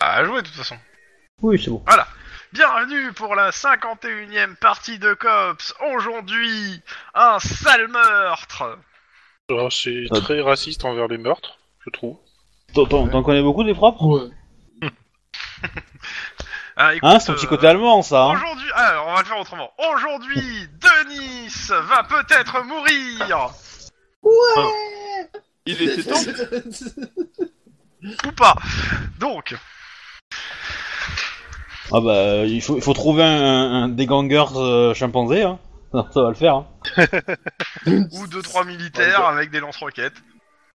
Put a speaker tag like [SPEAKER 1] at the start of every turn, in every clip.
[SPEAKER 1] à jouer de toute façon.
[SPEAKER 2] Oui, c'est bon.
[SPEAKER 1] Bienvenue pour la 51ème partie de Cops. Aujourd'hui, un sale meurtre.
[SPEAKER 3] Alors, Hein, c'est
[SPEAKER 2] Ah.
[SPEAKER 3] très raciste envers les meurtres, je trouve.
[SPEAKER 2] T'en- T'en t'en connais beaucoup des propres
[SPEAKER 4] Ouais.
[SPEAKER 1] Ah, écoute,
[SPEAKER 2] Hein, c'est un petit
[SPEAKER 1] euh,
[SPEAKER 2] côté allemand, ça. hein.
[SPEAKER 1] Aujourd'hui, ah, on va le faire autrement. Aujourd'hui, Denis va peut-être mourir
[SPEAKER 5] Il était temps.
[SPEAKER 1] ou pas. Donc,
[SPEAKER 2] Ah bah, il faut, il faut trouver un, un- des gangers euh, chimpanzés, hein. Ça, ça va le faire. Hein.
[SPEAKER 1] ou deux trois militaires avec des lance-roquettes.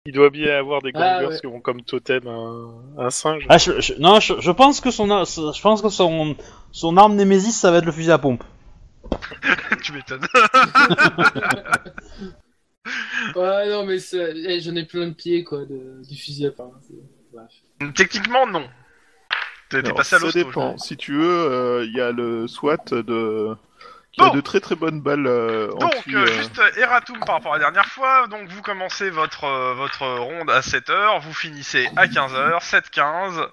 [SPEAKER 3] Il doit bien avoir des
[SPEAKER 4] Ah,
[SPEAKER 3] gangers
[SPEAKER 4] ouais.
[SPEAKER 3] qui ont comme totem un, un singe.
[SPEAKER 2] Ah, je, je- non, je, je pense que son, ar- je pense que son, son arme némésis, ça va être le fusil à pompe.
[SPEAKER 1] tu m'étonnes.
[SPEAKER 4] Ouais, non, mais c'est- eh, j'en ai plein de pieds, quoi, de... du fusil à part. Bref.
[SPEAKER 1] Techniquement, non. T'es t'es
[SPEAKER 5] Alors,
[SPEAKER 1] passé à
[SPEAKER 5] ça
[SPEAKER 1] l'hosto.
[SPEAKER 5] dépend. Si tu veux, euh, il y a le SWAT de... qui
[SPEAKER 1] Bon.
[SPEAKER 5] a de très très bonnes balles euh, en
[SPEAKER 1] Donc,
[SPEAKER 5] cuir,
[SPEAKER 1] euh,
[SPEAKER 5] euh.
[SPEAKER 1] juste euh, erratum par rapport à la dernière fois, donc vous commencez votre, euh, votre ronde à 7h, vous finissez à 15h, 7h15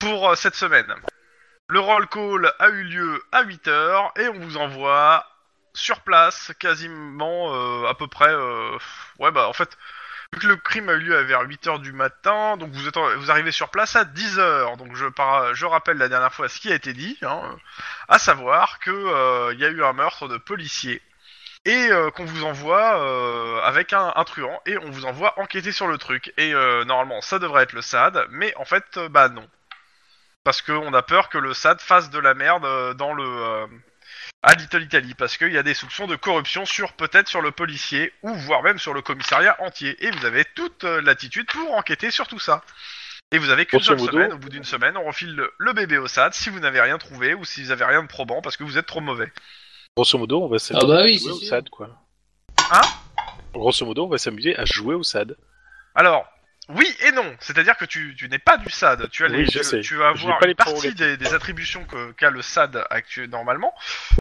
[SPEAKER 1] pour euh, cette semaine. Le roll call a eu lieu à 8h et on vous envoie sur place quasiment euh, à peu près. euh, ouais, bah en fait, vu que le crime a eu lieu à vers 8h du matin, donc vous, êtes en- vous arrivez sur place à 10h. Donc je, par- je rappelle la dernière fois ce qui a été dit, hein, à savoir que euh, il y a eu un meurtre de policier et euh, qu'on vous envoie euh, avec un, un truand et on vous envoie enquêter sur le truc. Et euh, normalement, ça devrait être le SAD, mais en fait, euh, bah non. Parce qu'on a peur que le SAD fasse de la merde euh, dans le. euh, à Little Italy, parce qu'il y a des soupçons de corruption sur peut-être sur le policier ou voire même sur le commissariat entier. Et vous avez toute euh, l'attitude pour enquêter sur tout ça. Et vous avez qu'une
[SPEAKER 3] Grosso
[SPEAKER 1] seule
[SPEAKER 3] modo-
[SPEAKER 1] semaine, au bout d'une semaine, on refile le, le bébé au SAD si vous n'avez rien trouvé ou si vous avez rien de probant parce que vous êtes trop mauvais.
[SPEAKER 3] Grosso modo, on va s'amuser
[SPEAKER 4] Ah bah oui,
[SPEAKER 3] à jouer
[SPEAKER 4] c'est
[SPEAKER 3] au
[SPEAKER 4] sûr.
[SPEAKER 3] SAD, quoi.
[SPEAKER 1] Hein
[SPEAKER 3] Grosso modo, on va s'amuser à jouer au SAD.
[SPEAKER 1] Alors, oui et non. C'est-à-dire que tu, tu n'es pas du SAD. Tu, as les,
[SPEAKER 3] Oui, je
[SPEAKER 1] tu-
[SPEAKER 3] sais.
[SPEAKER 1] tu vas
[SPEAKER 3] Je
[SPEAKER 1] avoir
[SPEAKER 3] n'ai pas
[SPEAKER 1] une
[SPEAKER 3] les
[SPEAKER 1] partie des, des attributions que- qu'a le SAD actuel, normalement.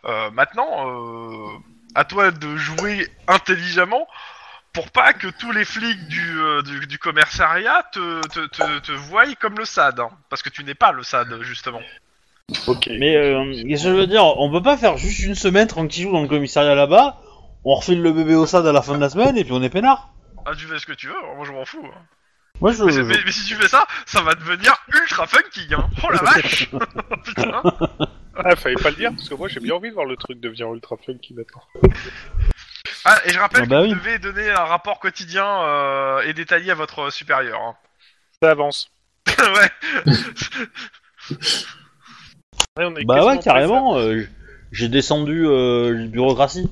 [SPEAKER 1] Euh, maintenant, euh, à toi de jouer intelligemment pour pas que tous les flics du, euh, du, du commerçariat te, te, te, te voient comme le SAD. hein. parce que tu n'es pas le SAD, justement.
[SPEAKER 3] Ok.
[SPEAKER 2] Mais euh, qu'est-ce que je veux dire On peut pas faire juste une semaine tranquillou dans le commissariat là-bas. On refile le bébé au SAD à la fin de la semaine et puis on est peinard.
[SPEAKER 1] Ah, tu fais ce que tu veux, moi je m'en fous. hein.
[SPEAKER 2] Moi, je.
[SPEAKER 1] Mais, c'est- mais- mais si tu fais ça, ça va devenir ultra funky. Hein. Oh la vache Putain
[SPEAKER 3] Ah, fallait pas le dire, parce que moi j'ai bien envie de voir le truc devenir ultra funky maintenant.
[SPEAKER 1] Ah, et je rappelle
[SPEAKER 2] Ah bah
[SPEAKER 1] que vous
[SPEAKER 2] oui.
[SPEAKER 1] devez donner un rapport quotidien euh, et détaillé à votre supérieur. hein.
[SPEAKER 3] Ça avance.
[SPEAKER 1] ouais.
[SPEAKER 3] Ouais, on est
[SPEAKER 2] Bah ouais,
[SPEAKER 3] quasiment
[SPEAKER 2] carrément. euh, j'ai descendu euh, bureaucratie.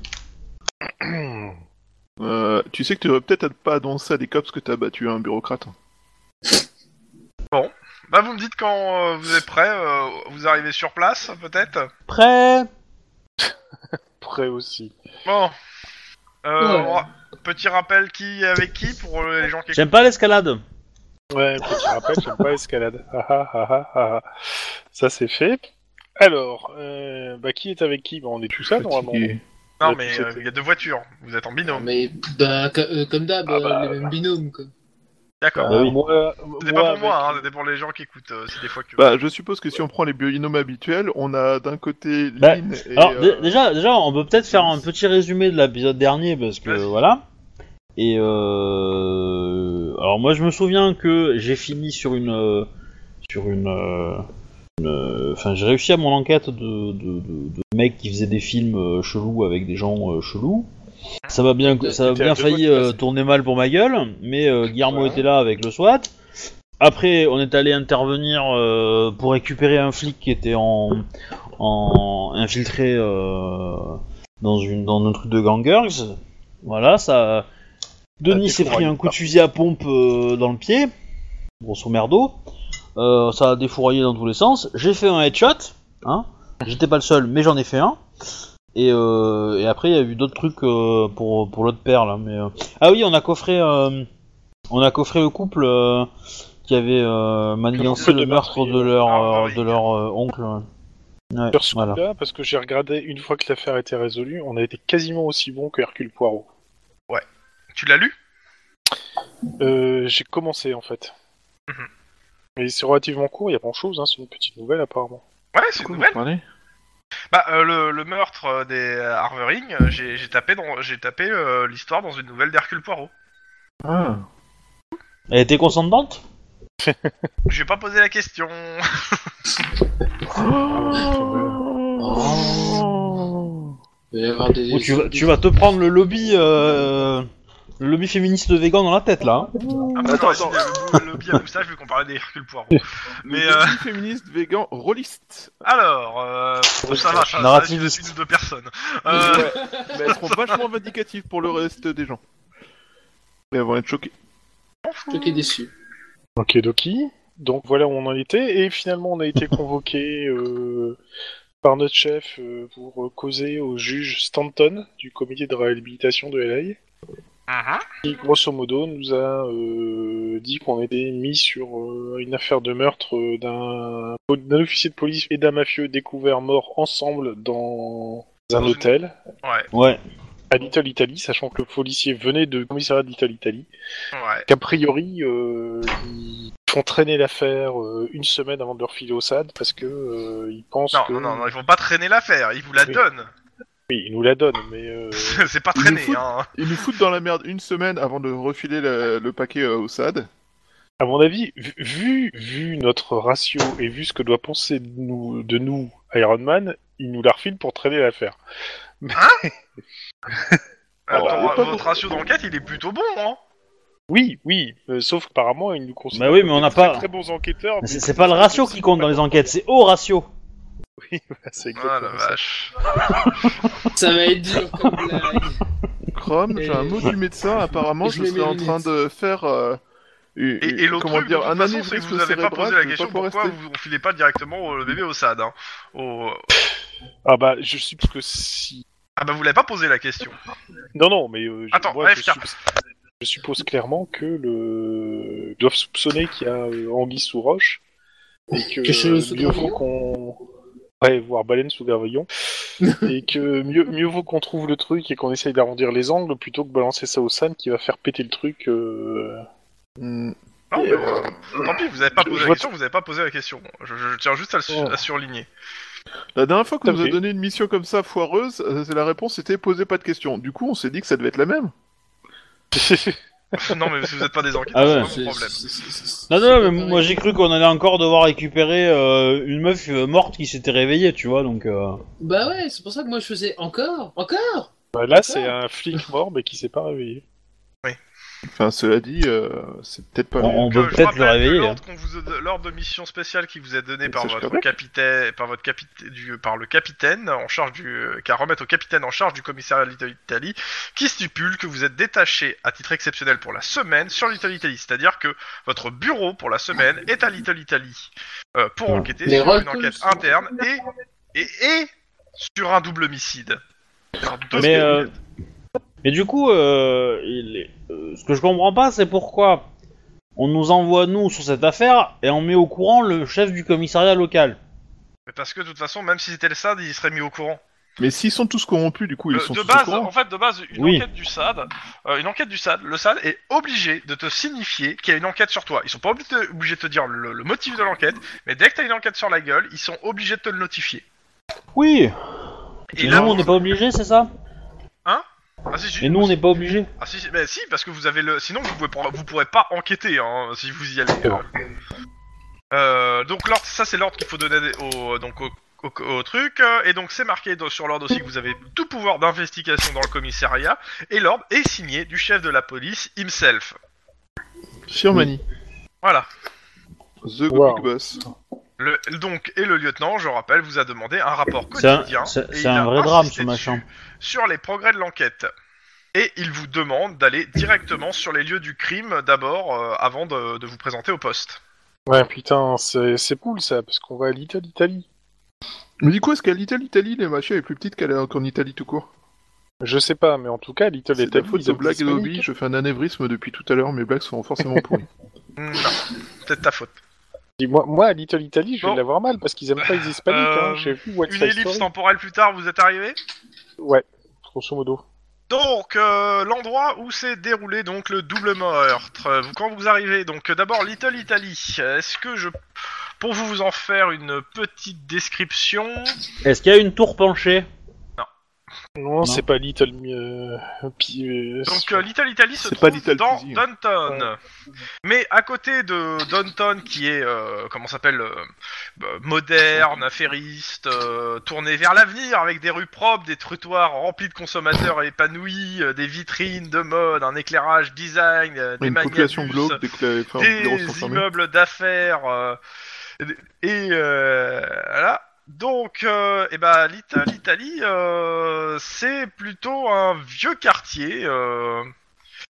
[SPEAKER 5] Euh, tu sais que tu vas peut-être pas annoncer à des cops que t'as battu un bureaucrate. hein.
[SPEAKER 1] Bah, vous me dites quand euh, vous êtes prêt, euh, vous arrivez sur place, peut-être
[SPEAKER 2] Prêt
[SPEAKER 3] Prêt aussi.
[SPEAKER 1] Bon. Euh,
[SPEAKER 4] Ouais.
[SPEAKER 1] on ra- Petit rappel qui est avec qui pour euh, les gens qui.
[SPEAKER 2] J'aime pas l'escalade.
[SPEAKER 3] Ouais, petit rappel, j'aime pas l'escalade. Ah, ah, ah, ah, ah, ah. Ça c'est fait. Alors, euh, bah qui est avec qui bah, On est tout ça normalement.
[SPEAKER 5] Fatigué.
[SPEAKER 1] Non, mais euh, il y a deux voitures, vous êtes en binôme.
[SPEAKER 4] Mais bah, co- euh, comme d'hab,
[SPEAKER 3] Ah bah,
[SPEAKER 4] euh, les mêmes binômes, quoi.
[SPEAKER 1] D'accord.
[SPEAKER 2] Bah
[SPEAKER 3] Euh,
[SPEAKER 2] oui.
[SPEAKER 3] Moi,
[SPEAKER 1] C'était pas
[SPEAKER 3] moi
[SPEAKER 1] pour
[SPEAKER 3] avec-
[SPEAKER 1] moi, hein, c'était pour les gens qui écoutent, euh, c'est des fois que.
[SPEAKER 5] Bah, je suppose que si on prend les bioinomes habituels, on a d'un côté
[SPEAKER 2] Bah,
[SPEAKER 5] Lynn et...
[SPEAKER 2] Alors dé-
[SPEAKER 5] euh,
[SPEAKER 2] déjà, déjà, on peut peut-être faire un petit résumé de l'épisode dernier parce que
[SPEAKER 1] Vas-y.
[SPEAKER 2] voilà. Et euh... alors moi je me souviens que j'ai fini sur une euh, sur une, euh, une, euh, enfin j'ai réussi à mon enquête de de, de, de mec qui faisait des films euh, chelous avec des gens euh, chelous. Ça m'a bien ça a
[SPEAKER 3] T'étais
[SPEAKER 2] bien
[SPEAKER 3] à deux doigts de
[SPEAKER 2] failli
[SPEAKER 3] passer.
[SPEAKER 2] euh, tourner mal pour ma gueule, mais euh, Guillermo
[SPEAKER 3] Voilà.
[SPEAKER 2] était là avec le SWAT. Après, on est allé intervenir euh, pour récupérer un flic qui était en, en infiltré euh, dans une dans un truc de gangers. Voilà, ça. Denis
[SPEAKER 3] Ah,
[SPEAKER 2] s'est pris un
[SPEAKER 3] défouraillé,
[SPEAKER 2] coup de fusil à pompe euh, dans le pied, grosso merdo. Euh, ça a défouraillé dans tous les sens. J'ai fait un headshot, hein. J'étais pas le seul, mais j'en ai fait un. Et, euh, et après, il y a eu d'autres trucs euh, pour pour l'autre père là. Mais euh. ah oui, on a coffré euh, on a coffré le couple euh, qui avait euh, manigancé
[SPEAKER 3] couple
[SPEAKER 2] le
[SPEAKER 3] de
[SPEAKER 2] meurtre de
[SPEAKER 3] meurtriers.
[SPEAKER 2] leur
[SPEAKER 1] Ah,
[SPEAKER 2] euh,
[SPEAKER 1] oui.
[SPEAKER 2] de leur euh, oncle. ouais. Ouais,
[SPEAKER 3] Sur ce
[SPEAKER 2] voilà.
[SPEAKER 3] coup-là, parce que j'ai regardé une fois que l'affaire était résolue, on a été quasiment aussi bon que Hercule Poirot.
[SPEAKER 1] Tu l'as lu Mhm.
[SPEAKER 3] Euh, j'ai commencé en fait. Mais c'est relativement court, il n'y a pas grand-chose, hein, c'est une petite nouvelle apparemment.
[SPEAKER 1] Ouais, c'est une
[SPEAKER 5] Cool,
[SPEAKER 1] nouvelle.
[SPEAKER 5] allez.
[SPEAKER 1] Bah, euh, le, le meurtre euh, des euh, Harvering, euh, j'ai j'ai tapé, dans- j'ai tapé euh, l'histoire dans une nouvelle d'Hercule Poirot.
[SPEAKER 5] Ah.
[SPEAKER 2] Elle était consentante
[SPEAKER 1] J'ai pas posé la question. Oh.
[SPEAKER 4] Il va y avoir des.
[SPEAKER 2] Ou tu, vas- tu vas te prendre le lobby, euh, le lobby féministe végan dans la tête là. hein.
[SPEAKER 1] Ah, bah,
[SPEAKER 5] Attends,
[SPEAKER 1] non,
[SPEAKER 5] attends.
[SPEAKER 1] c'était le, le lobby à moustache vu qu'on parlait des Hercule Poirot. Mais,
[SPEAKER 5] Mais
[SPEAKER 1] euh,
[SPEAKER 5] féministe, végan, rôliste.
[SPEAKER 1] Alors, euh, ça va, ça, ça
[SPEAKER 2] Narrativiste.
[SPEAKER 1] une, une ou deux personnes. Euh,
[SPEAKER 5] Ouais. Mais elles seront vachement vindicatives pour le reste des gens. Mais elles vont être choquées.
[SPEAKER 4] Toi qui es déçu.
[SPEAKER 3] Ok, Doki. Donc voilà où on en était. Et finalement, on a été convoqué euh, par notre chef euh, pour euh, causer au juge Stanton du comité de réhabilitation de LA.
[SPEAKER 1] mhm.
[SPEAKER 3] Qui, grosso modo, nous a euh, dit qu'on était mis sur euh, une affaire de meurtre euh, d'un d'un officier de police et d'un mafieux découvert mort ensemble dans un
[SPEAKER 1] Dans une-
[SPEAKER 3] hôtel
[SPEAKER 1] Ouais,
[SPEAKER 2] Ouais.
[SPEAKER 3] à Little Italy, sachant que le policier venait de commissariat de Little Italy.
[SPEAKER 1] ouais.
[SPEAKER 3] qu'a priori euh, ils font traîner l'affaire euh, une semaine avant de leur filer au SAD parce que euh, ils pensent
[SPEAKER 1] Non,
[SPEAKER 3] que
[SPEAKER 1] non, non, non, ils vont pas traîner l'affaire, ils vous la
[SPEAKER 3] Oui.
[SPEAKER 1] donnent.
[SPEAKER 3] oui, ils nous la donnent mais euh,
[SPEAKER 1] c'est pas
[SPEAKER 5] Ils
[SPEAKER 1] traîner,
[SPEAKER 5] nous foutent.
[SPEAKER 1] hein.
[SPEAKER 5] Ils nous foutent dans la merde une semaine avant de refiler le, le paquet euh, au SAD.
[SPEAKER 3] à mon avis vu- vu vu notre ratio et vu ce que doit penser de nous, de nous Iron Man ils nous la refilent pour traîner l'affaire
[SPEAKER 1] Attends,
[SPEAKER 5] Alors,
[SPEAKER 1] euh,
[SPEAKER 5] pas
[SPEAKER 1] votre
[SPEAKER 5] beaucoup.
[SPEAKER 1] ratio d'enquête, il est plutôt bon, hein.
[SPEAKER 3] oui oui euh, sauf qu'apparemment ils nous considèrent
[SPEAKER 2] Bah oui, mais on n'a
[SPEAKER 3] comme
[SPEAKER 2] pas-
[SPEAKER 3] des très, très bons enquêteurs
[SPEAKER 2] Mais C'est c'est pas le ratio qui compte dans les enquêtes, c'est au ratio.
[SPEAKER 3] oui voilà, c'est
[SPEAKER 1] Ah la
[SPEAKER 3] exactement ça.
[SPEAKER 1] vache.
[SPEAKER 4] Ça va être dur comme blague.
[SPEAKER 5] Chrome,
[SPEAKER 4] Et-
[SPEAKER 5] j'ai un mot du médecin, apparemment
[SPEAKER 4] Je
[SPEAKER 5] je,
[SPEAKER 4] mets
[SPEAKER 5] serais
[SPEAKER 4] mes
[SPEAKER 5] en train
[SPEAKER 4] lunettes.
[SPEAKER 5] de faire. euh, une-
[SPEAKER 1] Et, et l'autre
[SPEAKER 5] comment
[SPEAKER 1] truc,
[SPEAKER 5] dire,
[SPEAKER 1] de toute
[SPEAKER 5] un
[SPEAKER 1] façon, c'est que
[SPEAKER 5] anévrisme
[SPEAKER 1] vous avez pas
[SPEAKER 5] cérébral,
[SPEAKER 1] posé la
[SPEAKER 5] je veux
[SPEAKER 1] question
[SPEAKER 5] pas pouvoir
[SPEAKER 1] pourquoi
[SPEAKER 5] rester.
[SPEAKER 1] vous filez pas directement au- le bébé au SAD, hein. Au-
[SPEAKER 3] ah bah je suppose que si
[SPEAKER 1] Ah bah vous l'avez pas posé la question.
[SPEAKER 3] Non, non, mais euh, je-
[SPEAKER 1] Attends,
[SPEAKER 3] moi, je,
[SPEAKER 1] AFK.
[SPEAKER 3] suppose, je suppose clairement que le ils doivent soupçonner qu'il y a euh, anguille sous roche et que
[SPEAKER 4] Que chez
[SPEAKER 3] euh,
[SPEAKER 4] eux, sous
[SPEAKER 3] mieux vaut
[SPEAKER 4] gravillon
[SPEAKER 3] qu'on ouais, voire baleine sous gravillon et que mieux mieux vaut qu'on trouve le truc et qu'on essaye d'arrondir les angles plutôt que balancer ça au San qui va faire péter le truc. euh,
[SPEAKER 5] Hmm.
[SPEAKER 1] Non, mais,
[SPEAKER 5] Et, euh,
[SPEAKER 1] euh, tant pis, vous avez pas
[SPEAKER 3] je-
[SPEAKER 1] posé
[SPEAKER 3] je
[SPEAKER 1] la
[SPEAKER 3] vois-
[SPEAKER 1] question, vous avez pas posé la question. Je, je tiens juste à, le su-
[SPEAKER 3] Oh.
[SPEAKER 1] à surligner.
[SPEAKER 5] La dernière fois qu'on
[SPEAKER 3] Tout à
[SPEAKER 5] nous a
[SPEAKER 3] fait.
[SPEAKER 5] donné une mission comme ça foireuse, euh, la réponse était posez pas de questions. Du coup, on s'est dit que ça devait être la même.
[SPEAKER 1] non mais si vous êtes pas des enquêteurs,
[SPEAKER 2] Ah ouais.
[SPEAKER 1] c'est pas mon problème.
[SPEAKER 2] Non, non, mais moi j'ai cru qu'on allait encore devoir récupérer euh, une meuf euh, morte qui s'était réveillée, tu vois, donc. euh,
[SPEAKER 4] Bah ouais, c'est pour ça que moi je faisais encore, encore.
[SPEAKER 3] bah là, c'est un flic mort mais qui s'est pas réveillé.
[SPEAKER 5] Enfin, cela dit, euh, c'est peut-être pas
[SPEAKER 2] On-
[SPEAKER 5] mieux.
[SPEAKER 2] on peut
[SPEAKER 1] Que je
[SPEAKER 2] peut-être
[SPEAKER 1] rappelle
[SPEAKER 2] le
[SPEAKER 1] que
[SPEAKER 2] réveiller. hein.
[SPEAKER 1] L'ordre, qu'on vous a- l'ordre de mission spéciale qui vous est donné
[SPEAKER 5] Et
[SPEAKER 1] par
[SPEAKER 5] ça, je
[SPEAKER 1] votre
[SPEAKER 5] rappelle.
[SPEAKER 1] capitaine, par votre capitaine, du, par le capitaine en charge du, qu'à remettre au capitaine en charge du commissariat de Little Italy, qui stipule que vous êtes détaché à titre exceptionnel pour la semaine sur Little Italy, c'est-à-dire que votre bureau pour la semaine est à Little Italy euh, pour
[SPEAKER 2] Ouais.
[SPEAKER 1] enquêter
[SPEAKER 4] Les
[SPEAKER 1] sur une
[SPEAKER 4] recrues
[SPEAKER 1] enquête
[SPEAKER 4] sont-
[SPEAKER 1] interne et et, et sur un double homicide. Sur deux
[SPEAKER 2] Mais,
[SPEAKER 1] homicides.
[SPEAKER 2] euh, mais du coup, euh, il est- euh, ce que je comprends pas, c'est pourquoi on nous envoie nous sur cette affaire et on met au courant le chef du commissariat local.
[SPEAKER 1] Mais Parce que de toute façon, même si c'était le SAD, il serait mis au courant.
[SPEAKER 5] Mais s'ils sont tous corrompus, du coup, ils
[SPEAKER 1] Euh,
[SPEAKER 5] sont
[SPEAKER 1] de
[SPEAKER 5] tous au
[SPEAKER 1] base,
[SPEAKER 5] courant.
[SPEAKER 1] en fait, de base, une
[SPEAKER 2] Oui.
[SPEAKER 1] enquête du SAD, euh, une enquête du SAD, le SAD est obligé de te signifier qu'il y a une enquête sur toi. Ils sont pas obli- obligés de te dire le, le motif de l'enquête, mais dès que t'as une enquête sur la gueule, ils sont obligés de te le notifier.
[SPEAKER 2] Oui.
[SPEAKER 1] Et
[SPEAKER 2] Et
[SPEAKER 1] là,
[SPEAKER 2] nous, on n'est pas obligé, c'est ça
[SPEAKER 1] ah, si, si,
[SPEAKER 2] Et nous, on n'est pas obligé.
[SPEAKER 1] ah, si, si, mais si, parce que vous avez le, sinon vous pouvez pas- vous pourrez pas enquêter hein, si vous y allez.
[SPEAKER 3] C'est bon.
[SPEAKER 1] Euh, donc l'ordre, ça c'est l'ordre qu'il faut donner au donc au, au- au truc euh, et donc c'est marqué dans- sur l'ordre aussi que vous avez tout pouvoir d'investigation dans le commissariat et l'ordre est signé du chef de la police himself.
[SPEAKER 5] Firmani,
[SPEAKER 1] Voilà.
[SPEAKER 5] The
[SPEAKER 3] Wow.
[SPEAKER 5] Big Boss.
[SPEAKER 1] Le, donc et le lieutenant, je rappelle, vous a demandé un rapport
[SPEAKER 2] C'est un,
[SPEAKER 1] quotidien.
[SPEAKER 2] c'est-
[SPEAKER 1] et
[SPEAKER 2] c'est
[SPEAKER 1] il
[SPEAKER 2] un
[SPEAKER 1] a
[SPEAKER 2] vrai drame,
[SPEAKER 1] insisté
[SPEAKER 2] ce machin.
[SPEAKER 1] dessus Sur les progrès de l'enquête. Et il vous demande d'aller directement sur les lieux du crime d'abord euh, avant de- de vous présenter au poste.
[SPEAKER 3] Ouais, putain, c'est c'est cool ça parce qu'on va à Little Italy.
[SPEAKER 5] Mais du coup, est-ce qu'à Little Italy, les machines est plus petite qu'à- qu'en Italie tout court
[SPEAKER 3] Je sais pas, mais en tout cas, Little
[SPEAKER 5] C'est la
[SPEAKER 3] Italy.
[SPEAKER 5] faute
[SPEAKER 3] ils
[SPEAKER 5] de
[SPEAKER 3] aiment
[SPEAKER 5] blagues
[SPEAKER 3] les
[SPEAKER 5] d'Obi, je fais un anévrisme depuis tout à l'heure, mes blagues sont forcément pourries.
[SPEAKER 1] Non, peut-être ta faute.
[SPEAKER 3] Dis, Moi, moi, à Little Italy, je vais
[SPEAKER 1] Bon.
[SPEAKER 3] l'avoir mal parce qu'ils aiment pas les hispaniques.
[SPEAKER 1] Euh,
[SPEAKER 3] hein. J'ai vu What's
[SPEAKER 1] Une ellipse temporelle plus tard, vous êtes arrivé
[SPEAKER 3] Ouais, grosso modo.
[SPEAKER 1] Donc, euh, l'endroit où s'est déroulé donc le double meurtre. Euh, vous- Quand vous arrivez, donc euh, d'abord Little Italy. Euh, Est-ce que je, pour vous vous en faire une petite description,
[SPEAKER 2] Est-ce qu'il y a une tour penchée
[SPEAKER 3] Non, c'est pas Little. euh, Pi- euh,
[SPEAKER 1] donc
[SPEAKER 3] c'est-
[SPEAKER 1] euh, Little Italy se
[SPEAKER 5] C'est pas
[SPEAKER 1] trouve
[SPEAKER 5] Little
[SPEAKER 1] dans
[SPEAKER 5] Cuisine.
[SPEAKER 1] Downton, mais à côté de Downton qui est euh, comment ça s'appelle euh, euh, moderne, affairiste, euh, tourné vers l'avenir avec des rues propres, des trottoirs remplis de consommateurs épanouis, euh, des vitrines de mode, un éclairage design, euh, des
[SPEAKER 5] Une population
[SPEAKER 1] magnabus,
[SPEAKER 5] glauque dès que la enfin, les bureaux sont
[SPEAKER 1] des
[SPEAKER 5] fermés.
[SPEAKER 1] immeubles d'affaires euh, et euh, voilà. Donc, euh, eh ben, l'Ita- l'Italie, euh, c'est plutôt un vieux quartier euh,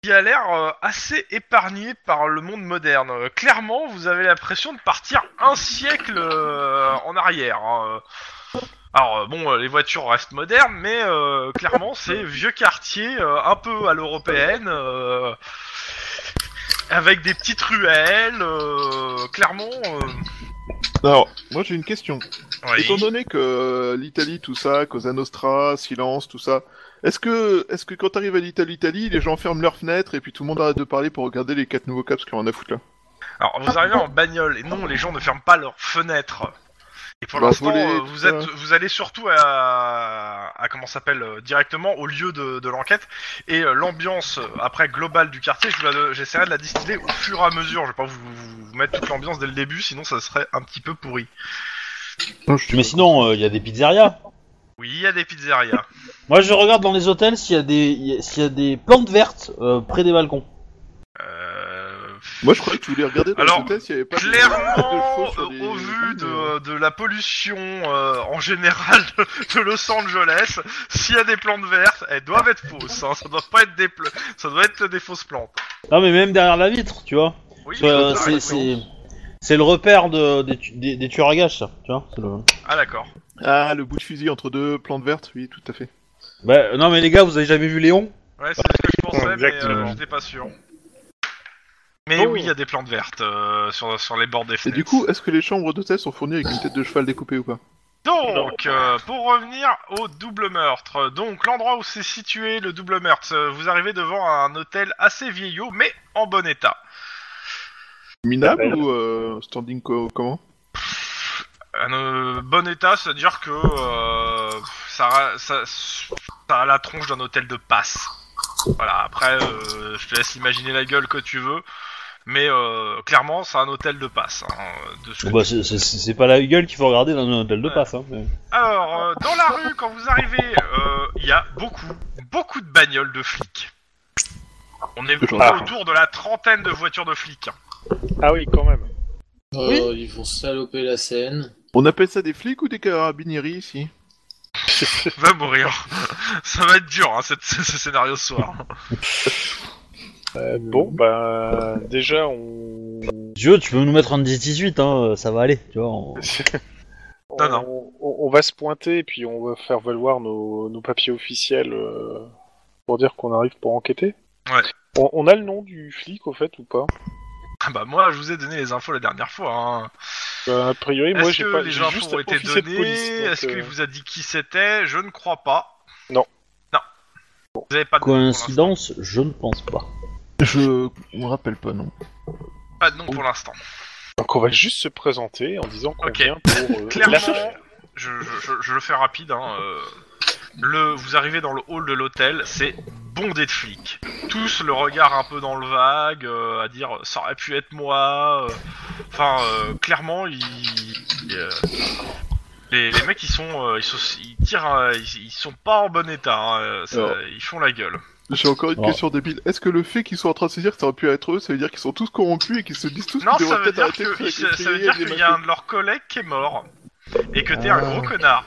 [SPEAKER 1] qui a l'air euh, assez épargné par le monde moderne. Euh, Clairement, vous avez l'impression de partir un siècle euh, en arrière. hein. Alors euh, bon, euh, les voitures restent modernes, mais euh, clairement, c'est vieux quartier, euh, un peu à l'européenne. euh, avec des petites ruelles, euh, clairement. euh,
[SPEAKER 5] Alors, moi j'ai une question.
[SPEAKER 1] oui.
[SPEAKER 5] Étant donné que euh, l'Italie, tout ça, Cosa Nostra, silence, tout ça, est-ce que, est-ce que quand t'arrives à l'Italie, Italie, les gens ferment leurs fenêtres et puis tout le monde arrête de parler pour regarder les quatre nouveaux caps qui ont rien à foutre là
[SPEAKER 1] Alors, vous arrivez en bagnole, et non, les gens ne ferment pas leurs fenêtres. Et pour
[SPEAKER 5] Bah,
[SPEAKER 1] l'instant,
[SPEAKER 5] voler,
[SPEAKER 1] euh,
[SPEAKER 5] tout
[SPEAKER 1] vous,
[SPEAKER 5] ça.
[SPEAKER 1] êtes, vous allez surtout à, à comment ça s'appelle euh, directement au lieu de, de l'enquête et euh, l'ambiance euh, après globale du quartier. je la- J'essaierai de la distiller au fur et à mesure. Je vais pas vous, vous- vous mettre toute l'ambiance dès le début, sinon ça serait un petit peu pourri.
[SPEAKER 2] Mais sinon, euh, il y a des pizzerias.
[SPEAKER 1] Oui, il y a des pizzerias.
[SPEAKER 2] Moi, je regarde dans les hôtels s'il y a des, il y a- s'il y a des plantes vertes euh, près des balcons.
[SPEAKER 1] Euh,
[SPEAKER 5] Moi je croyais que tu voulais regarder dans
[SPEAKER 1] Alors,
[SPEAKER 5] le test, il y avait pas de- de
[SPEAKER 1] Clairement,
[SPEAKER 5] chevaux sur
[SPEAKER 1] euh,
[SPEAKER 5] les-
[SPEAKER 1] au vu
[SPEAKER 5] les- les-
[SPEAKER 1] de, de la pollution euh, en général de, de Los Angeles, s'il y a des plantes vertes, elles doivent être fausses. hein. Ça doit pas être des pla- ça doit être des fausses plantes.
[SPEAKER 2] Non, mais même derrière la vitre, tu vois.
[SPEAKER 1] Oui,
[SPEAKER 2] Euh,
[SPEAKER 1] je-
[SPEAKER 2] c'est, c'est, c'est le repère de, des, tu- des, des tueurs à gages, ça. Tu vois. c'est le-
[SPEAKER 1] ah d'accord.
[SPEAKER 5] Ah, le bout de fusil entre deux plantes vertes, oui, tout à fait.
[SPEAKER 2] Bah, euh, non, mais les gars, vous avez jamais vu Léon
[SPEAKER 1] Ouais, c'est ce que je pensais, mais euh,
[SPEAKER 3] Exactement.
[SPEAKER 1] j'étais pas sûr. Mais
[SPEAKER 3] Oh.
[SPEAKER 1] oui, il y a des plantes vertes euh, sur, sur les bords des
[SPEAKER 5] Et
[SPEAKER 1] fenêtres.
[SPEAKER 5] du coup, est-ce que les chambres d'hôtel sont fournies avec une tête de cheval découpée ou pas
[SPEAKER 1] Donc, euh, pour revenir au double meurtre, donc l'endroit où s'est situé le double meurtre, euh, vous arrivez devant un hôtel assez vieillot, mais en bon état.
[SPEAKER 5] Minable ou euh, standing co- comment
[SPEAKER 1] Un euh, bon état, c'est-à-dire que euh, ça, ra- ça, ça a la tronche d'un hôtel de passe. Voilà, après, euh, je te laisse imaginer la gueule que tu veux, mais euh, clairement, c'est un hôtel de passe. hein, de ce que-
[SPEAKER 2] Bah, c'est, c'est, c'est pas la gueule qu'il faut regarder dans un hôtel de passe. Hein, mais-
[SPEAKER 1] Alors, euh, dans la rue, quand vous arrivez, euh, il y a beaucoup, beaucoup de bagnoles de flics. On est
[SPEAKER 5] Toujours.
[SPEAKER 1] on est autour de la trentaine de voitures de flics. hein.
[SPEAKER 3] Ah oui, quand même.
[SPEAKER 2] Oui.
[SPEAKER 4] Oh, ils vont saloper la scène.
[SPEAKER 5] On appelle ça des flics ou des carabinieries ici
[SPEAKER 1] Va mourir. Ça va être dur, hein, cette- ce ce scénario ce soir.
[SPEAKER 3] Euh, bon, bah déjà on.
[SPEAKER 2] Dieu, tu peux nous mettre un 10-18, hein, euh, ça va aller, tu vois. on-
[SPEAKER 3] on,
[SPEAKER 1] Non, non.
[SPEAKER 3] on- on va se pointer et puis on va faire valoir nos, nos papiers officiels euh, pour dire qu'on arrive pour enquêter.
[SPEAKER 1] Ouais.
[SPEAKER 3] On, on a le nom du flic au fait ou pas
[SPEAKER 1] Ah bah moi, je vous ai donné les infos la dernière fois. hein.
[SPEAKER 3] Bah, A priori, moi
[SPEAKER 1] Est-ce
[SPEAKER 3] j'ai
[SPEAKER 1] que
[SPEAKER 3] pas
[SPEAKER 1] les
[SPEAKER 3] j'ai juste
[SPEAKER 1] infos ont été
[SPEAKER 3] officier de
[SPEAKER 1] données
[SPEAKER 3] police, donc,
[SPEAKER 1] Est-ce qu'il
[SPEAKER 3] euh,
[SPEAKER 1] vous a dit qui c'était Je ne crois pas.
[SPEAKER 3] Non.
[SPEAKER 1] Non. Vous avez pas de nom pour l'instant.
[SPEAKER 2] Coïncidence, je ne pense pas.
[SPEAKER 5] Je me rappelle pas, non.
[SPEAKER 1] Pas de nom pour l'instant.
[SPEAKER 3] donc on va juste se présenter en disant qu'on
[SPEAKER 1] Ok.
[SPEAKER 3] vient pour euh,
[SPEAKER 1] Clairement,
[SPEAKER 3] l'affaire.
[SPEAKER 1] je, je- je- je le fais rapide. Hein, euh, le, vous arrivez dans le hall de l'hôtel, c'est bondé de flics. Tous le regard un peu dans le vague, euh, à dire ça aurait pu être moi. euh. Enfin, euh, clairement, ils, ils, euh, les, les mecs ils sont, euh, ils, sont- ils tirent, euh, ils, ils sont pas en bon état. hein, euh, ça-
[SPEAKER 5] Alors.
[SPEAKER 1] ils font la gueule.
[SPEAKER 5] J'ai encore une
[SPEAKER 2] Oh.
[SPEAKER 5] question débile. Est-ce que le fait qu'ils soient en train de se dire que ça aurait pu être eux, ça veut dire qu'ils sont tous corrompus et qu'ils se disent tous
[SPEAKER 1] Non,
[SPEAKER 5] qu'ils
[SPEAKER 1] ça
[SPEAKER 5] devraient
[SPEAKER 1] veut
[SPEAKER 5] peut-être
[SPEAKER 1] dire que-
[SPEAKER 5] arrêter de
[SPEAKER 1] ça- ça veut
[SPEAKER 5] crier
[SPEAKER 1] dire
[SPEAKER 5] et de les
[SPEAKER 1] qu'il y a
[SPEAKER 5] massacrer
[SPEAKER 1] un de leurs collègues qui est mort et que t'es un
[SPEAKER 5] Ah.
[SPEAKER 1] gros connard.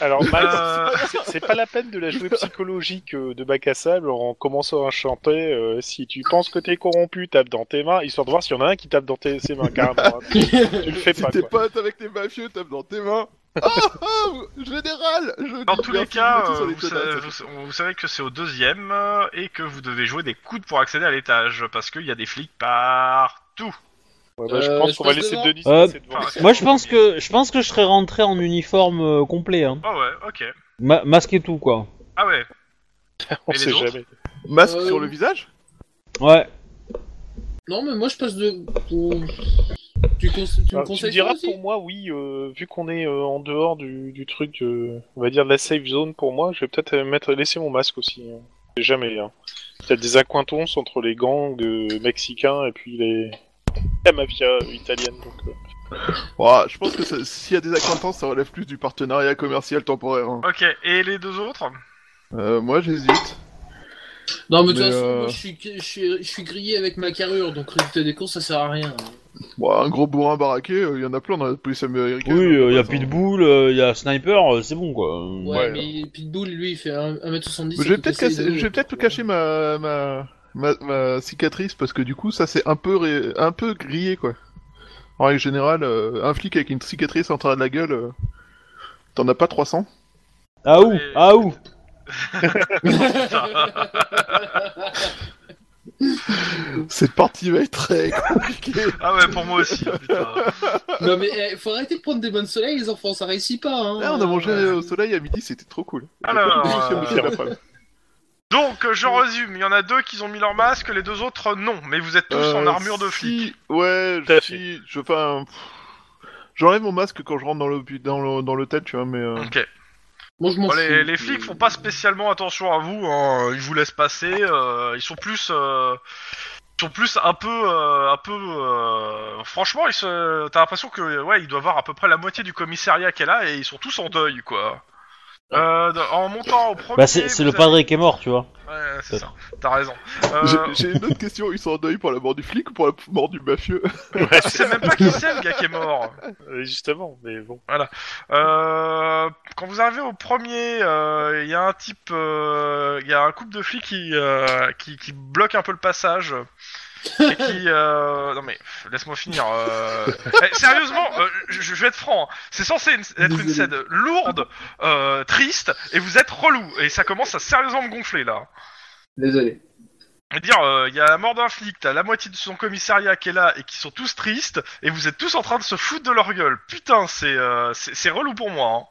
[SPEAKER 3] Alors Max,
[SPEAKER 1] Euh,
[SPEAKER 3] c'est- c'est pas la peine de la jouer psychologique euh, de bac à sable en commençant à chanter. euh, si tu penses que t'es corrompu, tape dans tes mains, histoire de voir s'il y en a un qui tape dans tes, ses mains carrément. hein. tu le fais
[SPEAKER 5] Si
[SPEAKER 3] pas.
[SPEAKER 5] t'es
[SPEAKER 3] quoi.
[SPEAKER 5] pote avec les mafieux, tape dans tes mains. Ah ah Général je
[SPEAKER 1] Dans
[SPEAKER 5] dis
[SPEAKER 1] tous les
[SPEAKER 5] merci,
[SPEAKER 1] cas,
[SPEAKER 5] vous mettez sur
[SPEAKER 1] euh,
[SPEAKER 5] les
[SPEAKER 1] vous,
[SPEAKER 5] tonnettes.
[SPEAKER 1] savez, vous- vous savez que c'est au deuxième euh, et que vous devez jouer des coudes pour accéder à l'étage parce qu'il y a des flics partout.
[SPEAKER 3] Ouais, bah, je
[SPEAKER 4] Euh,
[SPEAKER 3] pense
[SPEAKER 4] je
[SPEAKER 3] qu'on va
[SPEAKER 4] passe
[SPEAKER 3] laisser
[SPEAKER 4] devant.
[SPEAKER 3] Denis
[SPEAKER 2] Euh,
[SPEAKER 3] passer devant.
[SPEAKER 1] enfin,
[SPEAKER 2] Moi, je pense que je pense que je serais rentré en uniforme euh, complet, hein.
[SPEAKER 1] Ah ouais, ok.
[SPEAKER 2] Ma- masque et tout, quoi.
[SPEAKER 1] Ah ouais.
[SPEAKER 6] Et
[SPEAKER 3] On
[SPEAKER 6] les
[SPEAKER 3] sait
[SPEAKER 6] autres
[SPEAKER 3] jamais.
[SPEAKER 5] Masque
[SPEAKER 4] Euh,
[SPEAKER 5] sur le visage
[SPEAKER 2] Ouais.
[SPEAKER 4] Non, mais moi je passe de. de- Tu, cons- tu
[SPEAKER 3] Alors, Ah,
[SPEAKER 4] me
[SPEAKER 3] tu me
[SPEAKER 4] conseilles ça
[SPEAKER 3] diras
[SPEAKER 4] aussi
[SPEAKER 3] pour moi, oui, euh, vu qu'on est euh, en dehors du, du truc, euh, on va dire de la safe zone pour moi, je vais peut-être euh, mettre laisser mon masque aussi. hein. On sait jamais. Hein. Peut-être des accointances entre les gangs euh, mexicains et puis les la mafia italienne. Donc, euh,
[SPEAKER 5] Ouah, Je pense que ça- s'il y a des acquaintances, ça relève plus du partenariat commercial temporaire. hein.
[SPEAKER 1] Ok, et les deux autres
[SPEAKER 5] Euh, moi, j'hésite.
[SPEAKER 4] Non, mais de toute
[SPEAKER 5] Mais,
[SPEAKER 4] façon,
[SPEAKER 5] euh,
[SPEAKER 4] moi je suis, je, suis, je suis grillé avec ma carrure, donc résultat des courses ça sert à rien.
[SPEAKER 5] Bon, un gros bourrin baraqué, euh, il y en a plein dans la police américaine.
[SPEAKER 2] Oui, euh, il y a
[SPEAKER 5] Hein.
[SPEAKER 2] Pitbull, il y a Sniper, euh, c'est bon quoi. Euh,
[SPEAKER 4] Ouais, mais Pitbull lui il fait un- 1m70.
[SPEAKER 5] Je vais peut-être casser- je vais peut-être cacher ma, ma, ma, ma cicatrice parce que du coup ça c'est un peu ré- un peu grillé quoi. En règle générale, euh, un flic avec une cicatrice en train de la gueule, euh, t'en as pas 300
[SPEAKER 2] Ah où
[SPEAKER 1] Et-
[SPEAKER 2] Ah où
[SPEAKER 5] Cette partie va être très compliquée.
[SPEAKER 1] Ah ouais, pour moi aussi, putain.
[SPEAKER 4] non, mais eh, faut arrêter de prendre des bonnes soleils, les enfants, ça réussit pas. Hein.
[SPEAKER 5] Ah, on a mangé au soleil à midi, c'était trop cool.
[SPEAKER 1] Alors,
[SPEAKER 5] J'ai pas pu me souvenir
[SPEAKER 1] euh,
[SPEAKER 5] de la phrase.
[SPEAKER 1] Donc, euh, je résume, il y en a deux qui ont mis leur masque, les deux autres non, mais vous êtes tous en
[SPEAKER 5] Euh,
[SPEAKER 1] armure de
[SPEAKER 5] si-
[SPEAKER 1] flic.
[SPEAKER 5] Ouais,
[SPEAKER 3] Tout à
[SPEAKER 5] si, je enfin, pff, j'enlève mon masque quand je rentre dans le dans le- dans l'hôtel, tu vois, mais euh,
[SPEAKER 1] Ok.
[SPEAKER 4] Moi je m'en
[SPEAKER 1] Bon,
[SPEAKER 4] fous.
[SPEAKER 1] les, les flics font pas spécialement attention à vous, hein. ils vous laissent passer, euh, ils sont plus... euh, ils sont plus un peu... euh, un peu euh, Franchement, ils se... t'as l'impression que ouais, il doit avoir à peu près la moitié du commissariat qu'elle a et ils sont tous en deuil, quoi. Euh, en montant au premier...
[SPEAKER 2] Bah c'est c'est
[SPEAKER 1] vous
[SPEAKER 2] le
[SPEAKER 1] avez-
[SPEAKER 2] padre qui est mort, tu vois.
[SPEAKER 1] Ouais, c'est ça, t'as raison. Euh,
[SPEAKER 5] j'ai- j'ai une autre question, ils sont en deuil pour la mort du flic ou pour la mort du mafieux
[SPEAKER 1] je sais même pas qui c'est le gars qui est mort.
[SPEAKER 3] euh, justement, mais bon.
[SPEAKER 1] Euh, quand vous arrivez au premier, euh, il y a un type, euh, il y a un couple de flics qui, euh, qui, qui bloque un peu le passage. Et qui, euh, non mais pff, laisse-moi finir. euh. Eh, sérieusement, euh, je, je vais être franc. hein. C'est censé une- être une
[SPEAKER 4] Désolé.
[SPEAKER 1] scène lourde, euh, triste, et vous êtes relou. Et ça commence à sérieusement me gonfler là.
[SPEAKER 4] Désolé.
[SPEAKER 1] Je veux dire, euh, il y a la mort d'un flic, t'as la moitié de son commissariat qui est là et qui sont tous tristes, et vous êtes tous en train de se foutre de leur gueule. Putain, c'est euh, c'est c'est relou pour moi. Hein.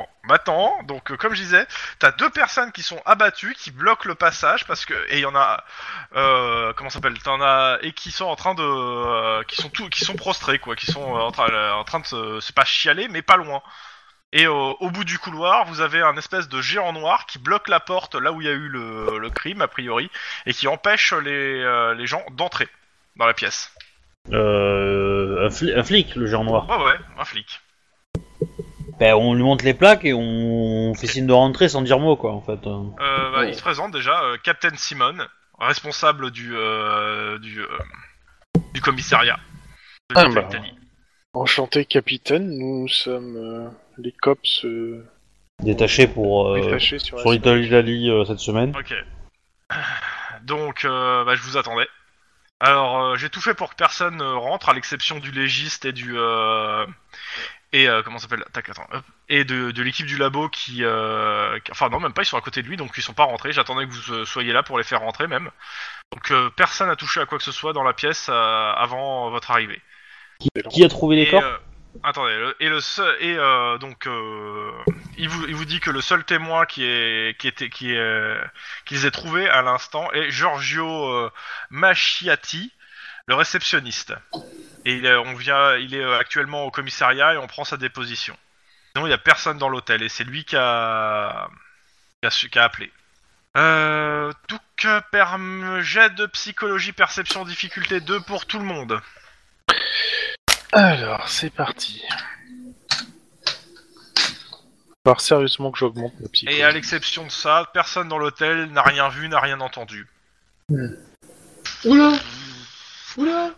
[SPEAKER 1] Bon, maintenant, donc euh, comme je disais, t'as deux personnes qui sont abattues, qui bloquent le passage parce que et il y en a, euh, comment ça s'appelle, t'en as et qui sont en train de, euh, qui sont tout, qui sont prostrés quoi, qui sont euh, en, train- en train de se, c'est pas chialer mais pas loin. Et euh, au bout du couloir, vous avez un espèce de géant noir qui bloque la porte là où il y a eu le, le crime a priori et qui empêche les, euh, les gens d'entrer dans la pièce.
[SPEAKER 2] Euh, un, fli- un flic, le genre noir.
[SPEAKER 1] Ouais, ouais, un flic.
[SPEAKER 2] Bah on lui monte les plaques et on fait signe de rentrer sans dire mot quoi en fait. euh.
[SPEAKER 1] Euh, bah, Il se présente déjà, euh, Captain Simon, responsable du, euh, du, euh, du commissariat. de
[SPEAKER 3] Ah,
[SPEAKER 1] l'Italie.
[SPEAKER 3] bah, Enchanté, capitaine. Nous sommes euh, les cops euh,
[SPEAKER 2] Détaché pour euh,
[SPEAKER 3] détachés sur la
[SPEAKER 2] sur l'Italie Lali euh, cette semaine.
[SPEAKER 1] Ok. Donc, euh, bah, je vous attendais. Alors, euh, j'ai tout fait pour que personne euh, rentre, à l'exception du légiste et du euh, et euh, comment ça s'appelle Tac, attends, hop. et de, de l'équipe du labo qui, euh, qui- enfin non, même pas, ils sont à côté de lui, donc ils sont pas rentrés. J'attendais que vous euh, soyez là pour les faire rentrer, même. Donc, euh, personne n'a touché à quoi que ce soit dans la pièce euh, avant votre arrivée.
[SPEAKER 2] Qui a trouvé les
[SPEAKER 1] Et,
[SPEAKER 2] corps
[SPEAKER 1] euh, attendez, le- et le seul, et euh, donc euh, il, vous, il vous dit que le seul témoin qui est qui était qui est euh, qu'ils aient trouvé à l'instant est Giorgio euh, Machiati, le réceptionniste. Et il est, on vient, il est euh, actuellement au commissariat et on prend sa déposition. Sinon, il y a personne dans l'hôtel et c'est lui qui a qui a, su- qui a appelé. Euh, tout que perm... jet de psychologie, perception, difficulté 2 pour tout le monde.
[SPEAKER 3] Alors, c'est parti. Alors, sérieusement que j'augmente ma psycho.
[SPEAKER 1] Et à l'exception de ça, personne dans l'hôtel n'a rien vu, n'a rien entendu.
[SPEAKER 4] Oula Oula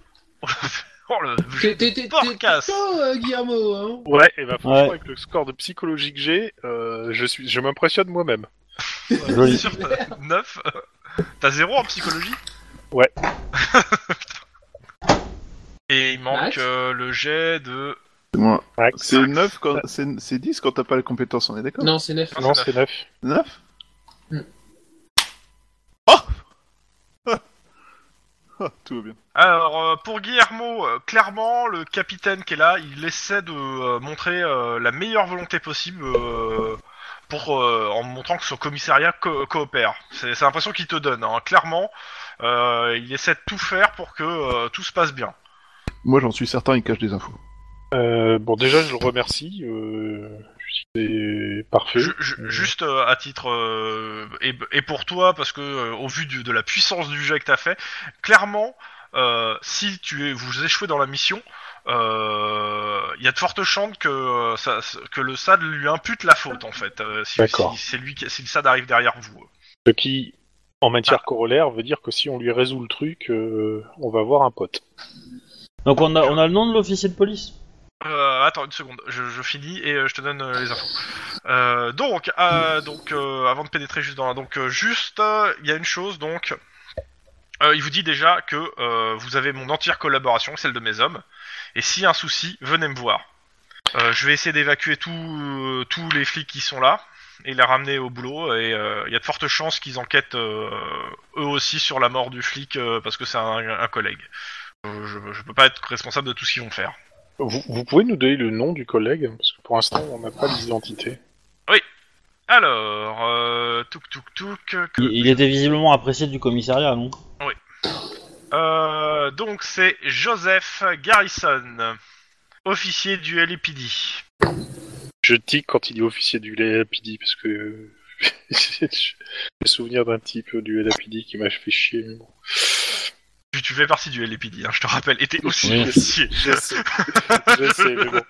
[SPEAKER 1] Oh le
[SPEAKER 4] T'es t'es- t'es- t'es-
[SPEAKER 1] Porcasse.
[SPEAKER 4] t'es chaud, euh, Guillermo hein
[SPEAKER 3] Ouais, et bah franchement,
[SPEAKER 2] Ouais.
[SPEAKER 3] avec le score de psychologie que j'ai, euh, je, suis... je m'impressionne moi-même.
[SPEAKER 2] Joli.
[SPEAKER 1] sur 9 T'as zéro en psychologie
[SPEAKER 3] Ouais.
[SPEAKER 1] Et il manque
[SPEAKER 4] Max
[SPEAKER 1] euh, le jet de...
[SPEAKER 5] C'est moi.
[SPEAKER 3] Ouais.
[SPEAKER 5] C'est 9 quand c'est c'est 10 quand t'as pas la compétence, on est d'accord
[SPEAKER 4] Non, c'est neuf.
[SPEAKER 3] Non, c'est 9.
[SPEAKER 5] 9
[SPEAKER 4] Mm.
[SPEAKER 5] Oh Ah, Oh Tout va bien.
[SPEAKER 1] Alors, euh, pour Guillermo, euh, clairement, le capitaine qui est là, il essaie de euh, montrer euh, la meilleure volonté possible euh, pour, euh, en montrant que son commissariat co- coopère. C'est c'est l'impression qu'il te donne. hein. Clairement, euh, il essaie de tout faire pour que euh, tout se passe bien.
[SPEAKER 5] Moi, j'en suis certain, il cache des infos.
[SPEAKER 3] Euh, bon, déjà, je le remercie. Euh, c'est parfait. Mmh.
[SPEAKER 1] Ju- ju- juste euh, à titre euh, et, et pour toi, parce que euh, au vu du- de la puissance du jet que t'as fait, clairement, euh, si tu es, vous échouez dans la mission, euh, il y a de fortes chances que euh, ça- que le SAD lui impute la faute en fait. euh, si,
[SPEAKER 3] D'accord.
[SPEAKER 1] si- c'est lui, qui- si le SAD arrive derrière vous.
[SPEAKER 3] Ce qui, en matière corollaire, veut dire que si on lui résout le truc, euh, on va voir un pote.
[SPEAKER 2] Donc on a, on a le nom de l'officier de police.
[SPEAKER 1] Euh, attends une seconde, je, je finis et euh, je te donne euh, les infos. Euh, donc, euh, donc euh, avant de pénétrer juste dans la... Donc, euh, juste, euh, il y a une chose, donc... euh, il vous dit déjà que euh, vous avez mon entière collaboration, celle de mes hommes. Et s'il y a un souci, venez me voir. Euh, je vais essayer d'évacuer tous euh, tous les flics qui sont là et les ramener au boulot. Et euh, il y a de fortes chances qu'ils enquêtent euh, eux aussi sur la mort du flic euh, parce que c'est un, un collègue. Euh, je, je peux pas être responsable de tout ce qu'ils vont faire.
[SPEAKER 3] Vous, vous pouvez nous donner le nom du collègue Parce que pour l'instant, on n'a pas l'identité.
[SPEAKER 1] Alors, euh, touk touk touk. euh, que-
[SPEAKER 2] Il, il était visiblement apprécié du commissariat, non
[SPEAKER 1] Euh, donc c'est Joseph Garrison, officier du LAPD.
[SPEAKER 3] Je tic quand il dit officier du LAPD, parce que euh, j'ai le souvenir d'un type du LAPD qui m'a fait chier. mais bon.
[SPEAKER 1] Tu, tu fais partie du LAPD, hein, je te rappelle, et t'es aussi
[SPEAKER 2] Oui.
[SPEAKER 1] officier.
[SPEAKER 3] Je sais, je sais, mais bon.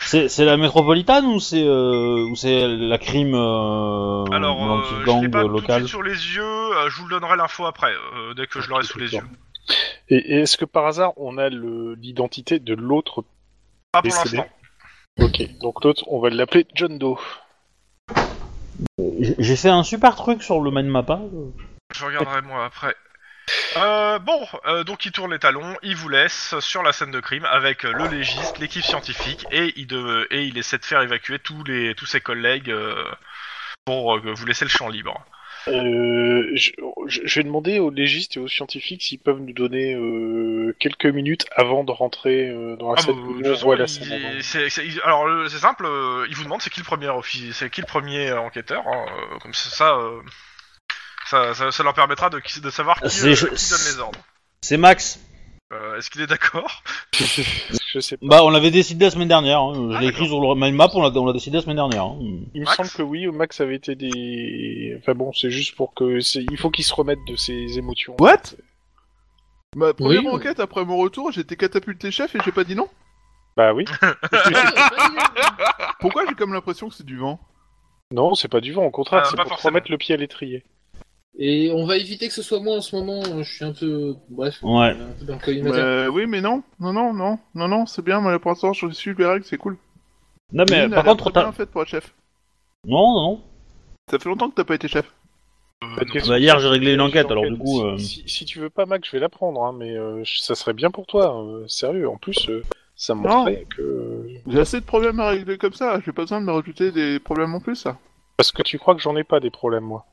[SPEAKER 2] C'est c'est la métropolitaine ou c'est euh, ou c'est la crime euh,
[SPEAKER 1] Alors, euh, je l'ai
[SPEAKER 2] gang
[SPEAKER 1] pas tout de
[SPEAKER 2] local
[SPEAKER 1] suite sur les yeux, euh, je vous donnerai l'info après, euh, dès que je l'aurai sous les yeux.
[SPEAKER 3] Et, et est-ce que par hasard, on a le- l'identité de l'autre
[SPEAKER 1] Pas pour
[SPEAKER 3] Décédé.
[SPEAKER 1] l'instant.
[SPEAKER 3] Ok, donc l'autre, on va l'appeler John Doe.
[SPEAKER 2] J'ai- J'ai fait un super truc sur le mind hein. mappa.
[SPEAKER 1] Je regarderai moi après. Euh, bon, euh, donc il tourne les talons, il vous laisse sur la scène de crime avec euh, le légiste, l'équipe scientifique et il, de- et il essaie de faire évacuer tous, les, tous ses collègues euh, pour euh, vous laisser le champ libre.
[SPEAKER 3] Euh, je, je- je vais demander aux légistes et aux scientifiques s'ils peuvent nous donner euh, quelques minutes avant de rentrer euh, dans la
[SPEAKER 1] Ah,
[SPEAKER 3] scène.
[SPEAKER 1] bah,
[SPEAKER 3] où
[SPEAKER 1] de
[SPEAKER 3] on
[SPEAKER 1] toute façon,
[SPEAKER 3] voit la
[SPEAKER 1] il-
[SPEAKER 3] scène avant.
[SPEAKER 1] c'est- c'est- il- alors le- c'est simple, euh, il vous demande c'est qui le premier officier, c'est qui le premier euh, enquêteur, hein, euh, comme ça ça, euh, ça, ça- ça leur permettra de, de savoir qui,
[SPEAKER 2] C'est-
[SPEAKER 1] euh,
[SPEAKER 2] je-
[SPEAKER 1] qui donne les ordres.
[SPEAKER 2] C'est Max.
[SPEAKER 1] Euh, Est-ce qu'il est d'accord
[SPEAKER 3] Je sais pas.
[SPEAKER 2] Bah, on l'avait décidé la semaine dernière. hein. Je
[SPEAKER 1] Ah,
[SPEAKER 2] l'ai écrit sur le mind map, on l'a on l'a décidé la semaine dernière. hein.
[SPEAKER 3] Il me
[SPEAKER 1] Max
[SPEAKER 3] semble que oui, Max avait été des. Enfin bon, c'est juste pour que. c'est- Il faut qu'il se remette de ses émotions.
[SPEAKER 5] What Ma première
[SPEAKER 4] Oui.
[SPEAKER 5] enquête, après mon retour, j'étais catapulté chef et j'ai pas dit non
[SPEAKER 3] Bah oui.
[SPEAKER 5] Pourquoi j'ai comme l'impression que c'est du vent
[SPEAKER 3] Non, c'est pas du vent, au contraire,
[SPEAKER 1] Ah,
[SPEAKER 3] c'est
[SPEAKER 1] pas
[SPEAKER 3] pour te
[SPEAKER 1] forcément.
[SPEAKER 3] remettre le pied à l'étrier.
[SPEAKER 4] Et on va éviter que ce soit moi en ce moment, hein, je suis un peu. Bref,
[SPEAKER 2] Ouais.
[SPEAKER 4] un peu dans le collimateur.
[SPEAKER 5] Euh, Oui, mais non, non, non, non, non, non, c'est bien, mais pour l'instant, je suis les règles, c'est cool.
[SPEAKER 2] Non, mais
[SPEAKER 5] Lynn,
[SPEAKER 2] par
[SPEAKER 5] elle a
[SPEAKER 2] contre,
[SPEAKER 5] très
[SPEAKER 2] t'as.
[SPEAKER 5] bien fait pour être chef.
[SPEAKER 2] Non, non, non.
[SPEAKER 5] Ça fait longtemps que t'as pas été chef.
[SPEAKER 1] Euh,
[SPEAKER 3] Ah
[SPEAKER 1] non.
[SPEAKER 2] Bah, hier, j'ai réglé une enquête, alors du coup,
[SPEAKER 3] Si,
[SPEAKER 2] euh,
[SPEAKER 3] si- si tu veux pas, Mac, je vais la prendre, hein, mais euh, je- ça serait bien pour toi, euh, sérieux. En plus, euh, ça me
[SPEAKER 5] Non.
[SPEAKER 3] montrait que.
[SPEAKER 5] J'ai assez de problèmes à régler comme ça, j'ai pas besoin de me rajouter des problèmes en plus, ça.
[SPEAKER 3] Parce que tu crois que j'en ai pas des problèmes, moi.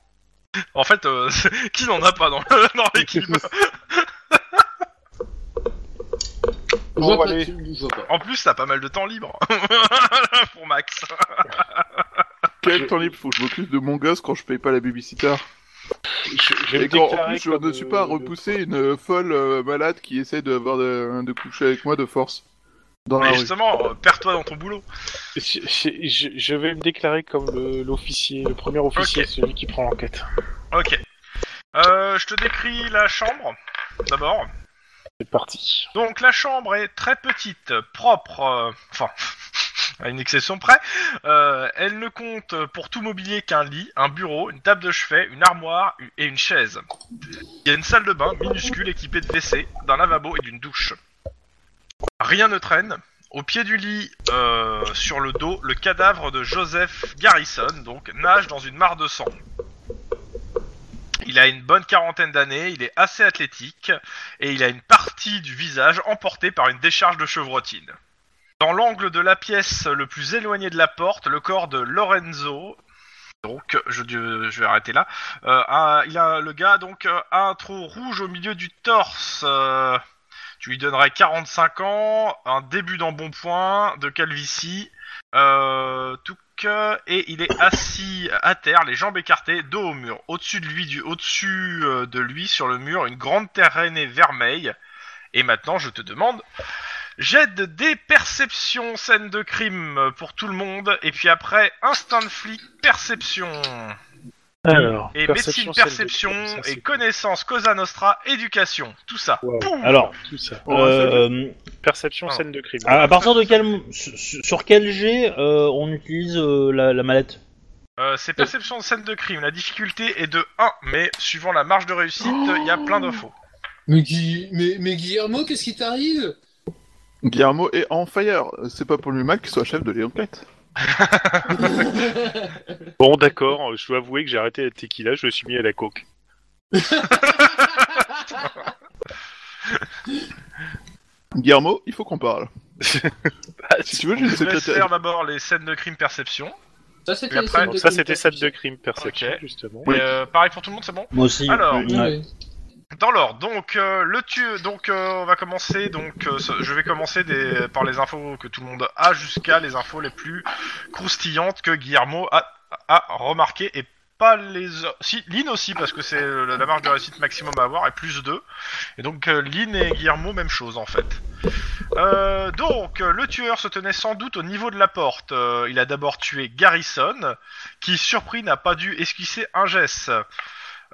[SPEAKER 1] En fait, euh, c'est- qui n'en a pas dans, dans l'équipe
[SPEAKER 4] Je
[SPEAKER 3] on
[SPEAKER 4] vois
[SPEAKER 3] va
[SPEAKER 4] pas,
[SPEAKER 3] aller.
[SPEAKER 4] tu- je vois pas.
[SPEAKER 1] En plus, t'as pas mal de temps libre pour Max.
[SPEAKER 5] Quel temps libre, faut que je m'occupe de mon gosse quand je paye pas la babysitter.
[SPEAKER 3] Je, je vais
[SPEAKER 5] Et
[SPEAKER 3] me
[SPEAKER 5] quand, en
[SPEAKER 3] déclarer
[SPEAKER 5] plus, je
[SPEAKER 3] comme,
[SPEAKER 5] ne suis pas à
[SPEAKER 3] euh,
[SPEAKER 5] repousser une folle euh, malade qui essaie de, avoir de, de coucher avec moi de force. Dans la
[SPEAKER 1] Mais
[SPEAKER 5] rue.
[SPEAKER 1] justement, euh, perds-toi dans ton boulot.
[SPEAKER 3] Je, je- je- je vais me déclarer comme le- l'officier, le, premier officier,
[SPEAKER 1] Ok.
[SPEAKER 3] celui qui prend l'enquête.
[SPEAKER 1] Ok. Euh, je te décris la chambre, d'abord.
[SPEAKER 3] C'est parti.
[SPEAKER 1] Donc la chambre est très petite, propre, euh, enfin, à une exception près. Euh, elle ne compte pour tout mobilier qu'un lit, un bureau, une table de chevet, une armoire u- et une chaise. Il y a une salle de bain minuscule équipée de WC, d'un lavabo et d'une douche. Rien ne traîne. Au pied du lit, euh, sur le dos, le cadavre de Joseph Garrison, donc, nage dans une mare de sang. Il a une bonne quarantaine d'années, il est assez athlétique, et il a une partie du visage emportée par une décharge de chevrotine. Dans l'angle de la pièce le plus éloigné de la porte, le corps de Lorenzo. Donc, je, je vais arrêter là. Euh, a- il a, le gars donc euh, a un trou rouge au milieu du torse. Euh, tu lui donnerais 45 ans, un début d'embonpoint, de calvitie. Euh, touc, euh, et il est assis à terre, les jambes écartées, dos au mur. Au-dessus de lui, du, au-dessus euh, de lui, sur le mur, une grande terrainée vermeille. Et maintenant, je te demande, jette des perceptions scène de crime pour tout le monde, et puis après, instinct de flic, perception.
[SPEAKER 3] Alors,
[SPEAKER 1] Et médecine, perception,
[SPEAKER 3] celle de- ça,
[SPEAKER 1] et
[SPEAKER 3] c'est-
[SPEAKER 1] connaissance, Cosa Nostra, éducation, tout ça.
[SPEAKER 3] Wow.
[SPEAKER 1] Poum
[SPEAKER 2] Alors,
[SPEAKER 3] Tout Oh, ça.
[SPEAKER 2] euh,
[SPEAKER 3] Perception,
[SPEAKER 1] Ah.
[SPEAKER 3] scène de crime.
[SPEAKER 2] à à partir de quel, sur sur quel jet euh, on utilise euh, la, la mallette
[SPEAKER 1] Euh, c'est perception de scène de crime. La difficulté est de 1, mais suivant la marge de réussite, il y a plein de faux.
[SPEAKER 4] Mais, Gui- mais, mais Guillermo, qu'est-ce qui t'arrive
[SPEAKER 5] Guillermo est en fire. C'est pas pour lui mal qu'il soit chef de l'enquête.
[SPEAKER 3] Bon, d'accord, je dois avouer que j'ai arrêté la tequila, je me suis mis à la coke.
[SPEAKER 5] Guillermo, il faut qu'on parle. Si tu veux, j'ai une
[SPEAKER 1] Je laisse
[SPEAKER 5] secrétaire.
[SPEAKER 1] faire d'abord les scènes de crime perception.
[SPEAKER 4] Ça, c'était
[SPEAKER 1] Et
[SPEAKER 4] les
[SPEAKER 1] après-
[SPEAKER 4] scènes
[SPEAKER 3] Donc
[SPEAKER 4] de
[SPEAKER 3] ça,
[SPEAKER 4] crime,
[SPEAKER 3] c'était
[SPEAKER 4] ça.
[SPEAKER 3] scène de crime, perception,
[SPEAKER 1] Ok.
[SPEAKER 3] justement.
[SPEAKER 5] Oui.
[SPEAKER 1] Et, euh, pareil pour tout le monde, c'est bon
[SPEAKER 2] Moi aussi.
[SPEAKER 1] Alors,
[SPEAKER 5] Oui.
[SPEAKER 4] Ouais.
[SPEAKER 2] Ouais.
[SPEAKER 1] dans l'ordre, donc euh, le tu... donc euh, on va commencer, donc euh, ce- je vais commencer des... par les infos que tout le monde a jusqu'à les infos les plus croustillantes que Guillermo a, a remarquées et pas les... o- Si, Lynn aussi, parce que c'est euh, la marge de réussite maximum à avoir est plus 2. Et donc euh, Lynn et Guillermo, même chose en fait. Euh, donc, euh, le tueur se tenait sans doute au niveau de la porte. Euh, il a d'abord tué Garrison, qui, surpris, n'a pas dû esquisser un geste.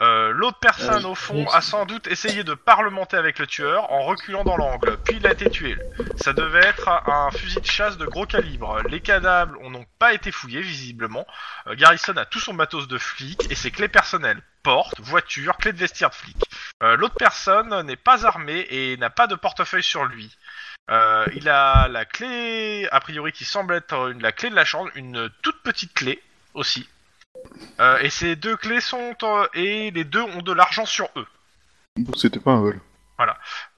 [SPEAKER 1] Euh, L'autre personne, au fond, a sans doute essayé de parlementer avec le tueur en reculant dans l'angle, puis il a été tué. Ça devait être un fusil de chasse de gros calibre. Les cadavres ont donc pas été fouillés, visiblement. Euh, Garrison a tout son matos de flic et ses clés personnelles. Porte, voiture, clé de vestiaire de flic. Euh, L'autre personne n'est pas armée et n'a pas de portefeuille sur lui. Euh, il a la clé, a priori, qui semble être une- la clé de la chambre, une toute petite clé aussi. Euh, et ces deux clés sont euh, et les deux ont de l'argent sur eux.
[SPEAKER 5] Donc c'était pas un vol.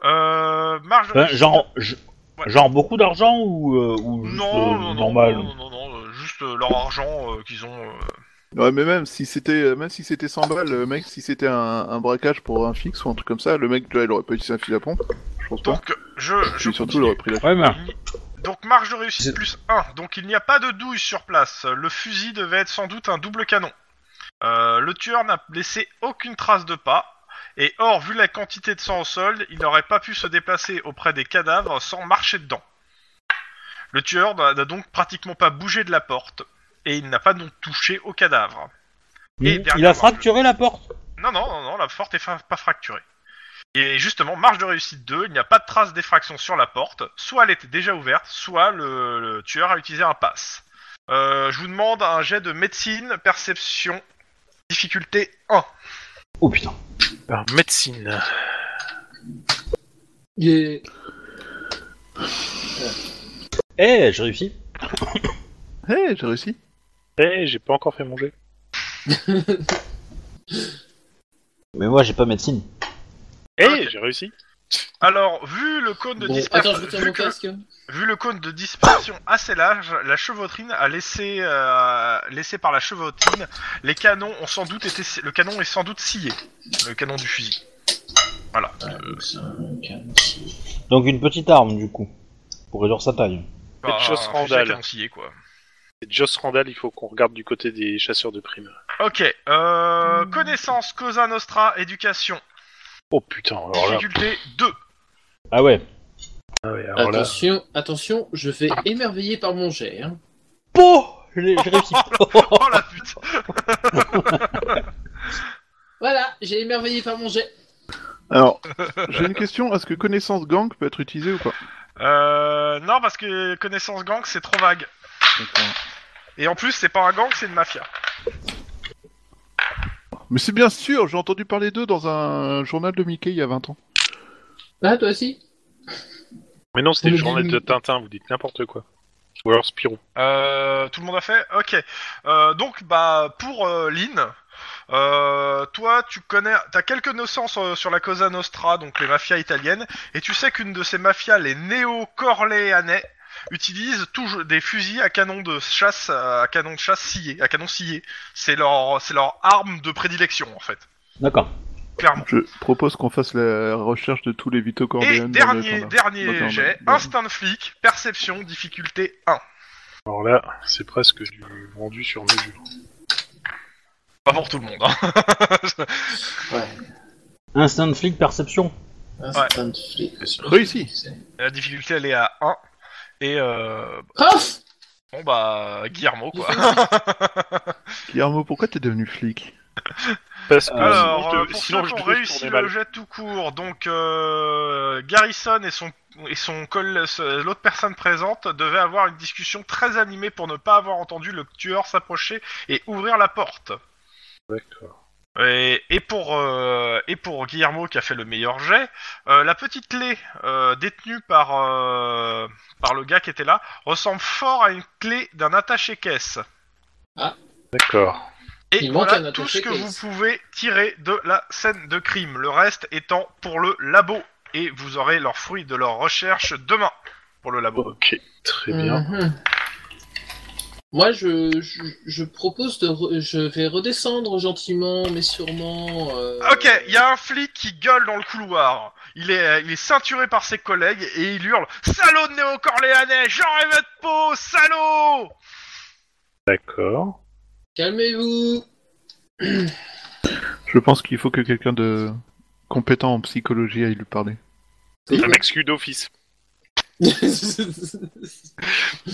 [SPEAKER 1] Euh, marge de
[SPEAKER 2] Enfin,
[SPEAKER 1] réussite-
[SPEAKER 2] genre, je-
[SPEAKER 1] Ouais.
[SPEAKER 2] genre beaucoup d'argent ou, euh, ou juste,
[SPEAKER 1] non,
[SPEAKER 2] euh,
[SPEAKER 1] non, non,
[SPEAKER 2] normal
[SPEAKER 1] non, non, non, non, euh, juste euh, leur argent euh, qu'ils ont. euh,
[SPEAKER 5] Ouais, mais même si c'était euh, même si c'était 100 balles, le mec, si c'était un, un braquage pour un fixe ou un truc comme ça, le mec, là, il aurait pas utilisé un fil à pompe. Je pense pas.
[SPEAKER 1] Donc, je, je
[SPEAKER 5] Puis surtout,
[SPEAKER 1] continue.
[SPEAKER 5] il aurait pris la.
[SPEAKER 2] Ouais, mais
[SPEAKER 1] Il n'y- Mhm. Donc marge de réussite plus 1. Donc il n'y a pas de douille sur place. Le fusil devait être sans doute un double canon. Euh, le tueur n'a laissé aucune trace de pas. Et or, vu la quantité de sang au sol, il n'aurait pas pu se déplacer auprès des cadavres sans marcher dedans. Le tueur n'a n'a donc pratiquement pas bougé de la porte. Et il n'a pas donc touché au cadavre. Et
[SPEAKER 2] il- il
[SPEAKER 1] dernièrement,
[SPEAKER 2] a fracturé la porte.
[SPEAKER 1] Non, non, non, non, la porte est fa- pas fracturée. Et justement, marge de réussite 2, il n'y a pas de trace d'effraction sur la porte. Soit elle était déjà ouverte, soit le, le tueur a utilisé un pass. Euh, je vous demande un jet de médecine, perception, difficulté 1.
[SPEAKER 2] Oh putain.
[SPEAKER 3] Par médecine.
[SPEAKER 4] Il est-
[SPEAKER 2] Eh, j'ai réussi.
[SPEAKER 5] Eh, j'ai réussi.
[SPEAKER 3] Eh, j'ai pas encore fait manger.
[SPEAKER 2] Mais moi, j'ai pas médecine.
[SPEAKER 3] Eh,
[SPEAKER 1] Ok.
[SPEAKER 3] j'ai réussi.
[SPEAKER 1] Alors, vu le cône de
[SPEAKER 4] Bon,
[SPEAKER 1] dispersion,
[SPEAKER 4] Attends, je retire
[SPEAKER 1] vu
[SPEAKER 4] mon
[SPEAKER 1] que-
[SPEAKER 4] casque.
[SPEAKER 1] vu le cône de dispersion assez large, la chevaudrine a laissé, euh, laissé par la chevaudrine, les canons ont sans doute été, le canon est sans doute scié, le canon du fusil. Voilà.
[SPEAKER 2] Donc une petite arme, du coup. Pour réduire sa taille.
[SPEAKER 3] Quelque chose
[SPEAKER 1] un fusil à
[SPEAKER 3] Randall.
[SPEAKER 1] canon scié, quoi.
[SPEAKER 3] C'est Joss Randall, il faut qu'on regarde du côté des chasseurs de primes.
[SPEAKER 1] Ok, euh, connaissance, Cosa Nostra, éducation,
[SPEAKER 3] Oh putain, alors là.
[SPEAKER 1] difficulté 2.
[SPEAKER 2] Ah ouais.
[SPEAKER 3] Ah ouais, alors là.
[SPEAKER 4] Attention, attention, je vais émerveiller par mon jet. hein.
[SPEAKER 2] Poh J'ai j'ai réussi.
[SPEAKER 1] Oh la pute
[SPEAKER 4] Voilà, j'ai émerveillé par mon jet.
[SPEAKER 5] Alors, j'ai une question. Est-ce que connaissance gang peut être utilisée ou pas
[SPEAKER 1] euh, Non, parce que connaissance gang, c'est trop vague. Et en plus, c'est pas un gang, c'est une mafia.
[SPEAKER 5] Mais c'est bien sûr. J'ai entendu parler d'eux dans un journal de Mickey il y a 20 ans.
[SPEAKER 4] Ah, toi aussi
[SPEAKER 3] Mais non, c'était le
[SPEAKER 4] Mais
[SPEAKER 3] journal
[SPEAKER 4] dis-
[SPEAKER 3] de Tintin, vous dites n'importe quoi. Ou alors Spirou.
[SPEAKER 1] Euh, tout le monde a fait Ok. Euh, donc, bah, pour euh, Lynn, euh, toi, tu connais, t'as quelques nocences euh, sur la Cosa Nostra, donc les mafias italiennes, et tu sais qu'une de ces mafias, les néo-corléanais, utilisent toujours des fusils à canon de chasse, euh, à canon de chasse scié, à canon scié. C'est leur, c'est leur arme de prédilection, en fait.
[SPEAKER 2] D'accord.
[SPEAKER 1] Clairement.
[SPEAKER 5] Je propose qu'on fasse la recherche de tous les Vito
[SPEAKER 1] Et
[SPEAKER 5] Corleone. dans le
[SPEAKER 1] dernier,
[SPEAKER 5] standard.
[SPEAKER 1] dernier
[SPEAKER 5] D'accord,
[SPEAKER 1] jet,
[SPEAKER 5] d'accord.
[SPEAKER 1] instinct de flic, perception, difficulté 1.
[SPEAKER 3] Alors là, c'est presque du vendu sur mesure.
[SPEAKER 1] Pas pour tout le monde. Hein.
[SPEAKER 4] Ouais.
[SPEAKER 2] Instinct de flic perception.
[SPEAKER 4] Instant flic.
[SPEAKER 5] Réussi.
[SPEAKER 1] La difficulté, elle est à 1. Et euh,
[SPEAKER 4] Ah
[SPEAKER 1] bon, bah, Guillermo, quoi.
[SPEAKER 5] Guillermo, pourquoi t'es devenu flic
[SPEAKER 3] Parce que
[SPEAKER 1] Alors,
[SPEAKER 3] sinon,
[SPEAKER 1] euh,
[SPEAKER 3] je-
[SPEAKER 1] pour
[SPEAKER 3] sinon,
[SPEAKER 1] ceux qui
[SPEAKER 3] je
[SPEAKER 1] ont
[SPEAKER 3] devais
[SPEAKER 1] réussi
[SPEAKER 3] tourner
[SPEAKER 1] le
[SPEAKER 3] mal.
[SPEAKER 1] jet tout court, donc euh, Garrison et son et son coll- ce- l'autre personne présente devaient avoir une discussion très animée pour ne pas avoir entendu le tueur s'approcher et ouvrir la porte.
[SPEAKER 3] D'accord.
[SPEAKER 1] Et, et pour euh, et pour Guillermo qui a fait le meilleur jet, euh, la petite clé euh, détenue par euh, par le gars qui était là ressemble fort à une clé d'un attaché caisse.
[SPEAKER 3] D'accord.
[SPEAKER 1] Et
[SPEAKER 4] Il manque un
[SPEAKER 1] voilà tout ce
[SPEAKER 4] attaché
[SPEAKER 1] que
[SPEAKER 4] case.
[SPEAKER 1] vous pouvez tirer de la scène de crime. Le reste étant pour le labo. Et vous aurez leurs fruits de leur recherche demain pour le labo.
[SPEAKER 3] Ok, très bien.
[SPEAKER 4] Mhm. Moi, je, je, je propose de. re- je vais redescendre gentiment, mais sûrement. euh,
[SPEAKER 1] Ok, il y a un flic qui gueule dans le couloir. Il est, euh, il est ceinturé par ses collègues et il hurle Salaud de néo-corléanais, j'aurai votre peau, salaud
[SPEAKER 3] D'accord.
[SPEAKER 4] Calmez-vous
[SPEAKER 5] Je pense qu'il faut que quelqu'un de compétent en psychologie aille lui parler.
[SPEAKER 3] Je m'excuse d'office.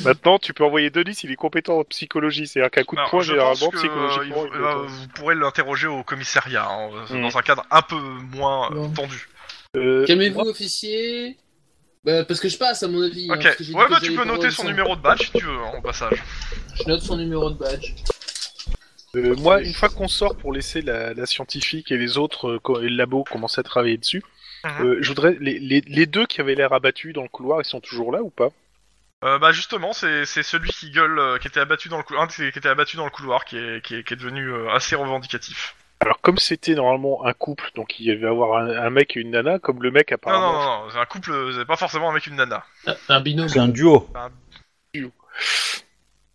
[SPEAKER 3] Maintenant, tu peux envoyer Denis, il est compétent en psychologie. C'est-à-dire qu'à coup de
[SPEAKER 1] Alors,
[SPEAKER 3] poing,
[SPEAKER 1] je pense
[SPEAKER 3] généralement,
[SPEAKER 1] que, euh, il
[SPEAKER 3] psychologiquement,
[SPEAKER 1] faut-
[SPEAKER 3] il est
[SPEAKER 1] euh,
[SPEAKER 3] autant.
[SPEAKER 1] vous pourrez l'interroger au commissariat, hein,
[SPEAKER 3] Mm.
[SPEAKER 1] dans un cadre un peu moins euh,
[SPEAKER 4] Bon.
[SPEAKER 1] tendu.
[SPEAKER 3] Euh,
[SPEAKER 4] Calmez-vous, officier Bah, Parce que je passe, à mon avis. hein,
[SPEAKER 1] Ok,
[SPEAKER 4] parce que j'ai dit
[SPEAKER 1] ouais,
[SPEAKER 4] que
[SPEAKER 1] bah,
[SPEAKER 4] j'allais
[SPEAKER 1] tu peux
[SPEAKER 4] pas
[SPEAKER 1] noter son
[SPEAKER 4] redescendre.
[SPEAKER 1] numéro de badge si tu veux, hein, au passage.
[SPEAKER 4] Je note son numéro de badge.
[SPEAKER 3] Euh, moi, une fois qu'on sort pour laisser la, la scientifique et les autres, euh, co- et le labo, commencer à travailler dessus,
[SPEAKER 4] Uh-huh.
[SPEAKER 1] Mhm.
[SPEAKER 3] euh, je voudrais. Les, les- les deux qui avaient l'air abattus dans le couloir, ils sont toujours là ou pas
[SPEAKER 1] Euh, bah justement, c'est c'est celui qui gueule, euh, qui était abattu dans le couloir, qui était abattu dans le couloir, qui est, qui est, qui est devenu euh, assez revendicatif.
[SPEAKER 3] Alors, comme c'était normalement un couple, donc il y avait avoir un, un mec et une nana, comme le mec
[SPEAKER 1] Non, non,
[SPEAKER 3] apparemment.
[SPEAKER 1] non, non, c'est un couple, euh, c'est pas forcément avec une nana.
[SPEAKER 4] Ah, Un binôme.
[SPEAKER 2] C'est un duo.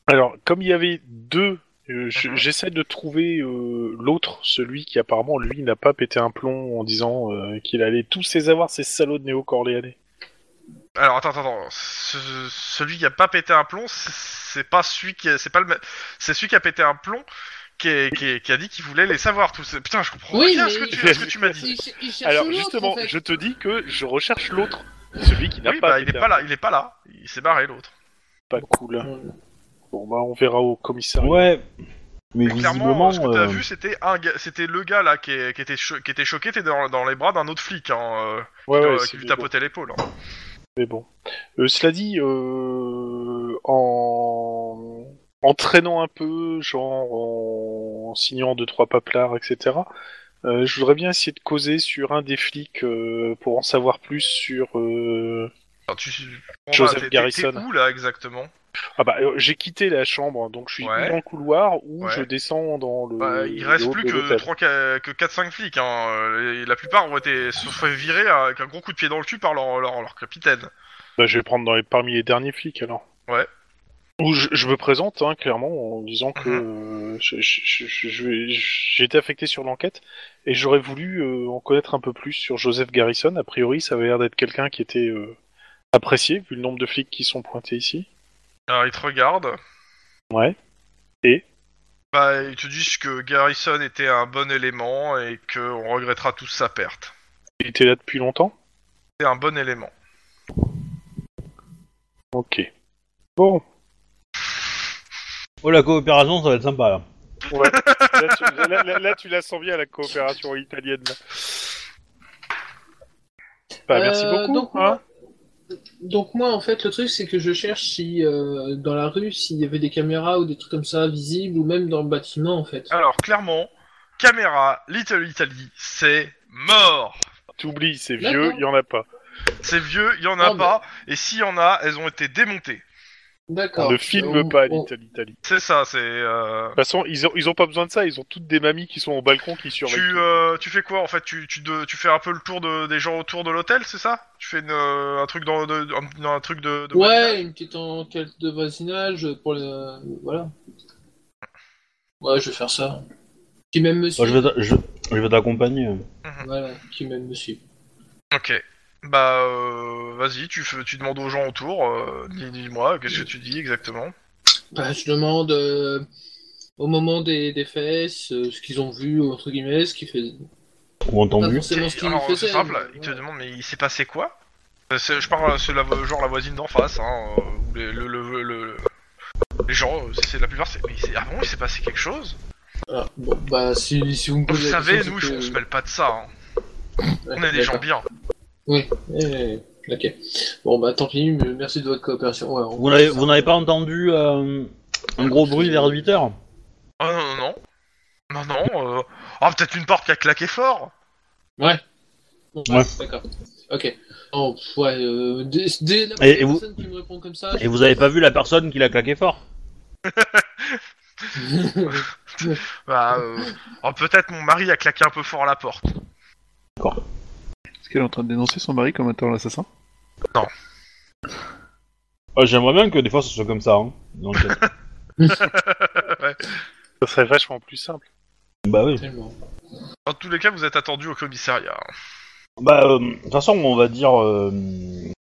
[SPEAKER 3] Alors, comme il y avait deux, euh, je-
[SPEAKER 4] Uh-huh.
[SPEAKER 1] Mhm.
[SPEAKER 3] j'essaie de trouver euh, l'autre, celui qui apparemment, lui, n'a pas pété un plomb en disant euh, qu'il allait tous les avoir, ces salauds de néo-corléanais.
[SPEAKER 1] Alors attends, attends, attends. Ce- celui qui a pas pété un plomb, c'est- c'est pas celui qui, est- c'est pas le, ma- c'est celui qui a pété un plomb, qui, est, qui, est- qui a dit qu'il voulait les savoir tous. Putain, je comprends
[SPEAKER 4] Oui,
[SPEAKER 1] rien à
[SPEAKER 4] mais-
[SPEAKER 1] ce que tu, à ce que tu m'as dit.
[SPEAKER 4] Il ch- il cherche
[SPEAKER 3] Alors,
[SPEAKER 4] l'autre,
[SPEAKER 3] justement,
[SPEAKER 4] en fait.
[SPEAKER 3] je te dis que je recherche l'autre, celui qui n'a
[SPEAKER 1] Oui,
[SPEAKER 3] pas
[SPEAKER 1] bah il
[SPEAKER 3] pété
[SPEAKER 1] est
[SPEAKER 3] un
[SPEAKER 1] pas là, il est pas là, il s'est barré l'autre.
[SPEAKER 3] pas cool. Bon bah on verra au commissariat.
[SPEAKER 2] Ouais. Mais
[SPEAKER 1] Et clairement,
[SPEAKER 2] visiblement.
[SPEAKER 1] euh, ce que t'as
[SPEAKER 2] euh,
[SPEAKER 1] vu, c'était un, gars- c'était le gars là qui, est- qui était, cho- qui était choqué, était dans, dans les bras d'un autre flic, hein, euh,
[SPEAKER 3] Ouais,
[SPEAKER 1] qui,
[SPEAKER 3] ouais,
[SPEAKER 1] euh,
[SPEAKER 3] c'est
[SPEAKER 1] qui lui
[SPEAKER 3] des
[SPEAKER 1] tapotait l'épaule. hein.
[SPEAKER 3] bons, Mais bon. Euh, cela dit, euh, en... en traînant un peu, genre en, en signant deux trois paplards, etc. euh, je voudrais bien essayer de causer sur un des flics euh, pour en savoir plus sur. euh,
[SPEAKER 1] Enfin, tu... bah,
[SPEAKER 3] Joseph
[SPEAKER 1] t'es- t'es-
[SPEAKER 3] Garrison.
[SPEAKER 1] T'es où là exactement
[SPEAKER 3] Ah bah euh, j'ai quitté la chambre, donc je suis
[SPEAKER 1] Ouais.
[SPEAKER 3] ou dans le couloir ou
[SPEAKER 1] Ouais.
[SPEAKER 3] je descends dans le.
[SPEAKER 1] Bah, Il
[SPEAKER 3] le
[SPEAKER 1] reste
[SPEAKER 3] hall
[SPEAKER 1] plus
[SPEAKER 3] de
[SPEAKER 1] que
[SPEAKER 3] l'hôtel.
[SPEAKER 1] 3, que 4-5 flics. Hein. euh, et la plupart ont été se sont fait virer avec un gros coup de pied dans le cul par leur, leur, leur capitaine.
[SPEAKER 3] Bah, je vais prendre dans les, parmi les derniers flics alors.
[SPEAKER 1] Ouais.
[SPEAKER 3] Ou je, je me présente hein, clairement en disant que euh, je- je- je- je vais- j'ai été affecté sur l'enquête et j'aurais voulu euh, en connaître un peu plus sur Joseph Garrison. A priori, ça avait l'air d'être quelqu'un qui était euh, apprécié vu le nombre de flics qui sont pointés ici.
[SPEAKER 1] Alors ils te regardent.
[SPEAKER 3] Ouais.
[SPEAKER 1] Bah, ils te disent que Garrison était un bon élément et que on regrettera tous sa perte.
[SPEAKER 3] Il était là depuis longtemps.
[SPEAKER 1] C'est un bon élément.
[SPEAKER 3] Ok. Bon.
[SPEAKER 2] Oh, la coopération, ça va être sympa là.
[SPEAKER 3] Ouais. là, tu, là- là- là, tu la sens bien la coopération italienne. là. Bah, merci
[SPEAKER 4] Euh,
[SPEAKER 3] beaucoup.
[SPEAKER 4] donc,
[SPEAKER 3] hein.
[SPEAKER 4] Donc moi, en fait, le truc, c'est que je cherche si euh, dans la rue, s'il y avait des caméras ou des trucs comme ça visibles, ou même dans le bâtiment, en fait.
[SPEAKER 1] Alors clairement, caméra, Little Italy, c'est mort.
[SPEAKER 3] T'oublies, c'est
[SPEAKER 4] D'accord.
[SPEAKER 3] vieux, il y en a pas.
[SPEAKER 1] C'est vieux, il y en a
[SPEAKER 4] Non, mais-
[SPEAKER 1] pas. Et s'il y en a, elles ont été démontées.
[SPEAKER 4] D'accord.
[SPEAKER 3] Euh, On ne filme
[SPEAKER 4] On-
[SPEAKER 3] pas
[SPEAKER 4] on-
[SPEAKER 3] l'Italie. l'Italie. De
[SPEAKER 1] C'est ça, c'est. euh,
[SPEAKER 3] toute façon, ils ont, ils ont pas besoin de ça, ils ont toutes des mamies qui sont au balcon qui surveillent.
[SPEAKER 1] Tu, euh, tu fais quoi en fait tu, tu, de- tu fais un peu le tour de, des gens autour de l'hôtel, c'est ça Tu fais une, euh, un truc dans, de- un, un truc de, de voisinage
[SPEAKER 4] Ouais, une petite enquête de voisinage pour le... Voilà. Ouais, je vais faire ça. Qui même me
[SPEAKER 2] Moi,
[SPEAKER 4] suit.
[SPEAKER 2] Bah, je vais t'a- je- je vais t'accompagner. euh,
[SPEAKER 4] Voilà, qui même me suit.
[SPEAKER 1] Ok. Bah euh, vas-y, tu, fais- tu demandes aux gens autour. euh, dis- Dis-moi, qu'est-ce que tu dis exactement
[SPEAKER 4] Bah, je demande euh, au moment des, des fesses euh, ce qu'ils ont vu, entre guillemets, ce qui fait.
[SPEAKER 6] Ou
[SPEAKER 4] Pas
[SPEAKER 6] entendu.
[SPEAKER 4] forcément ce qu'ils
[SPEAKER 1] Alors,
[SPEAKER 4] faisaient. hein.
[SPEAKER 1] c'est simple, il te demande, mais il s'est passé quoi Euh, c'est- Je parle, c'est la, genre la voisine d'en face, hein, euh, ou les, le, le, le- le- les gens, euh, c'est- c'est la plupart, c'est, mais c'est- ah bon, il s'est passé quelque chose
[SPEAKER 4] Ah, bon, bah, si, si vous me
[SPEAKER 1] Vous
[SPEAKER 4] posez la
[SPEAKER 1] savez,
[SPEAKER 4] question,
[SPEAKER 1] nous,
[SPEAKER 4] c'est que-
[SPEAKER 1] on se mêle pas de ça, hein.
[SPEAKER 4] Ouais,
[SPEAKER 1] on est des gens
[SPEAKER 4] d'accord.
[SPEAKER 1] bien.
[SPEAKER 4] Oui, oui, oui, oui. Eh, ok. Bon, bah, tant pis, mais merci de votre coopération. Ouais, on-
[SPEAKER 2] Vous n'avez vous n'avez pas entendu euh, un gros bruit vers 8h
[SPEAKER 1] Ah non, non, non. Non, non, euh, ah, peut-être une porte qui a claqué fort
[SPEAKER 4] Ouais. Bon,
[SPEAKER 6] Ouais.
[SPEAKER 4] D'accord. Ok. Oh, pff, ouais, euh, dès, dès la
[SPEAKER 2] Et- et vous-
[SPEAKER 4] personne qui me répond comme ça.
[SPEAKER 2] Et vous avez pas vu la personne qui l'a claqué fort
[SPEAKER 4] je-
[SPEAKER 1] Bah, euh, oh, peut-être mon mari a claqué un peu fort la porte.
[SPEAKER 5] Est-ce qu'elle est en train de dénoncer son mari comme étant l'assassin
[SPEAKER 6] Ah, J'aimerais bien que des fois ce soit comme ça. Hein, dans le chat.
[SPEAKER 3] Ça serait vachement plus simple.
[SPEAKER 6] bah oui.
[SPEAKER 4] Tellement.
[SPEAKER 1] Dans tous les cas, vous êtes attendu au commissariat. hein.
[SPEAKER 2] Bah, euh, de toute façon, on va dire, euh,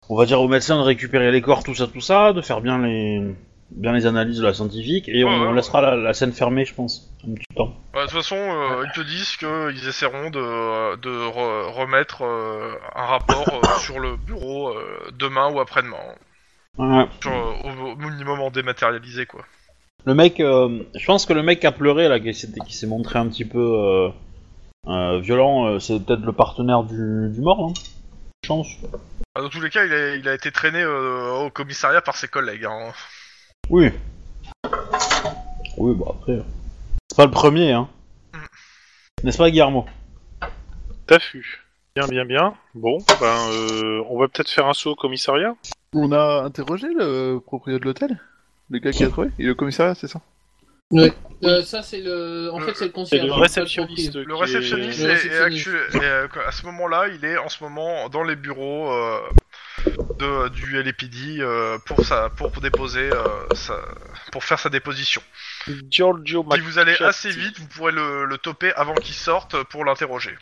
[SPEAKER 2] on va dire aux médecins de récupérer les corps, tout ça, tout ça, de faire bien les, bien les analyses de la scientifique, et on,
[SPEAKER 1] Ouais, ouais,
[SPEAKER 2] on
[SPEAKER 1] ouais.
[SPEAKER 2] laissera la, la scène fermée, je pense, un petit temps.
[SPEAKER 1] Bah, de toute façon, euh, ils te disent qu'ils essaieront de, de re- remettre euh, un rapport euh, sur le bureau euh, demain ou après-demain. hein.
[SPEAKER 2] Ouais.
[SPEAKER 1] Sur, euh, au, au minimum en dématérialisé, quoi.
[SPEAKER 2] Le mec, euh, je pense que le mec qui a pleuré là, qui s'est, qui s'est montré un petit peu euh, euh, violent, euh, c'est peut-être le partenaire du, du mort, hein. Chance.
[SPEAKER 1] Ah, dans tous les cas, il a, il a été traîné euh, au commissariat par ses collègues. hein.
[SPEAKER 2] Oui. Oui, bah après. C'est pas le premier, hein. N'est-ce pas, Guillermo
[SPEAKER 3] Tafu. Bien, bien, bien. Bon, ben, euh, on va peut-être faire un saut au commissariat.
[SPEAKER 5] On a interrogé le propriétaire de l'hôtel Le gars qui a trouvé Et le commissariat, c'est ça
[SPEAKER 4] Euh, ça, c'est le. En
[SPEAKER 1] Le-
[SPEAKER 4] fait, c'est le
[SPEAKER 3] C'est
[SPEAKER 4] concierge.
[SPEAKER 3] le
[SPEAKER 4] pas
[SPEAKER 3] réceptionniste.
[SPEAKER 4] propriétaire.
[SPEAKER 1] Le
[SPEAKER 3] qui est-
[SPEAKER 1] réceptionniste,
[SPEAKER 4] Le
[SPEAKER 1] est- est
[SPEAKER 4] réceptionniste.
[SPEAKER 1] actu- est, euh, à ce moment-là, il est en ce moment dans les bureaux euh, de, du LPD euh, pour, sa, pour déposer, euh, sa- pour faire sa déposition.
[SPEAKER 3] Giorgio
[SPEAKER 1] Si
[SPEAKER 3] Mac...
[SPEAKER 1] vous allez assez
[SPEAKER 3] Mac-
[SPEAKER 1] vite, vous pourrez le, le toper avant qu'il sorte pour l'interroger.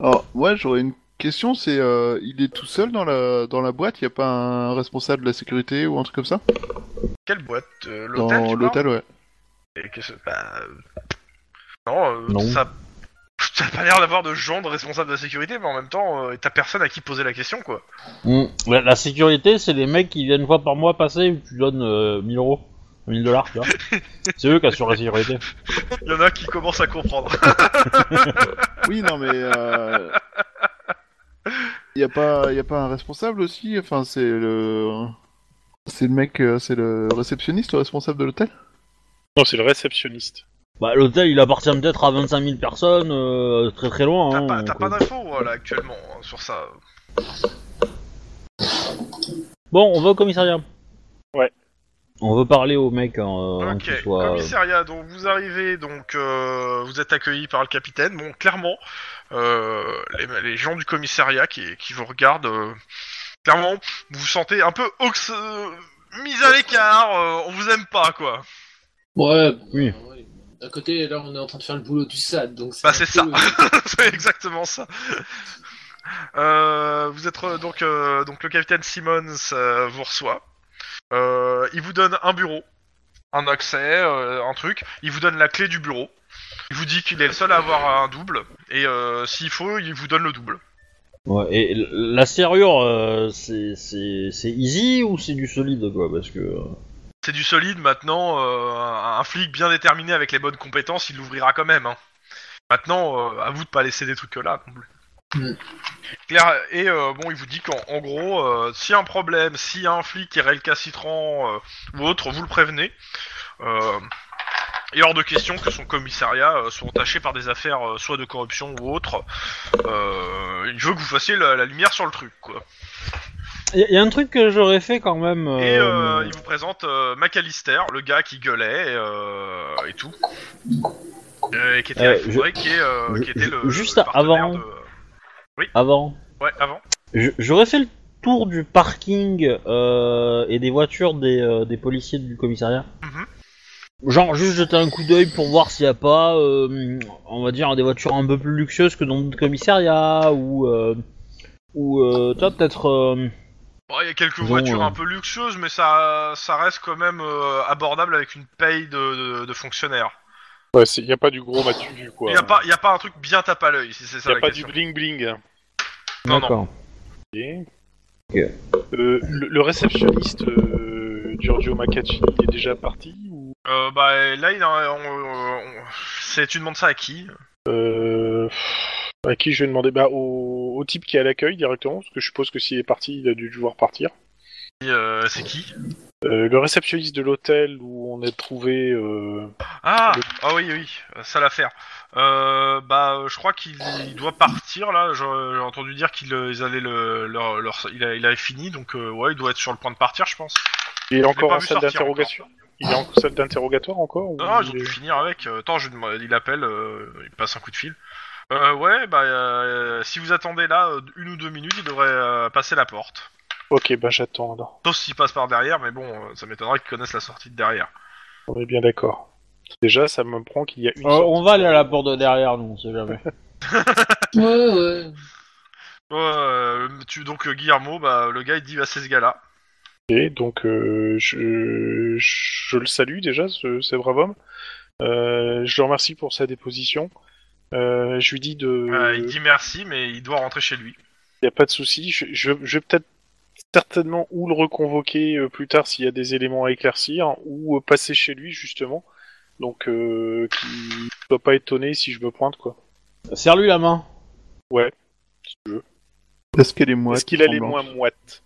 [SPEAKER 5] Alors, moi, j'aurais une question c'est euh, il est tout seul dans la, dans la boîte Il n'y a pas un responsable de la sécurité ou un truc comme ça
[SPEAKER 1] Quelle boîte Euh, L'hôtel tu
[SPEAKER 5] Dans
[SPEAKER 1] parles
[SPEAKER 5] l'hôtel, ouais.
[SPEAKER 1] Et qu'est-ce- bah, euh, Non, euh,
[SPEAKER 6] Non.
[SPEAKER 1] ça. T'as pas l'air d'avoir de gens de responsables de la sécurité, mais en même temps, euh, t'as personne à qui poser la question, quoi.
[SPEAKER 2] La, la sécurité, c'est les mecs qui viennent une fois par mois passer, où tu donnes euh, 1000 euros, 1000 dollars, tu vois. c'est eux qui assurent la sécurité.
[SPEAKER 1] Il y en a qui commencent à comprendre.
[SPEAKER 5] Oui, non, mais. Euh... Y a pas, y a pas un responsable aussi Enfin, c'est le. C'est le mec, euh, c'est le réceptionniste, le responsable de l'hôtel
[SPEAKER 3] Non, c'est le réceptionniste.
[SPEAKER 2] Bah, l'hôtel, il appartient peut-être à 25 000 personnes, euh, très très loin.
[SPEAKER 1] T'as
[SPEAKER 2] hein,
[SPEAKER 1] pas, t'as
[SPEAKER 2] donc,
[SPEAKER 1] pas
[SPEAKER 2] euh.
[SPEAKER 1] d'infos, euh, là, actuellement, hein, sur ça.
[SPEAKER 2] Bon, on va au commissariat.
[SPEAKER 3] Ouais.
[SPEAKER 2] On veut parler au mec, hein, euh, avant
[SPEAKER 1] ok,
[SPEAKER 2] qu'il soit...
[SPEAKER 1] commissariat, donc vous arrivez, donc euh, vous êtes accueilli par le capitaine. Bon, clairement, euh, les, les gens du commissariat qui, qui vous regardent, euh, clairement, vous vous sentez un peu ox- euh, mis à l'écart, euh, on vous aime pas, quoi.
[SPEAKER 4] Ouais, bon,
[SPEAKER 2] Oui.
[SPEAKER 4] bah, ouais. D'un côté, là, on est en train de faire le boulot du SAD. Donc
[SPEAKER 1] Bah,
[SPEAKER 4] un
[SPEAKER 1] c'est
[SPEAKER 4] peu
[SPEAKER 1] ça.
[SPEAKER 4] le-
[SPEAKER 1] c'est exactement ça. Euh, vous êtes re- donc euh, donc le capitaine Simmons euh, vous reçoit. Euh, il vous donne un bureau, un accès, euh, un truc. Il vous donne la clé du bureau. Il vous dit qu'il est le seul à avoir un double et euh, s'il faut, il vous donne le double.
[SPEAKER 2] Ouais, et l- la serrure, euh, c'est c'est- c'est easy ou c'est du solide, quoi, parce que... euh,
[SPEAKER 1] C'est du solide maintenant. euh, un un flic bien déterminé avec les bonnes compétences, il l'ouvrira quand même. hein. Maintenant, euh, à vous de pas laisser des trucs là. non plus.
[SPEAKER 4] Mm.
[SPEAKER 1] Claire, et euh, bon, il vous dit qu'en en gros, euh, s'il y a un problème, s'il y a un flic qui est récalcitrant euh, ou autre, vous le prévenez. Euh, et hors de question que son commissariat euh, soit entaché par des affaires euh, soit de corruption ou autre. Euh, il veut que vous fassiez la, la lumière sur le truc, quoi.
[SPEAKER 2] Il y, a un truc que j'aurais fait quand même.
[SPEAKER 1] Et
[SPEAKER 2] euh,
[SPEAKER 1] euh, il vous présente euh, McAllister, le gars qui gueulait et, euh, et tout. Euh, et qui était,
[SPEAKER 2] Euh,
[SPEAKER 1] récupéré, qui est, euh,
[SPEAKER 2] je-
[SPEAKER 1] qui était le.
[SPEAKER 2] juste
[SPEAKER 1] le partenaire
[SPEAKER 2] avant.
[SPEAKER 1] de-
[SPEAKER 2] Avant,
[SPEAKER 1] Ouais, avant.
[SPEAKER 2] je- j'aurais fait le tour du parking euh, et des voitures des, euh, des policiers du commissariat.
[SPEAKER 1] Mhm.
[SPEAKER 2] Genre juste jeter un coup d'œil pour voir s'il n'y a pas, euh, on va dire, des voitures un peu plus luxueuses que dans d'autres commissariats ou... Euh, ou euh, tu vois, peut-être... euh,
[SPEAKER 1] Bon, il y a quelques
[SPEAKER 6] Disons,
[SPEAKER 1] voitures
[SPEAKER 6] euh,
[SPEAKER 1] un peu luxueuses, mais ça, ça reste quand même euh, abordable avec une paye de, de, de fonctionnaire.
[SPEAKER 3] Ouais, il n'y a pas du gros matu vu, quoi.
[SPEAKER 1] Il n'y a, pas- y a pas un truc bien tape à l'œil, si c'est ça
[SPEAKER 3] Y a
[SPEAKER 1] la
[SPEAKER 3] pas
[SPEAKER 1] question.
[SPEAKER 3] du bling bling.
[SPEAKER 1] Non, non.
[SPEAKER 6] D'accord.
[SPEAKER 3] Ok. Euh, le, le réceptionniste euh, Giorgio Macacci il est déjà parti ou
[SPEAKER 1] Euh, bah, et là, il a- on- on- on- c'est tu demandes ça à qui
[SPEAKER 3] euh, à qui je vais demander bah, au, au type qui est à l'accueil directement parce que je suppose que s'il est parti il a dû devoir partir.
[SPEAKER 1] Et, euh, C'est qui
[SPEAKER 3] Euh, le réceptionniste de l'hôtel où on a trouvé euh,
[SPEAKER 1] Ah,
[SPEAKER 3] Le-
[SPEAKER 1] ah oui, oui, euh, ça l'affaire. Euh, bah, euh, je crois qu'il il doit partir là. J'ai j'ai entendu dire qu'il euh, ils allaient le, leur, leur- il, a- il avait fini, donc euh, ouais, il doit être sur le point de partir, je pense.
[SPEAKER 3] il est encore
[SPEAKER 1] pas
[SPEAKER 3] en
[SPEAKER 1] vu
[SPEAKER 3] salle
[SPEAKER 1] sortir
[SPEAKER 3] d'interrogation. Il est en salle d'interrogatoire encore ou
[SPEAKER 1] Non, non, ils ont
[SPEAKER 3] il est-
[SPEAKER 1] dû finir avec. Euh, Attends, je lui demande- il appelle, euh, il passe un coup de fil. Euh, ouais, bah, euh, si vous attendez là euh, une ou deux minutes, il devrait euh, passer la porte.
[SPEAKER 3] Ok, bah j'attends alors.
[SPEAKER 1] Sauf s'il passe par derrière, mais bon, euh, ça m'étonnerait qu'ils connaissent la sortie de derrière.
[SPEAKER 3] On est bien d'accord. Déjà, ça me prend qu'il y a une.
[SPEAKER 2] Euh,
[SPEAKER 3] sortie.
[SPEAKER 2] on va aller à la porte de derrière, nous, on sait jamais.
[SPEAKER 4] Ouais, ouais.
[SPEAKER 1] Euh, tu, donc, euh, Guillermo, bah, le gars, il dit, bah, c'est ce gars-là.
[SPEAKER 3] Et donc euh, je, je le salue déjà, ce, ce brave homme. Euh, je le remercie pour sa déposition. Euh, je lui dis de...
[SPEAKER 1] Euh, il dit merci, mais il doit rentrer chez lui.
[SPEAKER 3] Il n'y a pas de souci. Je, je- je vais peut-être certainement ou le reconvoquer euh, plus tard s'il y a des éléments à éclaircir, ou euh, passer chez lui justement. Donc euh, qu'il ne soit pas étonné si je me pointe. quoi.
[SPEAKER 2] Serre-lui la main.
[SPEAKER 5] Est-ce qu'elle est moite
[SPEAKER 3] Est-ce qu'il a les moins
[SPEAKER 5] tremblante
[SPEAKER 3] moites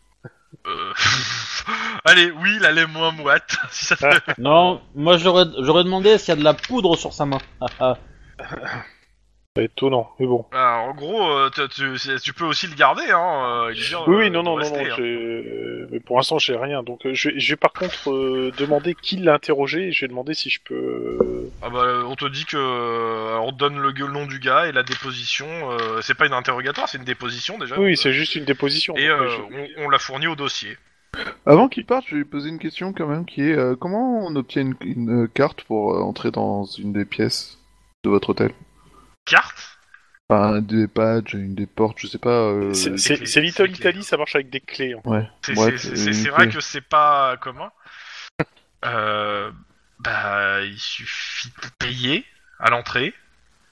[SPEAKER 1] Euh, Allez, oui, il a les moins moite. si ça te-
[SPEAKER 2] Non, moi j'aurais j'aurais demandé est-ce qu'il y a de la poudre sur sa main. Ah, ah.
[SPEAKER 3] C'est Étonnant, mais bon.
[SPEAKER 1] Alors, en gros, euh, tu, tu- c'est- tu peux aussi le garder. Hein, euh, il vient,
[SPEAKER 3] Oui,
[SPEAKER 1] euh,
[SPEAKER 3] oui, non,
[SPEAKER 1] de
[SPEAKER 3] non, non,
[SPEAKER 1] rester,
[SPEAKER 3] non.
[SPEAKER 1] hein.
[SPEAKER 3] j'ai- euh, mais pour l'instant, j'ai rien. Donc, euh, je, vais- je vais par contre euh, demander qui l'a interrogé et je vais demander si je peux. euh,
[SPEAKER 1] Ah bah, on te dit que euh, on te donne le, gue- le nom du gars et la déposition. euh, c'est pas une interrogatoire, c'est une déposition déjà.
[SPEAKER 3] Oui, c'est juste une déposition.
[SPEAKER 1] bah, Et
[SPEAKER 3] donc,
[SPEAKER 1] euh,
[SPEAKER 3] je-
[SPEAKER 1] on, on l'a fourni au dossier.
[SPEAKER 5] Avant qu'il parte, je vais lui poser une question quand même qui est euh, comment on obtient une, une, euh, carte pour euh, entrer dans une des pièces de votre hôtel
[SPEAKER 1] Carte
[SPEAKER 5] Enfin, un des badges, une des portes, je sais pas. euh,
[SPEAKER 3] c'est-
[SPEAKER 1] des
[SPEAKER 3] c'est
[SPEAKER 1] clés,
[SPEAKER 3] c'est Little
[SPEAKER 1] des clés.
[SPEAKER 3] Italy, ça marche avec des clés. hein.
[SPEAKER 1] C'est
[SPEAKER 5] Ouais,
[SPEAKER 1] c'est-
[SPEAKER 5] c'est
[SPEAKER 1] c'est- c'est- c'est
[SPEAKER 5] une
[SPEAKER 1] vrai
[SPEAKER 5] clé.
[SPEAKER 1] que c'est pas commun. Euh, bah, il suffit de payer à l'entrée.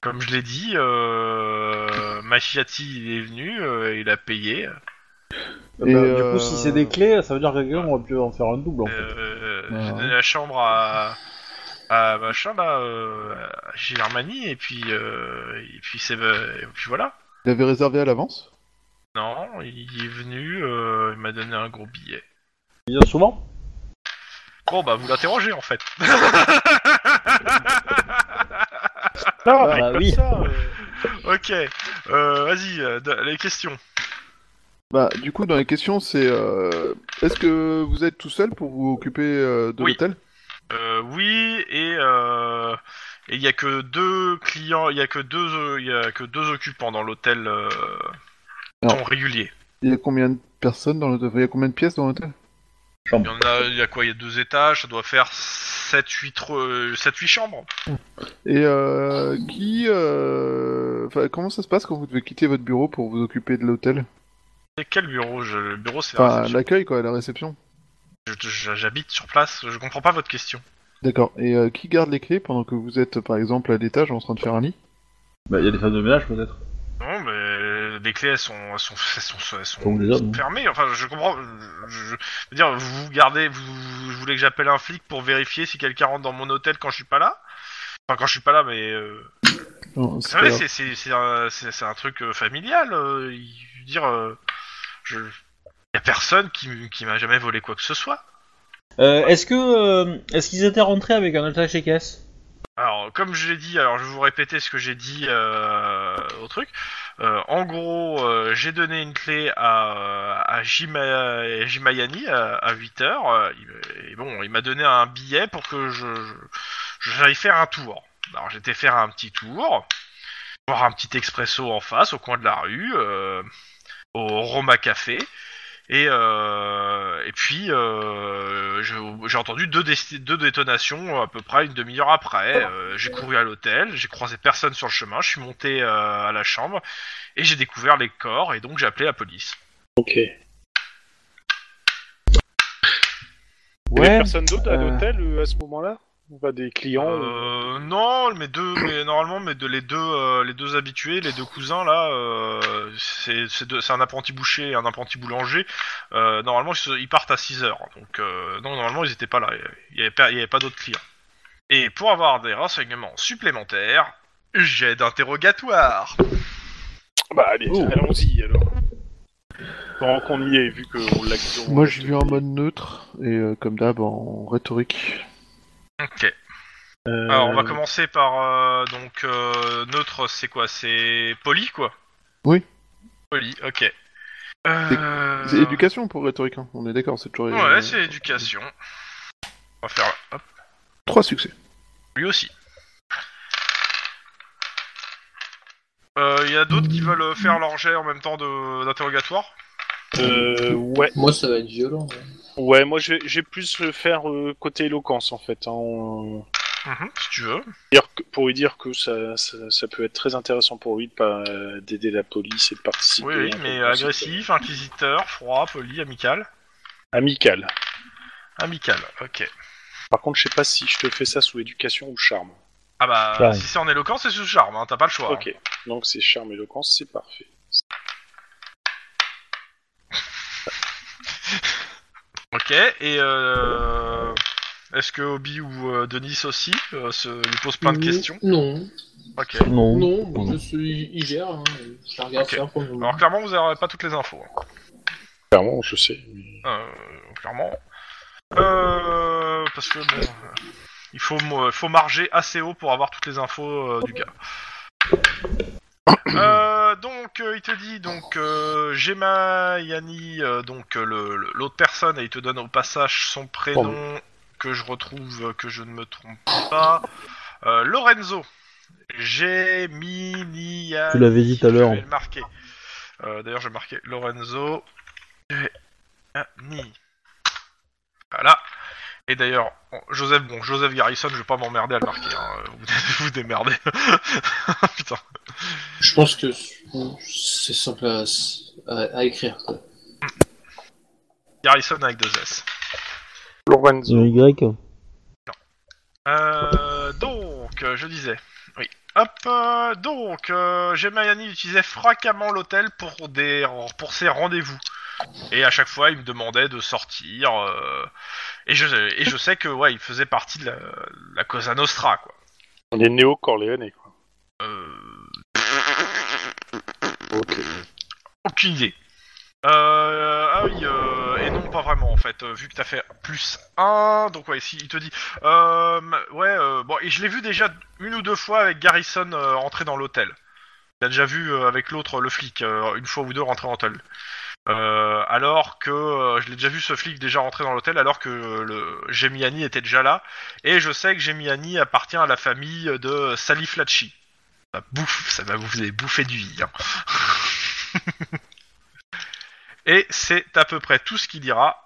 [SPEAKER 1] Comme je l'ai dit, euh, Machiati il est venu, euh, il a payé.
[SPEAKER 5] Et,
[SPEAKER 2] Bah, Du
[SPEAKER 5] euh,
[SPEAKER 2] coup, si c'est des clés, ça veut dire que quelqu'un on va plus en faire un double. En fait.
[SPEAKER 1] Euh,
[SPEAKER 5] Ouais.
[SPEAKER 1] J'ai donné la chambre à, à machin là, euh, à Germani, et puis euh, et puis c'est et puis voilà.
[SPEAKER 5] Il avait réservé à l'avance
[SPEAKER 1] Non, il est venu, euh, il m'a donné un gros billet.
[SPEAKER 2] Il vient souvent.
[SPEAKER 1] Bon bah vous l'interrogez en fait.
[SPEAKER 3] Ah,
[SPEAKER 2] bah
[SPEAKER 3] comme
[SPEAKER 2] oui.
[SPEAKER 3] ça, euh,
[SPEAKER 1] ok, euh, vas-y, euh, de- les questions.
[SPEAKER 5] Bah, du coup, dans les questions, c'est euh, est-ce que vous êtes tout seul pour vous occuper euh, de
[SPEAKER 1] Oui.
[SPEAKER 5] l'hôtel
[SPEAKER 1] Euh, oui et euh, et il y a que deux clients, il y a que deux euh, il y a que deux occupants dans l'hôtel euh, qui
[SPEAKER 5] Non.
[SPEAKER 1] sont réguliers.
[SPEAKER 5] Il y a combien de personnes dans l'hôtel Il y a combien de pièces dans l'hôtel
[SPEAKER 1] Il y en a, il y a quoi Il y a deux étages, ça doit faire 7-8 chambres.
[SPEAKER 5] Et euh, qui. euh, Enfin, comment ça se passe quand vous devez quitter votre bureau pour vous occuper de l'hôtel
[SPEAKER 1] C'est quel bureau Je- Le bureau c'est la
[SPEAKER 5] Enfin,
[SPEAKER 1] réception.
[SPEAKER 5] l'accueil, quoi, la réception.
[SPEAKER 1] Je- je- J'habite sur place, je comprends pas votre question.
[SPEAKER 5] D'accord. Et euh, qui garde les clés pendant que vous êtes, par exemple, à l'étage en train de faire un lit
[SPEAKER 6] Bah, il y a des femmes de ménage peut-être.
[SPEAKER 1] Non, mais les clés, elles sont, elles sont, elles sont, elles sont-
[SPEAKER 6] Comme les hommes.
[SPEAKER 1] fermées. Enfin, je comprends. Je, je- je veux dire, vous vous gardez, vous, vous- vous voulez que j'appelle un flic pour vérifier si quelqu'un rentre dans mon hôtel quand je suis pas là Enfin, quand je suis pas là, mais euh,
[SPEAKER 5] Non,
[SPEAKER 1] vous
[SPEAKER 5] c'est
[SPEAKER 1] savez,
[SPEAKER 5] pas
[SPEAKER 1] c'est- c'est c'est un, c'est- c'est un truc euh, familial. euh, il- je veux dire, euh, je, y a personne qui, m- qui m'a jamais volé quoi que ce soit.
[SPEAKER 2] Euh, est-ce que euh, est-ce qu'ils étaient rentrés avec un attaché caisse
[SPEAKER 1] Alors, comme je l'ai dit, alors je vais vous répéter ce que j'ai dit euh, au truc. Euh, en gros, euh, j'ai donné une clé à, à Jima- Jimayani à, 8h. et bon, il m'a donné un billet pour que je, je- j'aille faire un tour. Alors, j'étais faire un petit tour, voir un petit expresso en face, au coin de la rue, euh, au Roma Café. Et, euh, et puis, euh, je- j'ai entendu deux, dé- deux détonations à peu près une demi-heure après. Euh, j'ai couru à l'hôtel, j'ai croisé personne sur le chemin, je suis monté euh, à la chambre et j'ai découvert les corps et donc j'ai appelé la police.
[SPEAKER 3] Ok. Il y avait
[SPEAKER 2] Ouais.
[SPEAKER 3] personne d'autre à
[SPEAKER 2] euh.
[SPEAKER 3] l'hôtel euh, à ce moment-là Pas des
[SPEAKER 5] Ah
[SPEAKER 3] clients ou-
[SPEAKER 1] Euh, non, mais deux, mais normalement, mais de, les deux, euh, les deux habitués, les deux cousins là, euh, c'est c'est deux- c'est un apprenti boucher et un apprenti boulanger. Euh, normalement, ils, se- ils partent à 6 heures. Donc euh, non, normalement, ils étaient pas là. Il y avait, pas- il y avait pas d'autres clients. Et pour avoir des renseignements supplémentaires, j'ai d'interrogatoire.
[SPEAKER 3] Bah allez,
[SPEAKER 5] Oh.
[SPEAKER 3] allons-y alors. Tant qu'on y est, vu qu'on l'a... on
[SPEAKER 5] Moi,
[SPEAKER 3] l'a
[SPEAKER 5] je vais en mode neutre, et euh, comme d'hab, en rhétorique.
[SPEAKER 1] Ok.
[SPEAKER 3] Euh,
[SPEAKER 1] Alors on va commencer par euh, donc euh, neutre, c'est quoi C'est poli quoi
[SPEAKER 5] Oui.
[SPEAKER 1] Poli. Ok. Euh,
[SPEAKER 5] C'est éducation pour rhétorique, hein. on est d'accord, c'est toujours...
[SPEAKER 1] Ouais, c'est éducation. On va faire hop,
[SPEAKER 5] Trois succès.
[SPEAKER 1] lui aussi. Euh, Il y a d'autres qui veulent faire leur jet en même temps de- d'interrogatoire.
[SPEAKER 3] euh, ouais.
[SPEAKER 4] Moi, ça va être violent. hein. ouais.
[SPEAKER 3] ouais, moi j'ai j'ai plus euh, faire euh, côté éloquence en fait. hein, en-
[SPEAKER 1] Mhm, si tu veux.
[SPEAKER 3] dire que- pour lui dire que ça, ça, ça peut être très intéressant pour lui de pas euh, d'aider la police et de participer.
[SPEAKER 1] Oui, oui,
[SPEAKER 3] à-
[SPEAKER 1] mais
[SPEAKER 3] à-
[SPEAKER 1] agressif, inquisiteur, froid, poli, amical.
[SPEAKER 3] Amical.
[SPEAKER 1] Amical, ok.
[SPEAKER 3] Par contre, je sais pas si je te fais ça sous éducation ou charme.
[SPEAKER 1] Ah bah,
[SPEAKER 2] Charme.
[SPEAKER 1] si c'est en éloquence, c'est sous charme, hein, t'as pas le choix. hein.
[SPEAKER 3] Ok, donc c'est charme éloquence, c'est parfait.
[SPEAKER 1] Ok, et euh, est-ce que Obi ou euh, Denis aussi euh, se, lui posent plein de
[SPEAKER 4] Mm,
[SPEAKER 1] questions
[SPEAKER 4] Non,
[SPEAKER 1] Ok.
[SPEAKER 2] Non.
[SPEAKER 4] non,
[SPEAKER 2] Pardon.
[SPEAKER 4] je suis, il gère, hein, je la regarde
[SPEAKER 1] Ok.
[SPEAKER 4] faire pour le moment.
[SPEAKER 1] Alors clairement, vous n'aurez pas toutes les infos. hein.
[SPEAKER 3] Clairement, je sais.
[SPEAKER 1] Euh, clairement. Euh, parce que bon, il faut, mo- faut marger assez haut pour avoir toutes les infos euh, du gars. Euh, donc euh, il te dit donc euh, Gemma Yanni euh, donc euh, le- le- l'autre personne et il te donne au passage son prénom que je retrouve euh, que je ne me trompe pas Euh, Lorenzo Gemini
[SPEAKER 2] Tu l'avais dit tout à l'heure.
[SPEAKER 1] je vais le marquer. Euh, D'ailleurs, je vais marquer Lorenzo Gianni. Voilà. Et d'ailleurs, bon, Joseph, bon, Joseph Garrison, je vais pas m'emmerder à le marquer. hein. Vous vous démerdez. Putain.
[SPEAKER 4] Je pense que c'est simple à, à, à écrire. Quoi.
[SPEAKER 1] Garrison avec deux S.
[SPEAKER 3] Lorenzo.
[SPEAKER 2] Y.
[SPEAKER 1] Euh, donc, euh, je disais. Oui. Hop. euh, donc, euh, Gemayani utilisait fréquemment l'hôtel pour des pour ses rendez-vous. Et à chaque fois, il me demandait de sortir. euh, et je et je sais que ouais, il faisait partie de la, la Cosa Nostra quoi.
[SPEAKER 3] On est néo-corléonais, quoi.
[SPEAKER 1] Euh,
[SPEAKER 3] Ok.
[SPEAKER 1] aucune idée. Euh, ah oui, euh, et non, pas vraiment en fait, euh, vu que t'as fait plus 1, donc ouais, si, il te dit. Euh, ouais, euh, bon, et je l'ai vu déjà une ou deux fois avec Garrison euh, rentrer dans l'hôtel. Il a déjà vu euh, avec l'autre le flic, euh, une fois ou deux rentrer dans l'hôtel. Euh, alors que euh, je l'ai déjà vu ce flic déjà rentrer dans l'hôtel, alors que euh, le Gemiani était déjà là, et je sais que Gemiani appartient à la famille de Sally Flatchy. Ça bouffe, ça va vous bouffer du i, hein. Et c'est à peu près tout ce qu'il dira.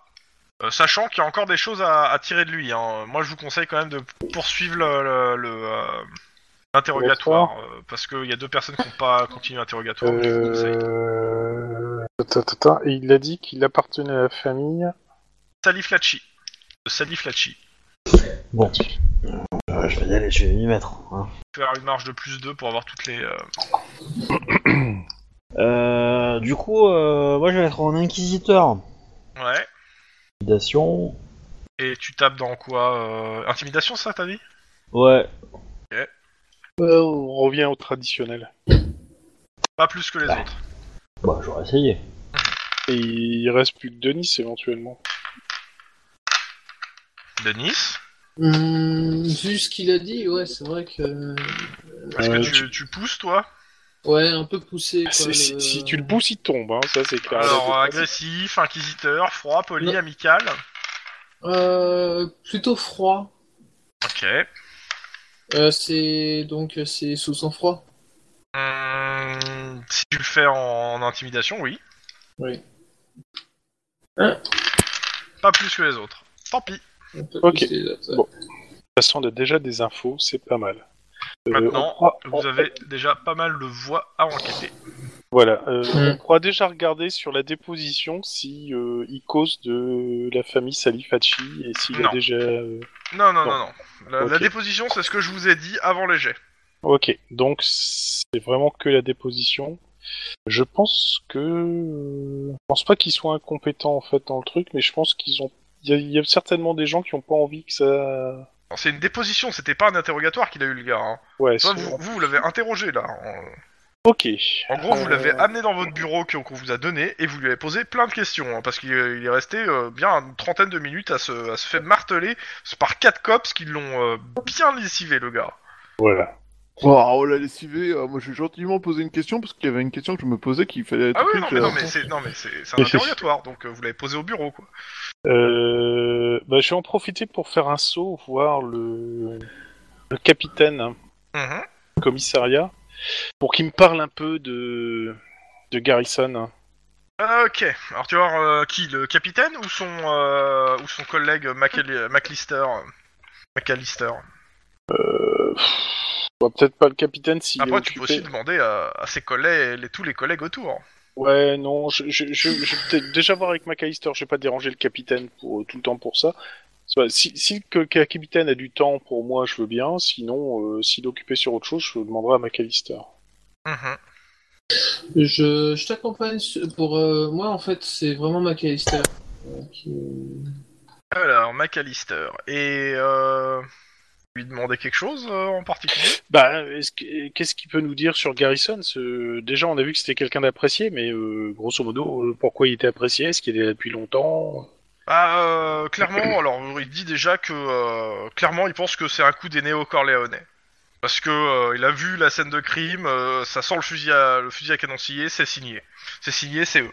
[SPEAKER 1] Euh, sachant qu'il y a encore des choses à, à tirer de lui. hein. Moi, je vous conseille quand même de poursuivre le- le- le, euh, l'interrogatoire. euh, parce qu'il y a deux personnes qui n'ont pas continué l'interrogatoire. donc je vous conseille.
[SPEAKER 3] Euh... attends, attends, attends. Et il a dit qu'il appartenait à la famille.
[SPEAKER 1] Sally Flatchy. De Sally Flatchy.
[SPEAKER 2] Bon. Euh, je vais y aller, je vais m'y mettre. hein.
[SPEAKER 1] Faire une marge de plus 2 pour avoir toutes les. euh,
[SPEAKER 2] Euh, du coup, euh, moi je vais être en inquisiteur.
[SPEAKER 1] Ouais.
[SPEAKER 2] Intimidation.
[SPEAKER 1] Et tu tapes dans quoi euh, Intimidation, ça, t'as dit
[SPEAKER 2] Ouais.
[SPEAKER 3] Euh, on revient au traditionnel.
[SPEAKER 1] Pas plus que les autres.
[SPEAKER 2] Bah, j'aurais essayé.
[SPEAKER 3] Et il reste plus que Denis éventuellement.
[SPEAKER 1] Denis
[SPEAKER 4] Hum, vu ce qu'il a dit, ouais, c'est vrai que.
[SPEAKER 1] Est-ce
[SPEAKER 3] Euh,
[SPEAKER 1] que tu, tu pousses, toi
[SPEAKER 4] Ouais, un peu poussé. Quoi,
[SPEAKER 3] Si, Ah, si-
[SPEAKER 4] le-
[SPEAKER 3] si tu le pousses, il tombe, hein, ça c'est clair.
[SPEAKER 1] Euh, Alors, euh, agressif, inquisiteur, froid, poli,
[SPEAKER 4] Non.
[SPEAKER 1] amical.
[SPEAKER 4] Euh, plutôt froid.
[SPEAKER 1] Ok.
[SPEAKER 4] Euh, c'est donc euh, c'est sous sang froid.
[SPEAKER 1] Hum, si tu le fais en intimidation, oui. Hein
[SPEAKER 4] Oui.
[SPEAKER 1] Pas plus que les autres. Tant pis.
[SPEAKER 4] Un peu
[SPEAKER 3] Ok.
[SPEAKER 4] poussé, là, ça.
[SPEAKER 3] Bon. De toute façon, on a déjà des infos, c'est pas mal. Euh,
[SPEAKER 1] Maintenant,
[SPEAKER 3] on croit-
[SPEAKER 1] Vous
[SPEAKER 3] on-
[SPEAKER 1] avez déjà pas mal de voix à enquêter.
[SPEAKER 3] Voilà. euh,
[SPEAKER 4] Mm.
[SPEAKER 3] On pourra déjà regarder sur la déposition si euh, il cause de la famille Salifachi et s'il
[SPEAKER 1] Non.
[SPEAKER 3] a déjà. euh,
[SPEAKER 1] Non, non,
[SPEAKER 3] Bon.
[SPEAKER 1] non, non. La, la
[SPEAKER 3] Ok.
[SPEAKER 1] déposition, c'est ce que je vous ai dit avant les jets.
[SPEAKER 3] Ok. Donc c'est vraiment que la déposition. Je pense que. euh, Je pense pas qu'ils soient incompétents en fait dans le truc, mais je pense qu'ils ont. Il y, a- il y a certainement des gens qui ont pas envie que ça.
[SPEAKER 1] Alors, C'est une déposition, c'était pas un interrogatoire qu'il a eu le gars. hein.
[SPEAKER 3] Ouais.
[SPEAKER 1] Toi,
[SPEAKER 3] c'est-
[SPEAKER 1] vous, vous, vous l'avez interrogé là. En,
[SPEAKER 3] Ok.
[SPEAKER 1] en gros, vous
[SPEAKER 3] Euh,
[SPEAKER 1] l'avez amené dans votre bureau que- qu'on vous a donné et vous lui avez posé plein de questions hein, parce qu'il est il est resté euh, bien une trentaine de minutes à se, à se faire marteler par quatre cops qui l'ont euh, bien lessivé le gars.
[SPEAKER 3] Voilà.
[SPEAKER 5] Oh, on l'a lessivé, euh, moi j'ai gentiment posé une question parce qu'il y avait une question que je me posais qu'il fallait.
[SPEAKER 1] Ah oui, non, mais, non,
[SPEAKER 5] j'avais-
[SPEAKER 1] mais c'est non, mais c'est- c'est un interrogatoire, donc euh, vous l'avez posé au bureau quoi.
[SPEAKER 3] Euh, bah, je vais en profiter pour faire un saut voir le, le capitaine. hein.
[SPEAKER 1] Mhm.
[SPEAKER 3] commissariat pour qu'il me parle un peu de, de Garrison. hein.
[SPEAKER 1] Ah, ok, alors tu vas voir euh, qui Le capitaine ou son, euh, ou son collègue Macal- McAllister euh, McAllister.
[SPEAKER 3] Bon, peut-être pas le capitaine s'il est
[SPEAKER 1] Après, tu peux
[SPEAKER 3] occupé.
[SPEAKER 1] aussi demander à, à ses collègues, les- tous les collègues autour.
[SPEAKER 3] Ouais, non, je, je, je, je vais peut-être déjà voir avec McAllister, je vais pas déranger le capitaine pour, euh, tout le temps pour ça. C'est pas- Si, si le ca- capitaine a du temps pour moi, je veux bien. Sinon, euh, s'il est occupé sur autre chose, je demanderai à McAllister.
[SPEAKER 1] Mhm.
[SPEAKER 4] Je, je t'accompagne su- pour. euh, moi, en fait, c'est vraiment McAllister. euh, qui-
[SPEAKER 1] Alors, McAllister. Et euh, lui demander quelque chose euh, en particulier
[SPEAKER 3] Bah, est-ce que- qu'est-ce qu'il peut nous dire sur Garrison ce... Déjà, on a vu que c'était quelqu'un d'apprécié, mais euh, grosso modo, euh, pourquoi il était apprécié Est-ce qu'il est là depuis longtemps
[SPEAKER 1] Ah, euh, clairement, alors il dit déjà que euh, clairement il pense que c'est un coup des néo-corléonais. Parce que euh, il a vu la scène de crime, euh, ça sent le fusil à, le fusil à canon scié, c'est signé. C'est signé, c'est eux.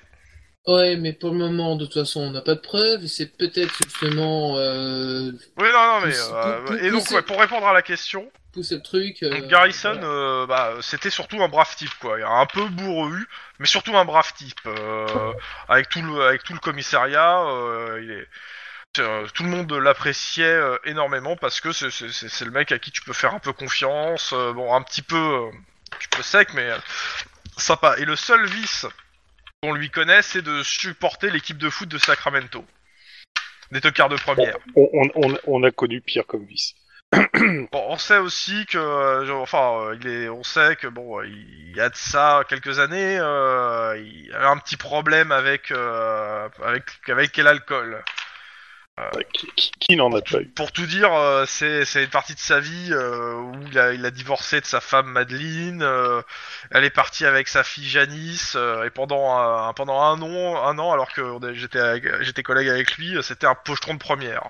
[SPEAKER 4] Ouais, mais pour le moment, de toute façon, on n'a pas de preuves. Et c'est peut-être justement euh,
[SPEAKER 1] Oui, non, non, mais.
[SPEAKER 4] Pousse-
[SPEAKER 1] euh,
[SPEAKER 4] pou- pou-
[SPEAKER 1] et donc,
[SPEAKER 4] poussez-
[SPEAKER 1] ouais, pour répondre à la question,
[SPEAKER 4] pousser le truc. euh,
[SPEAKER 1] donc Garrison,
[SPEAKER 4] voilà.
[SPEAKER 1] euh, bah, c'était surtout un brave type, quoi. Un peu bourru, mais surtout un brave type. euh, avec, tout le, avec tout le commissariat, euh, il est. euh, Tout le monde l'appréciait euh, énormément parce que c'est- c'est c'est- c'est le mec à qui tu peux faire un peu confiance, euh, bon un petit peu, euh, un petit peu sec mais euh, sympa. Et le seul vice qu'on lui connaît, c'est de supporter l'équipe de foot de Sacramento, des tocards de première.
[SPEAKER 3] On, on- on- on a connu pire comme vice.
[SPEAKER 1] Bon, on sait aussi que, euh, genre, enfin, euh, il est, on sait que bon, euh, il y a de ça quelques années, euh, il avait un petit problème avec, euh, avec, avec quel alcool.
[SPEAKER 3] Euh, Qui, qui- qui n'en a pas eu
[SPEAKER 1] Pour tout dire, euh, c'est, c'est une partie de sa vie euh, où il a, il a divorcé de sa femme Madeleine. euh, elle est partie avec sa fille Janice euh, et pendant un, pendant un an, un an, alors que on est- j'étais, avec- j'étais collègue avec lui, euh, c'était un pochetron de première.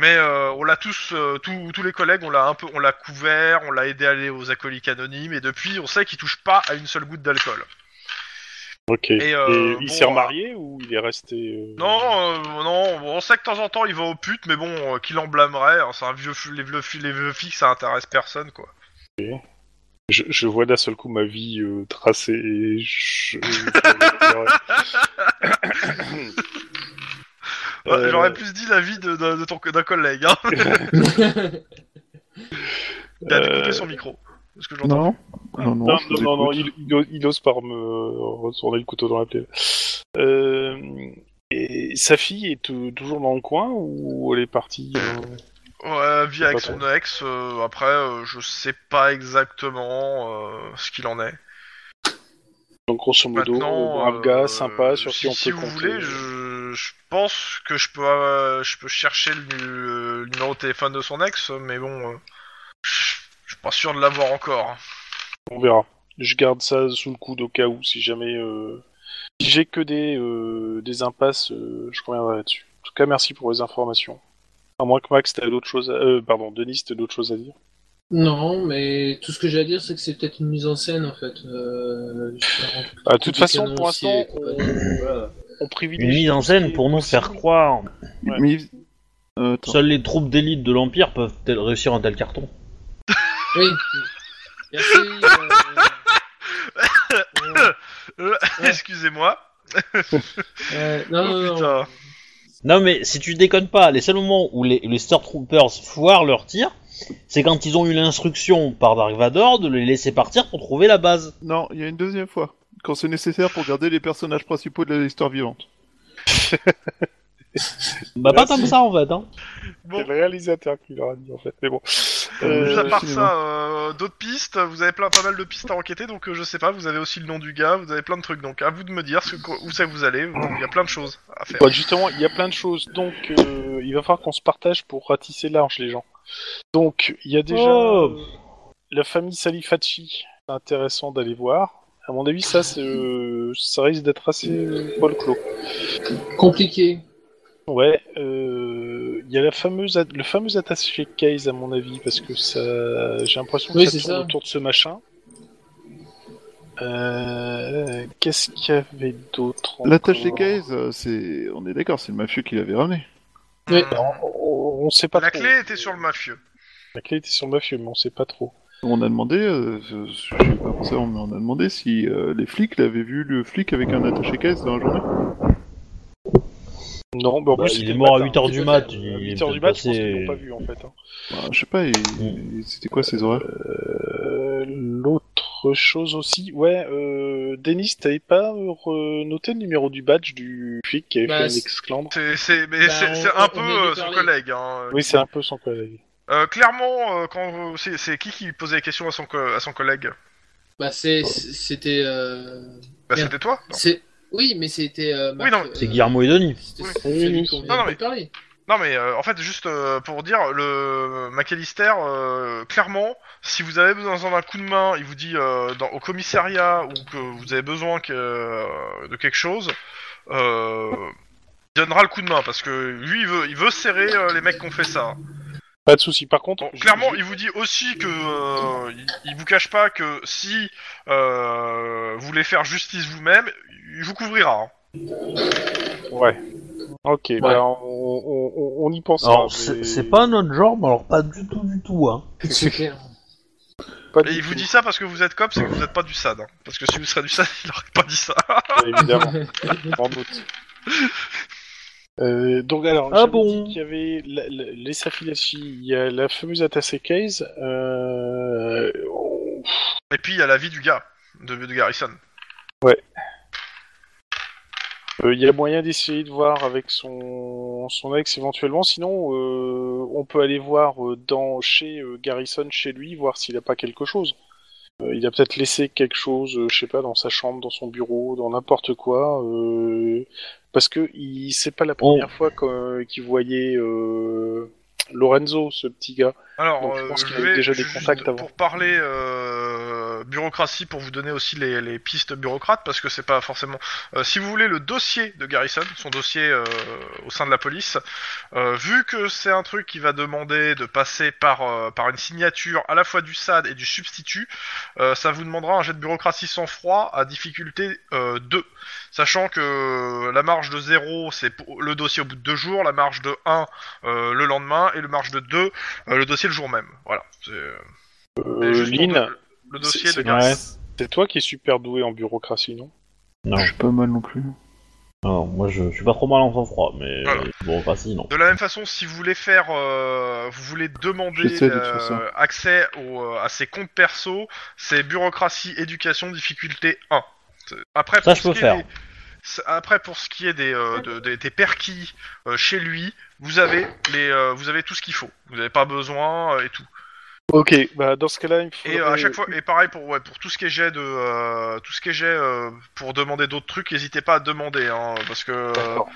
[SPEAKER 1] Mais euh, on l'a tous, euh, tous, tous les collègues, on l'a un peu, on l'a couvert, on l'a aidé à aller aux alcooliques anonymes et depuis, on sait qu'il touche pas à une seule goutte d'alcool.
[SPEAKER 3] Ok.
[SPEAKER 1] Et, euh,
[SPEAKER 3] Et
[SPEAKER 1] bon,
[SPEAKER 3] il s'est
[SPEAKER 1] euh,
[SPEAKER 3] remarié ou il est resté euh,
[SPEAKER 1] Non, euh, non, bon, on sait que de temps en temps il va aux putes, mais bon, euh, qui l'en blâmerait hein, C'est un vieux, fu- les vieux, fu- les vieux flics, ça intéresse personne, quoi.
[SPEAKER 3] je, je vois d'un seul coup ma vie euh, tracée. Et je...
[SPEAKER 1] Ouais,
[SPEAKER 3] Euh,
[SPEAKER 1] J'aurais plus dit l'avis de, de, de ton d'un collègue. Hein. Il a dû
[SPEAKER 3] Euh,
[SPEAKER 1] couper son micro. Parce que j'entends.
[SPEAKER 5] Non, non, Euh, non.
[SPEAKER 3] non,
[SPEAKER 5] je
[SPEAKER 3] non,
[SPEAKER 5] vous
[SPEAKER 3] non, non,
[SPEAKER 5] écoute.
[SPEAKER 3] il, il ose- il ose par me retourner le couteau dans la plaie. Euh, et sa fille est tou- toujours dans le coin ou elle est partie euh,
[SPEAKER 1] Ouais, vie avec
[SPEAKER 3] Pas
[SPEAKER 1] son ex. euh, après, euh, je sais pas exactement euh, ce qu'il en est.
[SPEAKER 3] Donc grosso modo,
[SPEAKER 1] Maintenant,
[SPEAKER 3] brave
[SPEAKER 1] euh,
[SPEAKER 3] gars, sympa, sur qui
[SPEAKER 1] si,
[SPEAKER 3] on peut
[SPEAKER 1] si vous
[SPEAKER 3] compter. euh,
[SPEAKER 1] voulez, je, je pense que je peux, euh, je peux chercher le, nu- euh, le numéro de téléphone de son ex, mais bon, euh, je je suis pas sûr de l'avoir encore.
[SPEAKER 3] On verra. Je garde ça sous le coude au cas où, si jamais. euh, Si j'ai que des, euh, des impasses, euh, je reviendrai là-dessus. En tout cas, merci pour les informations. À moins que Max, t'as d'autres choses. à- euh, pardon, Denis, t'as d'autres choses à dire.
[SPEAKER 4] Non, mais tout ce que j'ai à dire, c'est que c'est peut-être une mise en scène, en fait. Euh,
[SPEAKER 3] Ah, De toute façon, pour l'instant, on,
[SPEAKER 4] Voilà.
[SPEAKER 3] on privilégie.
[SPEAKER 2] Une mise en scène pour nous faire croire.
[SPEAKER 3] Ouais.
[SPEAKER 5] Mais il- Euh, attends.
[SPEAKER 2] Seules les troupes d'élite de l'Empire peuvent tel- réussir un tel carton.
[SPEAKER 4] Oui. Merci. euh, euh,
[SPEAKER 1] Euh, Excusez-moi.
[SPEAKER 4] euh, non,
[SPEAKER 1] Oh,
[SPEAKER 4] non, non.
[SPEAKER 1] putain.
[SPEAKER 2] Non mais si tu déconnes pas, les seuls moments où les, les Stormtroopers foirent leur tir, c'est quand ils ont eu l'instruction par Dark Vador de les laisser partir pour trouver la base.
[SPEAKER 5] Non, il y a une deuxième fois. quand c'est nécessaire pour garder les personnages principaux de l'histoire vivante.
[SPEAKER 2] Bah, pas
[SPEAKER 3] Merci.
[SPEAKER 2] tant que ça en fait, hein.
[SPEAKER 1] Bon.
[SPEAKER 3] C'est le réalisateur qui leur a dit en fait. Mais bon.
[SPEAKER 1] Mis à
[SPEAKER 3] Euh,
[SPEAKER 1] part
[SPEAKER 5] cinéma.
[SPEAKER 1] ça, euh, d'autres pistes, vous avez plein, pas mal de pistes à enquêter, donc euh, je sais pas, vous avez aussi le nom du gars, vous avez plein de trucs, donc à vous de me dire ce que- où c'est que vous allez, bon, il y a plein de choses à faire.
[SPEAKER 3] Bah, justement, il y a plein de choses. Donc, euh, il va falloir qu'on se partage pour ratisser large les gens. Donc, il y a déjà
[SPEAKER 2] Oh.
[SPEAKER 3] euh, la famille Salifachi. C'est intéressant d'aller voir. À mon avis, ça, c'est, euh, ça risque d'être assez euh, bol clos.
[SPEAKER 4] Compliqué.
[SPEAKER 3] Ouais. euh, Il y a la fameuse, ad- le fameux attaché case à mon avis parce que ça, j'ai l'impression que
[SPEAKER 4] Oui,
[SPEAKER 3] ça
[SPEAKER 4] c'est
[SPEAKER 3] tourne
[SPEAKER 4] ça.
[SPEAKER 3] autour de ce machin. Euh, Qu'est-ce qu'il y avait d'autre encore
[SPEAKER 5] L'attaché case, euh, c'est, on est d'accord, c'est le mafieux qui l'avait ramené.
[SPEAKER 4] Oui.
[SPEAKER 3] On, on sait pas
[SPEAKER 1] La
[SPEAKER 3] trop.
[SPEAKER 1] clé était sur le mafieux.
[SPEAKER 3] La clé était sur le mafieux, mais on sait pas trop.
[SPEAKER 5] On a demandé, euh, je je sais pas pensé, mais on a demandé si euh, les flics l'avaient vu le flic avec un attaché case dans la journée.
[SPEAKER 3] Non, mais en
[SPEAKER 2] Bah,
[SPEAKER 3] plus,
[SPEAKER 2] il
[SPEAKER 3] c'était
[SPEAKER 2] est mort à
[SPEAKER 3] le matin.
[SPEAKER 2] 8h du
[SPEAKER 3] C'était
[SPEAKER 2] mat,
[SPEAKER 3] le-
[SPEAKER 2] il
[SPEAKER 3] À
[SPEAKER 2] est
[SPEAKER 3] 8h du
[SPEAKER 2] peut-être
[SPEAKER 3] mat, je pense
[SPEAKER 2] passé-
[SPEAKER 3] qu'ils l'ont pas vu en fait. hein.
[SPEAKER 5] Bah, je sais pas, et- et c'était quoi ces horaires
[SPEAKER 3] Euh, L'autre chose aussi, ouais, euh, Denis, t'avais pas euh, re- noté le numéro du badge du flic qui avait
[SPEAKER 4] Bah,
[SPEAKER 3] fait un
[SPEAKER 4] c'est-
[SPEAKER 3] exclandre
[SPEAKER 1] C'est, c'est, mais
[SPEAKER 4] Bah,
[SPEAKER 1] c'est,
[SPEAKER 4] on-
[SPEAKER 1] c'est un
[SPEAKER 4] on
[SPEAKER 1] peu
[SPEAKER 4] vient de
[SPEAKER 1] euh, son
[SPEAKER 4] parler.
[SPEAKER 1] collègue. Hein.
[SPEAKER 3] Oui, c'est un peu son collègue.
[SPEAKER 1] Euh, clairement, euh, quand vous- c'est, c'est qui qui posait les questions à son, co- à son collègue
[SPEAKER 4] Bah, c'est, c'est- c'était. euh,
[SPEAKER 1] Bah,
[SPEAKER 4] Merde.
[SPEAKER 1] c'était toi non.
[SPEAKER 4] C'est. Oui, mais c'était. euh, Marc,
[SPEAKER 1] non,
[SPEAKER 4] euh,
[SPEAKER 2] C'est Guillermo et Denis.
[SPEAKER 4] C'était
[SPEAKER 1] Oui.
[SPEAKER 4] celui qu'on
[SPEAKER 1] Non,
[SPEAKER 4] vient
[SPEAKER 1] mais-
[SPEAKER 4] de parler.
[SPEAKER 1] Non, mais euh, en fait, juste euh, pour dire, le McAllister, euh, clairement, si vous avez besoin d'un coup de main, il vous dit euh, dans- au commissariat ou que vous avez besoin que, euh, de quelque chose, euh, il donnera le coup de main parce que lui, il veut, il veut serrer euh, les mecs qui ont fait ça.
[SPEAKER 3] Pas de souci. Par contre,
[SPEAKER 1] Bon,
[SPEAKER 3] je-
[SPEAKER 1] clairement,
[SPEAKER 3] je-
[SPEAKER 1] il vous dit aussi que euh, il, il vous cache pas que si euh, vous voulez faire justice vous-même, il vous couvrira. hein.
[SPEAKER 3] ouais. Ok, bah, on, on- on- on y pense. hein,
[SPEAKER 2] Alors, c'est c'est pas notre genre, mais alors pas du tout, du tout, hein.
[SPEAKER 4] C'est clair.
[SPEAKER 1] Et il vous dit ça parce que vous êtes cop, c'est que vous n'êtes pas du SAD. hein. Parce que si vous seriez du SAD, il n'aurait pas dit ça.
[SPEAKER 3] évidemment. Sans doute. Euh, donc alors,
[SPEAKER 2] Ah
[SPEAKER 3] j'avais
[SPEAKER 2] bon.
[SPEAKER 3] dit qu'il y avait la- la- les Safilachi, il y a la fameuse Atase Case. Euh... on-
[SPEAKER 1] Et puis il y a la vie du gars, de, de Garrison.
[SPEAKER 3] euh, Il y a moyen d'essayer de voir avec son, son ex éventuellement. Sinon, euh, on peut aller voir euh, dans chez euh, Garrison, chez lui, voir s'il n'a pas quelque chose. Euh, il a peut-être laissé quelque chose, euh, je sais pas, dans sa chambre, dans son bureau, dans n'importe quoi. euh, parce que il c'est pas la première fois qu'un- qu'il voyait euh, Lorenzo, ce petit gars.
[SPEAKER 1] Alors,
[SPEAKER 3] Donc, je
[SPEAKER 1] euh,
[SPEAKER 3] pense
[SPEAKER 1] je
[SPEAKER 3] qu'il avait
[SPEAKER 1] vais
[SPEAKER 3] déjà des
[SPEAKER 1] juste
[SPEAKER 3] contacts avant.
[SPEAKER 1] pour parler euh, bureaucratie, pour vous donner aussi les, les pistes bureaucrates, parce que c'est pas forcément. euh, si vous voulez le dossier de Garrison, son dossier euh, au sein de la police, euh, vu que c'est un truc qui va demander de passer par euh, par une signature à la fois du SAD et du substitut, euh, ça vous demandera un jet de bureaucratie sans froid à difficulté euh, 2, sachant que la marge de 0 c'est pour le dossier au bout de deux jours, la marge de 1 euh, le lendemain et le marge de 2 euh, le dossier le jour même, voilà. C'est euh,
[SPEAKER 3] Euh,
[SPEAKER 1] juste pour
[SPEAKER 3] Lynn,
[SPEAKER 1] te- le, dossier
[SPEAKER 3] c'est-
[SPEAKER 1] de
[SPEAKER 3] c'est-
[SPEAKER 1] Garrison.
[SPEAKER 3] c'est toi qui es super doué en bureaucratie, non
[SPEAKER 2] Non.
[SPEAKER 5] Je suis pas mal non plus.
[SPEAKER 2] Alors, moi, je, je suis pas trop mal en sang-froid, mais
[SPEAKER 1] Voilà.
[SPEAKER 2] euh, bon, pas si, non.
[SPEAKER 1] De la même façon, si vous voulez faire, euh, vous voulez demander
[SPEAKER 5] J'essaie de
[SPEAKER 1] euh,
[SPEAKER 5] faire ça.
[SPEAKER 1] accès au, euh, à ses comptes perso, c'est bureaucratie, éducation, difficulté 1. C'est- Après,
[SPEAKER 2] Ça,
[SPEAKER 1] pour
[SPEAKER 2] je
[SPEAKER 1] ce
[SPEAKER 2] peux
[SPEAKER 1] qui est
[SPEAKER 2] faire.
[SPEAKER 1] des- c'est- Après, pour ce qui est des, euh, de- des, des perquis euh, chez lui, vous avez les, euh, vous avez tout ce qu'il faut. Vous n'avez pas besoin euh, et tout.
[SPEAKER 3] Ok, bah dans ce cas-là, il faut.
[SPEAKER 1] Et euh, à chaque fois, et pareil pour ouais, pour tout ce qui est jet de euh, tout ce qui est jet euh, pour demander d'autres trucs, n'hésitez pas à demander hein, parce que euh,
[SPEAKER 3] D'accord.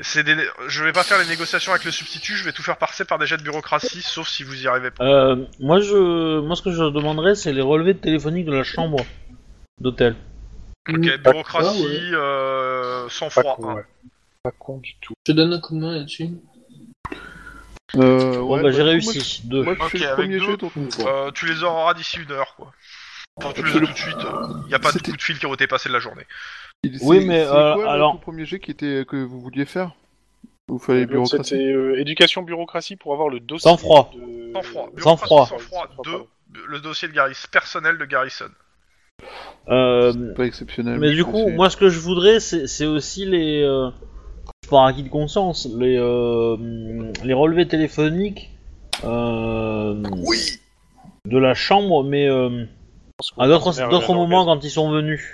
[SPEAKER 1] c'est des je vais pas faire les négociations avec le substitut, je vais tout faire passer par des jets de bureaucratie sauf si vous y arrivez pas.
[SPEAKER 2] Euh, moi, je, moi, ce que je demanderais, c'est les relevés téléphoniques de la chambre d'hôtel.
[SPEAKER 1] OK,
[SPEAKER 4] Je
[SPEAKER 1] bureaucratie
[SPEAKER 4] Ah Mm. ouais.
[SPEAKER 1] euh, sans
[SPEAKER 3] Pas
[SPEAKER 1] froid.
[SPEAKER 3] con,
[SPEAKER 1] hein.
[SPEAKER 3] ouais. Pas con du tout.
[SPEAKER 4] te donne un coup de main là-dessus.
[SPEAKER 5] Euh,
[SPEAKER 2] Bon,
[SPEAKER 5] ouais,
[SPEAKER 2] bah, j'ai
[SPEAKER 5] du coup,
[SPEAKER 2] réussi. Deux.
[SPEAKER 5] Moi, je, moi, je
[SPEAKER 1] Ok,
[SPEAKER 5] fais le
[SPEAKER 1] avec
[SPEAKER 5] premier
[SPEAKER 1] deux.
[SPEAKER 5] jeu, donc
[SPEAKER 1] Euh, tu les auras d'ici une heure quoi. Enfin, tu les as
[SPEAKER 5] Absolument.
[SPEAKER 1] tout de suite, il y a pas de
[SPEAKER 5] C'était-
[SPEAKER 1] coup de fil qui aurait été passé de la journée.
[SPEAKER 5] Il-
[SPEAKER 2] Oui,
[SPEAKER 5] c'est-
[SPEAKER 2] mais,
[SPEAKER 5] c'est
[SPEAKER 2] euh,
[SPEAKER 5] quoi, le
[SPEAKER 2] alors-
[SPEAKER 5] tout premier jet qui était euh, que vous vouliez faire Vous
[SPEAKER 1] Eh
[SPEAKER 5] fallait
[SPEAKER 1] ben,
[SPEAKER 3] Et l'autre,
[SPEAKER 5] bureaucratie.
[SPEAKER 3] C'était euh, éducation bureaucratie pour avoir le dossier.
[SPEAKER 2] Sans froid.
[SPEAKER 3] de-
[SPEAKER 1] Sans froid,
[SPEAKER 2] Sans
[SPEAKER 1] bureaucratie
[SPEAKER 2] froid.
[SPEAKER 1] sans froid
[SPEAKER 3] Sans froid,
[SPEAKER 1] 2,
[SPEAKER 3] pardon.
[SPEAKER 1] le dossier de Garrison personnel de Garrison.
[SPEAKER 2] Euh,
[SPEAKER 5] Pas exceptionnel.
[SPEAKER 2] mais du
[SPEAKER 5] je
[SPEAKER 2] coup,
[SPEAKER 5] sais.
[SPEAKER 2] moi, ce que je voudrais, c'est c'est aussi les. Euh, par acquis de conscience, les, euh, les relevés téléphoniques. Euh, oui De la chambre, mais euh,
[SPEAKER 3] Je pense que
[SPEAKER 2] à
[SPEAKER 3] ma
[SPEAKER 2] d'autres
[SPEAKER 3] mère
[SPEAKER 2] d'autres
[SPEAKER 3] vient
[SPEAKER 2] moments quand ils sont venus.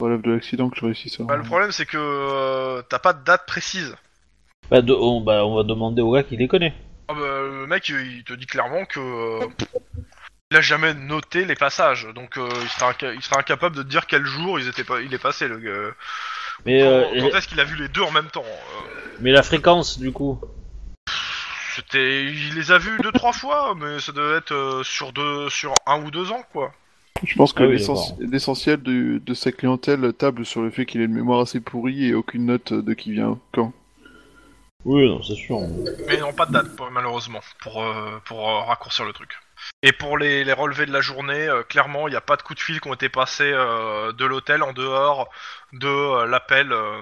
[SPEAKER 5] relève de l'accident que je réussisse à.
[SPEAKER 1] Bah, le problème, c'est que euh, t'as pas de date précise.
[SPEAKER 2] Bah, de- on, bah, on va demander au gars qui les connaît.
[SPEAKER 1] Ah bah, le mec, il te dit clairement que. euh, il a jamais noté les passages, donc euh, il, sera inca- il sera incapable de te dire quel jour ils étaient pas, il est passé. Le, gars.
[SPEAKER 2] Mais, euh,
[SPEAKER 1] quand quand est-ce qu'il a vu les deux en même temps euh,
[SPEAKER 2] mais la fréquence, du coup.
[SPEAKER 1] C'était, il les a vus deux trois fois, mais ça devait être euh, sur deux, sur un ou deux ans quoi.
[SPEAKER 5] Je pense que
[SPEAKER 2] Ah oui,
[SPEAKER 5] l'essence- l'essentiel du- de sa clientèle table sur le fait qu'il ait une mémoire assez pourrie et aucune note de qui vient quand.
[SPEAKER 2] Oui, non, c'est sûr. Euh,
[SPEAKER 1] Mais non, pas de date, pour- malheureusement, pour, euh, pour euh, raccourcir le truc. Et pour les, les relevés de la journée, euh, clairement, il n'y a pas de coups de fil qui ont été passés euh, de l'hôtel en dehors de euh, l'appel. euh,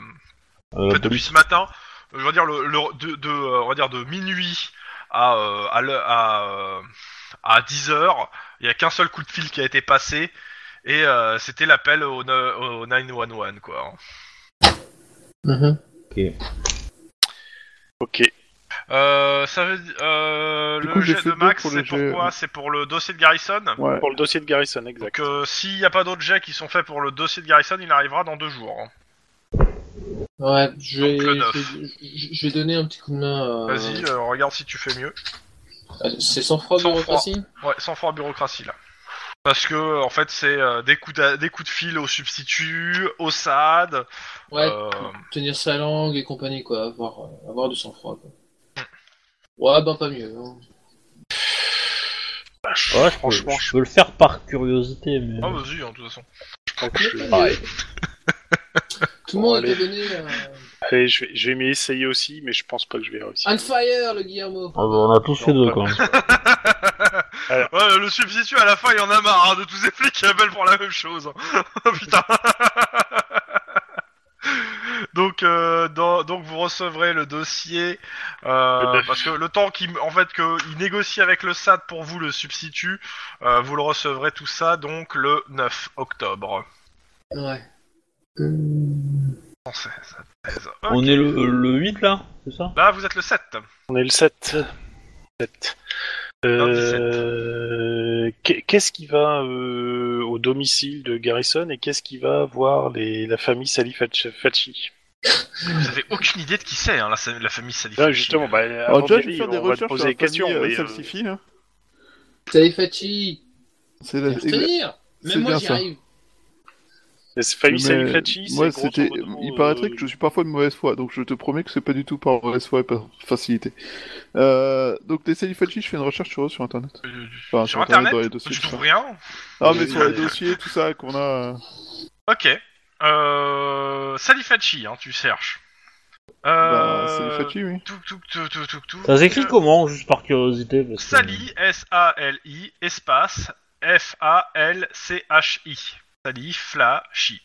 [SPEAKER 1] en fait, depuis ce matin, euh, je veux dire, le, le- de, de, euh, on va dire de minuit à, euh, à, l'heure- à, euh, à 10h, il n'y a qu'un seul coup de fil qui a été passé. Et euh, c'était l'appel au, ne- au 911, quoi.
[SPEAKER 4] Mhm.
[SPEAKER 3] Ok.
[SPEAKER 1] Euh, ça veut dire... euh,
[SPEAKER 5] Du
[SPEAKER 1] le
[SPEAKER 5] coup, j'ai
[SPEAKER 1] jet
[SPEAKER 5] fait
[SPEAKER 1] de
[SPEAKER 5] deux
[SPEAKER 1] Max,
[SPEAKER 5] pour le
[SPEAKER 1] c'est
[SPEAKER 5] jet,
[SPEAKER 1] pourquoi
[SPEAKER 5] ouais.
[SPEAKER 1] C'est pour le dossier de Garrison
[SPEAKER 5] Ouais.
[SPEAKER 3] Pour le dossier de Garrison, exact.
[SPEAKER 1] Donc euh, s'il n'y a pas d'autres jets qui sont faits pour le dossier de Garrison, il arrivera dans deux jours. hein.
[SPEAKER 4] Ouais, je vais,
[SPEAKER 1] Donc, le neuf.
[SPEAKER 4] je, vais- je- je vais donner un petit coup de main. à-
[SPEAKER 1] Vas-y, euh, regarde si tu fais mieux.
[SPEAKER 4] Ah, C'est sans froid,
[SPEAKER 1] Sans
[SPEAKER 4] bureaucratie
[SPEAKER 1] Ouais, sans froid bureaucratie là. Parce que euh, en fait c'est euh, des, coups d'a- des coups de fil au substitut, au SAD.
[SPEAKER 4] Ouais,
[SPEAKER 1] euh,
[SPEAKER 4] tenir sa langue et compagnie, quoi. Avoir, euh, avoir du sang-froid, quoi.
[SPEAKER 1] Hmm.
[SPEAKER 4] Ouais, ben pas mieux. hein.
[SPEAKER 2] Ouais, je peux,
[SPEAKER 3] Franchement,
[SPEAKER 2] je peux le faire par curiosité, mais.
[SPEAKER 1] Ah vas-y, hein, de toute façon.
[SPEAKER 3] je crois que je-
[SPEAKER 2] Pareil.
[SPEAKER 4] Tout le monde
[SPEAKER 3] Bon,
[SPEAKER 4] est donné. euh,
[SPEAKER 3] Allez, je vais, je vais m'y essayer aussi, mais je pense pas que je vais réussir.
[SPEAKER 4] On fire, le Guillermo.
[SPEAKER 2] Ah bah, on a tous fait deux, quand même.
[SPEAKER 1] Ouais, le substitut à la fin il en a marre hein, de tous ces flics qui appellent pour la même chose. Oh, Putain. donc euh, dans- donc vous recevrez le dossier euh,
[SPEAKER 3] Le neuf.
[SPEAKER 1] parce que le temps qu'il en fait que il négocie avec le SAD pour vous le substitut, euh, vous le recevrez tout ça donc le 9 octobre.
[SPEAKER 4] Ouais. Euh,
[SPEAKER 1] Français, ça pèse.
[SPEAKER 2] On
[SPEAKER 1] Ok.
[SPEAKER 2] est le, le 8, là C'est ça
[SPEAKER 1] Là vous êtes le 7.
[SPEAKER 3] On est le 7. 7. Euh, qu'est- Qu'est-ce qui va euh, au domicile de Garrison et qu'est-ce qui va voir les, la famille Sally Fatch- Fatchi
[SPEAKER 1] Vous avez aucune idée de qui c'est, hein, la, sa- la famille Salif.
[SPEAKER 3] Là, justement, bah,
[SPEAKER 5] Alors,
[SPEAKER 3] avant
[SPEAKER 5] déjà,
[SPEAKER 3] de
[SPEAKER 5] je vais
[SPEAKER 3] les
[SPEAKER 5] faire
[SPEAKER 3] lire,
[SPEAKER 5] des
[SPEAKER 3] on va te
[SPEAKER 5] recherches
[SPEAKER 3] poser des questions.
[SPEAKER 5] sur la famille, euh,
[SPEAKER 3] mais, euh,
[SPEAKER 5] Salsifi, là.
[SPEAKER 4] Salut Fatih
[SPEAKER 5] C'est la-
[SPEAKER 4] Fais retenir
[SPEAKER 5] c'est
[SPEAKER 4] Même moi
[SPEAKER 5] bien
[SPEAKER 4] j'y
[SPEAKER 5] ça.
[SPEAKER 4] arrive.
[SPEAKER 3] la famille Sally
[SPEAKER 5] Mais
[SPEAKER 3] Fatchi, c'est
[SPEAKER 5] Moi,
[SPEAKER 3] grosso
[SPEAKER 5] c'était.
[SPEAKER 3] modo,
[SPEAKER 5] Il paraîtrait
[SPEAKER 3] euh,
[SPEAKER 5] que je suis parfois de mauvaise foi, donc je te promets que c'est pas du tout par mauvaise foi et par facilité. Euh, donc, les Salifatchi, je fais une recherche sur eux sur internet.
[SPEAKER 1] Euh,
[SPEAKER 5] Enfin,
[SPEAKER 1] sur internet,
[SPEAKER 5] dans les dossiers,
[SPEAKER 1] tu
[SPEAKER 5] tout ça.
[SPEAKER 1] trouves rien
[SPEAKER 5] Ah, mais sur les
[SPEAKER 1] Ouais.
[SPEAKER 5] dossiers, tout ça qu'on a.
[SPEAKER 1] Ok. Euh, Salifatchi, hein, tu cherches.
[SPEAKER 5] Bah,
[SPEAKER 1] Euh,
[SPEAKER 5] Salifatchi, oui.
[SPEAKER 1] tout, tout, tout, tout, tout, tout.
[SPEAKER 2] Ça s'écrit comment, juste par curiosité parce que-
[SPEAKER 1] Euh, Sali, S-A-L-I, espace, F-A-L-C-H-I. Sali, Flachi.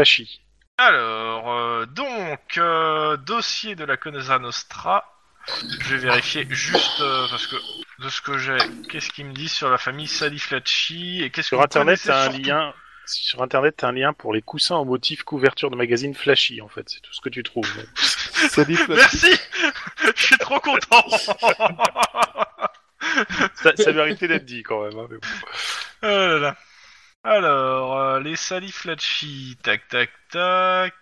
[SPEAKER 3] Fatchi.
[SPEAKER 1] Alors, euh, donc, euh, dossier de la Cosa Nostra. Je vais vérifier juste euh, parce que de ce que j'ai, qu'est-ce qu'il me dit sur la famille Saliflacci et qu'est-ce que
[SPEAKER 3] Sur
[SPEAKER 1] vous
[SPEAKER 3] internet,
[SPEAKER 1] connaissez
[SPEAKER 3] t'as un
[SPEAKER 1] surtout
[SPEAKER 3] lien. Sur internet, t'as un lien pour les coussins au motif couverture de magazine Flashy, en fait. C'est tout ce que tu trouves. Euh.
[SPEAKER 5] Salifatchi.
[SPEAKER 1] Merci Je suis trop content
[SPEAKER 3] ça, ça méritait d'être dit quand même. hein, mais bon.
[SPEAKER 1] Oh là là. Alors, euh, les Saliflacci, tac tac tac,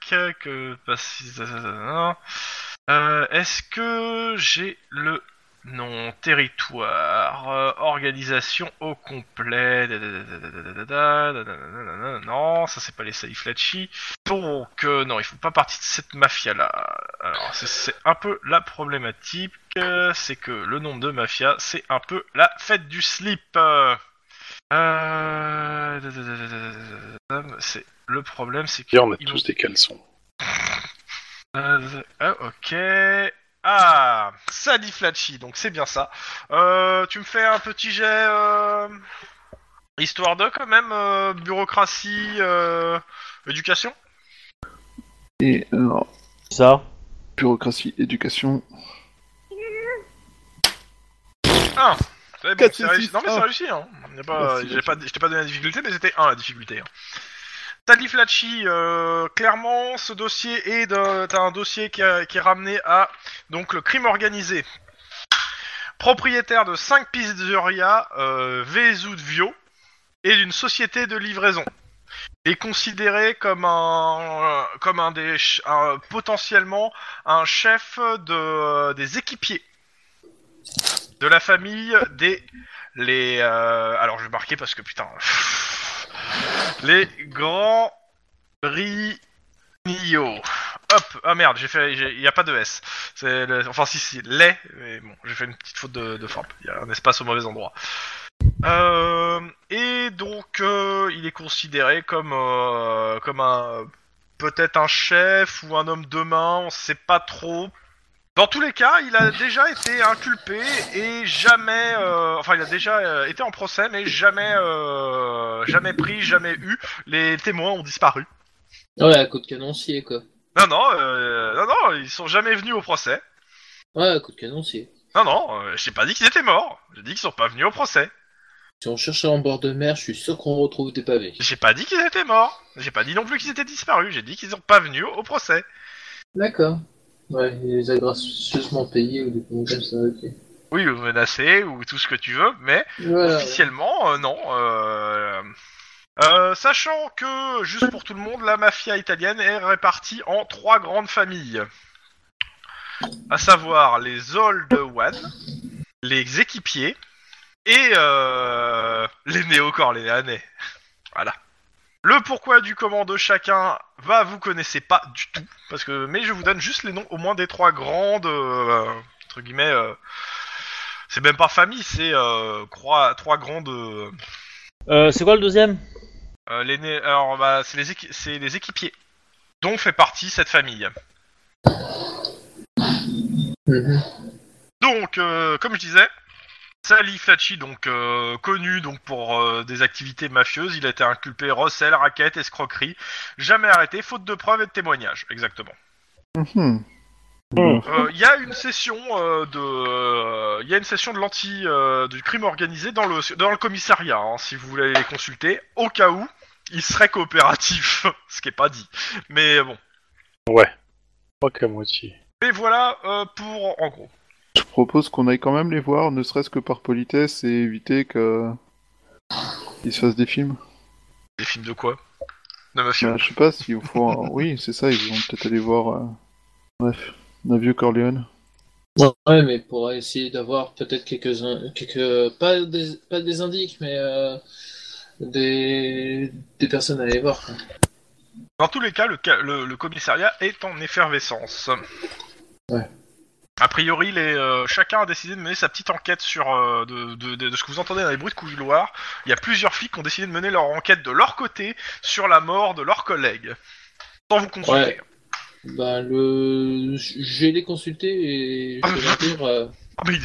[SPEAKER 1] que bah, si, ça, ça, ça, non. Euh, Est-ce que j'ai le nom, territoire, euh, organisation au complet da, da, da, da, da, da, da, da, da, da, da, da, da, da, Non, ça c'est pas les Saliflacci. Donc, euh, non, ils font pas partie de cette mafia-là. Alors, c'est- c'est un peu la problématique, euh, c'est que le nombre de mafias, c'est un peu la fête du slip. euh. Euh, C'est le problème, c'est que.
[SPEAKER 3] D'ailleurs, on a tous des caleçons.
[SPEAKER 1] Euh, ah, ok. Ah, Saliflachi, donc c'est bien ça. Euh, tu me fais un petit jet. euh, Histoire de quand même, euh, bureaucratie, euh, éducation
[SPEAKER 5] Et alors,
[SPEAKER 2] Ça
[SPEAKER 5] bureaucratie, éducation.
[SPEAKER 1] Ouais, Eh bon,
[SPEAKER 5] Quatre,
[SPEAKER 1] c'est
[SPEAKER 5] six,
[SPEAKER 1] réussi.
[SPEAKER 5] six, ah,
[SPEAKER 1] Non mais c'est
[SPEAKER 5] un.
[SPEAKER 1] réussi, hein. Y a pas,
[SPEAKER 5] Merci,
[SPEAKER 1] j'ai
[SPEAKER 5] merci.
[SPEAKER 1] pas, je t'ai pas donné la difficulté, mais c'était 1 la difficulté. Hein. Taliflachi, euh, clairement, ce dossier est de, t'as un dossier qui, a- qui est ramené à donc le crime organisé. Propriétaire de 5 pizzerias euh, Vesuvio et d'une société de livraison. Il est considéré comme un, euh, comme un des, ch- un- potentiellement un chef de, euh, des équipiers de la famille des, les, euh, alors je vais marquer parce que putain, les grands Rio. Hop, ah merde, j'ai fait, il n'y a pas de S. C'est le- enfin si si, les, mais bon, j'ai fait une petite faute de, de frappe. Il y a un espace au mauvais endroit. Euh, et donc, euh, il est considéré comme, euh, comme un peut-être un chef ou un homme de main, on sait pas trop. Dans tous les cas, il a déjà été inculpé et jamais, euh, enfin, il a déjà euh, été en procès, mais jamais, euh, jamais pris, jamais eu. Les témoins ont disparu.
[SPEAKER 4] Ouais, à coup de canoncier, quoi.
[SPEAKER 1] Non, non, euh, non, non, ils sont jamais venus au procès.
[SPEAKER 4] Ouais, à coup de canoncier.
[SPEAKER 1] Non, non, euh, j'ai pas dit qu'ils étaient morts. J'ai dit qu'ils sont pas venus au procès.
[SPEAKER 4] Si on cherchait en bord de mer, je suis sûr qu'on retrouve des pavés.
[SPEAKER 1] J'ai pas dit qu'ils étaient morts. J'ai pas dit non plus qu'ils étaient disparus. J'ai dit qu'ils sont pas venus au procès.
[SPEAKER 4] D'accord. Ouais, il les a gracieusement payés ou des trucs comme ça, ok.
[SPEAKER 1] Oui, ou menacés, ou tout ce que tu veux, mais
[SPEAKER 4] Voilà.
[SPEAKER 1] officiellement, euh, non. euh, euh, sachant que, juste pour tout le monde, la mafia italienne est répartie en trois grandes familles. À savoir les One, les équipiers et euh, les néo-corléanais. Voilà. Le pourquoi du comment de chacun va vous connaissez pas du tout parce que mais je vous donne juste les noms au moins des trois grandes euh, entre guillemets euh, c'est même pas famille, c'est euh, trois, trois grandes. euh,
[SPEAKER 2] Euh, c'est quoi le deuxième
[SPEAKER 1] euh, les, né- alors, bah, c'est les, équi- c'est les équipiers, dont fait partie cette famille.
[SPEAKER 4] Mhm.
[SPEAKER 1] Donc, euh, comme je disais, Sally Flacci, donc euh, connu donc pour euh, des activités mafieuses, il a été inculpé recel, raquette, escroquerie, jamais arrêté, faute de preuves et de témoignages, exactement.
[SPEAKER 5] Mhm.
[SPEAKER 1] Euh, Il y a une session euh, de, il y a une session de l'anti euh, du crime organisé dans le dans le commissariat. hein, si vous voulez les consulter, au cas où, ils seraient coopératifs, ce qui est pas dit. Mais bon.
[SPEAKER 3] Ouais. Pas qu'à moitié.
[SPEAKER 1] Mais voilà euh, pour en gros.
[SPEAKER 5] Je propose qu'on aille quand même les voir, ne serait-ce que par politesse et éviter que qu'ils se fassent des films.
[SPEAKER 1] Des films de quoi De mafieux.
[SPEAKER 5] Bah, je sais pas s'il faut. un- Oui, c'est ça, ils vont peut-être aller voir. euh, Bref, un vieux Corleone.
[SPEAKER 4] Ouais, mais pour essayer d'avoir peut-être quelques, in- quelques pas des, pas des indices, mais euh, des, des personnes à aller voir. quoi.
[SPEAKER 1] Dans tous les cas, le, ca- le- le commissariat est en effervescence.
[SPEAKER 4] Ouais.
[SPEAKER 1] A priori, les, euh, chacun a décidé de mener sa petite enquête sur euh, de, de- de- de ce que vous entendez dans les bruits de couloir. Il y a plusieurs filles qui ont décidé de mener leur enquête de leur côté sur la mort de leurs collègues. Sans vous consulter.
[SPEAKER 4] Ben, le... Je vais les consulter et je vais leur dire... euh,
[SPEAKER 1] Ah, mais-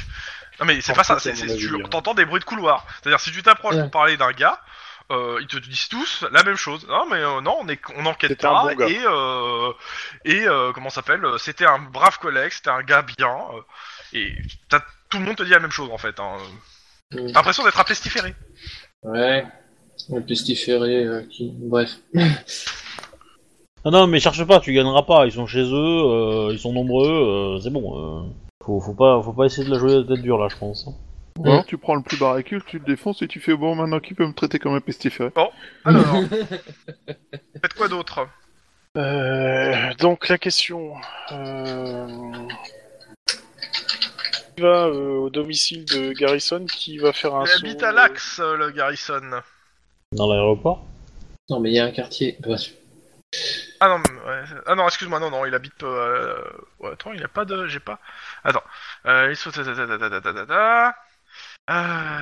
[SPEAKER 1] Non mais c'est
[SPEAKER 3] En
[SPEAKER 1] pas ça,
[SPEAKER 3] fait,
[SPEAKER 1] c'est,
[SPEAKER 3] à mon
[SPEAKER 1] c'est-
[SPEAKER 3] avis,
[SPEAKER 1] tu
[SPEAKER 3] hein.
[SPEAKER 1] t'entends des bruits de couloir. C'est-à-dire si tu t'approches
[SPEAKER 4] Ouais.
[SPEAKER 1] pour parler d'un gars, euh, ils te disent tous la même chose. Non mais euh, non, on, est, on enquête
[SPEAKER 3] C'était un
[SPEAKER 1] pas
[SPEAKER 3] bon gars.
[SPEAKER 1] et euh, et euh, comment ça s'appelle euh, C'était un brave collègue, c'était un gars bien. euh, et t'as- tout le monde te dit la même chose en fait. Hein.
[SPEAKER 4] Mm.
[SPEAKER 1] T'as l'impression d'être pestiféré.
[SPEAKER 4] euh, Ouais. Un pestiféré euh, qui... Bref.
[SPEAKER 2] Non, non, mais cherche pas, tu gagneras pas. Ils sont chez eux, euh, ils sont nombreux, euh, c'est bon. euh. faut, faut pas, faut pas essayer de la jouer à la tête dure là, je pense. hein.
[SPEAKER 5] Ou alors tu prends le plus barricule, tu le défonces et tu fais bon, maintenant qui peut me traiter comme un pestiféré
[SPEAKER 1] Alors, faites quoi d'autre
[SPEAKER 3] Euh, donc la question. euh, Qui va euh, au domicile de Garrison qui va faire un
[SPEAKER 1] Il
[SPEAKER 3] saut,
[SPEAKER 1] habite à l'axe, euh, le Garrison.
[SPEAKER 2] Dans l'aéroport.
[SPEAKER 4] non, mais il y a un quartier... Bref.
[SPEAKER 1] Ah non, mais- ouais, ah non, excuse-moi, non, non, il habite. Euh... ouais, attends, il a pas de, j'ai pas. Attends, euh, il saute. ta- ta- ta- ta- ta- ta- ta- ta- ta. Euh,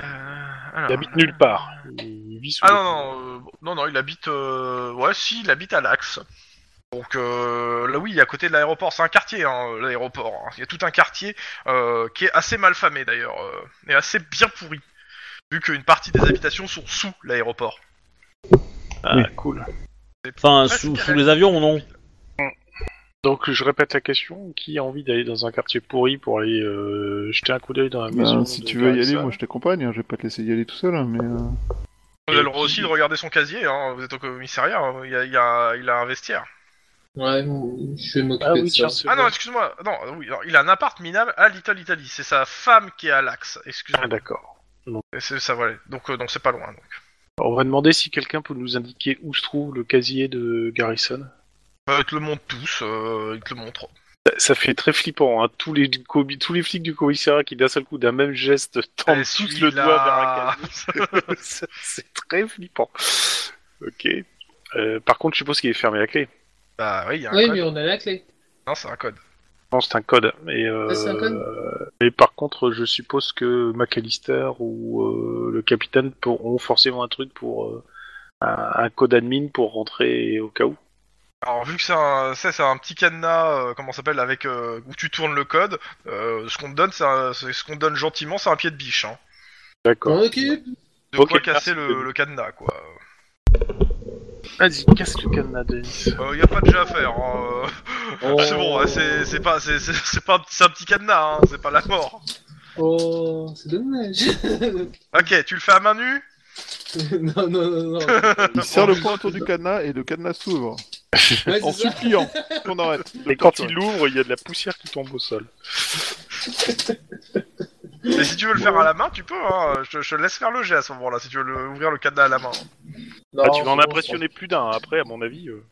[SPEAKER 1] alors.
[SPEAKER 3] Il habite nulle part. Il vit sous
[SPEAKER 1] Ah
[SPEAKER 3] le-
[SPEAKER 1] non, non, euh, non, non, il habite. euh, Ouais, si, il habite à l'axe. Donc euh, là, oui, il est à côté de l'aéroport. C'est un quartier, hein, l'aéroport. hein. Il y a tout un quartier euh, qui est assez mal famé d'ailleurs, euh, et assez bien pourri, vu qu'une partie des habitations sont sous l'aéroport.
[SPEAKER 3] Ah,
[SPEAKER 2] Oui.
[SPEAKER 3] cool.
[SPEAKER 5] Bah,
[SPEAKER 2] Enfin,
[SPEAKER 1] Presque
[SPEAKER 2] Ah, sous,
[SPEAKER 1] à
[SPEAKER 2] sous
[SPEAKER 1] la-
[SPEAKER 2] les avions, non
[SPEAKER 3] Donc je répète la question. Qui a envie d'aller dans un quartier pourri pour aller euh, jeter un coup d'œil dans la
[SPEAKER 5] Ben,
[SPEAKER 3] maison
[SPEAKER 5] Si
[SPEAKER 3] de
[SPEAKER 5] tu veux y
[SPEAKER 3] Garrison
[SPEAKER 5] aller, moi je t'accompagne, hein, je vais pas te laisser y aller tout seul, hein, mais. euh,
[SPEAKER 1] Vous avez le droit aussi de regarder son casier. Hein. Vous êtes au commissariat. hein. Il, y a, il, y a, il a un vestiaire.
[SPEAKER 4] Ouais, je vais m'occuper
[SPEAKER 3] Ah
[SPEAKER 4] de
[SPEAKER 3] oui,
[SPEAKER 4] ça.
[SPEAKER 3] tiens, c'est
[SPEAKER 1] Ah non,
[SPEAKER 3] vrai.
[SPEAKER 1] excuse-moi, non, oui, non, il a un appart minable à Little Italy, c'est sa femme qui est à l'axe, excuse-moi,
[SPEAKER 3] Ah, d'accord.
[SPEAKER 1] Et c'est ça, voilà, donc euh, non, c'est pas loin. Donc.
[SPEAKER 3] Alors, on va demander si quelqu'un peut nous indiquer où se trouve le casier de Garrison.
[SPEAKER 1] Euh, ils te le montrent tous, euh, ils te le montrent.
[SPEAKER 3] Ça, ça fait très flippant, hein. tous, les, commi- tous les flics du commissariat qui d'un seul coup, d'un même geste, tendent
[SPEAKER 1] Et
[SPEAKER 3] tous le
[SPEAKER 1] celui-là.
[SPEAKER 3] doigt vers la casier. Ça, C'est très flippant. Ok. Euh, par contre, je suppose qu'il est fermé à clé.
[SPEAKER 1] Bah oui, il y a un
[SPEAKER 4] Oui,
[SPEAKER 1] code.
[SPEAKER 4] mais on a la clé.
[SPEAKER 1] Non, c'est un code.
[SPEAKER 3] Non, c'est un code. Et, euh,
[SPEAKER 4] Ah, c'est un code
[SPEAKER 3] mais par contre, je suppose que McAllister ou euh, le capitaine auront forcément un truc pour euh, un, un code admin pour rentrer au cas où.
[SPEAKER 1] Alors vu que c'est un, c'est c'est un petit cadenas, euh, comment ça s'appelle, avec euh, où tu tournes le code, euh, ce qu'on te donne, c'est un- c'est- ce qu'on te donne gentiment, c'est un pied de biche. Hein.
[SPEAKER 3] D'accord.
[SPEAKER 4] Ok.
[SPEAKER 1] De
[SPEAKER 3] Ok,
[SPEAKER 1] quoi casser
[SPEAKER 3] merci.
[SPEAKER 1] le, le cadenas, quoi.
[SPEAKER 3] Vas-y, casse le cadenas, Denis.
[SPEAKER 1] Il Euh, y a pas de jeu à faire. hein. C'est bon, hein, c'est c'est pas, c'est c'est- c'est pas, c'est un petit cadenas, hein, c'est pas la mort.
[SPEAKER 4] Oh, c'est dommage.
[SPEAKER 1] Ok, tu le fais à main nue.
[SPEAKER 4] non, non, non, non.
[SPEAKER 5] Il serre le poing autour du cadenas et le cadenas s'ouvre.
[SPEAKER 4] Ouais,
[SPEAKER 5] En
[SPEAKER 4] c'est ça.
[SPEAKER 5] suppliant qu'on arrête.
[SPEAKER 3] Et quand il l'ouvre, il y a de la poussière qui tombe au sol.
[SPEAKER 1] Mais si tu veux le faire à la main, tu peux. Hein. Je, te- je te laisse faire le jet à ce moment-là, si tu veux le- ouvrir le cadenas à la main.
[SPEAKER 4] Non,
[SPEAKER 3] Ah, tu vas en
[SPEAKER 4] c'est bon,
[SPEAKER 3] impressionner plus d'un, après, à mon avis. euh.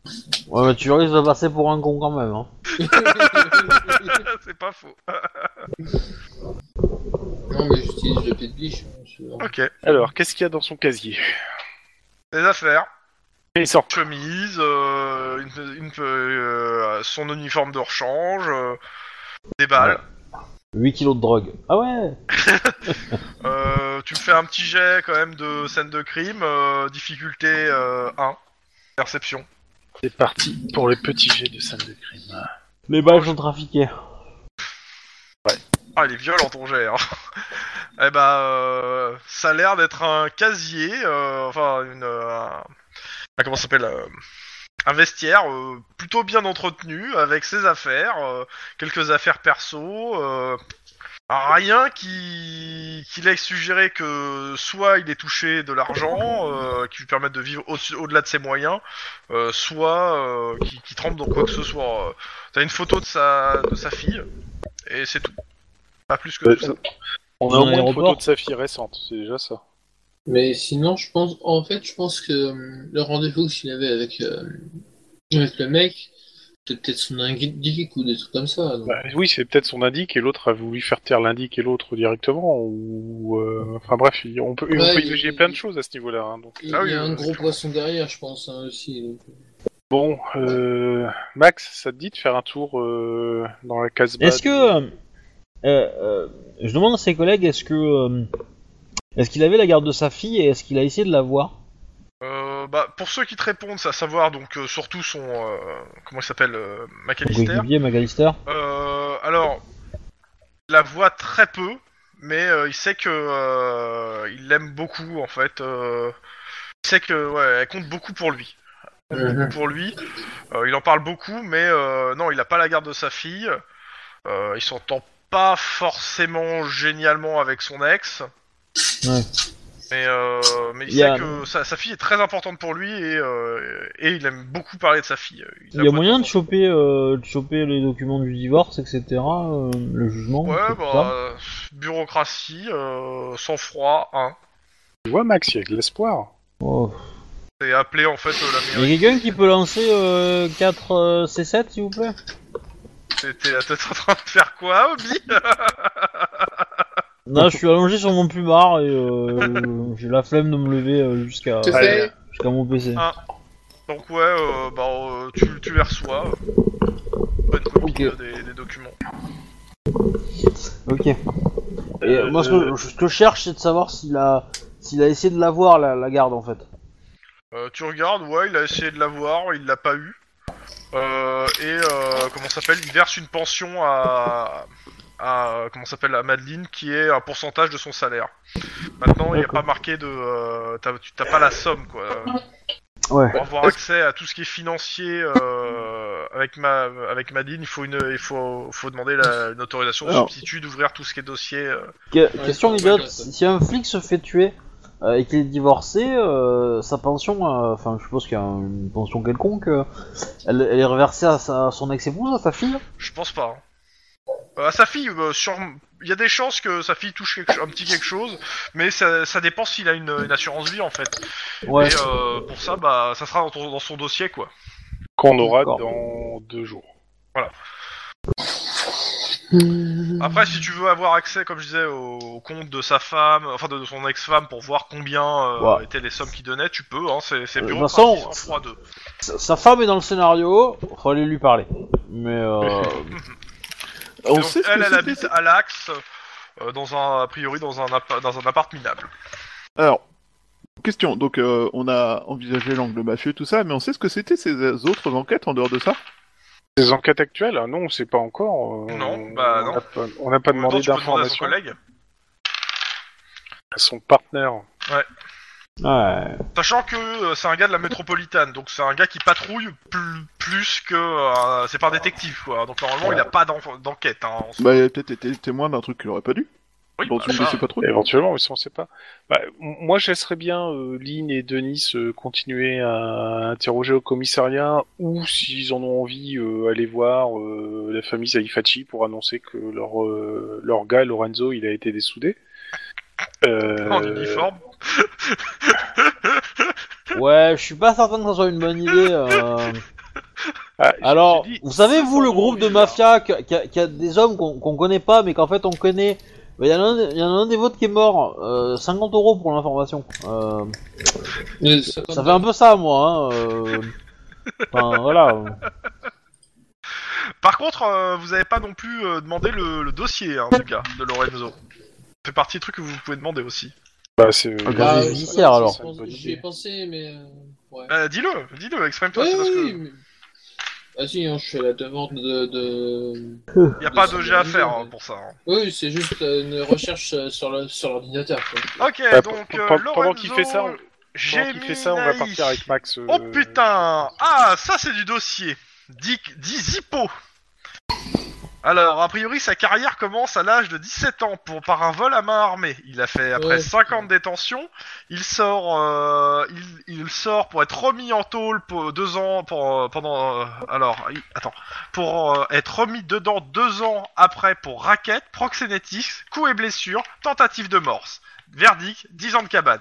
[SPEAKER 2] Ouais, mais tu risques de passer pour un con quand même. Hein.
[SPEAKER 4] c'est
[SPEAKER 1] Ah, c'est pas faux.
[SPEAKER 4] bon. non, mais j'utilise le pied de biche. je-
[SPEAKER 1] Ok.
[SPEAKER 3] Alors, qu'est-ce qu'il y a dans son casier
[SPEAKER 1] Les affaires,
[SPEAKER 3] Il sort.
[SPEAKER 1] chemise, euh, une, une- euh, son uniforme de rechange, euh, des balles.
[SPEAKER 2] 8 kilos de drogue. Ah ouais
[SPEAKER 1] Euh, tu me fais un petit jet quand même de scène de crime, euh, difficulté euh, 1, perception.
[SPEAKER 3] C'est parti pour les petits jets de scène de crime.
[SPEAKER 2] Les balles sont trafiquées.
[SPEAKER 1] Ah, il est violent ton jet. Hein. eh bah, euh, ça a l'air d'être un casier, euh, enfin une, euh, un- ah, comment ça s'appelle euh, Un vestiaire euh, plutôt bien entretenu avec ses affaires, euh, quelques affaires perso. euh, Rien qui, qui laisse suggérer que soit il est touché de l'argent euh, qui lui permette de vivre au- au-delà de ses moyens, euh, soit euh, qui, qui trempe dans quoi que ce soit. Euh, T'as une photo de sa, de sa fille et c'est tout. Pas plus que
[SPEAKER 3] Ouais.
[SPEAKER 1] tout ça.
[SPEAKER 3] Euh, On
[SPEAKER 2] Dans
[SPEAKER 3] a au moins une
[SPEAKER 2] l'aéroport.
[SPEAKER 3] photo de sa fille récente, c'est déjà ça.
[SPEAKER 4] Mais sinon, je pense, en fait, je pense que euh, le rendez-vous qu'il avait avec, euh, avec le mec, c'était peut-être son indique ou des trucs comme ça. donc.
[SPEAKER 3] Bah, oui, c'est peut-être son indique et l'autre a voulu faire taire l'indique et l'autre directement. Ou euh, enfin bref, il- on peut, on
[SPEAKER 4] Ouais,
[SPEAKER 3] peut
[SPEAKER 4] il-
[SPEAKER 3] imaginer plein de choses à ce niveau-là. hein, donc.
[SPEAKER 4] Il
[SPEAKER 1] Ah
[SPEAKER 4] y
[SPEAKER 1] oui,
[SPEAKER 4] a un
[SPEAKER 1] euh,
[SPEAKER 4] gros
[SPEAKER 1] c'est-
[SPEAKER 4] poisson derrière, je pense, hein, aussi. donc.
[SPEAKER 3] Bon, euh, Max, ça te dit de faire un tour euh, dans la case
[SPEAKER 2] Est-ce que. euh, euh, je demande à ses collègues, est-ce que. euh, est-ce qu'il avait la garde de sa fille et est-ce qu'il a essayé de la voir
[SPEAKER 1] Euh, bah, pour ceux qui te répondent, à savoir donc euh, surtout son euh, comment il s'appelle euh, McAllister.
[SPEAKER 2] Brigadier McAllister
[SPEAKER 1] Euh, alors, il la voit très peu, mais euh, il sait que euh, il l'aime beaucoup en fait. euh, il sait que ouais, elle compte beaucoup pour lui. Elle compte
[SPEAKER 4] Mhm.
[SPEAKER 1] beaucoup pour lui. Euh, il en parle beaucoup, mais euh, non, il n'a pas la garde de sa fille. Euh, il s'entend pas forcément génialement avec son ex.
[SPEAKER 2] Ouais.
[SPEAKER 1] Mais, euh, mais il
[SPEAKER 2] Il y a-
[SPEAKER 1] sait que sa, sa fille est très importante pour lui et, euh, et il aime beaucoup parler de sa fille.
[SPEAKER 2] Il y a moyen de choper, euh, de choper les documents du divorce, etc. euh, le jugement
[SPEAKER 1] Ouais,
[SPEAKER 2] tout
[SPEAKER 1] bah,
[SPEAKER 2] ça.
[SPEAKER 1] euh, bureaucratie, euh, sang-froid, hein.
[SPEAKER 3] Tu vois, Max, il y a de l'espoir.
[SPEAKER 2] Oh.
[SPEAKER 1] C'est appelé en fait euh, la
[SPEAKER 2] Il y a
[SPEAKER 1] mairie.
[SPEAKER 2] quelqu'un qui peut lancer euh, 4 C7 s'il vous plaît
[SPEAKER 1] T'étais la tête en train de faire quoi, Obi
[SPEAKER 2] Non, je suis allongé sur mon plumard et euh, j'ai la flemme de me lever euh, jusqu'à
[SPEAKER 4] Tout à
[SPEAKER 3] allez.
[SPEAKER 4] fait.
[SPEAKER 2] jusqu'à mon PC.
[SPEAKER 1] Donc, ouais, euh, bah, euh, tu, tu les reçois. Bonne copie
[SPEAKER 2] Ok.
[SPEAKER 1] euh, des, des documents.
[SPEAKER 2] Ok. Et euh, moi, ce que, ce que je cherche, c'est de savoir s'il a, s'il a essayé de l'avoir, la, la garde en fait.
[SPEAKER 1] Euh, tu regardes, ouais, il a essayé de l'avoir, il l'a pas eu. Euh, et euh, comment ça s'appelle Il verse une pension à, à comment ça s'appelle à Madeleine qui est un pourcentage de son salaire. Maintenant, il n'y a pas marqué de, euh, t'as tu- t'as pas la somme quoi.
[SPEAKER 2] Ouais.
[SPEAKER 1] Pour avoir accès à tout ce qui est financier euh, avec ma avec Madine, il faut une il faut faut demander la, une autorisation de
[SPEAKER 2] Alors.
[SPEAKER 1] substitut d'ouvrir tout ce qui est dossier. euh.
[SPEAKER 2] Que- question
[SPEAKER 4] ouais,
[SPEAKER 2] idiote
[SPEAKER 4] ouais, ouais.
[SPEAKER 2] si un flic se fait tuer euh, et qu'il est divorcé, euh, sa pension, euh, enfin, je suppose qu'il y a une pension quelconque, euh, elle, elle est reversée à, sa, à son ex-épouse, à sa fille
[SPEAKER 1] Je pense pas. hein. Euh, à sa fille, euh, sur- il y a des chances que sa fille touche quelque- un petit quelque chose, mais ça, ça dépend s'il a une, une assurance vie en fait.
[SPEAKER 2] Ouais.
[SPEAKER 1] Et euh, pour ça, bah, ça sera dans, ton- dans son dossier quoi.
[SPEAKER 3] Qu'on aura
[SPEAKER 2] D'accord.
[SPEAKER 3] dans deux jours.
[SPEAKER 1] Après, si tu veux avoir accès, comme je disais, au, au compte de sa femme, enfin de, de son ex-femme, pour voir combien euh,
[SPEAKER 2] Ouais.
[SPEAKER 1] étaient les sommes qu'il donnait, tu peux. Hein, c'est c'est
[SPEAKER 2] Euh,
[SPEAKER 1] bureau
[SPEAKER 2] Vincent,
[SPEAKER 1] pratique, sans froid deux.
[SPEAKER 2] Sa sa femme est dans le scénario, faut aller lui parler. Mais euh,
[SPEAKER 5] On
[SPEAKER 1] Donc,
[SPEAKER 5] sait ce que
[SPEAKER 1] elle, elle
[SPEAKER 5] c'était,
[SPEAKER 1] habite
[SPEAKER 5] ça
[SPEAKER 1] à l'axe, euh, dans un a priori dans un appa- dans un appart minable.
[SPEAKER 5] Alors, question. Donc, euh, on a envisagé l'angle mafieux, tout ça, mais on sait ce que c'était ces euh, autres enquêtes en dehors de ça
[SPEAKER 3] Les enquêtes actuelles hein, Non, on sait pas encore. euh,
[SPEAKER 1] Non,
[SPEAKER 3] on-
[SPEAKER 1] bah,
[SPEAKER 3] on
[SPEAKER 1] non.
[SPEAKER 3] n'a pas- On n'a pas
[SPEAKER 1] En même temps,
[SPEAKER 3] demandé
[SPEAKER 1] tu peux demander à son
[SPEAKER 3] d'informations
[SPEAKER 1] collègue.
[SPEAKER 3] à son partenaire.
[SPEAKER 2] ouais.
[SPEAKER 1] Sachant que euh, c'est un gars de la métropolitaine, donc c'est un gars qui patrouille plus, plus que. euh, c'est pas un détective, quoi. Donc normalement, il a pas d'en- d'enquête. Hein, en soi.
[SPEAKER 5] Bah, il a peut-être été témoin d'un truc qu'il aurait pas dû.
[SPEAKER 1] Oui,
[SPEAKER 5] Dont
[SPEAKER 1] bah,
[SPEAKER 5] tu ne
[SPEAKER 1] ça,
[SPEAKER 5] sais pas trop.
[SPEAKER 3] Éventuellement, mais ça, on sait pas. Bah, m- moi, je laisserais bien euh, Lynn et Denis euh, continuer à interroger au commissariat ou, s'ils en ont envie, euh, aller voir euh, la famille Saifachi pour annoncer que leur, euh, leur gars, Lorenzo, il a été dessoudé. Euh,
[SPEAKER 1] en uniforme.
[SPEAKER 2] Ouais, je suis pas certain que ça soit une bonne idée. euh.
[SPEAKER 3] ah, j'ai-
[SPEAKER 2] Alors,
[SPEAKER 3] j'ai dit-
[SPEAKER 2] vous savez, vous, le groupe de mafia qui a, qui a- qui a des hommes qu'on qu'on connaît pas, mais qu'en fait on connaît. Il y, en a un- y en a un des vôtres qui est mort. euh, 50 euros pour l'information. Euh,
[SPEAKER 4] Mais Euh, ça, Bah,
[SPEAKER 2] ça fait un peu ça, moi. hein, euh. Enfin, voilà.
[SPEAKER 1] Par contre, euh, vous avez pas non plus euh, demandé le, le dossier, hein, du gars, de Lorenzo. Ça fait partie des trucs que vous pouvez demander aussi.
[SPEAKER 3] bah, c'est, euh,
[SPEAKER 5] Ok.
[SPEAKER 4] Bah,
[SPEAKER 2] Regardez
[SPEAKER 4] ouais,
[SPEAKER 2] Ah, judiciaire,
[SPEAKER 4] ça,
[SPEAKER 2] alors.
[SPEAKER 4] ça, J'y ai pensé, mais. euh, ouais.
[SPEAKER 1] Euh, dis-le, dis-le, exprime-toi.
[SPEAKER 4] Oui,
[SPEAKER 1] c'est parce
[SPEAKER 4] oui,
[SPEAKER 1] que
[SPEAKER 4] mais- Vas-y, hein, je suis à la demande de. de...
[SPEAKER 1] y a pas de
[SPEAKER 4] c'est
[SPEAKER 1] jet à
[SPEAKER 4] bien,
[SPEAKER 1] faire
[SPEAKER 4] mais-
[SPEAKER 1] hein, pour ça. hein.
[SPEAKER 4] Oui, c'est juste euh, une recherche euh, sur le- sur l'ordinateur. quoi.
[SPEAKER 1] Ok,
[SPEAKER 3] bah,
[SPEAKER 1] donc
[SPEAKER 3] pe-
[SPEAKER 1] euh,
[SPEAKER 3] pe-
[SPEAKER 1] Lorenzo.
[SPEAKER 3] pendant qu'il fait ça, on- pendant
[SPEAKER 1] j'ai
[SPEAKER 3] qu'il fait ça, on va partir avec Max. euh,
[SPEAKER 1] Oh putain Ah, ça c'est du dossier. Dick dit Zippo. Alors, a priori, sa carrière commence à l'âge de 17 ans pour, par un vol à main armée. Il a fait, après
[SPEAKER 4] Ouais.
[SPEAKER 1] 5 ans de détention, il sort, euh, il, il sort pour être remis en tôle pour 2 ans pour, euh, pendant. euh, alors, il- attends. Pour euh, être remis dedans 2 ans après pour raquette, proxénétisme, coups et blessures, tentative de morse. Verdict 10 ans de cabane.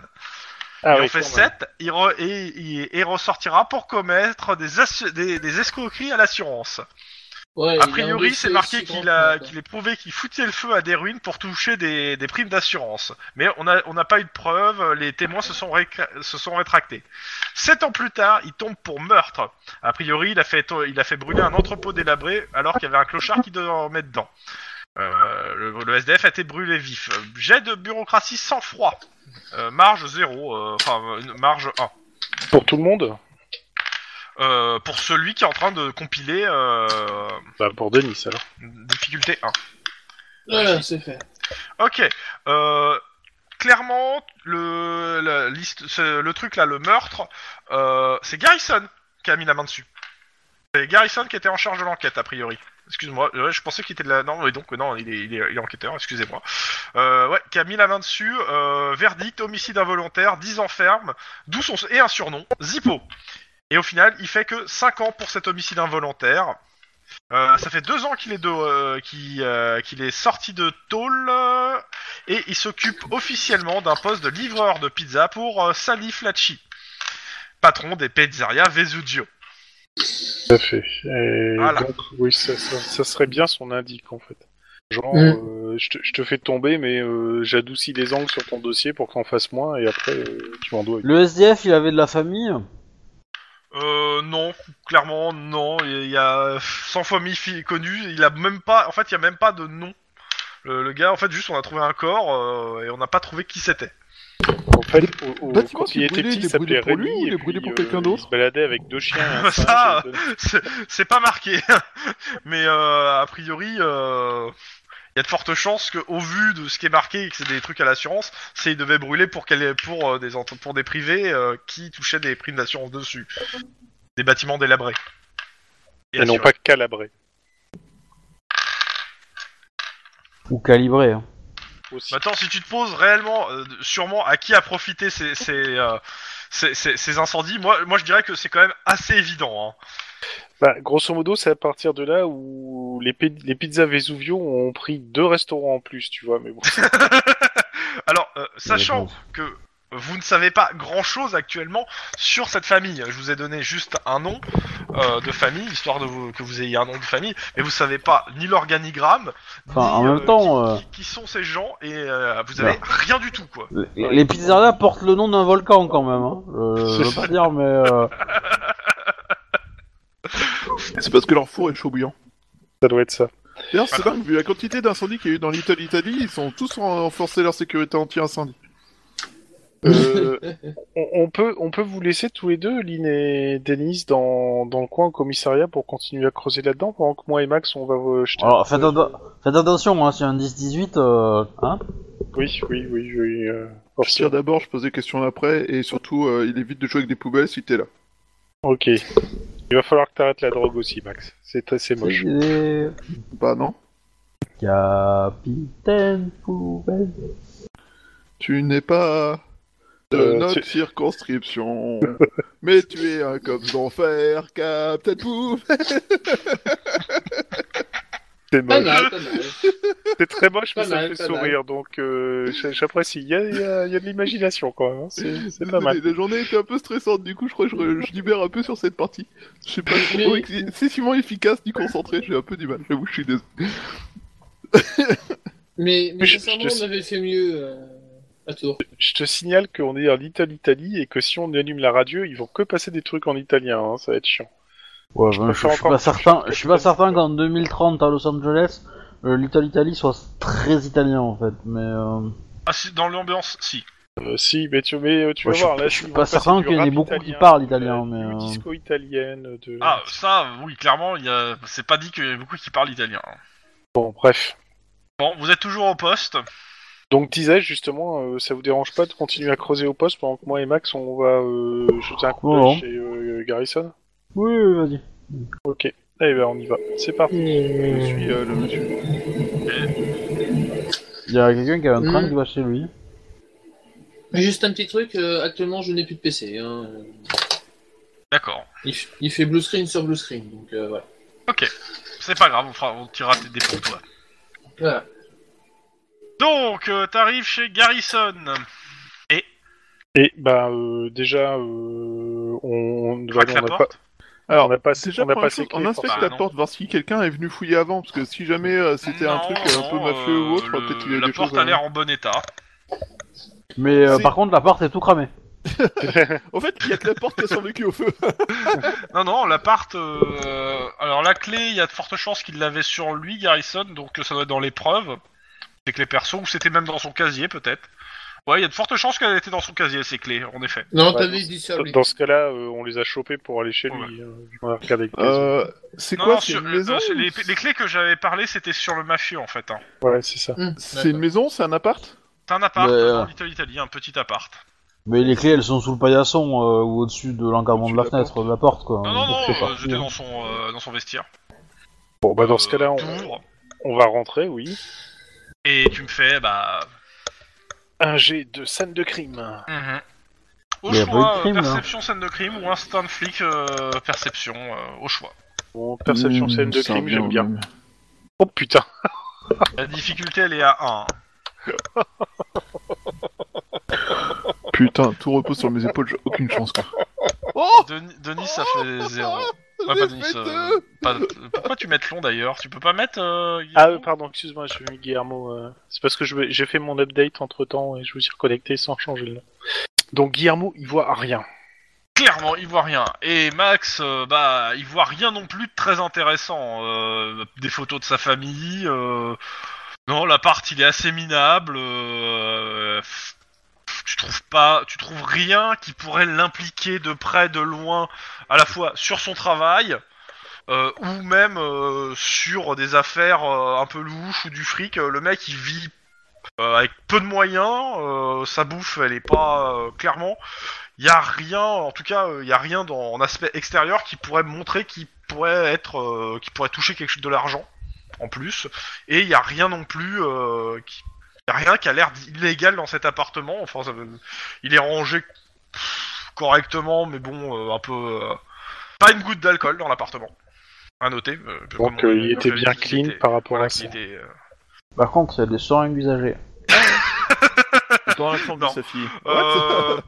[SPEAKER 3] Ah
[SPEAKER 1] Il
[SPEAKER 3] oui,
[SPEAKER 1] en fait
[SPEAKER 3] quand même.
[SPEAKER 1] 7 il re- et, il- et ressortira pour commettre des, assu- des, des escroqueries à l'assurance.
[SPEAKER 4] Ouais,
[SPEAKER 1] A
[SPEAKER 4] il
[SPEAKER 1] priori,
[SPEAKER 4] un
[SPEAKER 1] c'est
[SPEAKER 4] dossier
[SPEAKER 1] marqué
[SPEAKER 4] aussi
[SPEAKER 1] qu'il
[SPEAKER 4] grand
[SPEAKER 1] a,
[SPEAKER 4] que moi,
[SPEAKER 1] qu'il est prouvé qu'il foutait le feu à des ruines pour toucher des, des primes d'assurance. Mais on n'a on n'a pas eu de preuve, les témoins se sont, récra- se sont rétractés. Sept ans plus tard, il tombe pour meurtre. A priori, il a fait, to- il a fait brûler un entrepôt délabré alors qu'il y avait un clochard qui dormait dedans. Euh, le, le SDF a été brûlé vif. Jet de bureaucratie sans froid. Euh, marge 0, euh, enfin une marge 1.
[SPEAKER 3] Pour tout le monde
[SPEAKER 1] Euh, pour celui qui est en train de compiler euh,
[SPEAKER 3] Bah, pour Denis, alors.
[SPEAKER 1] difficulté 1.
[SPEAKER 4] quoi. Voilà, c'est fait.
[SPEAKER 1] Ok. Euh, clairement, le, la liste, ce- le truc là, le meurtre, euh, c'est Garrison qui a mis la main dessus. C'est Garrison qui était en charge de l'enquête, a priori. Excuse-moi, euh, ouais, je pensais qu'il était de la. Non, mais donc, non, il est, il est- il est enquêteur, excusez-moi. Euh, ouais, qui a mis la main dessus. euh, verdict, homicide involontaire, 10 ans ferme, d'où son. et un surnom, Zippo. Et au final, il fait que 5 ans pour cet homicide involontaire. Euh, ça fait deux ans qu'il est, de- euh, qu'il, euh, qu'il est sorti de tôle euh, et il s'occupe officiellement d'un poste de livreur de pizza pour euh, Sally Flacci, patron des pizzerias Vesugio.
[SPEAKER 3] Tout à fait. Et
[SPEAKER 1] Voilà.
[SPEAKER 3] donc, oui, ça, ça- ça serait bien son indique, en fait. Genre,
[SPEAKER 4] Mm.
[SPEAKER 3] euh, je te- je te fais tomber, mais euh, j'adoucis les angles sur ton dossier pour qu'on fasse moins, et après, euh, tu m'en dois. une.
[SPEAKER 2] Le SDF, il avait de la famille.
[SPEAKER 1] Euh, non, clairement non. Il y a 100 familles fi- connues. Il a même pas. En fait, il y a même pas de nom. Le, le gars, en fait, juste on a trouvé un corps euh, et on n'a pas trouvé qui c'était.
[SPEAKER 3] En fait, au- au-
[SPEAKER 5] bâtiment
[SPEAKER 3] quand
[SPEAKER 5] qui
[SPEAKER 3] il était
[SPEAKER 5] brûlait,
[SPEAKER 3] petit,
[SPEAKER 5] il
[SPEAKER 3] il
[SPEAKER 5] est
[SPEAKER 3] s'appelait
[SPEAKER 5] brûlé pour lui
[SPEAKER 3] Rémi,
[SPEAKER 5] ou il
[SPEAKER 3] et
[SPEAKER 5] est brûlé
[SPEAKER 3] puis,
[SPEAKER 5] pour quelqu'un
[SPEAKER 3] euh,
[SPEAKER 5] d'autre
[SPEAKER 3] Il se baladait avec deux chiens. hein, et un singe,
[SPEAKER 1] Ça,
[SPEAKER 3] et-
[SPEAKER 1] C'est- C'est pas marqué. Mais euh, a priori, euh, il y a de fortes chances que, au vu de ce qui est marqué et que c'est des trucs à l'assurance, c'est il devait brûler pour, qu'elle ait- pour, euh, des, entre- pour des privés euh, qui touchaient des primes d'assurance dessus. Des bâtiments délabrés.
[SPEAKER 3] et non pas calabré.
[SPEAKER 2] Ou calibré. hein.
[SPEAKER 3] Aussi.
[SPEAKER 1] Bah. Maintenant, si tu te poses réellement, euh, sûrement, à qui a profité ces, ces, euh, ces- ces- ces incendies, moi, moi je dirais que c'est quand même assez évident. hein.
[SPEAKER 3] Bah, grosso modo, c'est à partir de là où les, pi- les pizzas Vesuvio ont pris deux restaurants en plus, tu vois, mais bon.
[SPEAKER 1] Alors, euh, sachant que vous ne savez pas grand-chose actuellement sur cette famille, je vous ai donné juste un nom euh, de famille, histoire de vous- que vous ayez un nom de famille, mais vous savez pas ni l'organigramme,
[SPEAKER 2] Enfin,
[SPEAKER 1] ni,
[SPEAKER 2] en
[SPEAKER 1] euh,
[SPEAKER 2] même temps, euh,
[SPEAKER 1] qui, qui sont ces gens, et euh, vous avez
[SPEAKER 2] Voilà.
[SPEAKER 5] Bah.
[SPEAKER 1] rien du tout, quoi.
[SPEAKER 2] euh, les, les pizzerias portent le nom d'un volcan quand même. Hein. Euh, je veux
[SPEAKER 3] C'est
[SPEAKER 2] pas dire, mais euh,
[SPEAKER 5] C'est parce que leur four est chaud bouillant.
[SPEAKER 3] ça doit être ça.
[SPEAKER 5] D'ailleurs,
[SPEAKER 1] Bah,
[SPEAKER 5] c'est dingue, vu la quantité d'incendies qu'il y a eu dans Little Italy, ils ont tous renforcé leur sécurité anti-incendie.
[SPEAKER 3] Euh, on, on peut, on peut vous laisser tous les deux, Lynn et Denise, dans, dans le coin au commissariat pour continuer à creuser là-dedans, pendant que moi et Max, on va euh, vous jeter.
[SPEAKER 2] alors faites, atten- faites attention, hein, c'est un 10-18, euh, hein.
[SPEAKER 3] Oui, oui, oui, oui. euh,
[SPEAKER 5] Je tire d'abord, je pose des questions après, et surtout, euh, il évite de jouer avec des poubelles si t'es là.
[SPEAKER 3] Ok. Il va falloir que t'arrêtes la drogue aussi, Max. C'est assez moche.
[SPEAKER 2] C'est-
[SPEAKER 5] Bah non,
[SPEAKER 2] Capitaine Poubelle.
[SPEAKER 5] tu n'es pas de
[SPEAKER 3] Euh,
[SPEAKER 5] notre
[SPEAKER 3] tu-
[SPEAKER 5] circonscription, mais tu es un cop d'enfer, Captain Pouf
[SPEAKER 3] C'est
[SPEAKER 1] Bah,
[SPEAKER 4] Pas
[SPEAKER 3] moche.
[SPEAKER 4] mal, pas mal.
[SPEAKER 3] C'est très moche, mais
[SPEAKER 4] Pas
[SPEAKER 3] ça
[SPEAKER 4] mal,
[SPEAKER 3] fait
[SPEAKER 4] pas mal.
[SPEAKER 3] sourire. Donc, euh, j'a- j'apprécie. Il y a, il y a- il y a de l'imagination, quand même. hein. C'est c'est pas mal.
[SPEAKER 5] La journée était un peu stressante, du coup, je crois que je, re- je libère un peu sur cette partie. Je suis pas
[SPEAKER 4] Mais-
[SPEAKER 5] trop ex- excessivement efficace ni concentré, j'ai un peu du mal, j'avoue, je suis désolé.
[SPEAKER 4] Mais, mais
[SPEAKER 3] Je- je
[SPEAKER 4] sincèrement,
[SPEAKER 3] te-
[SPEAKER 4] on avait fait mieux euh, à Tours.
[SPEAKER 3] Je te signale qu'on est en Little Italy et que si on allume la radio, ils vont que passer des trucs en italien. hein, Ça va être chiant.
[SPEAKER 2] Ouais,
[SPEAKER 3] Je
[SPEAKER 2] ben, je,
[SPEAKER 3] préfère
[SPEAKER 2] je suis pas
[SPEAKER 3] encore-
[SPEAKER 2] certain,
[SPEAKER 3] je
[SPEAKER 2] je suis pas
[SPEAKER 3] préfère-
[SPEAKER 2] certain qu'en 2030 à Los Angeles, euh, Little Italy soit très italien en fait, mais euh,
[SPEAKER 1] Ah, si, dans l'ambiance, si.
[SPEAKER 3] Euh, si, mais tu, mais, euh, tu
[SPEAKER 2] Ouais,
[SPEAKER 3] vas
[SPEAKER 2] je suis
[SPEAKER 3] voir.
[SPEAKER 2] pas-
[SPEAKER 3] Là,
[SPEAKER 2] je suis
[SPEAKER 3] ils vont
[SPEAKER 2] pas
[SPEAKER 3] passer
[SPEAKER 2] certain
[SPEAKER 3] du
[SPEAKER 2] qu'il y en ait
[SPEAKER 3] rap
[SPEAKER 2] beaucoup qui
[SPEAKER 3] italien,
[SPEAKER 2] parlent italien, mais,
[SPEAKER 3] Du
[SPEAKER 2] euh,
[SPEAKER 3] disco italienne. De...
[SPEAKER 1] Ah, ça, oui, clairement, il y a... c'est pas dit qu'il y a beaucoup qui parlent italien. hein.
[SPEAKER 3] Bon, bref.
[SPEAKER 1] Bon, vous êtes toujours au poste.
[SPEAKER 3] Donc, disais-je justement, euh, ça vous dérange pas de continuer à creuser au poste pendant que moi et Max, on va euh, jeter un coup
[SPEAKER 2] Non,
[SPEAKER 3] d'œil
[SPEAKER 2] non.
[SPEAKER 3] chez euh, Garrison
[SPEAKER 2] oui, oui, vas-y.
[SPEAKER 3] Ok. Allez, ben, on y va. C'est parti.
[SPEAKER 5] Je suis euh, le monsieur.
[SPEAKER 2] Il y a quelqu'un qui a un train
[SPEAKER 4] Hmm.
[SPEAKER 2] qui va chez lui.
[SPEAKER 4] Juste un petit truc, euh, actuellement je n'ai plus de PC. hein.
[SPEAKER 1] D'accord.
[SPEAKER 4] Il, f- il fait blue screen sur blue screen, donc euh, voilà.
[SPEAKER 1] C'est pas grave, on, fera... on tirera des pour toi.
[SPEAKER 4] Voilà.
[SPEAKER 1] Donc, euh, t'arrives chez Garrison.
[SPEAKER 3] Et bah euh, déjà, euh, on,
[SPEAKER 1] Craque
[SPEAKER 3] on
[SPEAKER 1] la
[SPEAKER 3] a pas-
[SPEAKER 1] porte.
[SPEAKER 5] Alors,
[SPEAKER 3] Ah, on a pas,
[SPEAKER 5] Déjà,
[SPEAKER 3] on a
[SPEAKER 5] première
[SPEAKER 3] pas
[SPEAKER 5] chose,
[SPEAKER 3] ses clés,
[SPEAKER 5] on inspecte
[SPEAKER 1] forcément.
[SPEAKER 5] la
[SPEAKER 1] Non.
[SPEAKER 5] porte, voir si quelqu'un est venu fouiller avant, parce que si jamais euh, c'était un
[SPEAKER 1] Non,
[SPEAKER 5] truc euh, un peu
[SPEAKER 1] non,
[SPEAKER 5] mafieux ou autre,
[SPEAKER 1] euh,
[SPEAKER 5] peut-être qu'il y a eu
[SPEAKER 1] La
[SPEAKER 5] des
[SPEAKER 1] porte
[SPEAKER 5] choses.
[SPEAKER 1] a
[SPEAKER 5] à-
[SPEAKER 1] l'air en bon état.
[SPEAKER 2] Mais euh,
[SPEAKER 5] Si.
[SPEAKER 2] par contre, la porte est tout cramée.
[SPEAKER 5] En fait, il y a que la porte qui a survécu au feu.
[SPEAKER 1] Non, non, l'appart. euh, Alors, la clé, il y a de fortes chances qu'il l'avait sur lui, Garrison, donc euh, ça doit être dans les preuves. C'est que les persos, ou c'était même dans son casier, peut-être. Ouais, il y a de fortes chances qu'elle était dans son casier, ces clés, en effet.
[SPEAKER 4] Non,
[SPEAKER 3] Ouais,
[SPEAKER 4] t'avais dit sur lui.
[SPEAKER 3] Dans ce cas-là, euh, on les a chopés pour aller chez
[SPEAKER 1] Ouais.
[SPEAKER 3] lui. hein, vu qu'on a regardé les
[SPEAKER 5] Euh, c'est
[SPEAKER 1] Non,
[SPEAKER 5] quoi
[SPEAKER 1] non,
[SPEAKER 5] C'est
[SPEAKER 1] sur-
[SPEAKER 5] une
[SPEAKER 1] euh,
[SPEAKER 5] maison
[SPEAKER 1] euh, c'est- les,
[SPEAKER 5] ou-
[SPEAKER 1] les clés que j'avais parlé, c'était sur le mafieux, en fait. hein.
[SPEAKER 3] Ouais, c'est ça.
[SPEAKER 4] Hum,
[SPEAKER 5] C'est une
[SPEAKER 4] d'accord.
[SPEAKER 5] maison C'est un appart
[SPEAKER 1] C'est un appart,
[SPEAKER 2] Ouais,
[SPEAKER 1] dans
[SPEAKER 2] ouais.
[SPEAKER 1] Little Italy, un petit appart.
[SPEAKER 2] Mais les clés, elles sont sous le paillasson euh, ou au-dessus de l'encadrement
[SPEAKER 5] Au-dessus
[SPEAKER 2] de la
[SPEAKER 5] de la
[SPEAKER 2] fenêtre, de la porte quoi.
[SPEAKER 1] Non, non, non,
[SPEAKER 3] je sais pas.
[SPEAKER 1] euh, j'étais dans son, euh, dans son vestiaire.
[SPEAKER 3] Bon, bah dans ce
[SPEAKER 1] Euh,
[SPEAKER 3] cas-là, on,
[SPEAKER 1] t'ouvres,
[SPEAKER 3] on va rentrer, oui.
[SPEAKER 1] Et tu me fais, bah.
[SPEAKER 3] Un G de scène de crime.
[SPEAKER 1] Mhm. Au
[SPEAKER 2] Il y a pas eu
[SPEAKER 1] choix,
[SPEAKER 2] de crime,
[SPEAKER 1] euh,
[SPEAKER 2] hein.
[SPEAKER 1] perception scène de crime ou instinct de flic, euh, perception, euh, au choix.
[SPEAKER 3] Bon, perception
[SPEAKER 5] Mmh,
[SPEAKER 3] scène de
[SPEAKER 5] ça
[SPEAKER 3] crime,
[SPEAKER 5] revient
[SPEAKER 3] j'aime
[SPEAKER 5] au
[SPEAKER 3] bien.
[SPEAKER 5] même.
[SPEAKER 3] Oh putain.
[SPEAKER 1] La difficulté, elle est à 1.
[SPEAKER 5] Putain, tout repose sur mes épaules, j'ai aucune chance quoi. Oh
[SPEAKER 1] Denis, Denis, ça fait 0.
[SPEAKER 5] J'ai
[SPEAKER 1] pas Denis,
[SPEAKER 5] fait
[SPEAKER 1] euh,
[SPEAKER 5] deux
[SPEAKER 1] Pas- euh, Pourquoi tu mets long d'ailleurs Tu peux pas mettre. euh, Guillermo
[SPEAKER 3] Ah, euh, pardon, excuse-moi, je mis Guillermo. euh, C'est parce que je vais- j'ai fait mon update entre temps et je me suis reconnecté sans changer le nom. Donc Guillermo, il voit rien.
[SPEAKER 1] Clairement, il voit rien. Et Max, euh, bah, il voit rien non plus de très intéressant. Euh, des photos de sa famille. euh, Non, l'appart, il est assez minable. euh, pff, Tu trouves pas, tu trouves rien qui pourrait l'impliquer de près, de loin, à la fois sur son travail euh, ou même euh, sur des affaires euh, un peu louches ou du fric. Euh, Le mec, il vit euh, avec peu de moyens. euh, sa bouffe, elle est pas euh, clairement. Il y a rien, en tout cas, euh, il y a rien dans en aspect extérieur qui pourrait montrer qu'il pourrait être, euh, qui pourrait toucher quelque chose de l'argent en plus. Et il y a rien non plus, euh, qui, y a rien qui a l'air d'illégal dans cet appartement. Enfin, ça veut- il est rangé pff, correctement, mais bon, euh, un peu. euh, pas une goutte d'alcool dans l'appartement. À noter. euh,
[SPEAKER 3] Donc
[SPEAKER 1] comme on-
[SPEAKER 3] il était
[SPEAKER 1] comme
[SPEAKER 3] bien
[SPEAKER 1] j'avais dit,
[SPEAKER 3] clean
[SPEAKER 1] il était-
[SPEAKER 3] par rapport
[SPEAKER 1] voilà,
[SPEAKER 3] à
[SPEAKER 1] il
[SPEAKER 3] ça.
[SPEAKER 1] était, euh,
[SPEAKER 2] Par contre, il y a des seringues usagées.
[SPEAKER 5] Dans la chambre
[SPEAKER 1] Non.
[SPEAKER 5] de sa fille.
[SPEAKER 1] Euh,
[SPEAKER 5] What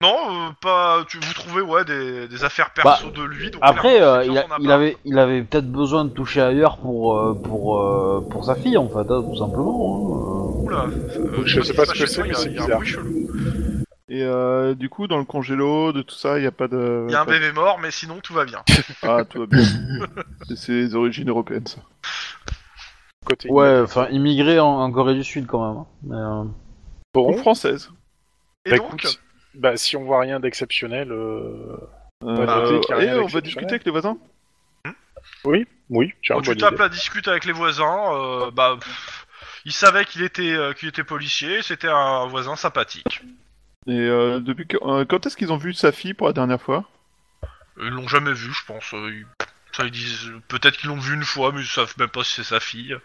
[SPEAKER 1] Non, euh, pas. Tu, vous trouvez ouais des, des affaires perso de lui. Donc
[SPEAKER 2] Bah, Après,
[SPEAKER 1] clairement,
[SPEAKER 2] euh,
[SPEAKER 1] c'est
[SPEAKER 2] il,
[SPEAKER 1] dans
[SPEAKER 2] a-
[SPEAKER 1] son
[SPEAKER 2] il
[SPEAKER 1] appart.
[SPEAKER 2] avait, il avait peut-être besoin de toucher ailleurs pour, euh, pour, euh, pour sa fille, en fait, hein, tout simplement. hein, euh.
[SPEAKER 1] Oula, euh,
[SPEAKER 3] Je sais pas ce
[SPEAKER 1] chez toi,
[SPEAKER 3] que c'est,
[SPEAKER 1] il y a-
[SPEAKER 3] mais c'est
[SPEAKER 1] il y a un
[SPEAKER 3] bizarre.
[SPEAKER 1] bruit chelou.
[SPEAKER 5] Et euh, du coup, dans le congélo, de tout ça, il n'y a pas de.
[SPEAKER 1] Il y a un bébé mort, mais sinon tout va bien.
[SPEAKER 5] Ah, tout va bien. C'est- C'est les origines européennes, ça.
[SPEAKER 3] Côté
[SPEAKER 2] Ouais, enfin, immigré en, en Corée du Sud, quand même. hein. Mais, euh,
[SPEAKER 5] Ou
[SPEAKER 3] bon,
[SPEAKER 5] française.
[SPEAKER 1] Et
[SPEAKER 3] bah,
[SPEAKER 1] donc,
[SPEAKER 3] écoute, bah, si on voit rien d'exceptionnel, euh,
[SPEAKER 5] Euh,
[SPEAKER 3] bah,
[SPEAKER 5] euh,
[SPEAKER 3] qu'il y a
[SPEAKER 5] et
[SPEAKER 3] rien
[SPEAKER 5] on va
[SPEAKER 3] d'exceptionnel.
[SPEAKER 5] discuter avec les voisins.
[SPEAKER 3] oui, tiens,
[SPEAKER 1] quand tu
[SPEAKER 3] bonne idée.
[SPEAKER 1] tapes la discute avec les voisins, euh, bah, pff, il savait qu'il était euh, qu'il était policier, c'était un voisin sympathique.
[SPEAKER 5] Et euh, depuis que- euh, quand est-ce qu'ils ont vu sa fille pour la dernière fois
[SPEAKER 1] Ils l'ont jamais vu, je pense. euh, ils- Ça, ils disent peut-être qu'ils l'ont vu une fois, mais ils savent même pas si c'est sa fille.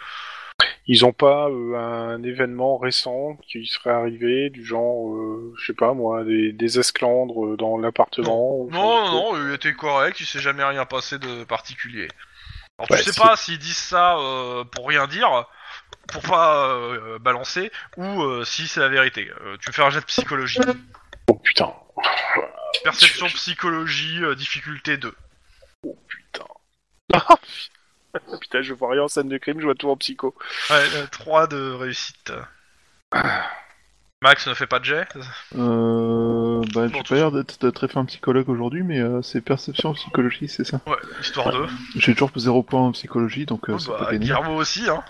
[SPEAKER 3] Ils ont pas euh, un événement récent qui serait arrivé, du genre, euh, je sais pas moi, des, des esclandres euh, dans l'appartement.
[SPEAKER 1] Non, non, non, il était correct, il s'est jamais rien passé de particulier. Alors
[SPEAKER 3] Ouais,
[SPEAKER 1] tu sais
[SPEAKER 3] si.
[SPEAKER 1] pas s'ils disent ça euh, pour rien dire, pour pas euh, balancer, ou euh, si c'est la vérité. Euh, tu me fais un jet de psychologie.
[SPEAKER 3] Oh putain,
[SPEAKER 1] Perception, psychologie, euh, difficulté 2.
[SPEAKER 3] putain, je vois rien en scène de crime, je vois tout en psycho.
[SPEAKER 1] Ouais, 3 de réussite.
[SPEAKER 3] Ah.
[SPEAKER 1] Max ne fait pas de jet
[SPEAKER 5] euh,
[SPEAKER 1] Bon,
[SPEAKER 5] bah, J'ai
[SPEAKER 1] tout
[SPEAKER 5] pas l'air d'être très fin psychologue aujourd'hui, mais euh, c'est perception en psychologie, c'est ça.
[SPEAKER 1] Ouais, histoire 2.
[SPEAKER 5] J'ai toujours zéro point en psychologie, donc
[SPEAKER 1] Oh,
[SPEAKER 5] euh, c'est
[SPEAKER 1] bah,
[SPEAKER 5] pas gagné.
[SPEAKER 1] Guillermo aussi, hein.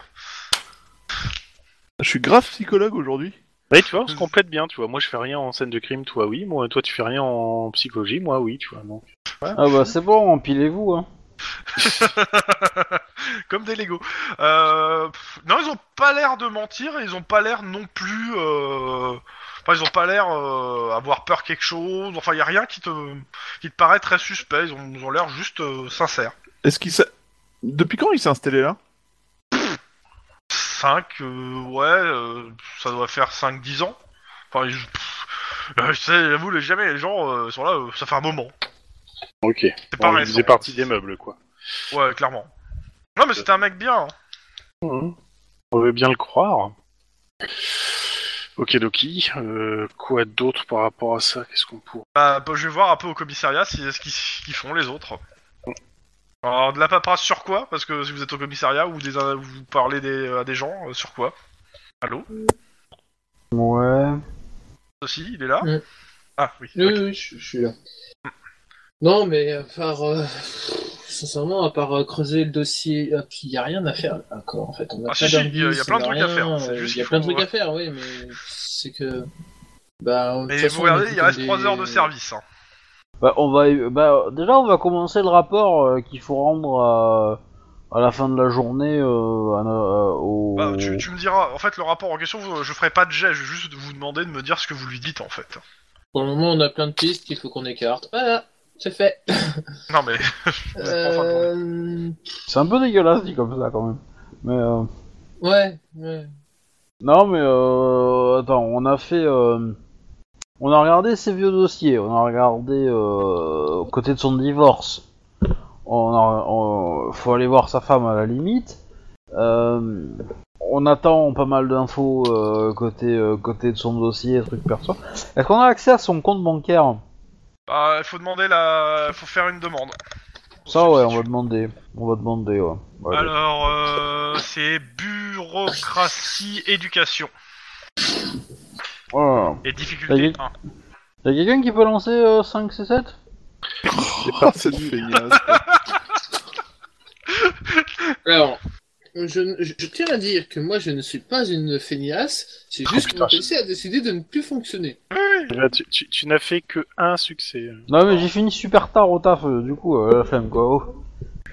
[SPEAKER 5] Je suis grave psychologue aujourd'hui.
[SPEAKER 3] Ouais, tu vois, on se complète bien, tu vois. Moi, je fais rien en scène de crime, toi, oui. Moi, toi, tu fais rien en psychologie, moi, oui, tu vois. Non.
[SPEAKER 2] Ah bah, c'est bon, empilez-vous. Hein.
[SPEAKER 1] Comme des Lego. Euh, pff, non, ils ont pas l'air de mentir et ils ont pas l'air non plus. euh, Enfin, ils ont pas l'air euh, avoir peur quelque chose. Enfin, il y a rien qui te qui te paraît très suspect. Ils ont, ils ont l'air juste euh, sincères.
[SPEAKER 5] Est-ce qu'il s'a- Depuis quand il s'est installé là
[SPEAKER 1] 5, ouais, euh, ça doit faire 5-10 ans. Enfin, ils- pff, euh, je sais, j'avoue, les- jamais les gens euh, sont là, euh, ça fait un moment.
[SPEAKER 3] Ok.
[SPEAKER 1] C'est pas
[SPEAKER 3] Bon, il
[SPEAKER 1] récent.
[SPEAKER 3] faisait partie des meubles, quoi.
[SPEAKER 1] Ouais, clairement. Non, mais c'était un mec bien. hein.
[SPEAKER 3] Mhm. On veut bien le croire. Ok, Doki. euh, quoi d'autre par rapport à ça Qu'est-ce qu'on pourrait.
[SPEAKER 1] Bah, bah, je vais voir un peu au commissariat si, ce qu'ils qu'ils font les autres. Alors, de la paperasse sur quoi Parce que si vous êtes au commissariat ou des, euh, vous parlez des, à des gens, euh, sur quoi Allô
[SPEAKER 2] Ouais.
[SPEAKER 1] Aussi, il est là
[SPEAKER 4] Mm.
[SPEAKER 1] Ah oui.
[SPEAKER 4] Oui,
[SPEAKER 1] ok.
[SPEAKER 4] oui, oui, je, je suis là. Non, mais à part. euh, sincèrement, à part euh, creuser le dossier, il n'y a rien à faire encore, en fait. On a
[SPEAKER 1] Ah,
[SPEAKER 4] pas
[SPEAKER 1] si, si,
[SPEAKER 4] d'indices,
[SPEAKER 1] y a- y a
[SPEAKER 4] on
[SPEAKER 1] plein de trucs à
[SPEAKER 4] rien,
[SPEAKER 1] faire, c'est
[SPEAKER 4] euh,
[SPEAKER 1] juste
[SPEAKER 4] Il y a
[SPEAKER 1] qu'il
[SPEAKER 4] plein de
[SPEAKER 1] faut,
[SPEAKER 4] trucs à faire, oui, mais c'est que. Bah, de toute
[SPEAKER 1] Mais
[SPEAKER 4] façon,
[SPEAKER 1] vous
[SPEAKER 4] on est
[SPEAKER 1] regardez, il
[SPEAKER 4] comme
[SPEAKER 1] reste
[SPEAKER 4] des-
[SPEAKER 1] 3 heures de service. hein.
[SPEAKER 2] Bah, on va, bah, déjà, on va commencer le rapport euh, qu'il faut rendre à, à la fin de la journée euh, à no- euh, au.
[SPEAKER 1] Bah, tu, tu me diras, en fait, le rapport en question, vous- je ferai pas de jet, je vais juste vous demander de me dire ce que vous lui dites en fait.
[SPEAKER 4] Pour le moment, on a plein de pistes qu'il faut qu'on écarte. Voilà, c'est fait.
[SPEAKER 1] Non, mais. êtes pas en fin de
[SPEAKER 4] Euh...
[SPEAKER 2] C'est un peu dégueulasse dit comme ça quand même. Mais euh,
[SPEAKER 4] Ouais, ouais.
[SPEAKER 2] non, mais euh, attends, on a fait, euh, on a regardé ses vieux dossiers, on a regardé euh, côté de son divorce. On, a- on- faut aller voir sa femme à la limite. Euh, on attend pas mal d'infos euh, côté euh, côté de son dossier, truc perso. Est-ce qu'on a accès à son compte bancaire
[SPEAKER 1] Bah, il faut demander la. faut faire une demande.
[SPEAKER 2] Ça ouais, on va demander, on va demander. Ouais. Ouais.
[SPEAKER 1] Alors, euh, c'est bureaucratie, éducation
[SPEAKER 2] Voilà.
[SPEAKER 1] et difficulté 1.
[SPEAKER 2] Y a quelqu'un qui peut lancer euh, 5 C7
[SPEAKER 5] Ah, cette feignasse.
[SPEAKER 4] Alors, je, je- je tiens à dire que moi, je ne suis pas une feignasse. C'est
[SPEAKER 3] Oh,
[SPEAKER 4] juste que
[SPEAKER 3] putain,
[SPEAKER 4] mon PC a décidé de ne plus fonctionner.
[SPEAKER 3] Là, tu tu- tu n'as fait que un succès.
[SPEAKER 2] Non mais j'ai fini super tard au taf, euh, du coup, euh, la flemme quoi. Oh.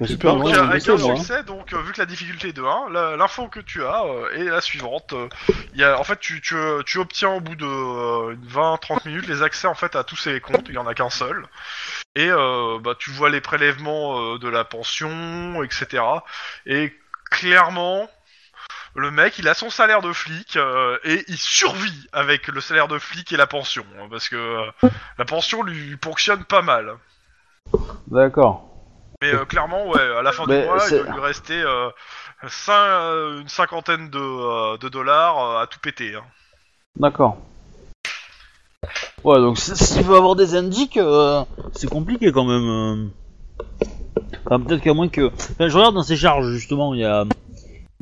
[SPEAKER 2] Je suis pas
[SPEAKER 5] Super tard,
[SPEAKER 1] Donc,
[SPEAKER 2] loin de
[SPEAKER 1] avec
[SPEAKER 2] bosser,
[SPEAKER 1] un
[SPEAKER 2] moi, hein.
[SPEAKER 1] succès, donc, euh, vu que la difficulté est de 1, la- l'info que tu as euh, est la suivante. Euh, il y a, en fait, tu, tu, euh, tu obtiens au bout de euh, 20-30 minutes les accès en fait à tous ces comptes, il n'y en a qu'un seul. Et euh, bah, tu vois les prélèvements euh, de la pension, etc. Et clairement, Le mec, il a son salaire de flic euh, et il survit avec le salaire de flic et la pension, hein, parce que euh, la pension lui ponctionne pas mal.
[SPEAKER 2] D'accord.
[SPEAKER 1] Mais euh, clairement, ouais, à la fin
[SPEAKER 2] Mais
[SPEAKER 1] du mois, il
[SPEAKER 2] c'est-
[SPEAKER 1] doit lui rester euh, cin- euh, une cinquantaine de, euh, de dollars euh, à tout péter. hein.
[SPEAKER 2] D'accord. Ouais, donc s- s'il veut avoir des indices, euh, c'est compliqué quand même. euh. Enfin, peut-être qu'à moins que. Enfin, je regarde dans ses charges, justement, il y a.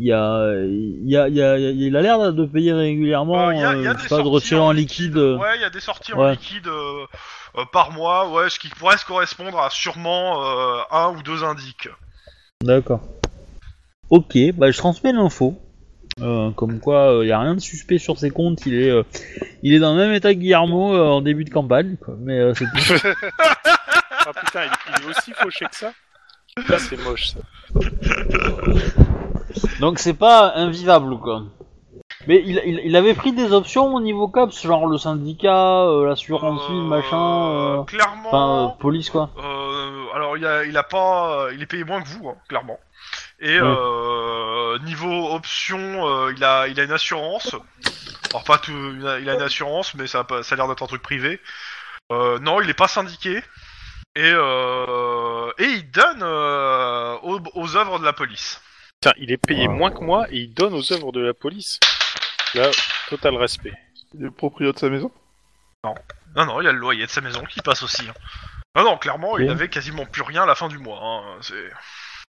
[SPEAKER 2] Il y a, il y a, il y a- il a l'air de payer régulièrement,
[SPEAKER 1] Euh, il y a- il y a
[SPEAKER 2] euh,
[SPEAKER 1] des
[SPEAKER 2] je sais pas de
[SPEAKER 1] sorties
[SPEAKER 2] retirer
[SPEAKER 1] en
[SPEAKER 2] en liquide. euh.
[SPEAKER 1] Ouais, il y a des sorties en
[SPEAKER 2] Ouais.
[SPEAKER 1] liquide euh, euh, par mois, ouais, ce qui pourrait se correspondre à sûrement euh, un ou deux indiques.
[SPEAKER 2] D'accord. Ok, bah je transmets l'info. Euh, comme quoi, il n'y a rien de suspect sur ses comptes. Il est, euh, il est dans le même état que Guillermo euh, en début de campagne. quoi. Mais euh, c'est tout.
[SPEAKER 3] Ah putain, il, il est aussi fauché que ça Là, c'est moche ça.
[SPEAKER 2] Donc c'est pas invivable quoi. Mais il, il, il avait pris des options au niveau COPS, genre le syndicat, euh, l'assurance vie,
[SPEAKER 1] Euh,
[SPEAKER 2] le machin, euh, enfin euh,
[SPEAKER 1] Clairement,
[SPEAKER 2] police quoi.
[SPEAKER 1] euh, alors il a, il a pas, euh, il est payé moins que vous, hein, clairement. Et
[SPEAKER 2] Ouais.
[SPEAKER 1] euh, niveau option, euh, il a, il a une assurance. Alors pas tout, il a, il a une assurance, mais ça, a pas- ça a l'air d'être un truc privé. Euh, non, il est pas syndiqué. Et, euh, et il donne euh, aux, aux œuvres de la police.
[SPEAKER 3] Putain, il est payé moins que moi et il donne aux œuvres de la police. Là, total respect.
[SPEAKER 5] Il est propriétaire de sa maison.
[SPEAKER 1] Non, non, il y a le loyer de sa maison qui passe aussi. hein. Non, non, clairement, il
[SPEAKER 2] Ok.
[SPEAKER 1] avait quasiment plus rien à la fin du mois. hein, c'est-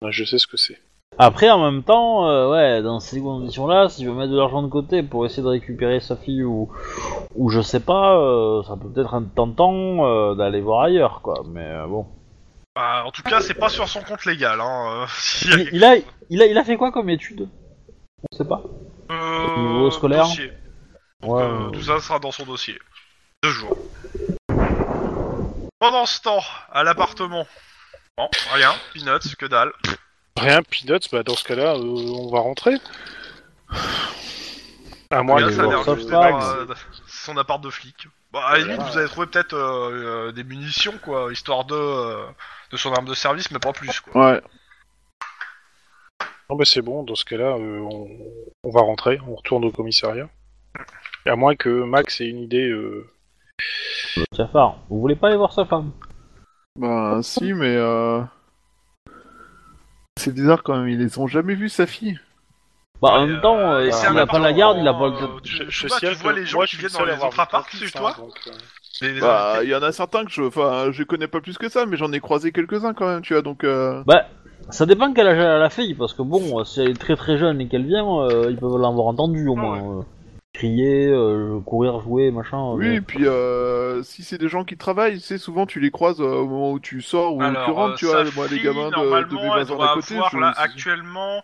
[SPEAKER 3] Ah, Je sais ce que c'est.
[SPEAKER 2] Après en même temps, euh, ouais, dans ces conditions là, s'il veut mettre de l'argent de côté pour essayer de récupérer sa fille ou, ou je sais pas, euh, ça peut peut-être être tentant euh, d'aller voir ailleurs quoi. Mais euh, bon.
[SPEAKER 1] Bah, en tout cas, c'est pas sur son compte légal. Hein, euh, s'il y a
[SPEAKER 2] Mais
[SPEAKER 1] quelque
[SPEAKER 2] il a, il a, il a fait quoi comme étude On sait pas.
[SPEAKER 1] Euh,
[SPEAKER 2] Niveau scolaire
[SPEAKER 1] dossier.
[SPEAKER 2] Ouais.
[SPEAKER 1] Euh, tout ça sera dans son dossier. Deux jours. Pendant ce temps, à l'appartement. Non, rien, peanuts, que dalle.
[SPEAKER 3] Rien, Peanuts, bah dans ce cas-là, euh, on va rentrer. À moins
[SPEAKER 1] Peanuts
[SPEAKER 2] il
[SPEAKER 3] que
[SPEAKER 2] est
[SPEAKER 1] a l'air
[SPEAKER 2] mort, ça
[SPEAKER 1] juste
[SPEAKER 2] va,
[SPEAKER 1] d'avoir,
[SPEAKER 2] mais-
[SPEAKER 1] euh, son appart de flic. Bah, à la limite, vous avez trouvé peut-être euh, euh, des munitions, quoi, histoire de, euh, de son arme de service, mais pas plus, quoi.
[SPEAKER 5] Ouais.
[SPEAKER 3] Non, bah c'est bon, dans ce cas-là, euh, on... on va rentrer, on retourne au commissariat. Et à moins que Max ait une idée. euh,
[SPEAKER 2] Jafar, vous voulez pas aller voir sa femme
[SPEAKER 5] Bah si, mais euh... c'est bizarre quand même. Ils les ont jamais vus sa fille.
[SPEAKER 2] Bah, en
[SPEAKER 1] Ouais,
[SPEAKER 2] même temps,
[SPEAKER 1] euh,
[SPEAKER 2] euh,
[SPEAKER 1] c'est
[SPEAKER 2] s'il
[SPEAKER 1] un
[SPEAKER 2] a pas la garde, il a pas
[SPEAKER 1] appartement,
[SPEAKER 2] le.
[SPEAKER 1] euh, tu,
[SPEAKER 3] je-
[SPEAKER 1] je
[SPEAKER 3] je
[SPEAKER 1] sais pas, tu
[SPEAKER 3] signale
[SPEAKER 1] vois
[SPEAKER 3] que
[SPEAKER 1] les gens
[SPEAKER 3] moi, je
[SPEAKER 1] qui
[SPEAKER 3] suis
[SPEAKER 1] viennent dans
[SPEAKER 3] le seul à
[SPEAKER 1] les
[SPEAKER 3] avoir
[SPEAKER 1] autres
[SPEAKER 3] vu
[SPEAKER 1] apparts,
[SPEAKER 3] Francis,
[SPEAKER 1] c'est
[SPEAKER 3] hein,
[SPEAKER 1] toi
[SPEAKER 3] donc, euh,
[SPEAKER 1] Les- les
[SPEAKER 5] Bah il y en a certains que je, enfin je connais pas plus que ça, mais j'en ai croisé quelques uns quand même. Tu vois donc. euh,
[SPEAKER 2] Bah, ça dépend quel âge elle a la fille, parce que bon, euh, si elle est très très jeune et qu'elle vient, euh, ils peuvent l'avoir entendue au
[SPEAKER 1] Ah
[SPEAKER 2] moins. euh, crier, euh, courir, jouer, machin. euh,
[SPEAKER 5] Oui, et puis euh, si c'est des gens qui travaillent, c'est souvent tu les croises euh, au moment où tu sors ou où tu rentres,
[SPEAKER 1] euh,
[SPEAKER 5] tu vois,
[SPEAKER 1] sa
[SPEAKER 5] moi les
[SPEAKER 1] fille,
[SPEAKER 5] gamins de, de
[SPEAKER 1] normalement,
[SPEAKER 5] mes
[SPEAKER 1] elle
[SPEAKER 5] voisins
[SPEAKER 1] doit
[SPEAKER 5] d'à côté,
[SPEAKER 1] avoir,
[SPEAKER 5] je,
[SPEAKER 1] là,
[SPEAKER 5] c'est-
[SPEAKER 1] actuellement,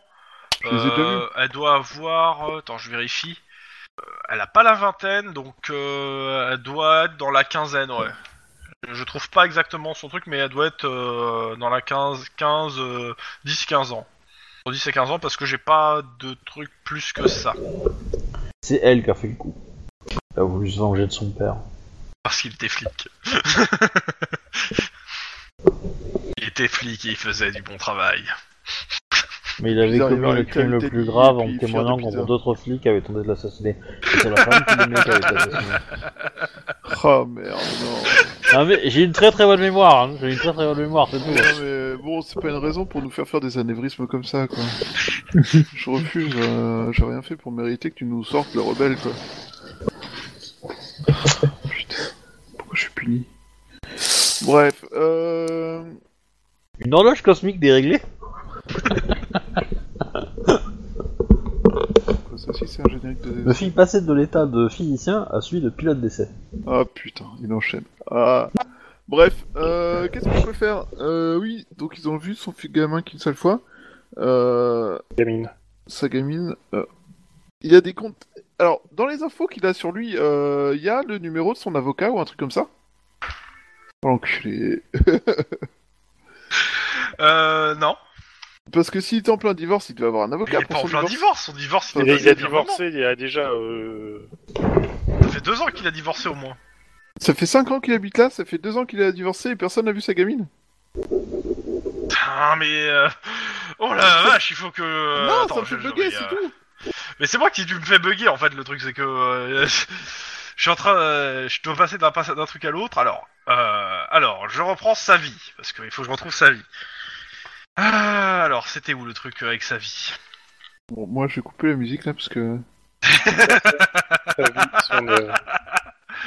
[SPEAKER 5] je les ai pas vus.
[SPEAKER 1] euh, elle doit avoir, euh, attends, je vérifie, Euh, elle a pas la vingtaine, donc euh, elle doit être dans la quinzaine, ouais. Je trouve pas exactement son truc, mais elle doit être euh, dans la 15, 15, 10, 15 ans. Entre 10 et 15 ans parce que j'ai pas de truc plus que ça.
[SPEAKER 2] C'est elle qui a fait le coup. Elle a voulu se venger de son père.
[SPEAKER 1] Parce qu'il était flic. il était flic et il faisait du bon travail.
[SPEAKER 2] Mais il avait
[SPEAKER 5] Bizarre, il
[SPEAKER 2] commis
[SPEAKER 5] va
[SPEAKER 2] le
[SPEAKER 5] avec
[SPEAKER 2] crime le
[SPEAKER 5] Italie,
[SPEAKER 2] plus grave
[SPEAKER 5] puis
[SPEAKER 2] en
[SPEAKER 5] faire
[SPEAKER 2] témoignant
[SPEAKER 5] des
[SPEAKER 2] contre
[SPEAKER 5] pizzas.
[SPEAKER 2] d'autres flics qui avaient tenté de l'assassiner. C'est la femme qui l'aimait qui avait été assassinée.
[SPEAKER 5] Oh merde, non.
[SPEAKER 2] Ah, mais j'ai une très très bonne mémoire, hein, j'ai une très très bonne mémoire, c'est tout.
[SPEAKER 5] Non, mais bon, c'est pas une raison pour nous faire faire des anévrismes comme ça, quoi. je refuse, euh, j'ai rien fait pour mériter que tu nous sortes le rebelle, quoi. Putain, pourquoi je suis puni Bref, euh...
[SPEAKER 2] Une horloge cosmique déréglée
[SPEAKER 5] quoi, Ça aussi, c'est un générique de...
[SPEAKER 2] Le fille passait de l'état de physicien à celui de pilote d'essai.
[SPEAKER 5] Ah putain, il enchaîne. Ah. Bref, euh, qu'est-ce qu'on peut faire euh, Oui, donc ils ont vu son fi- gamin qu'une seule fois. Euh...
[SPEAKER 3] gamine.
[SPEAKER 5] sa gamine. euh, il a des comptes. Alors, dans les infos qu'il a sur lui, euh, il y a le numéro de son avocat ou un truc comme ça Oh, L'enculé.
[SPEAKER 1] Euh, non.
[SPEAKER 5] Parce que s'il était en plein divorce, il devait avoir un
[SPEAKER 1] Il
[SPEAKER 5] avocat
[SPEAKER 1] est
[SPEAKER 5] pour
[SPEAKER 1] pas en
[SPEAKER 5] son
[SPEAKER 1] plein
[SPEAKER 5] divorce.
[SPEAKER 1] divorce, son divorce il
[SPEAKER 3] Il,
[SPEAKER 1] est
[SPEAKER 3] a-
[SPEAKER 1] passé
[SPEAKER 3] il a
[SPEAKER 1] depuis un moment.
[SPEAKER 3] divorcé, il a déjà. euh,
[SPEAKER 1] Ça fait deux ans qu'il a divorcé au moins.
[SPEAKER 5] Ça fait 5 ans qu'il habite là, ça fait 2 ans qu'il a divorcé et personne n'a vu sa gamine
[SPEAKER 1] Putain, mais. euh, Oh la vache, il faut que. euh,
[SPEAKER 5] Non,
[SPEAKER 1] attends,
[SPEAKER 5] ça me fait
[SPEAKER 1] je- je-
[SPEAKER 5] bugger,
[SPEAKER 1] euh, je-
[SPEAKER 5] c'est
[SPEAKER 1] euh,
[SPEAKER 5] tout
[SPEAKER 1] Mais c'est moi qui tu me fais bugger en fait. Le truc c'est que euh, je suis en train, euh, je dois passer d'un pass- d'un truc à l'autre. Alors, euh, alors je reprends sa vie parce qu'il faut que je retrouve sa vie. Ah, alors c'était où le truc avec sa vie
[SPEAKER 5] Bon, moi, je vais couper la musique là parce que,
[SPEAKER 3] Ta vie, son, euh,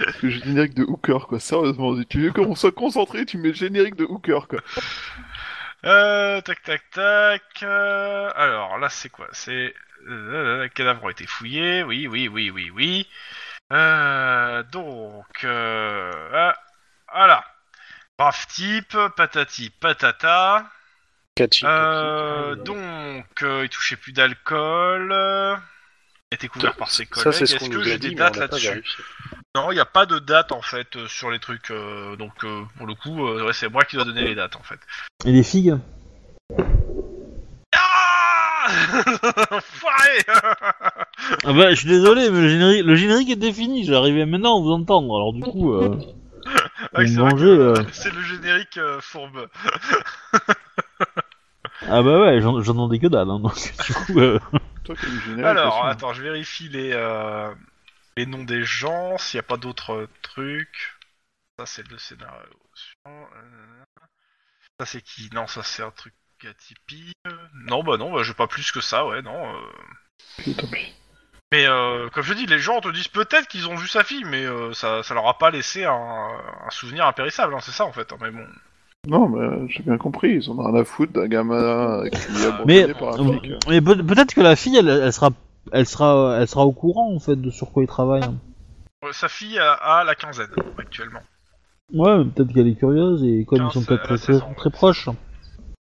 [SPEAKER 5] parce que j'ai le générique de Hooker, quoi. Sérieusement, si tu veux qu'on soit concentré, tu mets le générique de Hooker, quoi.
[SPEAKER 1] Euh, tac tac tac. euh, alors là, c'est quoi C'est. Euh, cadavres ont été fouillés. Oui, oui, oui, oui, oui. Euh, donc. Euh, ah, voilà. Brave type, patati patata.
[SPEAKER 3] Catchy.
[SPEAKER 1] Euh, donc, euh, il touchait plus d'alcool. euh, Était couvert par ses collègues.
[SPEAKER 3] Ça, c'est ce qu'on
[SPEAKER 1] Est-ce
[SPEAKER 3] nous
[SPEAKER 1] que j'ai
[SPEAKER 3] a
[SPEAKER 1] des
[SPEAKER 3] dit, mais on
[SPEAKER 1] dates
[SPEAKER 3] l'a pas
[SPEAKER 1] là-dessus
[SPEAKER 3] vérifié.
[SPEAKER 1] non, il n'y a pas de date en fait euh, sur les trucs, euh, donc euh, pour le coup, euh, ouais, c'est moi qui dois donner les dates en fait.
[SPEAKER 2] Et les figues
[SPEAKER 1] Ah Enfoiré
[SPEAKER 2] Ah bah, je suis désolé, mais le générique, le générique est défini, j'arrivais maintenant à vous entendre, alors du coup, euh,
[SPEAKER 1] Ouais, c'est
[SPEAKER 2] vous
[SPEAKER 1] vrai
[SPEAKER 2] mangez, euh,
[SPEAKER 1] que C'est le générique euh, fourbe.
[SPEAKER 2] Ah bah ouais, j'en- j'entendais que dalle, hein, donc du coup... euh,
[SPEAKER 5] Toi qui as le générique.
[SPEAKER 1] Alors,
[SPEAKER 5] attention.
[SPEAKER 1] attends, je vérifie les, euh, les noms des gens, s'il n'y a pas d'autres euh, trucs. Ça, c'est le scénario. Euh, Ça, c'est qui Non, ça, c'est un truc atypique. Non, bah non, bah, j'ai pas plus que ça, ouais, non. euh.
[SPEAKER 5] Tant pis.
[SPEAKER 1] Mais euh, comme je dis, les gens te disent peut-être qu'ils ont vu sa fille, mais euh, ça, ça leur a pas laissé un, un souvenir impérissable, hein, c'est ça en fait. hein, mais bon.
[SPEAKER 5] Non, mais euh, j'ai bien compris, ils en ont rien à foutre d'un gamin qui est abandonné
[SPEAKER 2] Mais,
[SPEAKER 5] par un flic.
[SPEAKER 2] euh, mais peut- peut-être que la fille, elle, elle sera, elle sera, elle sera au courant en fait de sur quoi il travaille.
[SPEAKER 1] Euh, Sa fille a, a la quinzaine actuellement.
[SPEAKER 2] Ouais, mais peut-être qu'elle est curieuse et comme ils sont
[SPEAKER 1] Quinze,
[SPEAKER 2] peut-être
[SPEAKER 1] euh,
[SPEAKER 2] très,
[SPEAKER 1] seize ans.
[SPEAKER 2] très proches.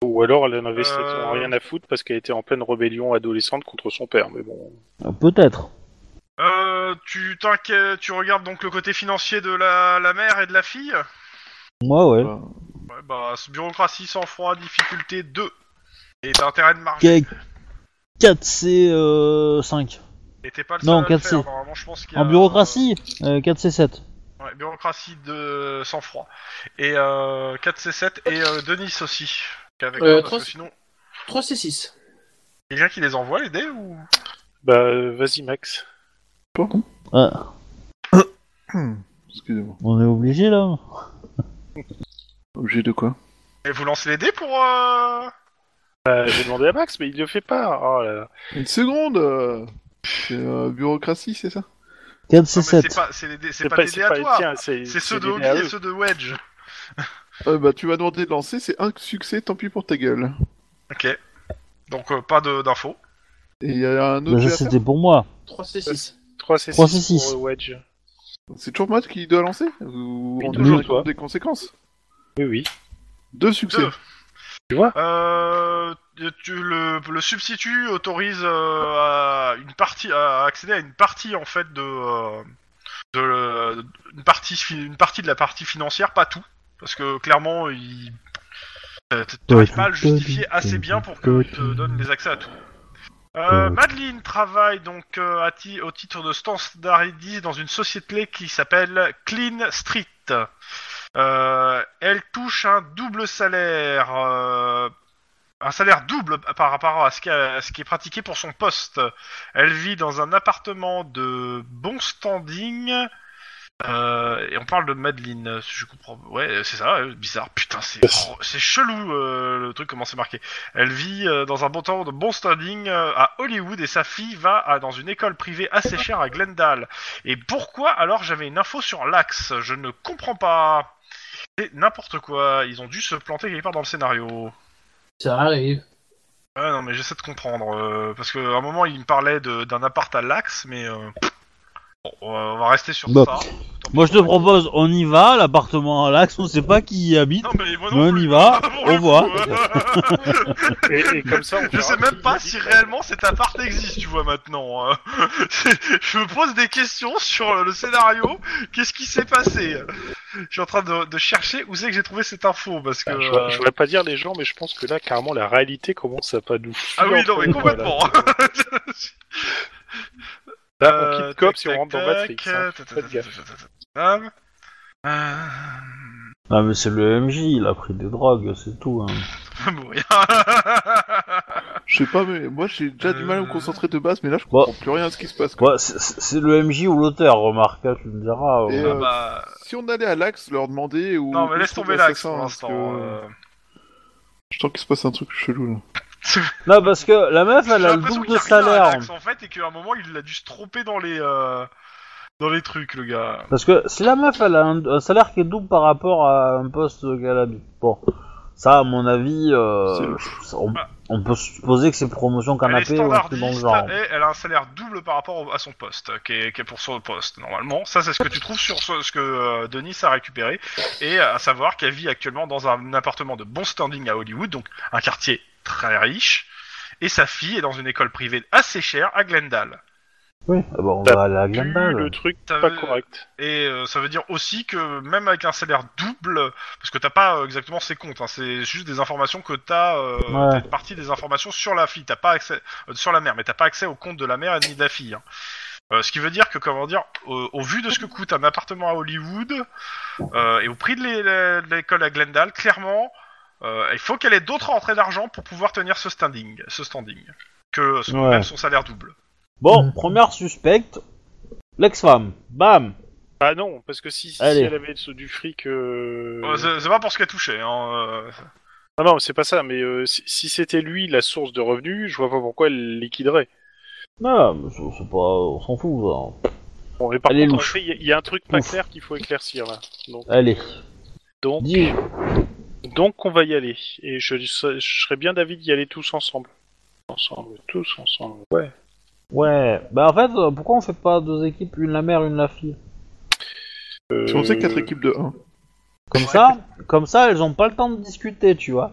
[SPEAKER 3] Ou alors elle en avait
[SPEAKER 1] Euh.
[SPEAKER 3] strictement rien à foutre parce qu'elle était en pleine rébellion adolescente contre son père, mais bon.
[SPEAKER 2] Euh, Peut-être.
[SPEAKER 1] Euh, tu t'inquiètes, tu regardes donc le côté financier de la, la mère et de la fille
[SPEAKER 2] Moi, ouais.
[SPEAKER 5] Enfin,
[SPEAKER 1] Ouais, bah, c'est bureaucratie sans froid, difficulté 2. Et t'as intérêt de marger.
[SPEAKER 2] Qu- 4C5. euh, cinq.
[SPEAKER 1] Et t'es pas le seul à
[SPEAKER 2] Non,
[SPEAKER 1] le
[SPEAKER 2] 4C.
[SPEAKER 1] faire, normalement, je pense qu'il y a-
[SPEAKER 2] en bureaucratie, euh, 4C7.
[SPEAKER 1] Ouais, bureaucratie de sans froid. Et euh, 4C7 et euh, Denis aussi. Avec
[SPEAKER 4] Euh,
[SPEAKER 1] eux, parce
[SPEAKER 4] trois-
[SPEAKER 1] que sinon,
[SPEAKER 4] 3 C6.
[SPEAKER 1] quelqu'un qui les envoie les dés ou
[SPEAKER 3] Bah euh, vas-y Max.
[SPEAKER 5] Pardon
[SPEAKER 2] Ah.
[SPEAKER 5] Hmm, Excusez-moi.
[SPEAKER 2] On est obligé là.
[SPEAKER 5] Obligé de quoi
[SPEAKER 1] Et vous lancez les dés pour. Euh...
[SPEAKER 3] Bah, j'ai demandé à Max, mais il le fait pas. Oh là là.
[SPEAKER 5] Une seconde euh, C'est euh, bureaucratie, c'est ça
[SPEAKER 1] non, mais c'est
[SPEAKER 2] 4C7.
[SPEAKER 1] pas, c'est les dés, c'est
[SPEAKER 3] C'est
[SPEAKER 1] pas,
[SPEAKER 3] pas,
[SPEAKER 1] tes
[SPEAKER 3] c'est
[SPEAKER 1] dés à
[SPEAKER 3] pas les
[SPEAKER 1] toi.
[SPEAKER 3] tiens, c'est
[SPEAKER 1] C'est ceux
[SPEAKER 3] les
[SPEAKER 1] de Obi
[SPEAKER 3] dés à
[SPEAKER 1] et
[SPEAKER 3] eux.
[SPEAKER 1] ceux de Wedge.
[SPEAKER 5] euh, Bah, tu m'as demandé de lancer, c'est un succès, tant pis pour ta gueule.
[SPEAKER 1] Ok. Donc euh, pas de- d'infos.
[SPEAKER 5] Et il y a un autre
[SPEAKER 2] Bah,
[SPEAKER 5] jeu
[SPEAKER 2] ça
[SPEAKER 5] à faire
[SPEAKER 2] c'était pour moi.
[SPEAKER 4] 3 C6.
[SPEAKER 3] 3 c'est
[SPEAKER 2] 3,
[SPEAKER 3] 6,
[SPEAKER 2] c'est six.
[SPEAKER 3] pour Wedge.
[SPEAKER 5] C'est toujours moi qui dois lancer Vous vous
[SPEAKER 3] Oui,
[SPEAKER 5] rendez
[SPEAKER 3] toujours
[SPEAKER 5] bien
[SPEAKER 3] toi.
[SPEAKER 5] compte des conséquences
[SPEAKER 3] Oui, oui.
[SPEAKER 5] Deux succès.
[SPEAKER 1] Deux.
[SPEAKER 3] Tu vois
[SPEAKER 1] Euh, tu, le, le substitut autorise euh, à une partie à accéder à une partie en fait de, euh, de le- une partie fi- une partie de la partie financière, pas tout, parce que clairement il euh, t- t'arrives pas à le justifier assez bien pour qu'il te donne les accès à tout. Euh, Madeleine travaille donc euh, à ti- au titre de standardisé dans une société qui s'appelle Clean Street. Euh, elle touche un double salaire, euh, un salaire double par rapport à ce, qui à ce qui est pratiqué pour son poste. Elle vit dans un appartement de bon standing. euh, et on parle de Madeleine, je comprends. Ouais, c'est ça, ouais, bizarre. Putain, c'est
[SPEAKER 3] Yes.
[SPEAKER 1] oh, c'est chelou euh, le truc comment c'est marqué. Elle vit euh, dans un bon temps de bon standing euh, à Hollywood et sa fille va à- dans une école privée assez chère à Glendale. Et pourquoi alors j'avais une info sur l'axe Je ne comprends pas. C'est n'importe quoi. Ils ont dû se planter quelque part dans le scénario.
[SPEAKER 4] Ça arrive.
[SPEAKER 1] Ouais, non, mais j'essaie de comprendre. euh, parce qu'à un moment, il me parlait de- d'un appart à l'axe, mais. euh, Bon, on va- on va rester sur
[SPEAKER 2] Bon.
[SPEAKER 1] ça. Tant
[SPEAKER 2] Moi
[SPEAKER 1] pis.
[SPEAKER 2] je te propose, on y va, l'appartement à l'axe, on sait pas qui y habite.
[SPEAKER 1] Non, mais moi non
[SPEAKER 2] Mais on
[SPEAKER 1] plus.
[SPEAKER 2] y va,
[SPEAKER 1] Pour
[SPEAKER 2] on
[SPEAKER 1] le
[SPEAKER 2] voit.
[SPEAKER 1] coup, euh,
[SPEAKER 3] Et, et comme ça, on
[SPEAKER 1] Je
[SPEAKER 3] verra
[SPEAKER 1] sais même
[SPEAKER 3] qui
[SPEAKER 1] pas
[SPEAKER 3] le dit.
[SPEAKER 1] si réellement cet appart existe, tu vois, maintenant. euh. Je me pose des questions sur euh, le scénario. Qu'est-ce qui s'est passé Je suis en train de, de chercher où c'est que j'ai trouvé cette info, parce que...
[SPEAKER 3] Ah, Je, vois-
[SPEAKER 1] euh,
[SPEAKER 3] je voudrais pas dire les gens, mais je pense que là, carrément, la réalité commence à pas nous.
[SPEAKER 1] Ah oui,
[SPEAKER 3] filer
[SPEAKER 1] non,
[SPEAKER 3] entre
[SPEAKER 1] mais
[SPEAKER 3] nous,
[SPEAKER 1] complètement.
[SPEAKER 3] voilà. Là, on
[SPEAKER 1] Euh,
[SPEAKER 3] quitte Cops
[SPEAKER 1] tac,
[SPEAKER 3] et on rentre dans
[SPEAKER 1] tac,
[SPEAKER 3] Matrix. hein.
[SPEAKER 1] euh, tac, tac,
[SPEAKER 3] Faites
[SPEAKER 1] tac,
[SPEAKER 3] gaffe.
[SPEAKER 1] tac, tac, tac. Euh,
[SPEAKER 2] Ah mais c'est le MJ, il a pris des drogues, c'est tout. Hein.
[SPEAKER 3] Euh,
[SPEAKER 1] mourir.
[SPEAKER 5] Je sais pas, mais moi j'ai déjà du
[SPEAKER 1] Euh.
[SPEAKER 5] mal à me concentrer de base, mais là je
[SPEAKER 2] Bon.
[SPEAKER 5] comprends plus rien à ce qui se passe. quoi.
[SPEAKER 2] Bon, c'est- c'est c'est le MJ ou l'auteur, remarque, hein, tu me diras.
[SPEAKER 5] Et,
[SPEAKER 2] on a-
[SPEAKER 5] euh,
[SPEAKER 1] Bah,
[SPEAKER 5] Si on allait à l'axe, leur demander ou.
[SPEAKER 1] non, mais laisse tomber l'axe pour l'instant. euh.
[SPEAKER 5] Je sens qu'il se passe un truc chelou là.
[SPEAKER 2] Non, parce que Ah, la meuf,
[SPEAKER 1] J'ai
[SPEAKER 2] elle a le
[SPEAKER 1] l'impression
[SPEAKER 2] double
[SPEAKER 1] qu'il y
[SPEAKER 2] de
[SPEAKER 1] a rien à
[SPEAKER 2] salaire.
[SPEAKER 1] l'axe, en fait, et qu'à un moment, il a dû se tromper dans les, euh, dans les trucs, le gars.
[SPEAKER 2] Parce que si la meuf, elle a un, un salaire qui est double par rapport à un poste qu'elle habite. Bon, ça, à mon avis, euh,
[SPEAKER 5] C'est le-
[SPEAKER 2] on, on peut supposer que c'est promotion
[SPEAKER 1] elle est
[SPEAKER 2] canapé ou un truc dans le
[SPEAKER 1] standardiste
[SPEAKER 2] genre.
[SPEAKER 1] et elle a un salaire double par rapport au- à son poste, qui est, qui est pour son poste normalement. Ça, c'est ce que tu trouves sur ce, ce que euh, Denis a récupéré. Et à savoir qu'elle vit actuellement dans un appartement de bon standing à Hollywood, donc un quartier très riche. Et sa fille est dans une école privée assez chère à Glendale.
[SPEAKER 2] Oui, ah bah, on
[SPEAKER 3] T'as
[SPEAKER 2] va aller à
[SPEAKER 3] Plus le
[SPEAKER 2] Glendale.
[SPEAKER 3] truc
[SPEAKER 1] Ça
[SPEAKER 3] pas
[SPEAKER 1] veut-
[SPEAKER 3] correct.
[SPEAKER 1] Et euh, ça veut dire aussi que même avec un salaire double, parce que t'as pas euh, exactement ses comptes, hein, c'est juste des informations que t'as, euh, t'as
[SPEAKER 2] Ouais.
[SPEAKER 1] partie des informations sur la fille, t'as pas accès euh, sur la mère, mais t'as pas accès au compte de la mère et ni de la fille. hein. Euh, ce qui veut dire que comment dire, au, au vu de ce que coûte un appartement à Hollywood euh, et au prix de l'é- l'é- de l'école à Glendale, clairement, euh, il faut qu'elle ait d'autres rentrées d'argent pour pouvoir tenir ce standing, ce standing, que son,
[SPEAKER 2] Ouais.
[SPEAKER 1] même son salaire double.
[SPEAKER 2] Bon, première suspecte, l'ex-femme. Bam
[SPEAKER 3] Ah non, parce que si, si
[SPEAKER 2] Allez.
[SPEAKER 3] elle avait du fric. euh,
[SPEAKER 1] Euh, c'est, c'est pas pour ce qu'elle touchait. Hein, euh,
[SPEAKER 3] Non, non, c'est pas ça, mais euh, si, si c'était lui la source de revenus, je vois pas pourquoi elle liquiderait.
[SPEAKER 2] Non, mais c'est c'est pas... On s'en fout, hein. ça.
[SPEAKER 3] Bon, mais par
[SPEAKER 2] Elle est
[SPEAKER 3] contre,
[SPEAKER 2] louche.
[SPEAKER 3] après, il y a- il y, a un truc pas
[SPEAKER 2] Ouf.
[SPEAKER 3] clair qu'il faut éclaircir là. Donc,
[SPEAKER 2] Allez,
[SPEAKER 3] donc,
[SPEAKER 2] dis.
[SPEAKER 3] donc on va y aller. Et je, je serais bien d'avis d'y aller tous ensemble. Ensemble, tous ensemble. Ouais.
[SPEAKER 2] Ouais, bah en fait, euh, pourquoi on fait pas deux équipes, une la mère, une la fille
[SPEAKER 5] Si on sait 4 équipes de 1.
[SPEAKER 2] Comme ça, comme ça, elles ont pas le temps de discuter, tu vois.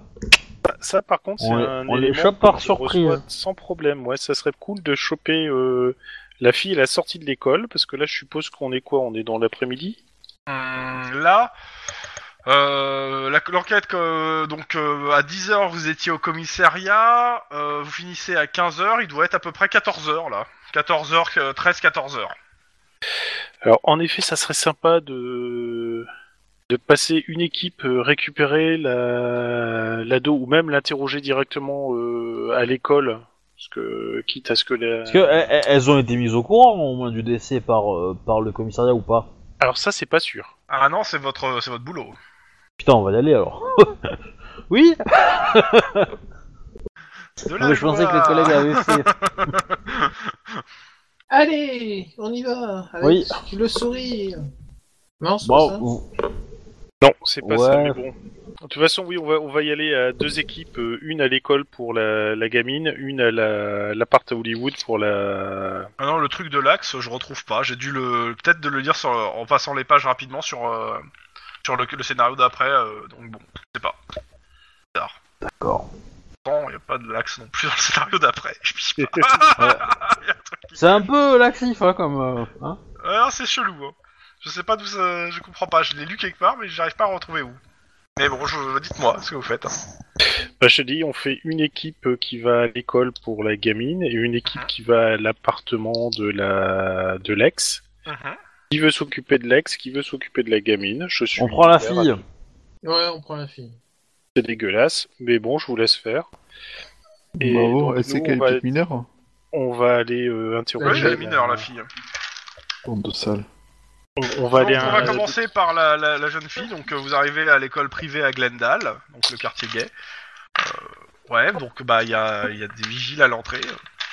[SPEAKER 3] Euh, Ça, par contre, c'est
[SPEAKER 2] On les-
[SPEAKER 3] un
[SPEAKER 2] on les
[SPEAKER 3] élément
[SPEAKER 2] chope par
[SPEAKER 3] que je
[SPEAKER 2] surprise.
[SPEAKER 3] reçois Sans problème, ouais. Ça serait cool de choper euh, la fille à la sortie de l'école, parce que là, je suppose qu'on est quoi On est dans l'après-midi
[SPEAKER 1] Hum, là, euh, la- l'enquête, euh, donc euh, à 10h vous étiez au commissariat, euh, vous finissez à 15h, il doit être à peu près 14h là. 14h, 13-14h.
[SPEAKER 3] Alors, en effet, ça serait sympa de de passer une équipe euh, récupérer la l'ado ou même l'interroger directement euh, à l'école, parce que quitte à ce que la...
[SPEAKER 2] Parce que e- e- elles ont été mises au courant au moins du décès par, euh, par le commissariat ou pas.
[SPEAKER 3] Alors ça, c'est pas sûr.
[SPEAKER 1] Ah non, c'est votre, c'est votre boulot.
[SPEAKER 2] Putain, on va y aller alors. oui
[SPEAKER 1] De
[SPEAKER 2] Non, mais Ah Je
[SPEAKER 1] joie.
[SPEAKER 2] pensais que les collègues avaient fait.
[SPEAKER 4] Allez, on y va. Avec
[SPEAKER 2] Oui.
[SPEAKER 4] Le sourire. Non, c'est pas
[SPEAKER 2] Bon,
[SPEAKER 4] ça.
[SPEAKER 2] vous-
[SPEAKER 3] Non, c'est pas ça.
[SPEAKER 2] Ouais.
[SPEAKER 3] Mais bon. De toute façon, oui, on va on va y aller à deux équipes, euh, une à l'école pour la, la gamine, une à la l'appart à Hollywood pour la.
[SPEAKER 1] Ah non, le truc de l'axe, je retrouve pas. J'ai dû le, peut-être de le lire sur- en passant les pages rapidement sur, euh, sur le, le scénario d'après. euh, donc bon, je sais pas. Bizarre.
[SPEAKER 2] D'accord.
[SPEAKER 1] Pourtant, y a pas de l'axe non plus dans le scénario d'après. Je pisse pas.
[SPEAKER 2] c'est un peu laxif hein, comme. euh, hein.
[SPEAKER 1] Ah, c'est chelou. Hein. Je sais pas d'où ça. Je comprends pas. Je l'ai lu quelque part, mais j'arrive pas à retrouver où. Mais bon, je... dites-moi ce que vous faites. hein.
[SPEAKER 3] Bah, je te dis, on fait une équipe euh, qui va à l'école pour la gamine et une équipe qui va à l'appartement de la de l'ex. Qui veut s'occuper de l'ex, qui veut s'occuper de la gamine. Je suis.
[SPEAKER 2] On prend la
[SPEAKER 3] ouvert à-
[SPEAKER 2] fille.
[SPEAKER 4] Ouais, on prend la fille.
[SPEAKER 3] C'est dégueulasse, mais bon, je vous laisse faire. Et
[SPEAKER 5] Bravo,
[SPEAKER 3] donc,
[SPEAKER 5] elle sait
[SPEAKER 3] nous,
[SPEAKER 5] qu'elle
[SPEAKER 3] on, va,
[SPEAKER 5] est mineure. hein.
[SPEAKER 3] on va aller euh, interroger.
[SPEAKER 1] Oui, elle est
[SPEAKER 3] la-
[SPEAKER 1] mineure, la fille.
[SPEAKER 5] Bande de sale.
[SPEAKER 3] On, on va
[SPEAKER 1] Donc,
[SPEAKER 3] aller.
[SPEAKER 1] on
[SPEAKER 3] à-
[SPEAKER 1] va commencer par la, la- la jeune fille. Donc, euh, vous arrivez à l'école privée à Glendale, donc le quartier gay. Euh, ouais, donc bah il y a, il y a des vigiles à l'entrée.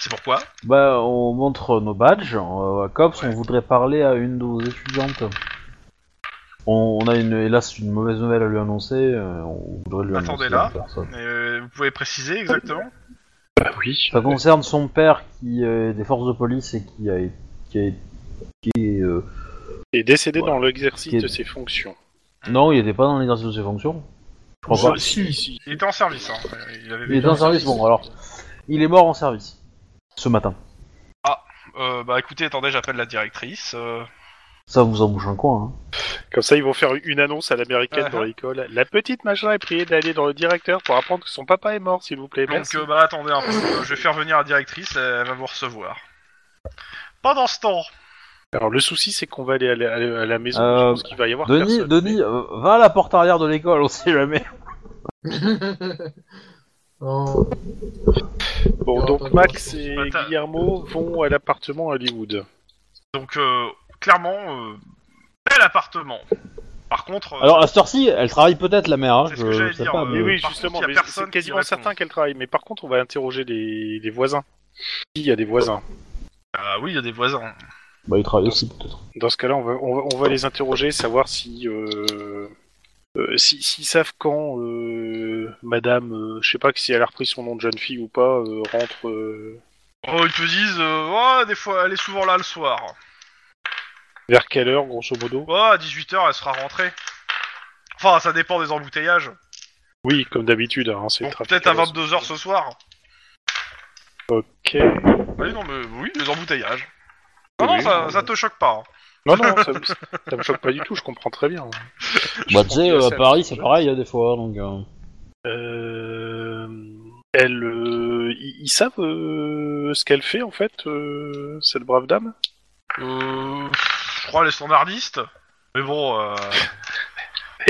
[SPEAKER 1] C'est pourquoi.
[SPEAKER 2] Bah, on montre nos badges. euh, à Cops, on voudrait parler à une de vos étudiantes. On, on a une, hélas une mauvaise nouvelle à lui annoncer. euh, on voudrait lui annoncer.
[SPEAKER 1] Attendez
[SPEAKER 2] à
[SPEAKER 1] là.
[SPEAKER 2] la personne.
[SPEAKER 1] Mais, euh, vous pouvez préciser exactement.
[SPEAKER 3] Ah oui.
[SPEAKER 2] Ça concerne son père qui est des forces de police et qui a été. Qui a, qui est, euh,
[SPEAKER 3] Et décédé
[SPEAKER 2] Voilà.
[SPEAKER 3] dans l'exercice
[SPEAKER 2] Qui est-
[SPEAKER 3] de ses fonctions.
[SPEAKER 2] Non, il n'était pas dans l'exercice de ses fonctions. Je crois pas.
[SPEAKER 3] Ah, si, si.
[SPEAKER 1] Il était en service. Hein. Il avait
[SPEAKER 2] Il est en service, bon alors. Il est mort en service. Ce matin.
[SPEAKER 1] Euh, bah écoutez, attendez, j'appelle la directrice. euh.
[SPEAKER 2] Ça vous embouche un coin. Hein.
[SPEAKER 3] Comme ça, ils vont faire une annonce à l'américaine
[SPEAKER 1] Ah,
[SPEAKER 3] dans
[SPEAKER 1] ah.
[SPEAKER 3] l'école. La petite machin est priée d'aller dans le directeur pour apprendre que son papa est mort, s'il vous plaît.
[SPEAKER 1] Donc
[SPEAKER 3] Merci.
[SPEAKER 1] euh, bah attendez un peu, euh, je vais faire venir la directrice, euh, elle va vous recevoir. Pendant ce temps,
[SPEAKER 3] Alors, le souci, c'est qu'on va aller à la, à la- à la maison.
[SPEAKER 2] Euh,
[SPEAKER 3] je pense qu'il va y avoir
[SPEAKER 2] Denis,
[SPEAKER 3] personne.
[SPEAKER 2] Denis euh, va à la porte arrière de l'école, on sait jamais.
[SPEAKER 4] Non.
[SPEAKER 3] Bon,
[SPEAKER 4] Non, pas
[SPEAKER 3] donc
[SPEAKER 4] de
[SPEAKER 3] Max
[SPEAKER 4] moi.
[SPEAKER 3] et
[SPEAKER 1] Bah, t'as-
[SPEAKER 3] Guillermo vont à l'appartement à Hollywood.
[SPEAKER 1] Donc, euh, clairement, euh, bel appartement. Par contre, euh,
[SPEAKER 2] Alors à cette heure-ci, elle travaille peut-être la mère, hein,
[SPEAKER 1] C'est ce
[SPEAKER 2] je,
[SPEAKER 1] que j'allais
[SPEAKER 2] je sais
[SPEAKER 1] dire,
[SPEAKER 2] pas.
[SPEAKER 1] euh,
[SPEAKER 2] mais-
[SPEAKER 3] Mais oui,
[SPEAKER 1] par
[SPEAKER 3] justement,
[SPEAKER 1] contre, il y a
[SPEAKER 3] mais
[SPEAKER 1] personne
[SPEAKER 3] c'est
[SPEAKER 1] qui
[SPEAKER 3] quasiment
[SPEAKER 1] répond.
[SPEAKER 3] certain qu'elle travaille. Mais par contre, on va interroger les, les voisins. Il y a des voisins.
[SPEAKER 1] ah oui, il y a des voisins.
[SPEAKER 2] Bah il travaille aussi peut-être.
[SPEAKER 3] Dans ce cas-là, on va, on va, on va les interroger, savoir si, euh, euh, si, s'ils savent quand euh, Madame, euh, je sais pas que si elle a repris son nom de jeune fille ou pas, euh, rentre. euh,
[SPEAKER 1] Oh, ils te disent, euh, Ouais, des fois, elle est souvent là le soir.
[SPEAKER 3] vers quelle heure, grosso modo
[SPEAKER 1] Oh, à 18h, elle sera rentrée. Enfin, ça dépend des embouteillages.
[SPEAKER 3] Oui, comme d'habitude, hein, c'est le
[SPEAKER 1] Donc,
[SPEAKER 3] trafic
[SPEAKER 1] peut-être à
[SPEAKER 3] la
[SPEAKER 1] 22h ce soir.
[SPEAKER 3] Ok.
[SPEAKER 1] Oui, non, mais oui, les embouteillages. Non, non,
[SPEAKER 3] Oui,
[SPEAKER 1] ça,
[SPEAKER 3] non,
[SPEAKER 1] ça te choque pas. hein.
[SPEAKER 3] Non, non, ça, me- ça me choque pas du tout, je comprends très bien. Je
[SPEAKER 2] Bah tu
[SPEAKER 3] pense
[SPEAKER 2] sais,
[SPEAKER 3] que
[SPEAKER 2] euh, à
[SPEAKER 3] c'est-
[SPEAKER 2] Paris c'est pareil hein, des fois, donc... euh,
[SPEAKER 3] Euh, elle, euh, ils, ils savent euh, ce qu'elle fait en fait, euh, cette brave dame.
[SPEAKER 1] Euh, je crois les standardistes. Mais bon, euh...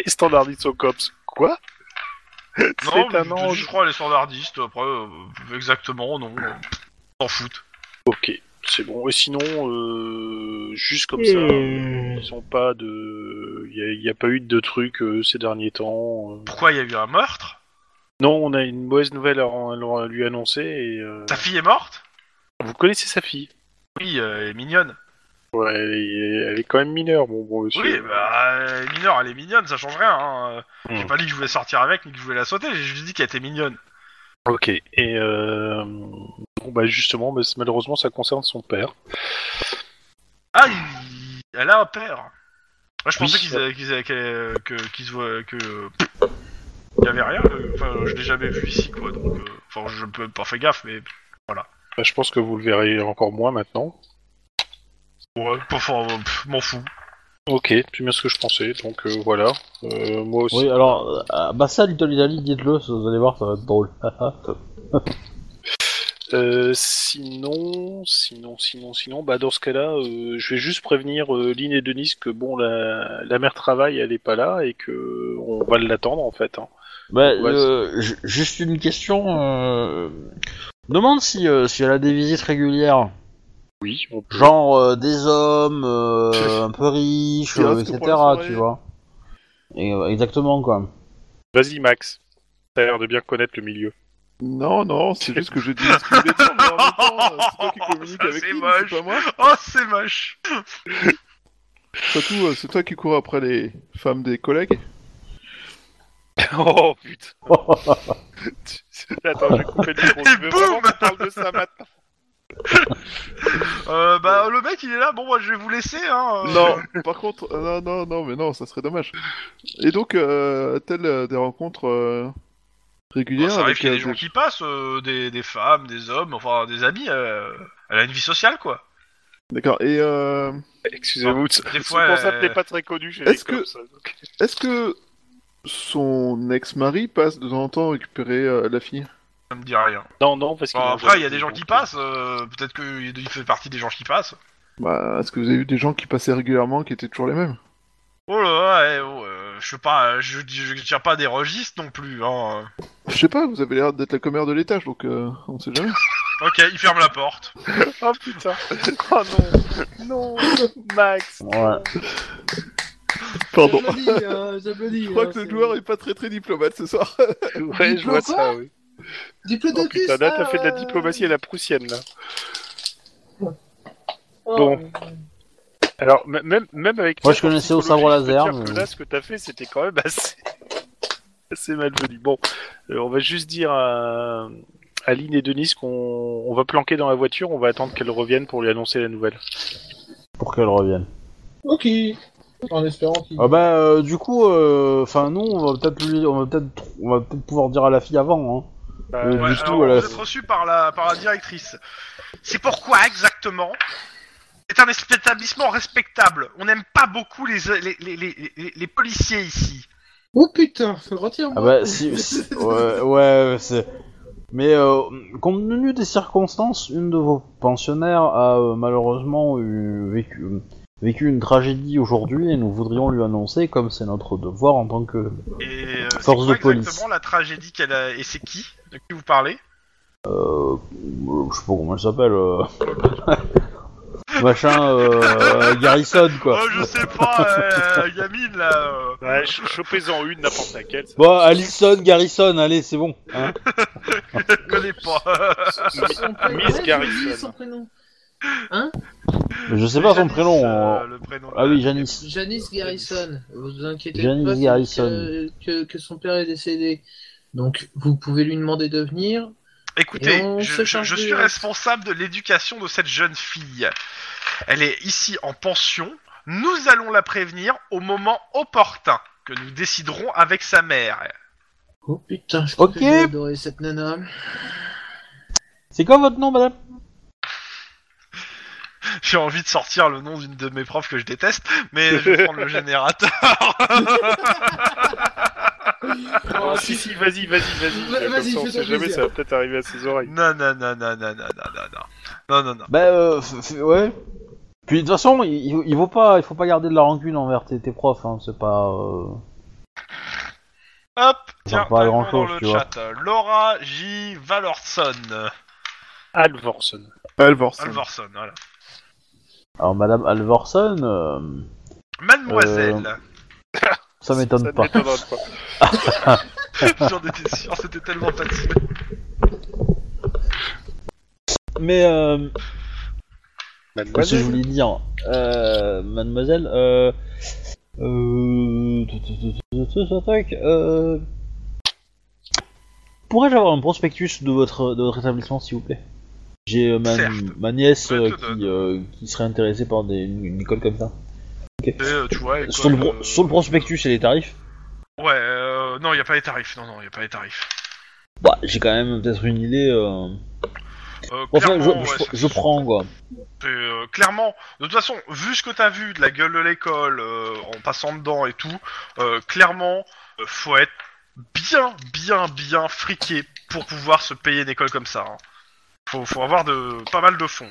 [SPEAKER 3] Et standardiste au cops. Quoi
[SPEAKER 1] non,
[SPEAKER 3] C'est
[SPEAKER 1] mais je,
[SPEAKER 3] un
[SPEAKER 1] te dis,
[SPEAKER 3] ange.
[SPEAKER 1] je crois les standardistes. Après, euh, exactement, non. euh, S'en foutent.
[SPEAKER 3] Ok, c'est bon. Et sinon, euh, juste comme ça,
[SPEAKER 2] Euh.
[SPEAKER 3] ils ont pas de, il n'y a, pas eu de trucs euh, ces derniers temps. euh.
[SPEAKER 1] Pourquoi il y a eu un meurtre
[SPEAKER 3] Non, on a une mauvaise nouvelle à, à lui annoncer. Et, euh,
[SPEAKER 1] Ta fille est morte
[SPEAKER 3] Vous connaissez sa fille
[SPEAKER 1] Oui, euh, elle est mignonne.
[SPEAKER 3] Ouais, elle est, elle est quand même mineure, bon, bon monsieur.
[SPEAKER 1] Oui, bah, elle est mineure, elle est mignonne, ça change rien. Hein. euh.
[SPEAKER 3] Hmm.
[SPEAKER 1] J'ai pas dit que je voulais sortir avec, ni que je voulais la sauter, j'ai juste dit qu'elle était mignonne.
[SPEAKER 3] Ok. Et euh... bon, bah justement, bah, c- malheureusement, ça concerne son père.
[SPEAKER 1] Ah, il- elle a un père. Moi, je
[SPEAKER 3] Oui.
[SPEAKER 1] pensais qu'ils avaient- qu'ils avaient- qu'elle- que qu'ils se voient- que il y avait rien. euh, Enfin, je l'ai jamais vu ici, quoi. Donc, euh, enfin, je peux pas faire gaffe, mais
[SPEAKER 3] Bah, je pense que vous le verrez encore moins maintenant.
[SPEAKER 1] ouais, pas fort, euh, pff, m'en fous.
[SPEAKER 3] Ok, tu bien ce que je pensais. Donc euh, voilà. Euh, moi aussi.
[SPEAKER 2] Oui, alors, euh, bah ça, Little Italy, dites-le, ça- vous allez voir, ça va être drôle.
[SPEAKER 3] Euh, sinon, sinon, sinon, sinon, bah dans ce cas-là, euh, je vais juste prévenir euh, Lynn et Denise que bon, la, la mère travaille, elle est pas là et que on va l'attendre en fait. hein.
[SPEAKER 2] bah,
[SPEAKER 3] Ouais,
[SPEAKER 2] euh, ju- juste une question. euh, Demande si, euh, si elle a des visites régulières.
[SPEAKER 3] Oui. On peut...
[SPEAKER 2] Genre euh, des hommes euh, un peu riches,
[SPEAKER 5] Qui
[SPEAKER 2] euh,
[SPEAKER 5] restent
[SPEAKER 2] etc.,
[SPEAKER 5] pour la soirée.
[SPEAKER 2] tu vois. Et, euh, exactement, quoi.
[SPEAKER 3] Vas-y Max. T'as l'air de bien connaître le milieu.
[SPEAKER 5] Non, non, c'est juste que je dis ce que je vais dire, mais en même temps, euh, c'est toi qui communique
[SPEAKER 1] Ça,
[SPEAKER 5] avec
[SPEAKER 1] c'est
[SPEAKER 5] lui,
[SPEAKER 1] moche.
[SPEAKER 5] c'est pas moi.
[SPEAKER 1] Oh, c'est moche.
[SPEAKER 5] Surtout, euh, c'est toi qui cours après les femmes des collègues.
[SPEAKER 3] oh putain. Attends, je vais couper le micro.
[SPEAKER 1] Et
[SPEAKER 3] Je veux vraiment
[SPEAKER 1] boum
[SPEAKER 3] qu'on parle de ça maintenant.
[SPEAKER 1] Euh, bah, le mec, il est là. Bon, moi, je vais vous laisser. Hein. euh.
[SPEAKER 5] Non, par contre, euh, non, non, non, mais non, ça serait dommage. Et donc, euh, a-t-elle euh, des rencontres euh,
[SPEAKER 1] Enfin,
[SPEAKER 5] régulières
[SPEAKER 1] ça arrive
[SPEAKER 5] avec
[SPEAKER 1] qu'il y a
[SPEAKER 5] euh,
[SPEAKER 1] des gens qui passent, euh, des, des femmes, des hommes, enfin des amis. euh, Elle a une vie sociale, quoi.
[SPEAKER 5] D'accord. Et euh,
[SPEAKER 3] Excusez-vous, ce
[SPEAKER 1] Des fois,
[SPEAKER 3] concept
[SPEAKER 1] euh,
[SPEAKER 3] n'est pas très connu chez
[SPEAKER 5] Est-ce
[SPEAKER 3] les
[SPEAKER 5] que-
[SPEAKER 3] cops, hein, donc.
[SPEAKER 5] est-ce que son ex-mari passe de temps en temps récupérer euh, la fille
[SPEAKER 1] ça me dit rien.
[SPEAKER 3] Non, non, parce que.
[SPEAKER 1] Enfin, après, il y a des gens qui passent. euh, Peut-être qu'il fait partie des gens qui passent.
[SPEAKER 5] bah, Est-ce que vous avez vu des gens qui passaient régulièrement qui étaient toujours les mêmes
[SPEAKER 1] Oh là, là, eh, oh, euh, je sais pas, euh, je, je, je tiens pas des registres non plus. Hein.
[SPEAKER 5] Je sais pas, vous avez l'air d'être la commère de l'étage, donc euh, on sait jamais.
[SPEAKER 1] Ok, il ferme la porte.
[SPEAKER 3] Oh putain. Oh non. Non, Max.
[SPEAKER 2] Ouais.
[SPEAKER 5] Pardon.
[SPEAKER 4] J'applaudis, euh, j'applaudis.
[SPEAKER 5] Je crois que le joueur est pas très très diplomate ce soir.
[SPEAKER 3] Ouais, je vois ça, oui. Oh
[SPEAKER 4] Diplodocus
[SPEAKER 3] putain, là, t'as
[SPEAKER 4] ah,
[SPEAKER 3] fait de la diplomatie à la prussienne, là.
[SPEAKER 4] oh.
[SPEAKER 3] Bon. Alors, m- même, même avec.
[SPEAKER 2] Moi, je
[SPEAKER 3] certains
[SPEAKER 2] connaissais au
[SPEAKER 3] psychologues,
[SPEAKER 2] sabre
[SPEAKER 3] je peux
[SPEAKER 2] laser,
[SPEAKER 3] dire
[SPEAKER 2] mais-
[SPEAKER 3] que Là, ce que t'as fait, c'était quand même assez. assez malvenu. Bon, euh, on va juste dire à. Aline et Denise qu'on on va planquer dans la voiture, on va attendre qu'elles reviennent pour lui annoncer la nouvelle.
[SPEAKER 2] Pour qu'elle revienne.
[SPEAKER 4] Ok. En espérant qu'il.
[SPEAKER 2] Ah bah, euh, du coup, euh, enfin, nous, on va peut-être lui- on va peut-être tr- on va peut-être pouvoir dire à la fille avant, hein.
[SPEAKER 3] Bah,
[SPEAKER 2] Euh,
[SPEAKER 1] Ouais,
[SPEAKER 2] Juste
[SPEAKER 1] alors,
[SPEAKER 2] où, là,
[SPEAKER 1] vous êtes
[SPEAKER 2] c'est-
[SPEAKER 1] reçu par la, par la directrice. C'est pourquoi exactement C'est un es- établissement respectable. On n'aime pas beaucoup les, les, les, les, les- les policiers ici.
[SPEAKER 4] Oh putain, retire-moi.
[SPEAKER 2] Ah bah, si, si- ouais, ouais, c'est... Mais euh, compte tenu des circonstances, une de vos pensionnaires a euh, malheureusement eu, vécu, vécu une tragédie aujourd'hui et nous voudrions lui annoncer comme c'est notre devoir en tant que
[SPEAKER 1] Et euh, c'est
[SPEAKER 2] Force
[SPEAKER 1] quoi
[SPEAKER 2] de police.
[SPEAKER 1] exactement la tragédie qu'elle a et c'est qui de qui vous parlez
[SPEAKER 2] euh, je sais pas comment elle s'appelle euh, machin euh, Garrison quoi.
[SPEAKER 1] Oh, je sais pas, euh, Yamine là. euh,
[SPEAKER 7] Ouais, ch- chopez-en une, n'importe laquelle. ça-
[SPEAKER 2] Bon, Allison, Garrison, allez, c'est bon. hein.
[SPEAKER 1] je connais pas.
[SPEAKER 4] Son prénom,
[SPEAKER 7] Miss
[SPEAKER 4] ouais, j'ai
[SPEAKER 7] Garrison.
[SPEAKER 4] oublié son prénom.
[SPEAKER 2] je sais pas son
[SPEAKER 1] Janice,
[SPEAKER 2] prénom.
[SPEAKER 1] euh,
[SPEAKER 2] euh,
[SPEAKER 1] le prénom.
[SPEAKER 2] Ah oui, Janice.
[SPEAKER 4] Janice Garrison. Vous inquiétez
[SPEAKER 2] Janice
[SPEAKER 4] pas c'est
[SPEAKER 2] Garrison.
[SPEAKER 4] Que, que, que son père est décédé. Donc vous pouvez lui demander de venir.
[SPEAKER 1] Écoutez,
[SPEAKER 4] Et on
[SPEAKER 1] je,
[SPEAKER 4] se
[SPEAKER 1] je-
[SPEAKER 4] charge
[SPEAKER 1] je
[SPEAKER 4] du
[SPEAKER 1] suis
[SPEAKER 4] reste.
[SPEAKER 1] responsable de l'éducation de cette jeune fille. Elle est ici en pension. Nous allons la prévenir au moment opportun que nous déciderons avec sa mère.
[SPEAKER 4] Oh putain, je
[SPEAKER 2] Ok.
[SPEAKER 4] crois que j'ai adoré cette nana.
[SPEAKER 2] C'est quoi votre nom, madame
[SPEAKER 1] J'ai envie de sortir le nom d'une de mes profs que je déteste, mais je vais prendre le générateur.
[SPEAKER 7] Oh, si, si, vas-y, vas-y, vas-y.
[SPEAKER 4] Va-
[SPEAKER 7] Comme
[SPEAKER 4] vas-y,
[SPEAKER 7] ça, on
[SPEAKER 4] fais
[SPEAKER 7] sait
[SPEAKER 4] ton
[SPEAKER 7] jamais,
[SPEAKER 4] plaisir.
[SPEAKER 7] ça va peut-être arriver à ses oreilles.
[SPEAKER 1] Non, non, non, non, non, non, non, non, non, non, non, non.
[SPEAKER 2] Bah, euh, f- f- ouais. Puis de toute façon, il, il- il faut pas, il faut pas garder de la rancune envers tes, tes profs. Hein. C'est pas. euh,
[SPEAKER 1] Hop, tiens,
[SPEAKER 2] pas
[SPEAKER 1] un
[SPEAKER 2] grand
[SPEAKER 1] nom
[SPEAKER 2] chose,
[SPEAKER 1] dans le
[SPEAKER 2] tu vois.
[SPEAKER 1] chat. Laura J. Valorson.
[SPEAKER 7] Alvorson.
[SPEAKER 5] Alvors.
[SPEAKER 1] Alvorson, voilà.
[SPEAKER 2] Alors, Madame Alvorson, euh,
[SPEAKER 1] Mademoiselle.
[SPEAKER 2] ça m'étonne
[SPEAKER 7] Ça ne
[SPEAKER 2] pas.
[SPEAKER 7] m'étonnerait pas.
[SPEAKER 2] Euh.
[SPEAKER 1] J'en étais sûr, c'était tellement facile.
[SPEAKER 2] Mais euh, qu'est-ce que je
[SPEAKER 7] Mademoiselle.
[SPEAKER 2] voulais dire, euh, Mademoiselle, euh, euh, euh, pourrais-je avoir un prospectus de votre de votre établissement, s'il vous plaît J'ai euh, ma,
[SPEAKER 1] Certes.
[SPEAKER 2] ma nièce
[SPEAKER 1] Je te
[SPEAKER 2] euh,
[SPEAKER 1] donne.
[SPEAKER 2] qui, euh, qui serait intéressée par des- une, une école comme ça.
[SPEAKER 1] Et, euh, tu vois, école,
[SPEAKER 2] Sur le, pro-
[SPEAKER 1] euh,
[SPEAKER 2] sur le prospectus et les tarifs.
[SPEAKER 1] Ouais, euh, non, il a pas les tarifs. Non, non, il a pas les tarifs.
[SPEAKER 2] Bah, j'ai quand même peut-être une idée. euh,
[SPEAKER 1] Euh,
[SPEAKER 2] Enfin, je,
[SPEAKER 1] clairement, ouais,
[SPEAKER 2] je,
[SPEAKER 1] ça-
[SPEAKER 2] je prends quoi.
[SPEAKER 1] c'est, euh, clairement, de toute façon, vu ce que t'as vu de la gueule de l'école, euh, en passant dedans et tout, euh, clairement, euh, faut être bien, bien, bien friqué pour pouvoir se payer une école comme ça. hein. Faut, faut avoir de pas mal de fonds.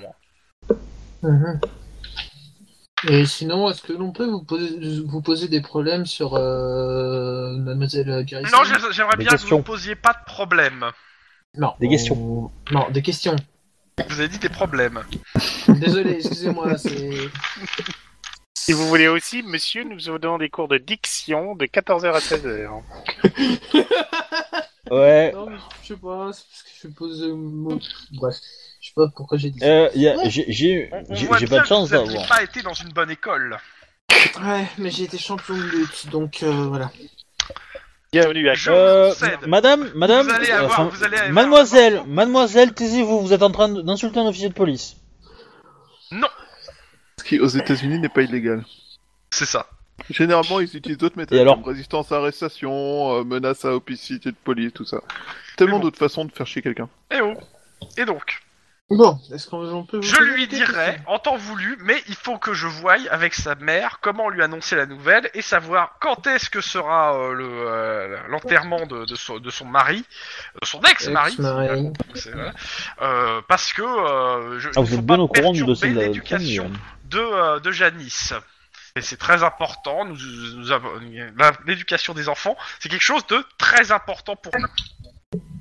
[SPEAKER 1] hein.
[SPEAKER 4] Mhm. Et sinon, est-ce que l'on peut vous poser, vous poser des problèmes sur euh, Mademoiselle Garrison
[SPEAKER 1] Non, j'ai- j'aimerais
[SPEAKER 2] Des
[SPEAKER 1] bien que vous
[SPEAKER 2] questions.
[SPEAKER 1] ne posiez pas de problème.
[SPEAKER 4] Non,
[SPEAKER 2] Des
[SPEAKER 4] on-
[SPEAKER 2] questions.
[SPEAKER 4] Non, des questions.
[SPEAKER 1] Vous avez dit des problèmes.
[SPEAKER 4] Désolé, excusez-moi, c'est.
[SPEAKER 7] Si vous voulez aussi, monsieur, nous vous donnons des cours de diction de 14h à 16h.
[SPEAKER 2] Ouais.
[SPEAKER 4] Non, mais je sais pas, c'est parce que je pose. euh, mon- Bref, je sais pas pourquoi j'ai dit ça.
[SPEAKER 2] Euh, y a- j'ai- J'ai
[SPEAKER 1] On- on
[SPEAKER 2] j'ai-
[SPEAKER 1] voit
[SPEAKER 2] j'ai
[SPEAKER 1] bien
[SPEAKER 2] pas de
[SPEAKER 1] que
[SPEAKER 2] chance
[SPEAKER 1] vous n'aviez
[SPEAKER 2] d'avoir.
[SPEAKER 1] pas été dans une bonne école. Euh.
[SPEAKER 4] Ouais, mais j'ai été champion de lutte, donc euh, voilà.
[SPEAKER 7] Bienvenue à
[SPEAKER 1] Je
[SPEAKER 2] Euh,
[SPEAKER 1] vous concède.
[SPEAKER 2] madame, madame, euh,
[SPEAKER 1] Vous allez avoir-
[SPEAKER 2] enfin,
[SPEAKER 1] vous allez avoir-
[SPEAKER 2] mademoiselle, mademoiselle, taisez-vous, vous êtes en train de- d'insulter un officier de police.
[SPEAKER 5] Ce qui, aux États-Unis, n'est pas illégal.
[SPEAKER 1] C'est ça.
[SPEAKER 5] Généralement, ils utilisent d'autres méthodes.
[SPEAKER 2] alors
[SPEAKER 5] comme résistance à arrestation, euh, menace à opacité de police, tout ça. Tellement
[SPEAKER 1] Mais bon.
[SPEAKER 5] d'autres façons de faire chier quelqu'un.
[SPEAKER 1] Eh oh. Et donc
[SPEAKER 4] Bon, est-ce qu'on on peut vous
[SPEAKER 1] Je
[SPEAKER 4] poser
[SPEAKER 1] lui
[SPEAKER 4] des
[SPEAKER 1] dirai
[SPEAKER 4] questions
[SPEAKER 1] en temps voulu, mais il faut que je voie avec sa mère comment lui annoncer la nouvelle et savoir quand est-ce que sera euh, le, euh, l'enterrement de, de son, de son mari, de son ex-mari.
[SPEAKER 4] Ex-mari.
[SPEAKER 1] C'est- voilà. Euh, parce que euh, je,
[SPEAKER 2] Ah,
[SPEAKER 1] il
[SPEAKER 2] vous
[SPEAKER 1] faut
[SPEAKER 2] êtes
[SPEAKER 1] pas
[SPEAKER 2] bien au courant du dossier
[SPEAKER 1] perturber
[SPEAKER 2] de la
[SPEAKER 1] l'éducation
[SPEAKER 2] famille, hein.
[SPEAKER 1] de, euh, de Janice. Et c'est très important. Nous, nous avons- la- l'éducation des enfants, c'est quelque chose de très important pour nous.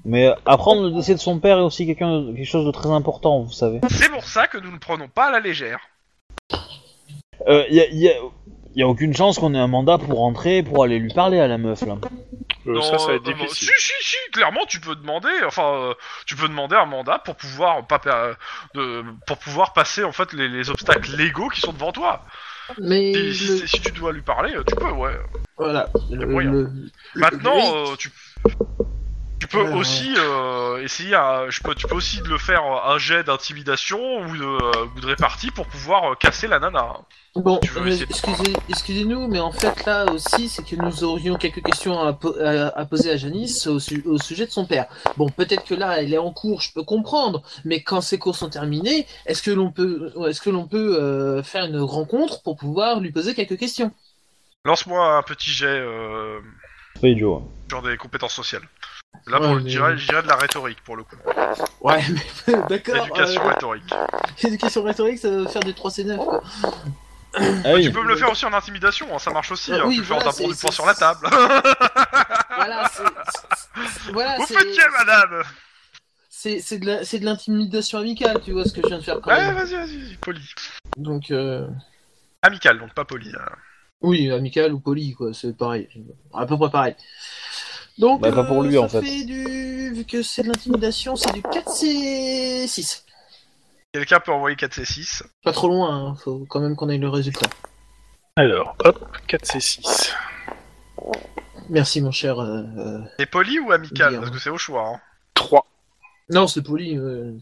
[SPEAKER 2] Mais euh, apprendre le dossier de son père est aussi quelqu'un de- quelque chose de très important, vous savez.
[SPEAKER 1] C'est pour ça que nous ne prenons pas à la légère.
[SPEAKER 2] Euh, y a, y a- y a aucune chance qu'on ait un mandat pour rentrer, pour aller lui parler à la meuf là.
[SPEAKER 7] Euh,
[SPEAKER 1] Non,
[SPEAKER 7] ça, ça va être
[SPEAKER 1] non, non.
[SPEAKER 7] difficile.
[SPEAKER 1] Si, si, si, clairement, tu peux demander, enfin, euh, tu peux demander un mandat pour pouvoir, pas, per- de, pour pouvoir passer en fait les, les obstacles légaux qui sont devant toi.
[SPEAKER 4] Mais.
[SPEAKER 1] Si, si-
[SPEAKER 4] le-
[SPEAKER 1] si tu dois lui parler, euh, tu peux, ouais.
[SPEAKER 4] Voilà. le-
[SPEAKER 1] moyen.
[SPEAKER 4] le-
[SPEAKER 1] Maintenant,
[SPEAKER 4] Oui.
[SPEAKER 1] euh, tu, tu peux
[SPEAKER 4] Ouais,
[SPEAKER 1] aussi euh, essayer, un- je peux, tu peux aussi le faire un jet d'intimidation ou de, euh, ou de répartie pour pouvoir euh, casser la nana.
[SPEAKER 4] Bon,
[SPEAKER 1] Tu veux
[SPEAKER 4] mais
[SPEAKER 1] essayer de-
[SPEAKER 4] excusez, excusez-nous, mais en fait là aussi, c'est que nous aurions quelques questions à, po- à- à poser à Janice au, su- au sujet de son père. Bon, peut-être que là, elle est en cours, je peux comprendre, mais quand ces cours sont terminés, est-ce que l'on peut, est-ce que l'on peut euh, faire une rencontre pour pouvoir lui poser quelques questions
[SPEAKER 1] Lance-moi un petit jet euh,
[SPEAKER 2] C'est pas idiot. hein.
[SPEAKER 1] sur des compétences sociales. Là, pour
[SPEAKER 4] Ouais,
[SPEAKER 1] le-
[SPEAKER 4] mais-
[SPEAKER 1] je dirais- je dirais de la rhétorique pour le coup.
[SPEAKER 4] Ouais, mais d'accord.
[SPEAKER 1] L'éducation
[SPEAKER 4] euh,
[SPEAKER 1] rhétorique.
[SPEAKER 4] éducation rhétorique, ça va faire des 3 C9. Quoi.
[SPEAKER 2] Ah oui.
[SPEAKER 1] Tu peux me le faire aussi en intimidation, hein, ça marche aussi.
[SPEAKER 4] Ah
[SPEAKER 1] hein,
[SPEAKER 4] oui,
[SPEAKER 1] tu le fais en
[SPEAKER 4] voilà,
[SPEAKER 1] tapant du
[SPEAKER 4] c'est-
[SPEAKER 1] poing
[SPEAKER 4] c'est-
[SPEAKER 1] sur la table.
[SPEAKER 4] Voilà, c'est- c'est- c'est- voilà,
[SPEAKER 1] Vous
[SPEAKER 4] c'est-
[SPEAKER 1] faites quel, madame
[SPEAKER 4] c'est c'est de la- c'est de l'intimidation amicale, tu vois ce que je viens de faire quand
[SPEAKER 1] Ouais,
[SPEAKER 4] même.
[SPEAKER 1] vas-y, vas-y, poli.
[SPEAKER 4] Donc, euh,
[SPEAKER 1] Amical, donc pas poli. hein.
[SPEAKER 4] oui, amical ou poli, quoi, c'est pareil. À peu près pareil. Donc, euh,
[SPEAKER 2] Bah, pas pour lui,
[SPEAKER 4] ça
[SPEAKER 2] en fait.
[SPEAKER 4] du... Vu que c'est de l'intimidation, c'est du 4C6.
[SPEAKER 1] Quelqu'un peut envoyer 4C6.
[SPEAKER 4] Pas trop loin, hein, faut quand même qu'on ait le résultat.
[SPEAKER 7] Alors, hop, 4C6.
[SPEAKER 4] Merci, mon cher. euh, euh,
[SPEAKER 1] C'est poli ou amical
[SPEAKER 4] Bien.
[SPEAKER 1] Parce que c'est au choix. hein.
[SPEAKER 7] 3.
[SPEAKER 4] Non, c'est poli. euh,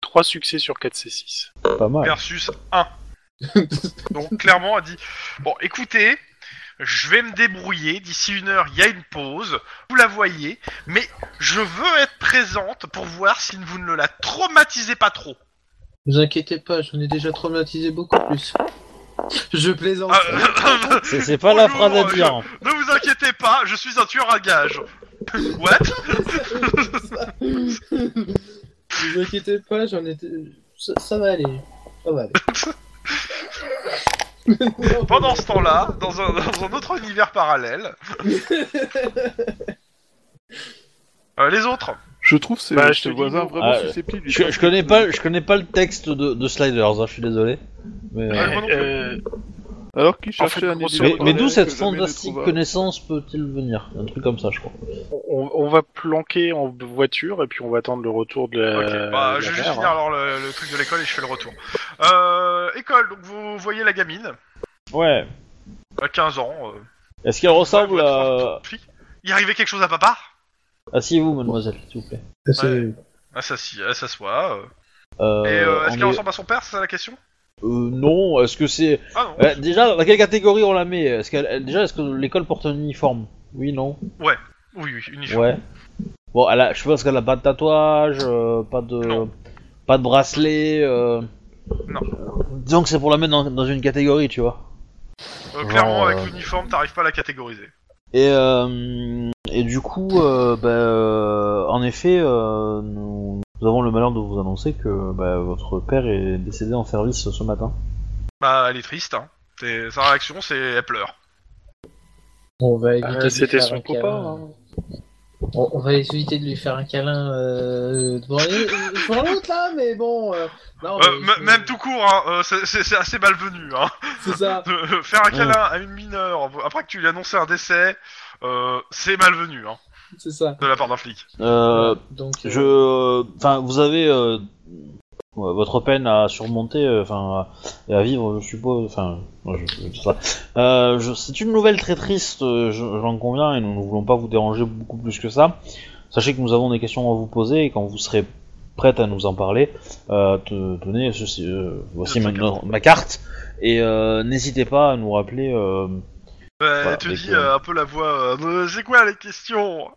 [SPEAKER 7] 3 succès sur 4C6.
[SPEAKER 2] Pas mal.
[SPEAKER 1] Versus 1. Donc clairement, elle dit Bon, écoutez, je vais me débrouiller. D'ici une heure, il y a une pause. Vous la voyez. Mais je veux être présente pour voir si vous ne la traumatisez pas trop.
[SPEAKER 4] Ne vous inquiétez pas, j'en ai déjà traumatisé beaucoup plus. Je plaisante.
[SPEAKER 1] Ah,
[SPEAKER 2] C'est c'est pas la
[SPEAKER 1] Bonjour,
[SPEAKER 2] phrase à
[SPEAKER 1] je-
[SPEAKER 2] dire.
[SPEAKER 1] ne vous inquiétez pas, je suis un tueur à gages. What
[SPEAKER 4] ne vous inquiétez pas, j'en ai. Ça, ça va aller. Ça va aller.
[SPEAKER 1] Pendant ce temps-là, dans un, dans un autre univers parallèle, euh, les autres.
[SPEAKER 5] Je trouve ce,
[SPEAKER 7] Bah, je
[SPEAKER 5] ce
[SPEAKER 7] te dis,
[SPEAKER 5] voisin
[SPEAKER 7] nous-
[SPEAKER 5] vraiment
[SPEAKER 2] Ah,
[SPEAKER 5] susceptible. du
[SPEAKER 2] Je, je connais pas, je connais pas le texte de, de Sliders, hein, je suis désolé. Mais, euh,
[SPEAKER 1] Ouais, moi non plus.
[SPEAKER 7] Euh,
[SPEAKER 5] Alors qu'il
[SPEAKER 7] En
[SPEAKER 5] cherchait
[SPEAKER 7] fait,
[SPEAKER 5] un
[SPEAKER 7] grosso
[SPEAKER 5] éditeur
[SPEAKER 2] mais, mais d'où
[SPEAKER 5] parallèle
[SPEAKER 2] cette
[SPEAKER 5] que jamais ne
[SPEAKER 2] fantastique
[SPEAKER 5] trouva.
[SPEAKER 2] connaissance peut-il venir Un truc comme ça, je crois.
[SPEAKER 7] on, on va planquer en voiture et puis on va attendre le retour de la.
[SPEAKER 3] Euh,
[SPEAKER 1] ok, bah,
[SPEAKER 7] de
[SPEAKER 1] je
[SPEAKER 7] la
[SPEAKER 1] vais juste
[SPEAKER 7] mère,
[SPEAKER 1] finir
[SPEAKER 7] hein.
[SPEAKER 1] alors le, le truc de l'école et je fais le retour. Euh, école, donc vous voyez la gamine,
[SPEAKER 2] Ouais.
[SPEAKER 1] à 15 ans. euh,
[SPEAKER 2] Est-ce qu'elle ressemble à...
[SPEAKER 1] fille. Il arrivait quelque chose à papa
[SPEAKER 2] Asseyez-vous, mademoiselle, s'il vous plaît.
[SPEAKER 1] Ouais. Ah, ça s'y- elle s'assoit. euh.
[SPEAKER 2] Euh,
[SPEAKER 1] Et euh,
[SPEAKER 2] on
[SPEAKER 1] est-ce qu'elle
[SPEAKER 2] est-
[SPEAKER 1] ressemble à son père, c'est ça la question
[SPEAKER 2] Euh, non, est-ce que c'est...
[SPEAKER 1] Ah non.
[SPEAKER 2] Euh, déjà, dans quelle catégorie on la met Est-ce qu'elle- elle- Déjà, est-ce que l'école porte un uniforme Oui, non
[SPEAKER 1] Oui, oui, uniforme.
[SPEAKER 2] Ouais. Bon, elle a, je pense qu'elle a pas de tatouage, euh, pas de...
[SPEAKER 1] Non.
[SPEAKER 2] Pas de bracelet... euh,
[SPEAKER 1] Non.
[SPEAKER 2] Disons que c'est pour la mettre dans, dans une catégorie, tu vois.
[SPEAKER 1] Euh, clairement,
[SPEAKER 2] Genre,
[SPEAKER 1] avec
[SPEAKER 2] euh,
[SPEAKER 1] l'uniforme, t'arrives pas à la catégoriser.
[SPEAKER 2] Et, euh, et du coup, euh, bah, euh, en effet, euh, nous, nous avons le malheur de vous annoncer que bah, votre père est décédé en service ce matin.
[SPEAKER 1] Bah, elle est triste. Hein. C'est- Sa réaction, c'est elle pleure.
[SPEAKER 4] On va éviter
[SPEAKER 7] Ah,
[SPEAKER 4] de lui
[SPEAKER 7] C'était
[SPEAKER 4] faire
[SPEAKER 7] son
[SPEAKER 4] un
[SPEAKER 7] copain.
[SPEAKER 4] câlin.
[SPEAKER 7] hein.
[SPEAKER 4] On, on va éviter de lui faire un câlin euh, devant les- devant l'autre là, mais bon. euh, non,
[SPEAKER 2] Oh,
[SPEAKER 1] Euh,
[SPEAKER 4] mais-
[SPEAKER 1] m- même tout court, hein, euh, c'est- c'est c'est assez malvenu. Hein.
[SPEAKER 4] C'est ça.
[SPEAKER 1] De euh, faire
[SPEAKER 2] Mm.
[SPEAKER 1] un câlin à une mineure après que tu lui annonces un décès, euh, c'est malvenu hein,
[SPEAKER 4] C'est ça.
[SPEAKER 1] de la part d'un flic.
[SPEAKER 2] Euh,
[SPEAKER 4] Donc. euh,
[SPEAKER 2] Je, enfin, vous avez euh, votre peine à surmonter, euh, enfin, à- et à vivre, je suppose. Enfin, moi, je, je- je sais pas. Euh, je- c'est une nouvelle très triste, euh, je- j'en conviens, et nous ne voulons pas vous déranger beaucoup plus que ça. Sachez que nous avons des questions à vous poser, et quand vous serez prête à nous en parler, euh, te- tenez, ceci, euh, voici ma, ma carte, et euh, n'hésitez pas à nous rappeler. euh,
[SPEAKER 1] Euh,
[SPEAKER 2] Voilà,
[SPEAKER 1] elle te
[SPEAKER 2] avec,
[SPEAKER 1] dit
[SPEAKER 2] euh,
[SPEAKER 1] euh, un peu la voix, euh, Euh, c'est quoi les questions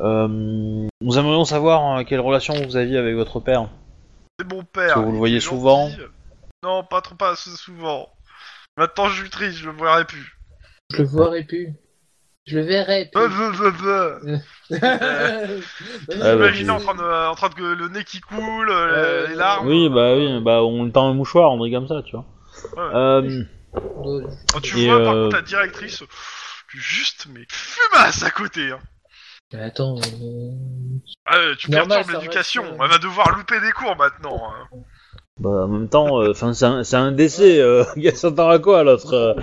[SPEAKER 2] euh, nous aimerions savoir euh, quelle relation vous aviez avec votre père.
[SPEAKER 1] C'est mon père.
[SPEAKER 2] Que vous le
[SPEAKER 1] il
[SPEAKER 2] voyez
[SPEAKER 1] est gentil.
[SPEAKER 2] souvent
[SPEAKER 1] Non, pas trop pas assez souvent. Maintenant, je suis triste, je le verrai plus.
[SPEAKER 4] Je le verrai plus. Je le verrai plus.
[SPEAKER 1] Euh, euh, euh, euh.
[SPEAKER 2] Ah,
[SPEAKER 4] Non, non,
[SPEAKER 2] bah,
[SPEAKER 1] J'imagine
[SPEAKER 2] j'ai-
[SPEAKER 1] en train de, en train de le nez qui coule, euh,
[SPEAKER 4] Ouais,
[SPEAKER 1] les larmes.
[SPEAKER 2] Oui, bah oui, bah on le tend le mouchoir, on dit comme ça, tu vois.
[SPEAKER 1] Ouais.
[SPEAKER 2] Euh,
[SPEAKER 1] Quand tu
[SPEAKER 2] Et,
[SPEAKER 1] vois par
[SPEAKER 2] euh,
[SPEAKER 1] contre la directrice, tu es juste mais fumasse à côté. Hein.
[SPEAKER 4] Mais attends. euh,
[SPEAKER 1] Ah, tu
[SPEAKER 4] Normal,
[SPEAKER 1] perturbes
[SPEAKER 4] ça reste,
[SPEAKER 1] l'éducation.
[SPEAKER 4] euh,
[SPEAKER 1] Elle va devoir louper des cours maintenant. hein.
[SPEAKER 2] bah, en même temps, euh, 'fin, c'est un, c'est un décès, euh, il s'attend à quoi l'autre euh,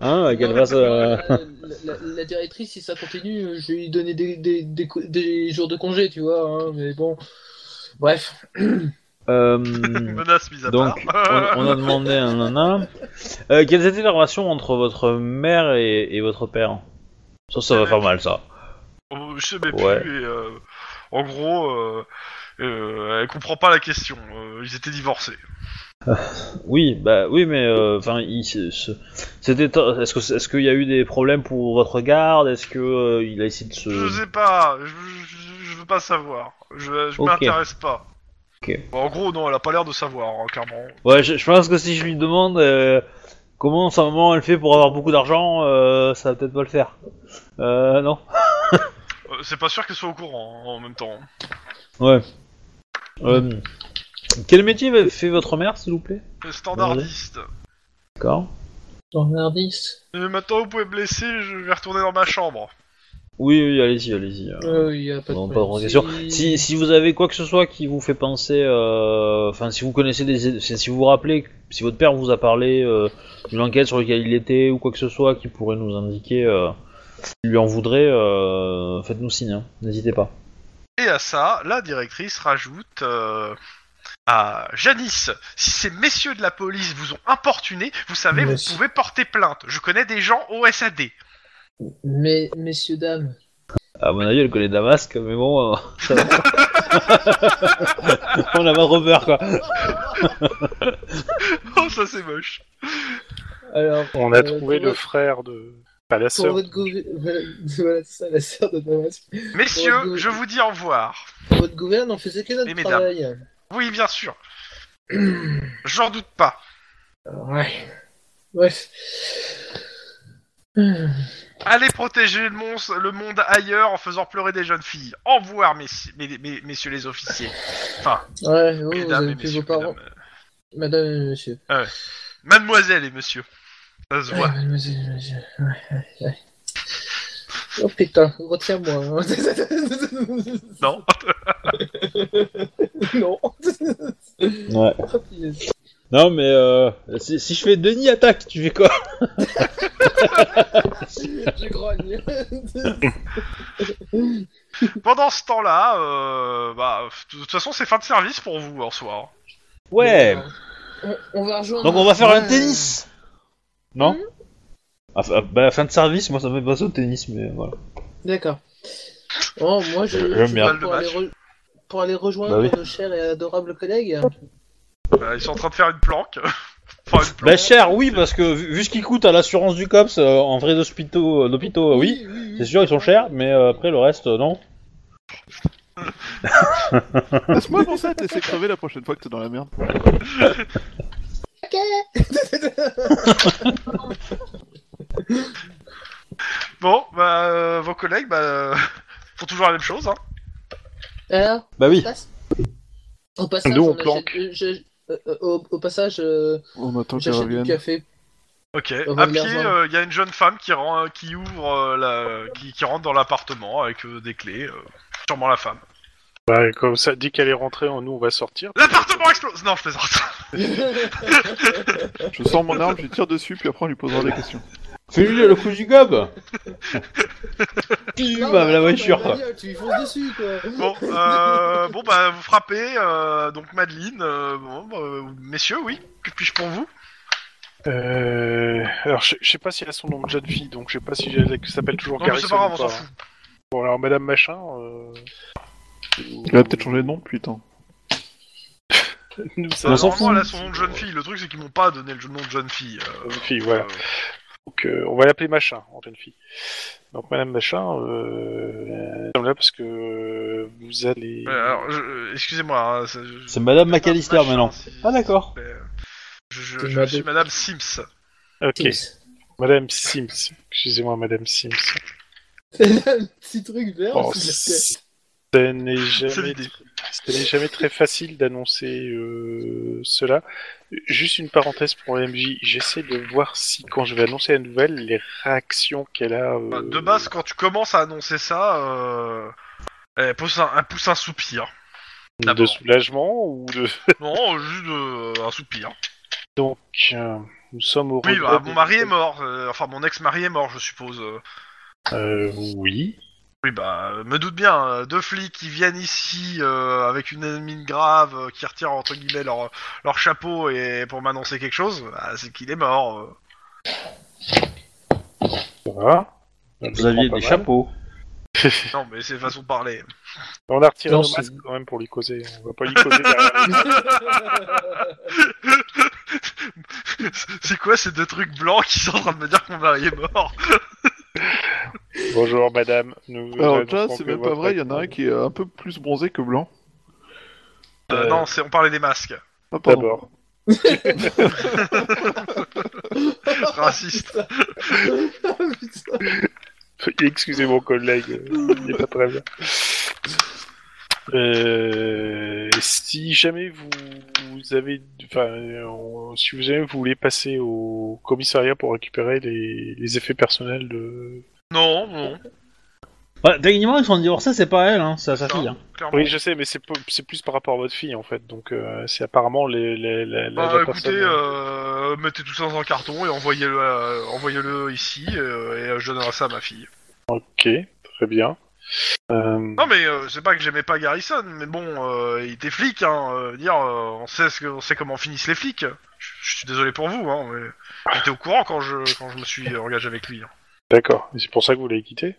[SPEAKER 2] Hein, qu'elle
[SPEAKER 4] Non,
[SPEAKER 2] fasse. euh,
[SPEAKER 4] la, la- la directrice, si ça continue, euh, je vais lui donner des, des, des co- des jours de congé, tu vois. hein, mais bon, bref.
[SPEAKER 2] euh,
[SPEAKER 1] Menace mise à
[SPEAKER 2] donc, on,
[SPEAKER 1] part.
[SPEAKER 2] on a demandé à Nana. Euh, quelles étaient les relations entre votre mère et, et votre père Ça, ça va faire mal, ça.
[SPEAKER 1] Euh, Je sais même
[SPEAKER 2] Ouais.
[SPEAKER 1] plus. Et, euh, en gros, euh, euh, elle comprend pas la question. Euh, ils étaient divorcés.
[SPEAKER 2] Oui, bah oui, mais enfin, c'était. Est-ce que est-ce qu'il y a eu des problèmes pour votre garde Est-ce que euh, il a essayé de se
[SPEAKER 1] Je sais pas. Je, je- je veux pas savoir. Je, je
[SPEAKER 2] Ok.
[SPEAKER 1] m'intéresse pas.
[SPEAKER 2] Ok.
[SPEAKER 1] Bon, en gros, non, elle a pas l'air de savoir, hein, clairement.
[SPEAKER 2] Ouais, je, je pense que si je lui demande euh, comment sa maman elle fait pour avoir beaucoup d'argent, euh, ça va peut-être pas le faire. Euh, non.
[SPEAKER 1] Euh, c'est pas sûr qu'elle soit au courant hein, en même temps.
[SPEAKER 2] Ouais. Euh, quel métier fait votre mère, s'il vous plaît
[SPEAKER 1] Standardiste.
[SPEAKER 2] D'accord.
[SPEAKER 4] Dans un indice.
[SPEAKER 1] Et maintenant, vous pouvez me laisser, je vais retourner dans ma chambre.
[SPEAKER 2] Oui, oui, allez-y, allez-y. euh.
[SPEAKER 4] Euh, il y a pas de
[SPEAKER 2] Non, pas
[SPEAKER 4] problème.
[SPEAKER 2] de question.
[SPEAKER 4] C'est-
[SPEAKER 2] Si, si vous avez quoi que ce soit qui vous fait penser, euh, enfin si vous connaissez des, si si vous vous rappelez, si votre père vous a parlé euh, d'une enquête sur laquelle il était ou quoi que ce soit qui pourrait nous indiquer, euh, qu'il lui en voudrait, euh, faites-nous signe, hein. n'hésitez pas.
[SPEAKER 1] Et à ça, la directrice rajoute euh, à Janice, si ces messieurs de la police vous ont importuné, vous savez,
[SPEAKER 4] Merci.
[SPEAKER 1] vous pouvez porter plainte. Je connais des gens au SAD.
[SPEAKER 4] Mais, messieurs, dames,
[SPEAKER 2] À mon avis, elle connaît Damasque, mais bon, euh, ça va. on a pas repère quoi.
[SPEAKER 1] Oh, ça c'est moche.
[SPEAKER 4] alors.
[SPEAKER 3] On a
[SPEAKER 4] euh,
[SPEAKER 3] trouvé
[SPEAKER 4] pour-
[SPEAKER 3] le frère de.
[SPEAKER 7] bah,
[SPEAKER 3] Pas la
[SPEAKER 4] Pour
[SPEAKER 3] sœur.
[SPEAKER 4] votre, gouver- voilà, voilà, c'est ça, la sœur de Damas.
[SPEAKER 1] Messieurs, je vous dis au revoir.
[SPEAKER 4] Votre gouverne en faisait que
[SPEAKER 1] Et
[SPEAKER 4] notre
[SPEAKER 1] mesdames.
[SPEAKER 4] travail. Euh,
[SPEAKER 1] Oui, bien sûr. J'en doute pas.
[SPEAKER 4] Ouais. Bref. Euh,
[SPEAKER 1] Allez protéger le, mons- le monde ailleurs en faisant pleurer des jeunes filles. Au revoir, messi- mes- mes- messieurs les officiers.
[SPEAKER 4] Ouais, vous, vous
[SPEAKER 1] Mesdames
[SPEAKER 4] avez
[SPEAKER 1] et
[SPEAKER 4] plus vos
[SPEAKER 1] messieurs.
[SPEAKER 4] parents.
[SPEAKER 1] mesdames, euh,
[SPEAKER 4] Madame et monsieur.
[SPEAKER 1] Mademoiselle et monsieur. Ça se
[SPEAKER 4] Ouais,
[SPEAKER 1] voit.
[SPEAKER 4] mademoiselle et monsieur. Ouais, ouais, ouais. Oh putain, retiens-moi. hein.
[SPEAKER 1] Non
[SPEAKER 4] non.
[SPEAKER 2] Ouais.
[SPEAKER 4] Oh, punaise.
[SPEAKER 2] Non mais euh, si, si je fais Denis attaque, tu fais quoi
[SPEAKER 4] Je grogne.
[SPEAKER 1] Pendant ce temps-là, euh, bah, de toute façon, c'est fin de service pour vous en soi. hein.
[SPEAKER 2] Ouais.
[SPEAKER 4] On, on va rejoindre.
[SPEAKER 2] Donc on va faire
[SPEAKER 4] Ouais.
[SPEAKER 2] un tennis Non Ah, f- ah, bah, la fin de service, moi ça me fait passer au tennis, mais voilà.
[SPEAKER 4] D'accord. Oh, moi je.
[SPEAKER 2] Je
[SPEAKER 4] je
[SPEAKER 2] merde.
[SPEAKER 4] pars Pour aller, re- pour aller rejoindre
[SPEAKER 2] Bah oui.
[SPEAKER 4] nos chers et adorables collègues.
[SPEAKER 1] Euh, ils sont en train de faire une planque. enfin, une
[SPEAKER 2] Bah
[SPEAKER 1] planque.
[SPEAKER 2] cher, oui, parce que vu vu ce qu'ils coûtent à l'assurance du COPS euh, en vrai d'hôpitaux, euh, d'hôpitaux, euh, oui, c'est sûr, ils sont chers, mais euh, après le reste, euh, non.
[SPEAKER 5] Laisse-moi penser à te laisser crever la prochaine fois que t'es dans la merde.
[SPEAKER 1] Bon, bah, euh, vos collègues, bah, euh, font toujours la même chose. Hein.
[SPEAKER 4] Alors,
[SPEAKER 2] Bah oui.
[SPEAKER 4] Eh, hein, passe Au passage,
[SPEAKER 8] Nous, on
[SPEAKER 4] a-
[SPEAKER 8] planque.
[SPEAKER 4] je- je- euh, euh, au, au passage, euh,
[SPEAKER 5] On attend qu'elle
[SPEAKER 4] j'achète du
[SPEAKER 5] revienne.
[SPEAKER 4] café.
[SPEAKER 1] Ok.
[SPEAKER 4] On va
[SPEAKER 1] à
[SPEAKER 4] les
[SPEAKER 1] pied, il
[SPEAKER 4] rejoindre.
[SPEAKER 1] y a une jeune femme qui, rend, qui ouvre, euh, la, qui, qui rentre dans l'appartement avec euh, des clés. euh, sûrement la femme.
[SPEAKER 3] Bah, comme ça, dès qu'elle est rentrée, nous on va sortir.
[SPEAKER 1] L'appartement explose. Non, je plaisante.
[SPEAKER 5] Je sors mon arme, je lui tire dessus, puis après on lui posera des questions.
[SPEAKER 2] Fais-lui le coup du gob Pim,
[SPEAKER 4] Non,
[SPEAKER 2] Bah, la
[SPEAKER 4] attends,
[SPEAKER 2] voiture,
[SPEAKER 4] la
[SPEAKER 2] quoi.
[SPEAKER 4] bagnole, Tu lui fonces dessus, quoi.
[SPEAKER 1] Bon, euh, bon, bah, vous frappez. euh, donc, Madeleine, euh, bon, bah, euh, messieurs, oui. Que puis-je pour vous
[SPEAKER 3] Euh... Alors, je je sais pas si elle a son nom de jeune fille, donc je sais pas si elle s'appelle toujours
[SPEAKER 1] Non, mais
[SPEAKER 3] Garrison.
[SPEAKER 1] c'est pas grave,
[SPEAKER 3] ou
[SPEAKER 1] on s'en
[SPEAKER 7] hein.
[SPEAKER 3] pas.
[SPEAKER 1] fout.
[SPEAKER 3] Bon, alors, Madame Machin. Euh...
[SPEAKER 5] Il va peut-être changer de nom, putain.
[SPEAKER 3] Nous,
[SPEAKER 1] Ça,
[SPEAKER 2] On s'en
[SPEAKER 1] normalement,
[SPEAKER 2] fout.
[SPEAKER 1] elle a son nom de jeune fille. Le truc, c'est qu'ils m'ont pas donné le nom de jeune fille. euh,
[SPEAKER 3] Jeune fille, voilà.
[SPEAKER 1] euh,
[SPEAKER 3] Donc, euh, on va l'appeler Machin, en jeune fille. Donc, Madame Machin, euh... nous sommes là parce que euh, vous allez.
[SPEAKER 1] ouais, alors, je- excusez-moi. hein, ça- je-
[SPEAKER 2] C'est Madame
[SPEAKER 1] je-
[SPEAKER 2] McAllister,
[SPEAKER 1] Machin,
[SPEAKER 2] maintenant.
[SPEAKER 1] si-
[SPEAKER 2] Ah, d'accord.
[SPEAKER 1] mais, euh, Je, je-
[SPEAKER 4] C'est
[SPEAKER 1] je
[SPEAKER 4] Madame-
[SPEAKER 1] suis Madame Sims.
[SPEAKER 3] ok,
[SPEAKER 4] Tips.
[SPEAKER 3] Madame Sims. Excusez-moi, Madame Sims.
[SPEAKER 4] Elle a un petit truc vert.
[SPEAKER 3] Oh,
[SPEAKER 4] sous
[SPEAKER 3] ce n'est jamais,
[SPEAKER 1] l'idée.
[SPEAKER 3] ce n'est jamais très facile d'annoncer euh, cela. Juste une parenthèse pour la MJ. J'essaie de voir si, quand je vais annoncer la nouvelle, les réactions qu'elle a. euh,
[SPEAKER 1] Bah, De base, quand tu commences à annoncer ça, euh, elle pousse un, elle pousse un soupir.
[SPEAKER 3] de
[SPEAKER 1] d'abord.
[SPEAKER 3] soulagement ou de.
[SPEAKER 1] non, juste euh, un soupir.
[SPEAKER 3] Donc, euh, nous sommes au.
[SPEAKER 1] Oui,
[SPEAKER 3] regret
[SPEAKER 1] bah, mon
[SPEAKER 3] de-
[SPEAKER 1] mari est mort. euh, enfin, mon ex-mari est mort, je suppose. euh.
[SPEAKER 3] Euh, oui.
[SPEAKER 1] Oui, bah, euh, me doute bien. euh, Deux flics qui viennent ici euh, avec une mine grave, euh, qui retirent entre guillemets leur, leur chapeau et pour m'annoncer quelque chose, bah, c'est qu'il est mort. euh.
[SPEAKER 3] Ça va. Je
[SPEAKER 2] Vous aviez des
[SPEAKER 3] prends pas mal.
[SPEAKER 2] chapeaux.
[SPEAKER 1] Non, mais c'est façon de parler.
[SPEAKER 3] On a retiré
[SPEAKER 4] Non,
[SPEAKER 3] nos
[SPEAKER 4] c'est-
[SPEAKER 3] masques quand même pour lui causer. On va pas lui causer derrière.
[SPEAKER 1] c'est quoi ces deux trucs blancs qui sont en train de me dire que mon mari est mort
[SPEAKER 3] Bonjour, madame. Nous
[SPEAKER 5] Alors
[SPEAKER 3] nous
[SPEAKER 5] déjà,
[SPEAKER 3] annonçons
[SPEAKER 5] c'est
[SPEAKER 3] que
[SPEAKER 5] même pas
[SPEAKER 3] votre-
[SPEAKER 5] vrai, il y en a un qui est un peu plus bronzé que blanc.
[SPEAKER 1] Euh,
[SPEAKER 3] Euh.
[SPEAKER 1] Non, c'est on parlait des masques.
[SPEAKER 5] Ah, pardon.
[SPEAKER 3] D'abord.
[SPEAKER 1] Raciste.
[SPEAKER 4] Oh,
[SPEAKER 3] Excusez mon collègue, euh, il n'est pas très bien. Euh, si jamais vous vous avez, enfin, euh, on- si vous avez, vous voulez passer au commissariat pour récupérer les, les effets personnels de.
[SPEAKER 1] Non, bon.
[SPEAKER 2] Bah, techniquement, ils sont divorcés, c'est pas à elle, hein, c'est à sa
[SPEAKER 1] ça,
[SPEAKER 2] fille. Hein.
[SPEAKER 1] clairement.
[SPEAKER 3] Oui, je sais, mais c'est peu- c'est plus par rapport à votre fille en fait. Donc euh, c'est apparemment les, les- la- la-
[SPEAKER 1] Bah
[SPEAKER 3] la
[SPEAKER 1] écoutez,
[SPEAKER 3] personne-
[SPEAKER 1] euh, mettez tout ça dans un carton et envoyez-le euh, envoyez-le ici euh, et euh, je donnerai ça à ma fille.
[SPEAKER 3] Ok, très bien. Euh,
[SPEAKER 1] Non mais euh, c'est pas que j'aimais pas Garrison, mais bon, euh, il était flic, hein. euh, dire, euh, on sait ce que, on sait comment finissent les flics. Je je suis désolé pour vous, hein, mais j'étais au courant quand je quand je me suis engagé avec lui. hein.
[SPEAKER 3] D'accord. Et C'est pour ça que vous l'avez quitté.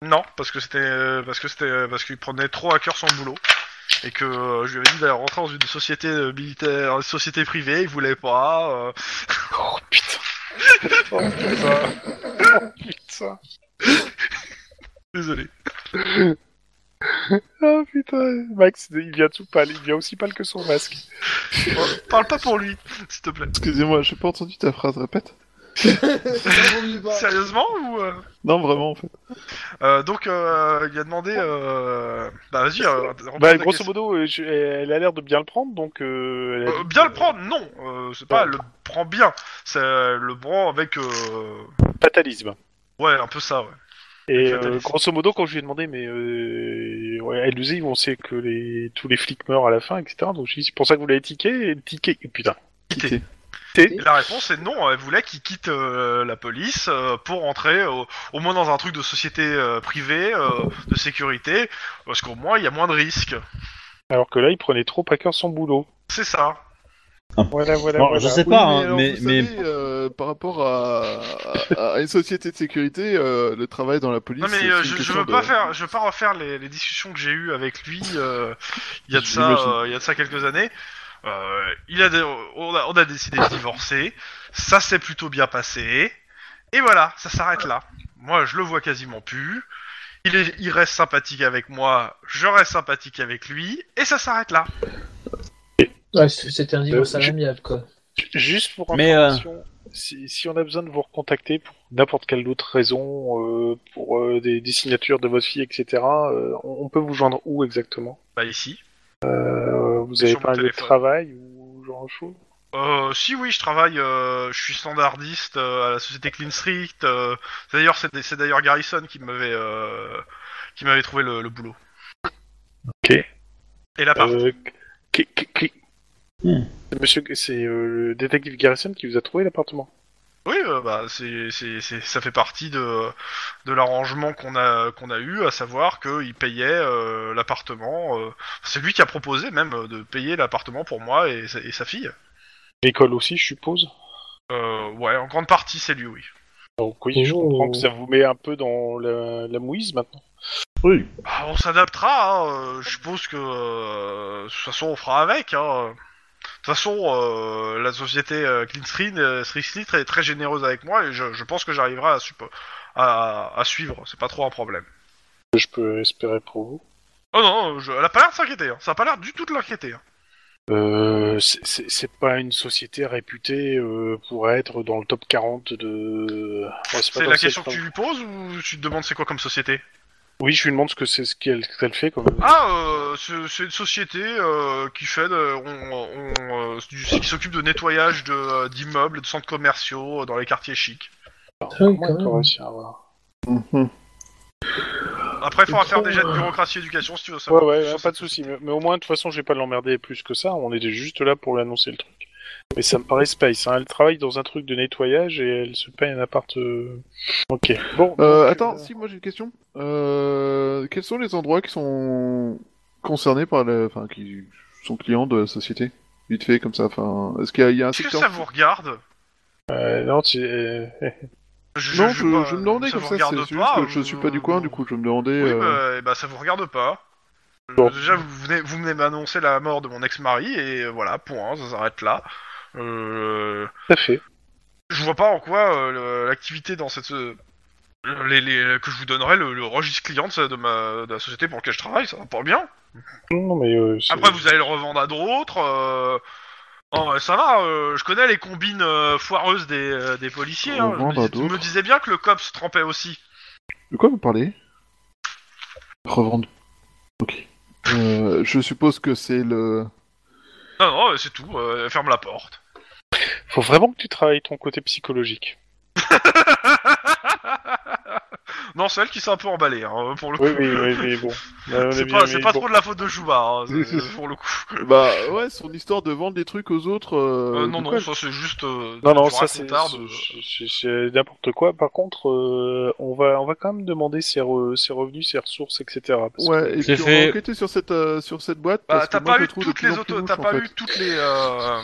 [SPEAKER 1] Non, parce que c'était euh, parce que c'était euh, parce qu'il prenait trop à cœur son boulot et que euh, je lui avais dit d'aller rentrer dans une société euh, militaire, une société privée, il voulait pas. euh,
[SPEAKER 3] Oh putain. oh putain. Oh putain.
[SPEAKER 1] Désolé.
[SPEAKER 5] Ah,
[SPEAKER 3] Oh putain. Max, il vient tout pâle. Il vient aussi pâle que son masque.
[SPEAKER 1] Oh, Parle pas pour lui, s'il te plaît.
[SPEAKER 5] Excusez-moi, j'ai pas entendu ta phrase, répète.
[SPEAKER 3] Bah,
[SPEAKER 1] Sérieusement ou euh
[SPEAKER 5] Non, vraiment, en fait.
[SPEAKER 1] Euh, Donc euh, il a demandé. Euh... Bah vas-y. Euh, reprends
[SPEAKER 3] Bah,
[SPEAKER 1] ta
[SPEAKER 3] grosso
[SPEAKER 1] question.
[SPEAKER 3] modo, euh, je- elle a l'air de bien le prendre, donc. euh, elle a
[SPEAKER 1] Euh,
[SPEAKER 3] dit
[SPEAKER 1] bien
[SPEAKER 3] que-
[SPEAKER 1] le prendre, non. Euh, c'est pas
[SPEAKER 3] Ouais.
[SPEAKER 1] le prend bien. C'est le prend avec. euh,
[SPEAKER 3] Fatalisme.
[SPEAKER 1] Ouais, un peu ça. Ouais.
[SPEAKER 3] Et
[SPEAKER 1] Avec
[SPEAKER 3] euh,
[SPEAKER 1] fatalisme.
[SPEAKER 3] grosso modo, quand je lui ai demandé, mais euh, ouais, elle nous dit, on sait que les, tous les flics meurent à la fin, etc. Donc je lui ai dit, c'est pour ça que vous l'avez tiqué, et tiqué. et Putain.
[SPEAKER 1] Quitter.
[SPEAKER 3] Quitter.
[SPEAKER 1] Et La réponse est non. Elle voulait qu'il quitte euh, la police euh, pour entrer au, au moins dans un truc de société euh, privée, euh, de sécurité, parce qu'au moins il y a moins de risques.
[SPEAKER 3] Alors que là, il prenait trop à cœur son boulot.
[SPEAKER 1] C'est ça.
[SPEAKER 3] Voilà, voilà,
[SPEAKER 2] Bon,
[SPEAKER 3] voilà.
[SPEAKER 2] je sais
[SPEAKER 5] Oui,
[SPEAKER 2] pas,
[SPEAKER 5] mais
[SPEAKER 2] hein,
[SPEAKER 5] alors,
[SPEAKER 2] mais-
[SPEAKER 5] vous
[SPEAKER 2] mais-
[SPEAKER 5] savez, euh, par rapport à, à- à une société de sécurité, euh, le travail dans la police.
[SPEAKER 1] Non mais
[SPEAKER 5] c'est
[SPEAKER 1] euh,
[SPEAKER 5] une
[SPEAKER 1] je, je
[SPEAKER 5] question
[SPEAKER 1] veux
[SPEAKER 5] de-
[SPEAKER 1] pas faire, je veux pas refaire les, les discussions que j'ai eues avec lui euh, il y a de ça,
[SPEAKER 5] J'imagine.
[SPEAKER 1] euh, il y a de ça quelques années. Euh, il a, dé- on a, on a décidé de divorcer, ça s'est plutôt bien passé, et voilà, ça s'arrête là. Moi, je le vois quasiment plus. Il, est, il reste sympathique avec moi, je reste sympathique avec lui, et ça s'arrête là.
[SPEAKER 4] Ouais, c'est- c'était un divorce
[SPEAKER 3] Euh,
[SPEAKER 4] à
[SPEAKER 3] je-
[SPEAKER 4] l'amiable, quoi.
[SPEAKER 3] Juste pour
[SPEAKER 2] Mais, euh,
[SPEAKER 3] information, si, si on a besoin de vous recontacter pour n'importe quelle autre raison, euh, pour euh, des, des signatures de votre fille, etc., euh, on, on peut vous joindre où exactement
[SPEAKER 1] Bah ici.
[SPEAKER 3] Euh, Vous
[SPEAKER 1] Sur
[SPEAKER 3] avez
[SPEAKER 1] mon
[SPEAKER 3] pas un lieu de
[SPEAKER 1] téléphone.
[SPEAKER 3] travail ou genre de chose
[SPEAKER 1] Euh, si oui, je travaille, euh, je suis standardiste euh, à la société Clean Street. euh, d'ailleurs, c'est c'est d'ailleurs Garrison qui m'avait euh, qui m'avait trouvé le, le boulot.
[SPEAKER 3] Ok.
[SPEAKER 1] Et la part.
[SPEAKER 3] Euh, cli- cli- cli-
[SPEAKER 2] Hmm.
[SPEAKER 3] C'est Monsieur, c'est euh, le détective Garrison qui vous a trouvé l'appartement.
[SPEAKER 1] Oui, euh, bah c'est c'est c'est- ça fait partie de de l'arrangement qu'on a qu'on a eu, à savoir qu'il payait euh, l'appartement. euh, c'est lui qui a proposé même euh, de payer l'appartement pour moi et, sa- et sa fille.
[SPEAKER 3] L'école aussi, je suppose.
[SPEAKER 1] Euh, ouais, en grande partie c'est lui, oui.
[SPEAKER 3] Donc oui, je
[SPEAKER 4] Oh.
[SPEAKER 3] comprends que ça vous met un peu dans la, la mouise maintenant.
[SPEAKER 2] Oui.
[SPEAKER 1] Bah, on s'adaptera, hein, euh, je suppose que euh, de toute façon on fera avec. hein. De toute façon, euh, la société euh, Clean Street, euh, Street Street est très généreuse avec moi et je, je pense que j'arriverai à, sup- à, à suivre, c'est pas trop un problème.
[SPEAKER 3] Je peux espérer pour vous.
[SPEAKER 1] Oh non, je- elle a pas l'air de s'inquiéter, hein. ça a pas l'air du tout de l'inquiéter. hein.
[SPEAKER 3] Euh, c'est- c'est c'est pas une société réputée euh, pour être dans le top 40 de. Ouais, pas
[SPEAKER 1] C'est
[SPEAKER 3] comme
[SPEAKER 1] la
[SPEAKER 3] ça,
[SPEAKER 1] question que
[SPEAKER 3] je
[SPEAKER 1] tu lui poses ou tu te demandes c'est quoi comme société
[SPEAKER 3] Oui, je lui demande ce que c'est ce qu'elle ce qu'elle fait comme.
[SPEAKER 1] Ah, euh, c'est c'est une société euh, qui fait de- on, on, euh, du- qui s'occupe de nettoyage de, euh, d'immeubles, de, centres commerciaux euh, dans les quartiers chics.
[SPEAKER 3] Comment
[SPEAKER 4] quand
[SPEAKER 3] elle peut
[SPEAKER 4] même.
[SPEAKER 3] réussir à avoir
[SPEAKER 5] Mhm.
[SPEAKER 1] Après, il faudra faire
[SPEAKER 4] Trop,
[SPEAKER 1] des jets
[SPEAKER 5] euh,
[SPEAKER 1] de bureaucratie éducation si tu veux
[SPEAKER 3] Ouais,
[SPEAKER 1] savoir.
[SPEAKER 3] ouais,
[SPEAKER 1] plus sur
[SPEAKER 3] pas
[SPEAKER 1] cette
[SPEAKER 3] de souci. Mais, mais au moins, de toute façon, je vais pas l'emmerder plus que ça. On était juste là pour lui annoncer le truc. Mais ça me paraît space. Hein. Elle travaille dans un truc de nettoyage et elle se paye un appart. euh, Ok. Bon.
[SPEAKER 5] Euh,
[SPEAKER 3] donc,
[SPEAKER 5] attends,
[SPEAKER 3] euh,
[SPEAKER 5] si moi j'ai une question. Euh, quels sont les endroits qui sont concernés par le, enfin, qui sont clients de la société Vite fait, comme ça. Enfin, est-ce qu'il y, a- il y a un
[SPEAKER 1] Est-ce que
[SPEAKER 5] secteur
[SPEAKER 1] ça vous regarde
[SPEAKER 3] euh, non, tu- euh,
[SPEAKER 5] Non,
[SPEAKER 1] sais
[SPEAKER 5] je,
[SPEAKER 1] pas,
[SPEAKER 5] je me demandais
[SPEAKER 1] ça
[SPEAKER 5] comme
[SPEAKER 1] vous
[SPEAKER 5] ça. C'est
[SPEAKER 1] regarde
[SPEAKER 5] juste
[SPEAKER 1] pas,
[SPEAKER 5] que je
[SPEAKER 1] euh,
[SPEAKER 5] suis pas du coin, du coup, je me demandais.
[SPEAKER 1] Oui,
[SPEAKER 5] euh,
[SPEAKER 1] bah, eh ben, ça vous regarde pas. Euh,
[SPEAKER 3] Bon.
[SPEAKER 1] Déjà, vous venez, vous venez m'annoncer la mort de mon ex-mari et euh, voilà, point, ça s'arrête là. Euh,
[SPEAKER 3] tout à fait.
[SPEAKER 1] je vois pas en quoi euh, le- l'activité dans cette. euh, les, les- que je vous donnerai le, le registre client de, de ma, de la société pour laquelle je travaille, ça va pas bien.
[SPEAKER 3] Non, mais. euh, c'est-
[SPEAKER 1] Après, vous allez le revendre à d'autres. euh, oh, ouais, ça va, euh, je connais les combines euh, foireuses des, euh, des policiers. hein. Je me,
[SPEAKER 5] Revendre à
[SPEAKER 1] disais, tu me
[SPEAKER 5] d'autres.
[SPEAKER 1] disais bien que le COPS trempait aussi.
[SPEAKER 5] De quoi vous parlez Revendre. Ok. Euh, je suppose que c'est le
[SPEAKER 1] Non, non, c'est tout. euh, elle ferme la porte.
[SPEAKER 3] Faut vraiment que tu travailles ton côté psychologique.
[SPEAKER 1] Non, c'est elle qui s'est un peu emballée, hein, pour le coup.
[SPEAKER 3] Oui, oui, oui, mais bon. Ouais, on est
[SPEAKER 1] C'est
[SPEAKER 3] bien,
[SPEAKER 1] pas, c'est
[SPEAKER 3] mais
[SPEAKER 1] pas
[SPEAKER 3] bon.
[SPEAKER 1] trop de la faute de Chouba, hein, c'est- pour le coup.
[SPEAKER 5] Bah ouais, son histoire de vendre des trucs aux autres. euh,
[SPEAKER 1] Euh, non,
[SPEAKER 5] du
[SPEAKER 1] non,
[SPEAKER 5] coup,
[SPEAKER 1] ça c'est juste. euh,
[SPEAKER 3] Non, non,
[SPEAKER 1] du
[SPEAKER 3] ça c'est
[SPEAKER 1] racontard de-
[SPEAKER 3] c'est- c'est- c'est n'importe quoi. Par contre, euh, on va on va quand même demander ses, re- ses revenus, ses ressources, etc. parce que-
[SPEAKER 5] Ouais, et
[SPEAKER 9] J'ai
[SPEAKER 5] puis on
[SPEAKER 9] fait-
[SPEAKER 5] va enquêter sur cette, euh, sur cette boîte.
[SPEAKER 1] Bah,
[SPEAKER 5] parce que
[SPEAKER 1] t'as
[SPEAKER 5] moi,
[SPEAKER 1] pas
[SPEAKER 5] je
[SPEAKER 1] eu
[SPEAKER 5] trouve de
[SPEAKER 1] toutes
[SPEAKER 5] plus
[SPEAKER 1] les
[SPEAKER 5] en plus
[SPEAKER 1] auto-
[SPEAKER 5] louche,
[SPEAKER 1] t'as
[SPEAKER 5] en
[SPEAKER 1] pas
[SPEAKER 5] fait.
[SPEAKER 1] eu toutes les. euh,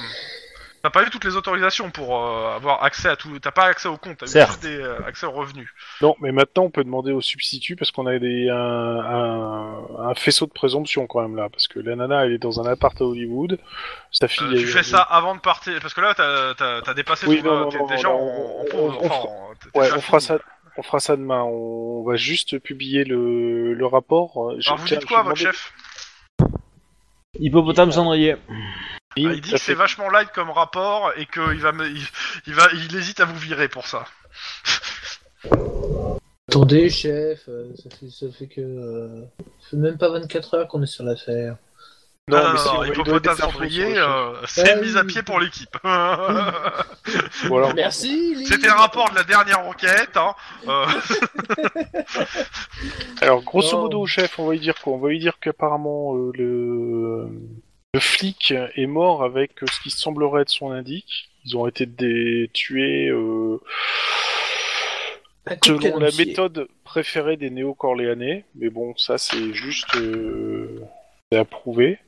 [SPEAKER 1] T'as pas eu toutes les autorisations pour euh, avoir accès à tout. T'as pas accès au compte, t'as eu
[SPEAKER 2] Certes.
[SPEAKER 1] juste des, euh, accès aux revenus.
[SPEAKER 3] Non, mais maintenant on peut demander au substitut parce qu'on a des, un, un, un faisceau de présomption quand même là, parce que la nana elle est dans un appart à Hollywood, sa fille.
[SPEAKER 1] Euh,
[SPEAKER 3] elle-
[SPEAKER 1] tu fais ça avant de partir, parce que là t'as, t'as, t'as dépassé
[SPEAKER 3] Oui,
[SPEAKER 1] ton-
[SPEAKER 3] non, non,
[SPEAKER 1] t'es
[SPEAKER 3] non,
[SPEAKER 1] déjà
[SPEAKER 3] non,
[SPEAKER 1] en-
[SPEAKER 3] on-
[SPEAKER 1] en
[SPEAKER 3] on-
[SPEAKER 1] pause,
[SPEAKER 3] on
[SPEAKER 1] enfin, t'es
[SPEAKER 3] Ouais,
[SPEAKER 1] déjà
[SPEAKER 3] on fera
[SPEAKER 1] fini.
[SPEAKER 3] ça. On fera ça demain. On, on va juste publier le, le rapport. Je-
[SPEAKER 1] Alors vous
[SPEAKER 3] tiens,
[SPEAKER 1] dites quoi à votre
[SPEAKER 3] je vais demander-
[SPEAKER 1] chef
[SPEAKER 2] Hippopotame cendrier.
[SPEAKER 1] Ah, Il dit
[SPEAKER 3] Ça
[SPEAKER 1] que c'est
[SPEAKER 3] fait-
[SPEAKER 1] vachement light comme rapport et qu'il va, me- il, il va, il hésite à vous virer pour ça.
[SPEAKER 4] Attendez, chef, euh, ça fait, ça fait que. euh, ça fait même pas 24 heures qu'on est sur l'affaire.
[SPEAKER 3] Non,
[SPEAKER 1] Ah,
[SPEAKER 3] mais si, on va lui donner des
[SPEAKER 1] Hippopotame
[SPEAKER 3] infos sur le
[SPEAKER 1] Cendrier,
[SPEAKER 3] chef.
[SPEAKER 1] euh, c'est
[SPEAKER 4] Ouais,
[SPEAKER 1] mise
[SPEAKER 4] oui,
[SPEAKER 1] à
[SPEAKER 4] oui.
[SPEAKER 1] pied pour l'équipe.
[SPEAKER 3] Voilà.
[SPEAKER 4] Merci, Lily.
[SPEAKER 1] C'était un rapport de la dernière enquête. Hein. Euh,
[SPEAKER 3] Alors, grosso
[SPEAKER 4] Non.
[SPEAKER 3] modo, au chef, on va lui dire quoi On va lui dire qu'apparemment, euh, le... le flic est mort avec euh, ce qui semblerait être son indique. Ils ont été dé- tués euh,
[SPEAKER 4] Un coup de
[SPEAKER 3] selon la
[SPEAKER 4] calomcier.
[SPEAKER 3] méthode préférée des néo-corléanais. Mais bon, ça, c'est juste euh, c'est à prouver.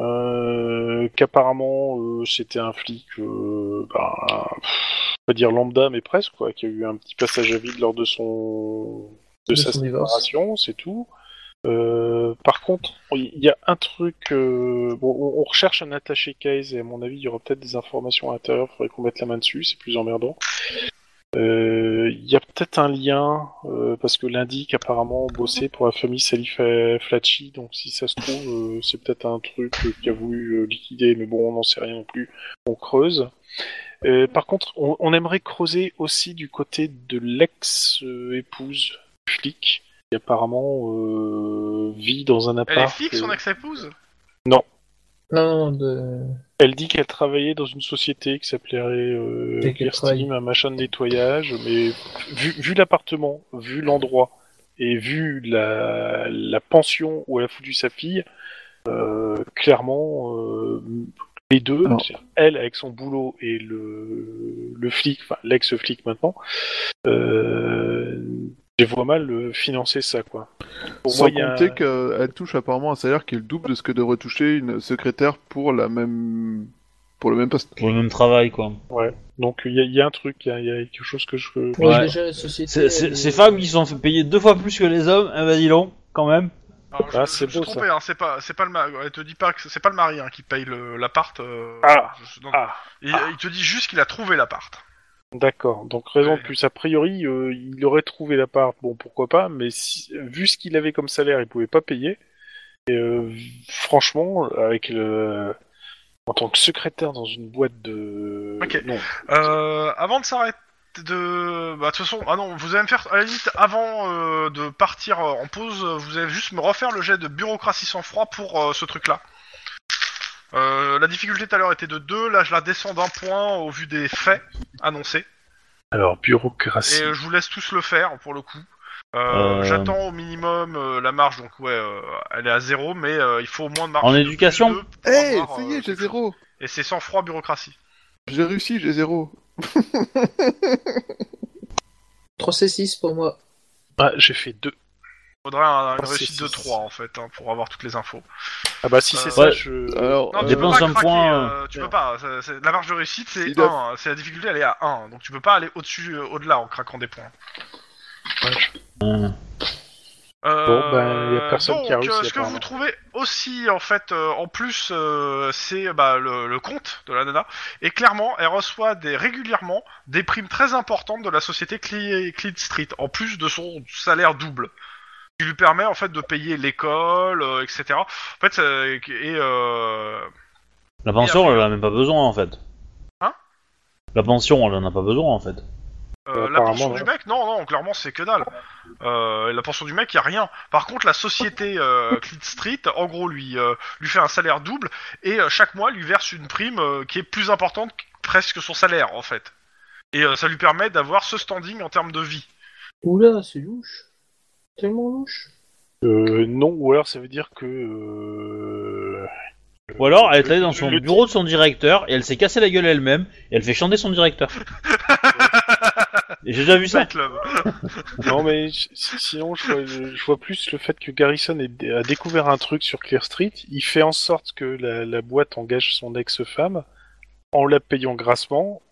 [SPEAKER 3] Euh, qu'apparemment euh, c'était un flic, euh, ben, pff, on va dire lambda mais presque quoi, qui a eu un petit passage à vide lors de son de
[SPEAKER 4] De
[SPEAKER 3] sa
[SPEAKER 4] son divorce.
[SPEAKER 3] séparation, c'est tout. Euh, par contre, il y a un truc. euh, bon, on, on recherche un attaché case et à mon avis, il y aura peut-être des informations à l'intérieur. Faudrait qu'on mette la main dessus, c'est plus emmerdant. Euh, Il y a peut-être un lien euh, parce que lundi, apparemment, bossait pour la famille Salif euh, Flatchi. Donc, si ça se trouve, euh, c'est peut-être un truc euh, qui a voulu euh, liquider, mais bon, on n'en sait rien non plus. On creuse. Euh, par contre, on, on aimerait creuser aussi du côté de l'ex-épouse flic qui apparemment euh, vit dans un
[SPEAKER 1] Elle
[SPEAKER 3] appart.
[SPEAKER 1] est fixe,
[SPEAKER 3] euh,
[SPEAKER 1] son ex-épouse
[SPEAKER 4] Non, non, de.
[SPEAKER 3] elle dit qu'elle travaillait dans une société qui s'appelait euh,
[SPEAKER 4] Et qu'elle
[SPEAKER 3] Gear
[SPEAKER 4] travaille.
[SPEAKER 3] Steam, un machin de nettoyage, mais vu, vu l'appartement, vu l'endroit et vu la, la pension où elle a foutu sa fille, euh, clairement, euh, les deux,
[SPEAKER 5] Alors.
[SPEAKER 3] c'est-à-dire elle avec son boulot et le, le flic, enfin l'ex-flic maintenant, euh, je les vois mal euh, financer ça, quoi. Pour
[SPEAKER 5] Sans
[SPEAKER 3] moi, il y a un-
[SPEAKER 5] compter qu'elle touche apparemment un salaire qui est le double de ce que devrait toucher une secrétaire pour la même pour le même poste.
[SPEAKER 2] Pour le même travail, quoi.
[SPEAKER 3] Donc il y, a- il y a un truc, il y a, il y a quelque chose que je...
[SPEAKER 4] Oui,
[SPEAKER 2] Ouais.
[SPEAKER 4] déjà, la société.
[SPEAKER 2] C'est- c'est-
[SPEAKER 4] elle
[SPEAKER 2] Ces
[SPEAKER 4] est-
[SPEAKER 2] femmes qui se sont fait payer deux fois plus que les hommes, eh ben dis donc, quand même.
[SPEAKER 1] Alors, je-
[SPEAKER 3] Ah,
[SPEAKER 1] je-
[SPEAKER 3] c'est
[SPEAKER 1] je suis
[SPEAKER 3] beau, ça.
[SPEAKER 1] trompé, hein, c'est pas, c'est pas le mari. Elle te dit pas que c'est pas le mari hein, qui paye le- l'appart. euh,
[SPEAKER 3] Ah,
[SPEAKER 1] je- donc,
[SPEAKER 3] ah.
[SPEAKER 1] il, il te dit juste qu'il a trouvé l'appart.
[SPEAKER 3] D'accord, donc raison
[SPEAKER 1] Ouais.
[SPEAKER 3] de plus. A priori, euh, il aurait trouvé la part, bon pourquoi pas, mais si- vu ce qu'il avait comme salaire, il pouvait pas payer. Et euh, franchement, avec le... en tant que secrétaire dans une boîte de.
[SPEAKER 1] Ok.
[SPEAKER 3] Non.
[SPEAKER 1] Euh, avant de s'arrêter de bah de toute façon ah non vous allez me faire à la limite avant euh, de partir euh, en pause euh, vous allez juste me refaire le jet de bureaucratie sans froid pour euh, ce truc là euh, la difficulté tout à l'heure était de 2 là je la descends d'un point au vu des faits annoncés
[SPEAKER 3] Alors,
[SPEAKER 1] et
[SPEAKER 3] bureaucratie.
[SPEAKER 1] euh, je vous laisse tous le faire pour le coup Euh,
[SPEAKER 2] Euh.
[SPEAKER 1] j'attends au minimum euh, la marge donc ouais euh, elle est à zéro mais euh, il faut au moins de marge
[SPEAKER 2] En
[SPEAKER 1] de
[SPEAKER 2] éducation
[SPEAKER 1] deux pour
[SPEAKER 5] Eh,
[SPEAKER 1] avoir,
[SPEAKER 5] ça y
[SPEAKER 1] euh,
[SPEAKER 5] est, j'ai
[SPEAKER 1] quelque chose.
[SPEAKER 5] zéro.
[SPEAKER 1] et c'est sans froid bureaucratie
[SPEAKER 5] J'ai réussi, j'ai zéro.
[SPEAKER 4] 3C6 pour moi.
[SPEAKER 3] Ah, j'ai fait deux.
[SPEAKER 1] faudrait un- une
[SPEAKER 3] Oh, c'est-
[SPEAKER 1] réussite de
[SPEAKER 3] c'est-
[SPEAKER 1] 3 en fait hein, pour avoir toutes les infos
[SPEAKER 3] Ah bah si c'est
[SPEAKER 1] Euh,
[SPEAKER 3] ça,
[SPEAKER 2] ouais.
[SPEAKER 3] je.
[SPEAKER 5] Alors,
[SPEAKER 1] Non,
[SPEAKER 5] euh,
[SPEAKER 1] tu peux
[SPEAKER 2] Dépense
[SPEAKER 1] pas
[SPEAKER 2] un
[SPEAKER 1] craquer,
[SPEAKER 2] point,
[SPEAKER 1] euh, tu peux pas. ça- c'est- la marge de réussite, c'est 1.
[SPEAKER 5] Il doit-
[SPEAKER 1] C'est la difficulté, elle est à 1. Donc tu peux pas aller au-dessus, euh, au-delà en craquant des points. Euh,
[SPEAKER 3] Bon, ben, y a personne
[SPEAKER 1] donc,
[SPEAKER 3] qui a réussi,
[SPEAKER 1] euh, ce que
[SPEAKER 3] apparemment.
[SPEAKER 1] vous trouvez aussi, en fait, euh, en plus, euh, c'est bah, le, le compte de la nana. Et clairement, elle reçoit des, régulièrement des primes très importantes de la société Cle- Clean Street, en plus de son salaire double. Qui lui permet, en fait, de payer l'école, euh, etc. En fait, ça- et... Euh,
[SPEAKER 2] La pension, elle en a même pas besoin, en fait.
[SPEAKER 1] Hein
[SPEAKER 2] La pension, elle en a pas besoin, en fait.
[SPEAKER 1] Euh, la
[SPEAKER 3] Apparemment,
[SPEAKER 1] pension du
[SPEAKER 3] ouais.
[SPEAKER 1] mec, non, non, clairement c'est que dalle. Euh, la pension du mec, y a rien. Par contre, la société euh, Clean Street, en gros, lui, euh, lui fait un salaire double et euh, chaque mois lui verse une prime euh, qui est plus importante que presque son salaire en fait. Et euh, ça lui permet d'avoir ce standing en termes de vie.
[SPEAKER 4] Oula, c'est louche. Tellement louche.
[SPEAKER 3] Euh, non, ou alors ça veut dire que. euh,
[SPEAKER 2] Ou alors, elle est allée dans son
[SPEAKER 3] Le-
[SPEAKER 2] bureau de son directeur et elle s'est cassée la gueule elle-même et elle fait chanter son directeur. Et J'ai déjà vu ça.
[SPEAKER 1] Fight Club.
[SPEAKER 3] Non, mais si- sinon, je vois, je vois plus le fait que Garrison ait- a découvert un truc sur Clear Street. Il fait en sorte que la, la boîte engage son ex-femme en la payant grassement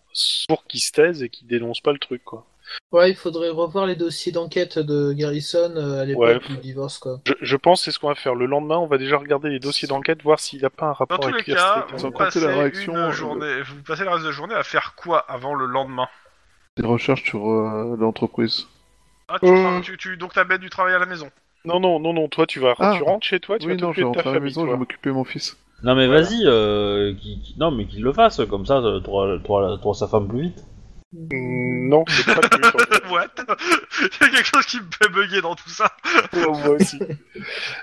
[SPEAKER 3] pour qu'il se taise et qu'il dénonce pas le truc, quoi.
[SPEAKER 4] Ouais, il faudrait revoir les dossiers d'enquête de Garrison euh, à l'époque
[SPEAKER 3] Ouais.
[SPEAKER 4] du divorce, quoi.
[SPEAKER 3] Je, je pense que c'est ce qu'on va faire. Le lendemain, on va déjà regarder les dossiers d'enquête, voir s'il n'y a pas un
[SPEAKER 1] Dans
[SPEAKER 3] rapport
[SPEAKER 1] tous les
[SPEAKER 3] avec Clear
[SPEAKER 1] cas,
[SPEAKER 3] Oh, Street.
[SPEAKER 5] ils ont
[SPEAKER 1] vous
[SPEAKER 5] tenté
[SPEAKER 1] passez,
[SPEAKER 5] la réaction,
[SPEAKER 1] une
[SPEAKER 5] euh,
[SPEAKER 1] journée, vous passez le reste de la journée à faire quoi avant le lendemain
[SPEAKER 5] Des recherches sur euh, l'entreprise.
[SPEAKER 1] ah, tu
[SPEAKER 3] Euh.
[SPEAKER 1] travailles- tu- tu- Donc t'as bête du travail à la maison.
[SPEAKER 3] Non, non, non, non, toi, tu vas,
[SPEAKER 5] Ah.
[SPEAKER 3] tu rentres chez toi, tu
[SPEAKER 5] Oui,
[SPEAKER 3] vas
[SPEAKER 5] non,
[SPEAKER 3] t'occuper
[SPEAKER 5] je vais
[SPEAKER 3] de ta
[SPEAKER 5] rentrer à
[SPEAKER 3] famille,
[SPEAKER 5] la maison, je vais
[SPEAKER 3] toi.
[SPEAKER 5] m'occuper de mon fils.
[SPEAKER 2] Non mais vas-y, euh, qu'il- qu'il- non mais qu'il le fasse, comme ça euh, t'auras t'auras- t'auras sa femme plus vite.
[SPEAKER 3] Mm, Non, c'est pas le but, en fait.
[SPEAKER 1] What Il y a quelque chose qui me fait bugger dans tout ça.
[SPEAKER 3] Ouais, moi aussi.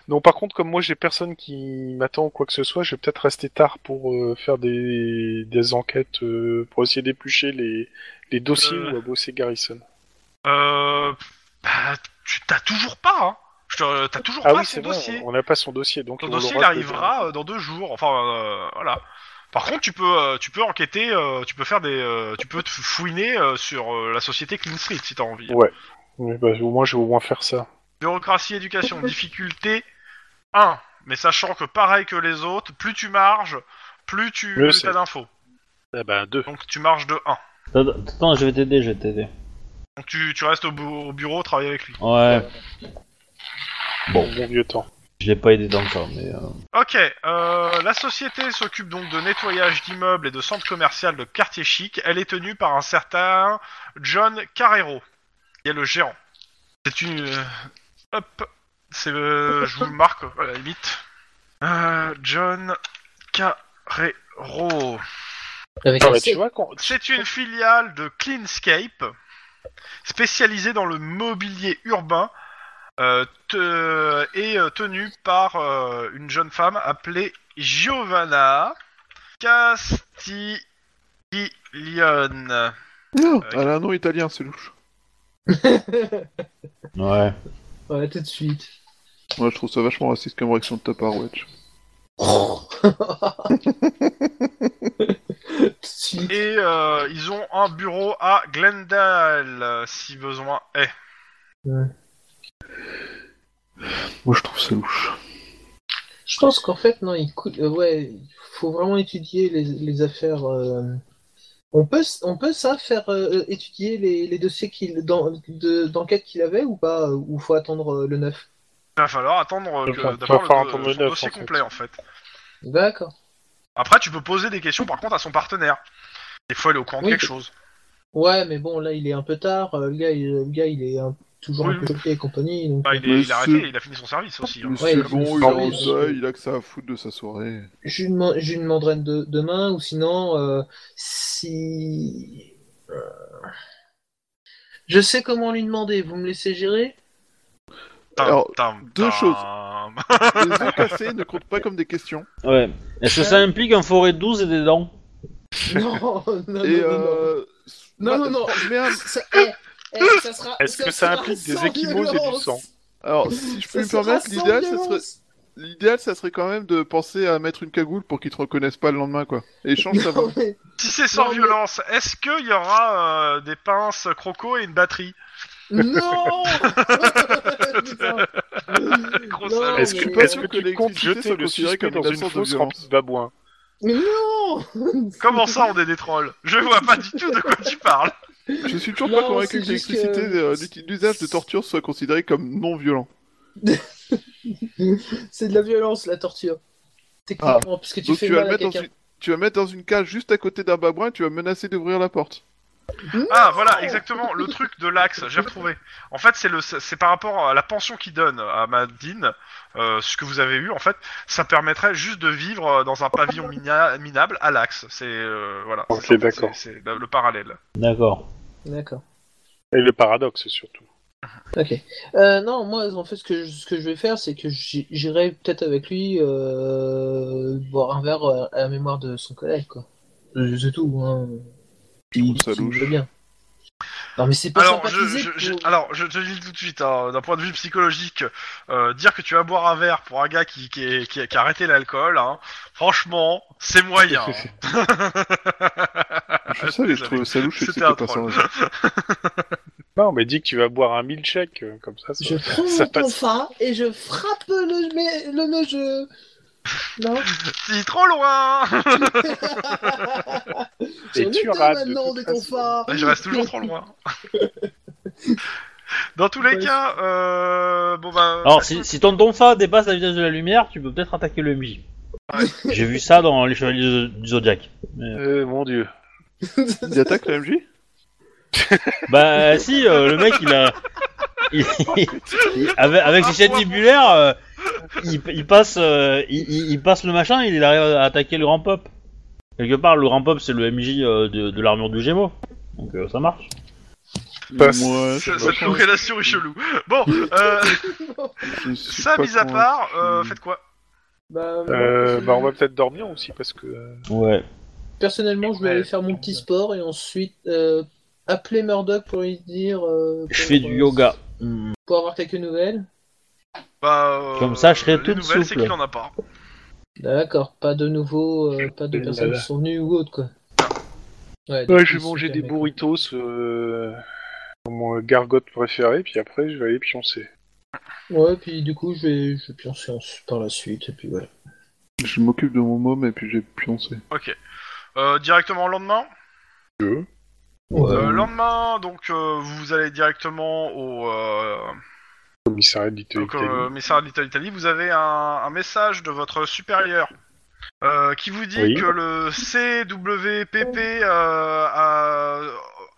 [SPEAKER 3] Non, par contre, comme moi, j'ai personne qui m'attend ou quoi que ce soit, je vais peut-être rester tard pour euh, faire des, des enquêtes, euh, pour essayer d'éplucher les, les dossiers
[SPEAKER 1] Euh.
[SPEAKER 3] où a bossé Garrison.
[SPEAKER 1] Euh, bah, tu t'as toujours pas. Hein. Je te- T'as toujours
[SPEAKER 3] Ah
[SPEAKER 1] pas
[SPEAKER 3] oui,
[SPEAKER 1] son
[SPEAKER 3] c'est vrai,
[SPEAKER 1] dossier.
[SPEAKER 3] on- on n'a pas son dossier, donc
[SPEAKER 1] Ton
[SPEAKER 3] on
[SPEAKER 1] dossier il
[SPEAKER 3] l'aura que-
[SPEAKER 1] arrivera euh, dans deux jours. Enfin euh, voilà. Par contre, tu peux, euh, tu peux enquêter, euh, tu peux faire des, euh, tu peux te fouiner euh, sur euh, la société Clean Street si t'as envie.
[SPEAKER 3] Ouais. Oui, bah, au moins, je vais au moins faire ça.
[SPEAKER 1] Bureaucratie, éducation, difficulté 1. Mais sachant que pareil que les autres, plus tu marges, plus tu
[SPEAKER 3] Mieux
[SPEAKER 1] plus
[SPEAKER 3] c'est.
[SPEAKER 1] t'as d'infos. Eh
[SPEAKER 3] Ah bah, deux.
[SPEAKER 1] Donc tu marges de 1.
[SPEAKER 2] Attends, attends, je vais t'aider, je vais t'aider.
[SPEAKER 1] Donc tu, tu restes au, bu- au bureau, travailler avec lui.
[SPEAKER 2] Ouais,
[SPEAKER 3] Bon, bon vieux temps.
[SPEAKER 2] je l'ai pas aidé dans ça, mais... euh,
[SPEAKER 1] Ok, euh, la société s'occupe donc de nettoyage d'immeubles et de centres commerciaux de quartier chic. Elle est tenue par un certain John Carrero, qui est le gérant. C'est une... euh, Hop, c'est... euh, je vous le marque, à la limite. Euh, John Carrero.
[SPEAKER 4] Avec
[SPEAKER 3] Ah
[SPEAKER 4] un
[SPEAKER 3] bah,
[SPEAKER 4] C.
[SPEAKER 3] tu vois, quand-
[SPEAKER 1] C'est une filiale de Cleanscape, spécialisée dans le mobilier urbain euh, te- et euh, tenue par euh, une jeune femme appelée Giovanna Castiglione. Euh,
[SPEAKER 5] Non, Ah, elle a un nom italien, c'est louche.
[SPEAKER 2] euh, Ouais.
[SPEAKER 4] Ouais, tout de suite.
[SPEAKER 5] Moi, je trouve ça vachement raciste comme réaction de ta part, Wedge.
[SPEAKER 4] Tout de suite.
[SPEAKER 1] Et euh, ils ont un bureau à Glendale, euh, si besoin est.
[SPEAKER 5] Moi, je trouve ça louche.
[SPEAKER 4] Je pense qu'en fait, non, il cou- euh, ouais, il faut vraiment étudier les, les affaires. euh, On peut, s- on peut ça faire euh, étudier les, les dossiers qu'il dans- de- d'enquête qu'il avait ou pas euh, ou faut attendre euh, le 9
[SPEAKER 1] Il va falloir attendre euh,
[SPEAKER 3] Il
[SPEAKER 1] que
[SPEAKER 3] va falloir
[SPEAKER 1] d'abord
[SPEAKER 3] attendre
[SPEAKER 1] le,
[SPEAKER 3] le
[SPEAKER 1] son
[SPEAKER 3] neuf,
[SPEAKER 1] dossier
[SPEAKER 3] en fait.
[SPEAKER 1] complet en fait.
[SPEAKER 4] D'accord.
[SPEAKER 1] Après, tu peux poser des questions par contre à son partenaire. Des fois, il est au courant de
[SPEAKER 4] Oui.
[SPEAKER 1] quelque chose.
[SPEAKER 4] Ouais, mais bon, là il est un peu tard. euh, le gars, il, le gars, il est un- toujours
[SPEAKER 1] Oui,
[SPEAKER 4] un peu choqué et compagnie. donc- euh,
[SPEAKER 1] Bah, il,
[SPEAKER 5] Mais
[SPEAKER 1] est, il a
[SPEAKER 5] c'est-
[SPEAKER 1] arrêté, il a fini son service aussi. hein.
[SPEAKER 5] Mais
[SPEAKER 4] Ouais,
[SPEAKER 5] c'est
[SPEAKER 4] il-
[SPEAKER 5] bon, il
[SPEAKER 4] il-
[SPEAKER 5] a
[SPEAKER 4] il-
[SPEAKER 5] ça, il a que ça à foutre de sa soirée.
[SPEAKER 4] Je lui, deman- je lui demanderai de- demain, ou sinon, euh, si. euh, Je sais comment lui demander, vous me laissez gérer
[SPEAKER 5] Alors,
[SPEAKER 1] Tam, tam,
[SPEAKER 5] deux
[SPEAKER 1] tam.
[SPEAKER 5] choses. Les œufs cassés ne comptent pas comme des questions.
[SPEAKER 2] Ouais. Est-ce que ça implique un forêt de 12 et des dents
[SPEAKER 4] Non, non, non,
[SPEAKER 5] Et
[SPEAKER 4] non, non.
[SPEAKER 5] euh...
[SPEAKER 4] Non, non, non.
[SPEAKER 5] Mais un-
[SPEAKER 4] Ça- eh, eh, ça sera-
[SPEAKER 3] Est-ce que
[SPEAKER 4] sera
[SPEAKER 3] ça implique des
[SPEAKER 4] sans
[SPEAKER 3] échymoses et du
[SPEAKER 4] violence.
[SPEAKER 3] sang
[SPEAKER 5] Alors, si je
[SPEAKER 4] Ça
[SPEAKER 5] peux me
[SPEAKER 4] sera
[SPEAKER 5] permettre,
[SPEAKER 4] sans
[SPEAKER 5] l'idéal, ça serait...
[SPEAKER 4] violence.
[SPEAKER 5] L'idéal, ça serait quand même de penser à mettre une cagoule pour qu'ils te reconnaissent pas le lendemain, quoi. Et change ta voix.
[SPEAKER 4] Non, mais-
[SPEAKER 1] Si c'est sans
[SPEAKER 4] Non, mais-
[SPEAKER 1] violence, est-ce qu'il y aura euh, des pinces croco et une batterie
[SPEAKER 4] Non Putain.
[SPEAKER 1] Grosse
[SPEAKER 4] Non,
[SPEAKER 1] salade.
[SPEAKER 3] Est-ce
[SPEAKER 4] mais-
[SPEAKER 3] que, est-ce que
[SPEAKER 5] que
[SPEAKER 3] tu comptes
[SPEAKER 5] l'électricité
[SPEAKER 3] jeter
[SPEAKER 5] soit
[SPEAKER 3] le
[SPEAKER 5] considérée
[SPEAKER 3] suspect
[SPEAKER 5] comme
[SPEAKER 3] dans
[SPEAKER 5] une
[SPEAKER 3] une
[SPEAKER 5] absence de
[SPEAKER 3] fosse
[SPEAKER 5] violence
[SPEAKER 3] remplie de babouins
[SPEAKER 4] Mais non
[SPEAKER 1] Comment ça, on est des trolls Je vois pas du tout de quoi tu parles.
[SPEAKER 5] Je suis toujours
[SPEAKER 4] Non,
[SPEAKER 5] pas convaincu
[SPEAKER 4] c'est
[SPEAKER 5] que
[SPEAKER 4] juste que-
[SPEAKER 5] l'électricité, euh, l'uti- l'usage de torture soit considéré comme non violent.
[SPEAKER 4] C'est de la violence, la torture. Techniquement, parce que tu
[SPEAKER 5] Ah.
[SPEAKER 4] fais
[SPEAKER 5] Donc tu vas
[SPEAKER 4] mal
[SPEAKER 5] le
[SPEAKER 4] à
[SPEAKER 5] mettre dans
[SPEAKER 4] quelqu'un.
[SPEAKER 5] une... Tu vas mettre dans une cage juste à côté d'un babouin et tu vas menacer d'ouvrir la porte.
[SPEAKER 4] Hmm
[SPEAKER 1] Ah, voilà, exactement, le truc de l'axe, j'ai retrouvé. En fait, c'est le, c'est par rapport à la pension qu'il donne à Madine, euh, ce que vous avez eu, en fait, ça permettrait juste de vivre euh, dans un pavillon mina- minable à l'axe. C'est, euh, voilà.
[SPEAKER 3] Ok,
[SPEAKER 1] C'est ça, en fait,
[SPEAKER 3] d'accord.
[SPEAKER 1] C'est c'est le parallèle.
[SPEAKER 2] D'accord.
[SPEAKER 4] D'accord.
[SPEAKER 7] Et le paradoxe, surtout.
[SPEAKER 4] Ok. Euh, non, moi, en fait, ce que je, ce que je vais faire, c'est que j- j'irai peut-être avec lui euh, boire un verre euh, à la mémoire de son collègue, quoi. Euh, C'est tout, hein.
[SPEAKER 5] Je trouve ça
[SPEAKER 4] Il- il
[SPEAKER 5] louche.
[SPEAKER 4] veut bien. Non, mais c'est pas
[SPEAKER 1] Alors je,
[SPEAKER 4] sympathiser
[SPEAKER 1] je- je-
[SPEAKER 4] pour-
[SPEAKER 1] alors, je te le dis tout de suite, hein, d'un point de vue psychologique, euh, dire que tu vas boire un verre pour un gars qui, qui, est- qui a- qui a arrêté l'alcool, hein, franchement, c'est moyen.
[SPEAKER 5] Je trouve ça, je trouve ça louche,
[SPEAKER 1] C'était
[SPEAKER 5] c'est
[SPEAKER 1] un
[SPEAKER 5] pas
[SPEAKER 1] troll.
[SPEAKER 5] personnage.
[SPEAKER 7] Non, mais dis que tu vas boire un milkshake, euh, comme ça. ça-
[SPEAKER 4] Je prends
[SPEAKER 7] ça
[SPEAKER 4] mon
[SPEAKER 7] passe.
[SPEAKER 4] confin et je frappe le, mais- le, le jeu. Non
[SPEAKER 1] C'est trop loin
[SPEAKER 7] Et
[SPEAKER 4] J'en ai
[SPEAKER 7] tu
[SPEAKER 4] deux
[SPEAKER 7] rates, de
[SPEAKER 4] maintenant,
[SPEAKER 7] toute
[SPEAKER 4] des
[SPEAKER 7] façon.
[SPEAKER 4] confins.
[SPEAKER 1] Ouais, Je reste toujours trop loin. Dans tous les
[SPEAKER 4] Ouais.
[SPEAKER 1] cas, euh, bon bah...
[SPEAKER 2] Alors, si, si ton tonfa dépasse la vitesse de la lumière, tu peux peut-être attaquer le MJ. J'ai vu ça dans Les Chevaliers du- du Zodiac.
[SPEAKER 7] Euh, mon dieu.
[SPEAKER 5] Il attaque la MJ
[SPEAKER 2] Bah, si, euh, le mec, il a. il- il- avec, avec ses chaînes tibulaires, euh, il, il passe, euh, il, il- il passe le machin, il arrive à attaquer le grand pop. Quelque part, le grand pop, c'est le MJ euh, de, de l'armure du Gémeaux. Donc, euh, ça marche.
[SPEAKER 7] Bah,
[SPEAKER 5] Moi,
[SPEAKER 1] ce-
[SPEAKER 5] je-
[SPEAKER 1] cette corrélation est chelou. Bon, euh,
[SPEAKER 5] je suis
[SPEAKER 1] ça
[SPEAKER 5] pas
[SPEAKER 1] mis à
[SPEAKER 5] convaincu.
[SPEAKER 1] part, euh, faites quoi
[SPEAKER 4] Bah, moi,
[SPEAKER 7] Euh,
[SPEAKER 4] personnellement-
[SPEAKER 7] bah, on va peut-être dormir aussi, parce que... euh,
[SPEAKER 2] Ouais.
[SPEAKER 4] Personnellement, je vais
[SPEAKER 7] Ouais.
[SPEAKER 4] aller faire mon petit sport et ensuite euh, appeler Murdoch pour lui dire. euh,
[SPEAKER 2] Je
[SPEAKER 4] pour-
[SPEAKER 2] fais du yoga. Hmm.
[SPEAKER 4] Pour avoir quelques nouvelles.
[SPEAKER 1] bah, euh,
[SPEAKER 2] Comme ça, je serai
[SPEAKER 1] les
[SPEAKER 2] toute
[SPEAKER 1] nouvelles, c'est
[SPEAKER 2] souple.
[SPEAKER 1] qu'il en a pas.
[SPEAKER 4] Bah, D'accord, pas de nouveaux, euh, pas de
[SPEAKER 7] Et
[SPEAKER 4] personnes
[SPEAKER 7] là.
[SPEAKER 4] qui sont venues ou autre quoi. Ouais,
[SPEAKER 7] Ouais,
[SPEAKER 4] donc,
[SPEAKER 7] je
[SPEAKER 4] ils
[SPEAKER 7] vais
[SPEAKER 4] sont
[SPEAKER 7] manger des
[SPEAKER 4] fermés, quoi.
[SPEAKER 7] burritos, euh, mon euh, gargote préféré, puis après je vais aller pioncer.
[SPEAKER 4] Ouais, puis du coup, je vais, je vais pioncer ensuite par la suite et puis voilà.
[SPEAKER 5] Je m'occupe de mon môme et puis j'ai pioncé.
[SPEAKER 1] Ok. Euh, directement le lendemain
[SPEAKER 4] Ouais.
[SPEAKER 1] Euh, lendemain, donc euh, vous allez directement au, euh,
[SPEAKER 7] Commissariat de l'Italie.
[SPEAKER 1] donc, euh, message de Little Italy. Vous avez un, un message de votre supérieur euh, qui vous dit
[SPEAKER 7] Oui.
[SPEAKER 1] que le CWPP euh, a-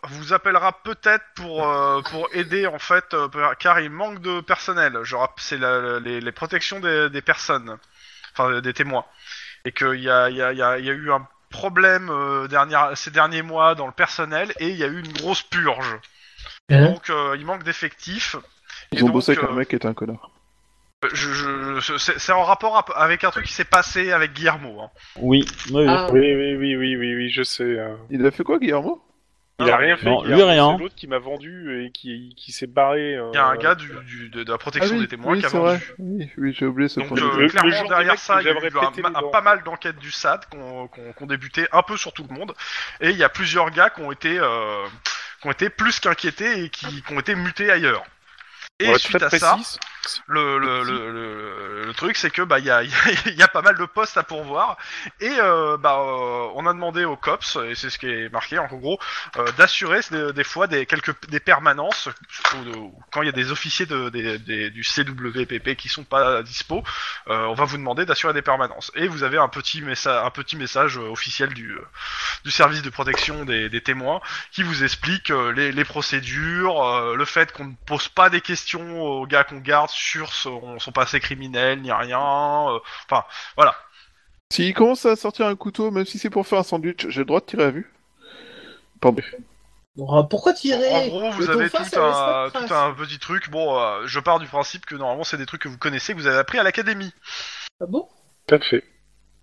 [SPEAKER 1] vous appellera peut-être pour euh, pour aider en fait euh, par- car il manque de personnel. Je rapp- c'est la- les, les protections des, des personnes, enfin des témoins, et qu'il y a il y a- il y a- il y a eu un problème euh, dernière- ces derniers mois dans le personnel et il y a eu une grosse purge.
[SPEAKER 4] Hein
[SPEAKER 1] Donc euh, il manque d'effectifs.
[SPEAKER 5] Ils
[SPEAKER 1] Et
[SPEAKER 5] ont
[SPEAKER 1] donc,
[SPEAKER 5] bossé avec
[SPEAKER 1] euh,
[SPEAKER 5] un mec qui était un connard.
[SPEAKER 1] je, je- je- c'est c'est en rapport ap- avec un truc qui s'est passé avec Guillermo. Hein.
[SPEAKER 2] Oui. Euh, oui.
[SPEAKER 4] Ah,
[SPEAKER 7] Oui, oui, oui, oui, oui, oui, je sais. euh.
[SPEAKER 5] Il a fait quoi, Guillermo
[SPEAKER 7] Il
[SPEAKER 1] Ah,
[SPEAKER 7] a rien fait.
[SPEAKER 2] non,
[SPEAKER 7] il
[SPEAKER 2] lui,
[SPEAKER 7] a-
[SPEAKER 2] rien.
[SPEAKER 7] C'est l'autre qui m'a vendu et qui, qui s'est barré. euh,
[SPEAKER 1] Il y a un gars du, du- de, de la
[SPEAKER 5] Ah
[SPEAKER 1] protection
[SPEAKER 5] oui,
[SPEAKER 1] des témoins
[SPEAKER 5] oui,
[SPEAKER 1] qui a
[SPEAKER 5] c'est
[SPEAKER 1] vendu.
[SPEAKER 5] vrai. Oui, oui, j'ai oublié ce
[SPEAKER 1] Donc
[SPEAKER 5] point. de
[SPEAKER 1] euh,
[SPEAKER 7] Le-
[SPEAKER 5] vue.
[SPEAKER 7] le
[SPEAKER 1] clairement
[SPEAKER 7] genre de
[SPEAKER 1] derrière
[SPEAKER 7] mec
[SPEAKER 1] ça,
[SPEAKER 7] que
[SPEAKER 1] il y a
[SPEAKER 7] j'aimerais
[SPEAKER 1] eu un-
[SPEAKER 7] péter les
[SPEAKER 1] un
[SPEAKER 7] dents.
[SPEAKER 1] pas mal d'enquêtes du SAD qui ont qu'on- qu'on débuté un peu sur tout le monde. Et il y a plusieurs gars qui ont été, euh, qui ont été plus qu'inquiétés et qui, qui ont été mutés ailleurs. Et
[SPEAKER 7] pour être
[SPEAKER 1] suite
[SPEAKER 7] bah, très
[SPEAKER 1] à ça,
[SPEAKER 7] précis,
[SPEAKER 1] le, le, le, le- le truc c'est que bah il y a, il y a- il y a pas mal de postes à pourvoir et euh, bah euh, on a demandé aux cops et c'est ce qui est marqué en gros euh, d'assurer des, des fois des quelques des permanences surtout de- quand il y a des officiers de, des- des- du CWPP qui sont pas dispo euh, on va vous demander d'assurer des permanences et vous avez un petit message un petit message euh, officiel du euh, du service de protection des, des témoins qui vous explique euh, les, les procédures, euh, le fait qu'on ne pose pas des questions aux gars qu'on garde sur son, son passé criminel, ni rien. euh, Enfin, voilà.
[SPEAKER 5] S'il commence à sortir un couteau, même si c'est pour faire un sandwich, j'ai le droit de tirer à vue. Pardon.
[SPEAKER 4] Oh, pourquoi
[SPEAKER 1] en
[SPEAKER 4] tirer
[SPEAKER 1] gros, vous
[SPEAKER 4] Le
[SPEAKER 1] avez
[SPEAKER 4] tonfa,
[SPEAKER 1] tout
[SPEAKER 4] ça laisse pas
[SPEAKER 1] un,
[SPEAKER 4] de traces.
[SPEAKER 1] tout un petit truc. Bon, euh, je pars du principe que normalement, c'est des trucs que vous connaissez, que vous avez appris à l'académie.
[SPEAKER 4] Ah bon
[SPEAKER 7] tout à fait.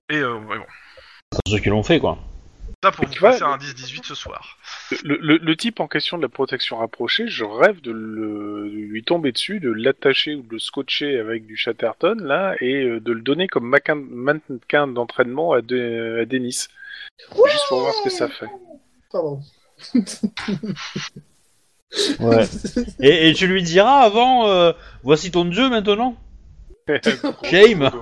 [SPEAKER 1] Et euh, ouais, bon,
[SPEAKER 2] C'est ceux qui l'ont fait, quoi.
[SPEAKER 1] ça pour
[SPEAKER 7] Mais
[SPEAKER 1] vous
[SPEAKER 7] tu vois,
[SPEAKER 1] passer
[SPEAKER 7] le-
[SPEAKER 1] un 10-18 ce soir.
[SPEAKER 7] Le, le- le type en question de la protection rapprochée, je rêve de, le- de lui tomber dessus, de l'attacher ou de le scotcher avec du chatterton, là, et euh, de le donner comme maquin- mannequin d'entraînement à, de- à Denis. Juste pour voir ce que ça fait.
[SPEAKER 4] Pardon.
[SPEAKER 2] Ouais. et, et tu lui diras avant, euh, voici ton dieu maintenant. Shame.